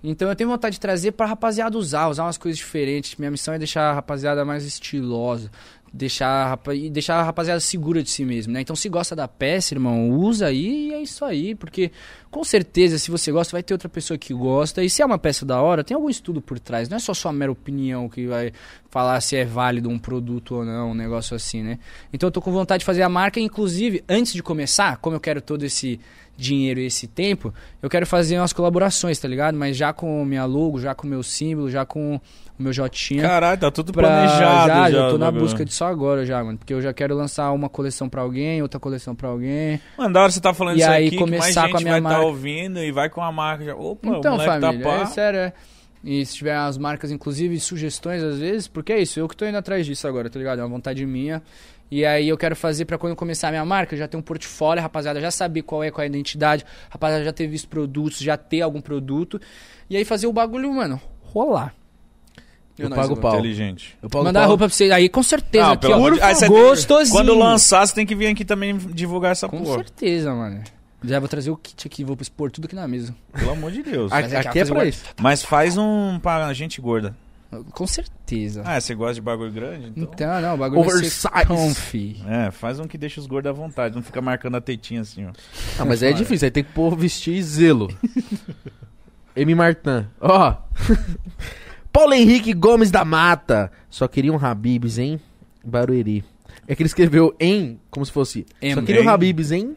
Speaker 3: Então eu tenho vontade de trazer pra rapaziada usar, usar umas coisas diferentes. Minha missão é deixar a rapaziada mais estilosa. Deixar a, rapa- e deixar a rapaziada segura de si mesmo, né? Então, se gosta da peça, irmão, usa aí e é isso aí, porque com certeza, se você gosta, vai ter outra pessoa que gosta. E se é uma peça da hora, tem algum estudo por trás. Não é só sua mera opinião que vai falar se é válido um produto ou não, um negócio assim, né? Então, eu tô com vontade de fazer a marca, inclusive, antes de começar, como eu quero todo esse dinheiro e esse tempo, eu quero fazer umas colaborações, tá ligado? Mas já com minha logo, já com o meu símbolo, já com o meu Jotinha.
Speaker 1: Caralho, tá tudo planejado
Speaker 3: Já,
Speaker 1: já, né,
Speaker 3: já tô na
Speaker 1: bagulho.
Speaker 3: busca disso agora já, mano. Porque eu já quero lançar uma coleção pra alguém, outra coleção pra alguém.
Speaker 1: Mano, da hora você tá falando
Speaker 3: E
Speaker 1: isso
Speaker 3: aí
Speaker 1: aqui, que mais
Speaker 3: começar
Speaker 1: gente
Speaker 3: com a minha
Speaker 1: vai tá
Speaker 3: marca.
Speaker 1: ouvindo e vai com a marca já. Opa, o
Speaker 3: Então,
Speaker 1: moleque
Speaker 3: família,
Speaker 1: tá pá.
Speaker 3: é sério, é. E se tiver as marcas, inclusive, sugestões às vezes, porque é isso, eu que tô indo atrás disso agora, tá ligado? É uma vontade minha. E aí eu quero fazer pra quando eu começar a minha marca, eu já ter um portfólio, a rapaziada, já saber qual é qual é a identidade, a rapaziada, já ter visto produtos, já ter algum produto. E aí fazer o bagulho, mano, rolar.
Speaker 2: Eu
Speaker 3: nós,
Speaker 2: pago o
Speaker 3: eu-
Speaker 2: pau.
Speaker 1: Inteligente.
Speaker 2: Eu pago
Speaker 3: Mandar
Speaker 2: pau.
Speaker 3: a roupa pra vocês aí, com certeza.
Speaker 1: Ah,
Speaker 3: aqui,
Speaker 1: pelo
Speaker 3: ó,
Speaker 1: amor de- Aí você-
Speaker 3: gostosinho.
Speaker 1: Quando lançar, você tem que vir aqui também divulgar essa
Speaker 3: Com
Speaker 1: porra.
Speaker 3: certeza, mano. Já vou trazer o kit aqui, vou expor tudo aqui na mesa.
Speaker 1: Pelo amor de Deus.
Speaker 2: A-
Speaker 3: Mas é que
Speaker 2: Aqui
Speaker 3: a
Speaker 2: é
Speaker 3: coisa
Speaker 2: pra
Speaker 3: é-
Speaker 2: isso.
Speaker 1: Mas faz um pra gente gorda.
Speaker 3: Com certeza.
Speaker 1: Ah, você gosta de bagulho grande? Então.
Speaker 3: Então, não, o bagulho
Speaker 2: Oversize.
Speaker 3: vai ser pão, fi.
Speaker 1: É, faz um que deixa os gordos à vontade, não fica marcando a tetinha assim, ó.
Speaker 2: Ah, mas é difícil, aí tem que pôr vestir e zelo. M. Martin. Ó. Paulo Henrique Gomes da Mata. Só queria um Habibs, hein? Barueri. É que ele escreveu em, como se fosse.
Speaker 3: Em.
Speaker 2: Só queria um
Speaker 1: Em.
Speaker 2: Habibs, hein?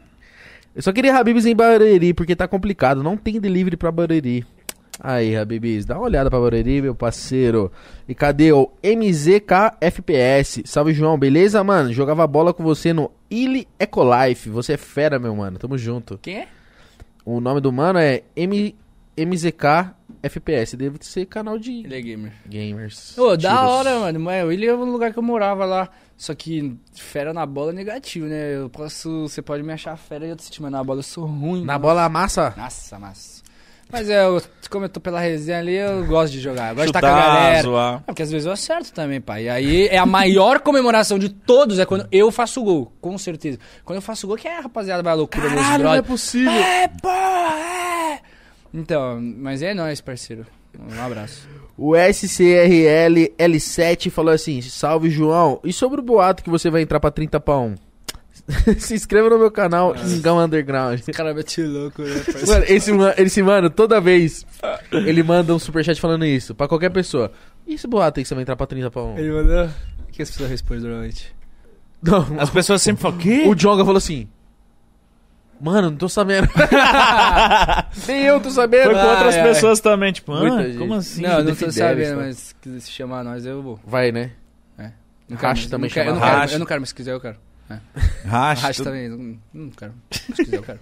Speaker 2: Eu só queria Habibs em Barueri, porque tá complicado. Não tem delivery pra Barueri. Aí, Habibs, dá uma olhada pra Barueri, meu parceiro. E cadê o MZKFPS? Salve, João. Beleza, mano? Jogava bola com você no Illy Ecolife. Você é fera, meu mano. Tamo junto.
Speaker 3: Quem é?
Speaker 2: O nome do mano é M MZK FPS. Deve ser canal de
Speaker 3: Ele é gamer.
Speaker 2: gamers.
Speaker 3: Ô,
Speaker 2: Tiros.
Speaker 3: da hora, mano. Mas o William é um lugar que eu morava lá. Só que fera na bola é negativo, né? Eu posso. Você pode me achar fera e eu te sentir, mas na bola eu sou ruim.
Speaker 2: Na
Speaker 3: mano.
Speaker 2: bola massa.
Speaker 3: Nossa, massa. Mas é, eu, como eu tô pela resenha ali, eu gosto de jogar. Eu gosto de estar com a
Speaker 1: Chutar,
Speaker 3: galera.
Speaker 1: zoar.
Speaker 3: É, porque às vezes eu acerto também, pai. E aí é a maior comemoração de todos é quando eu faço gol, com certeza. Quando eu faço gol, que é a rapaziada vai à loucura meus
Speaker 2: Caralho, não é
Speaker 3: brother.
Speaker 2: possível.
Speaker 3: É, pô, é. Então, mas é nóis, parceiro. Um abraço.
Speaker 2: O SCRL L7 falou assim: Salve, João. E sobre o boato que você vai entrar pra 30 pra 1? Se inscreva no meu canal,
Speaker 1: É.
Speaker 2: Ingão Underground.
Speaker 3: Cara, mete louco, né, parceiro?
Speaker 2: Mano, esse, ma- esse mano, toda vez, ele manda um superchat falando isso, pra qualquer pessoa. E esse boato aí que você vai entrar pra 30 pra 1?
Speaker 3: Ele mandou. O que as pessoas respondem normalmente?
Speaker 2: Não,
Speaker 1: As pessoas sempre falam, quê?
Speaker 2: O Jonga falou assim: Mano, não tô sabendo. Nem eu tô sabendo.
Speaker 1: Foi com
Speaker 3: Ah,
Speaker 1: outras
Speaker 3: é.
Speaker 1: pessoas também, tipo, ah,
Speaker 2: Muita gente.
Speaker 1: como assim?
Speaker 3: não, eu não tô
Speaker 2: Fidel,
Speaker 3: sabendo,
Speaker 2: só.
Speaker 3: mas se quiser se chamar nós, eu vou.
Speaker 2: Vai, né?
Speaker 3: Não
Speaker 2: Racha
Speaker 3: mais,
Speaker 2: também
Speaker 3: não quero, eu,
Speaker 2: chama
Speaker 3: não quero,
Speaker 1: Racha.
Speaker 3: eu não quero, mas se quiser eu quero.
Speaker 1: Racha,
Speaker 3: Racha
Speaker 1: tudo-
Speaker 3: também, não, não quero. Mas se quiser eu quero.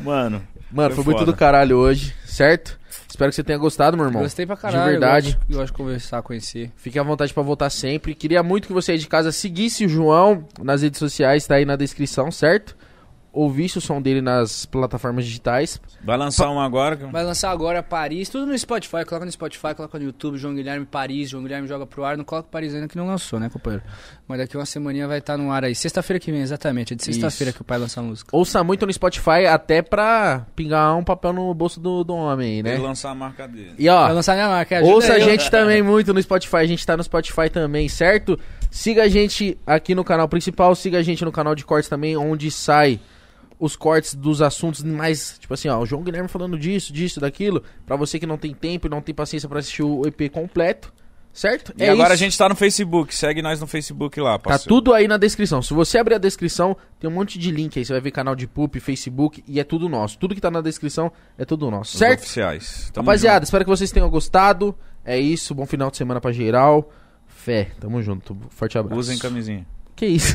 Speaker 1: Mano,
Speaker 2: Mano,
Speaker 1: Foi
Speaker 2: foi, muito
Speaker 1: foda.
Speaker 2: do caralho hoje, certo? Espero que você tenha gostado, meu irmão.
Speaker 3: Gostei pra caralho.
Speaker 2: De verdade.
Speaker 3: Eu gosto, eu gosto de conversar, conhecer.
Speaker 2: Fique à vontade pra voltar sempre. Queria muito que você aí de casa seguisse o João nas redes sociais, tá aí na descrição, certo? Ouvisse o som dele nas plataformas digitais.
Speaker 1: vai lançar um agora. que-
Speaker 3: Vai lançar agora Paris, tudo no Spotify. Coloca no Spotify, coloca no YouTube, João Guilherme Paris, João Guilherme joga pro ar. Não coloca Paris ainda que não lançou, né, companheiro? Mas daqui uma semaninha vai estar no ar aí. Sexta-feira que vem, exatamente. É de sexta-feira
Speaker 2: Isso.
Speaker 3: que o pai lança a música.
Speaker 2: Ouça muito no Spotify, até pra pingar um papel no bolso do, do homem aí,
Speaker 1: Vai
Speaker 2: né?
Speaker 1: lançar a marca dele.
Speaker 2: E
Speaker 3: Vai
Speaker 2: ó,
Speaker 3: lançar minha marca, ajuda
Speaker 2: Ouça a
Speaker 3: aí, ó.
Speaker 2: gente também muito no Spotify, a gente tá no Spotify também, certo? Siga a gente aqui no canal principal, siga a gente no canal de cortes também, onde sai os cortes dos assuntos mais, tipo assim, ó, o João Guilherme falando disso, disso, daquilo, Pra você que não tem tempo e não tem paciência pra assistir o EP completo, certo?
Speaker 1: E agora a
Speaker 2: É isso.
Speaker 1: gente tá no Facebook, segue nós no Facebook lá,
Speaker 2: Tá
Speaker 1: parceiro.
Speaker 2: tudo aí na descrição. Se você abrir a descrição, tem um monte de link aí. Você vai ver canal de PUP, Facebook e é tudo nosso. Tudo que tá na descrição é tudo nosso,
Speaker 1: Os
Speaker 2: certo?
Speaker 1: oficiais. Tamo
Speaker 2: Rapaziada, espero que vocês tenham gostado. É isso, bom final de semana pra geral. Fé, tamo junto. Forte
Speaker 1: junto.
Speaker 2: abraço.
Speaker 1: Usem camisinha.
Speaker 2: Que isso?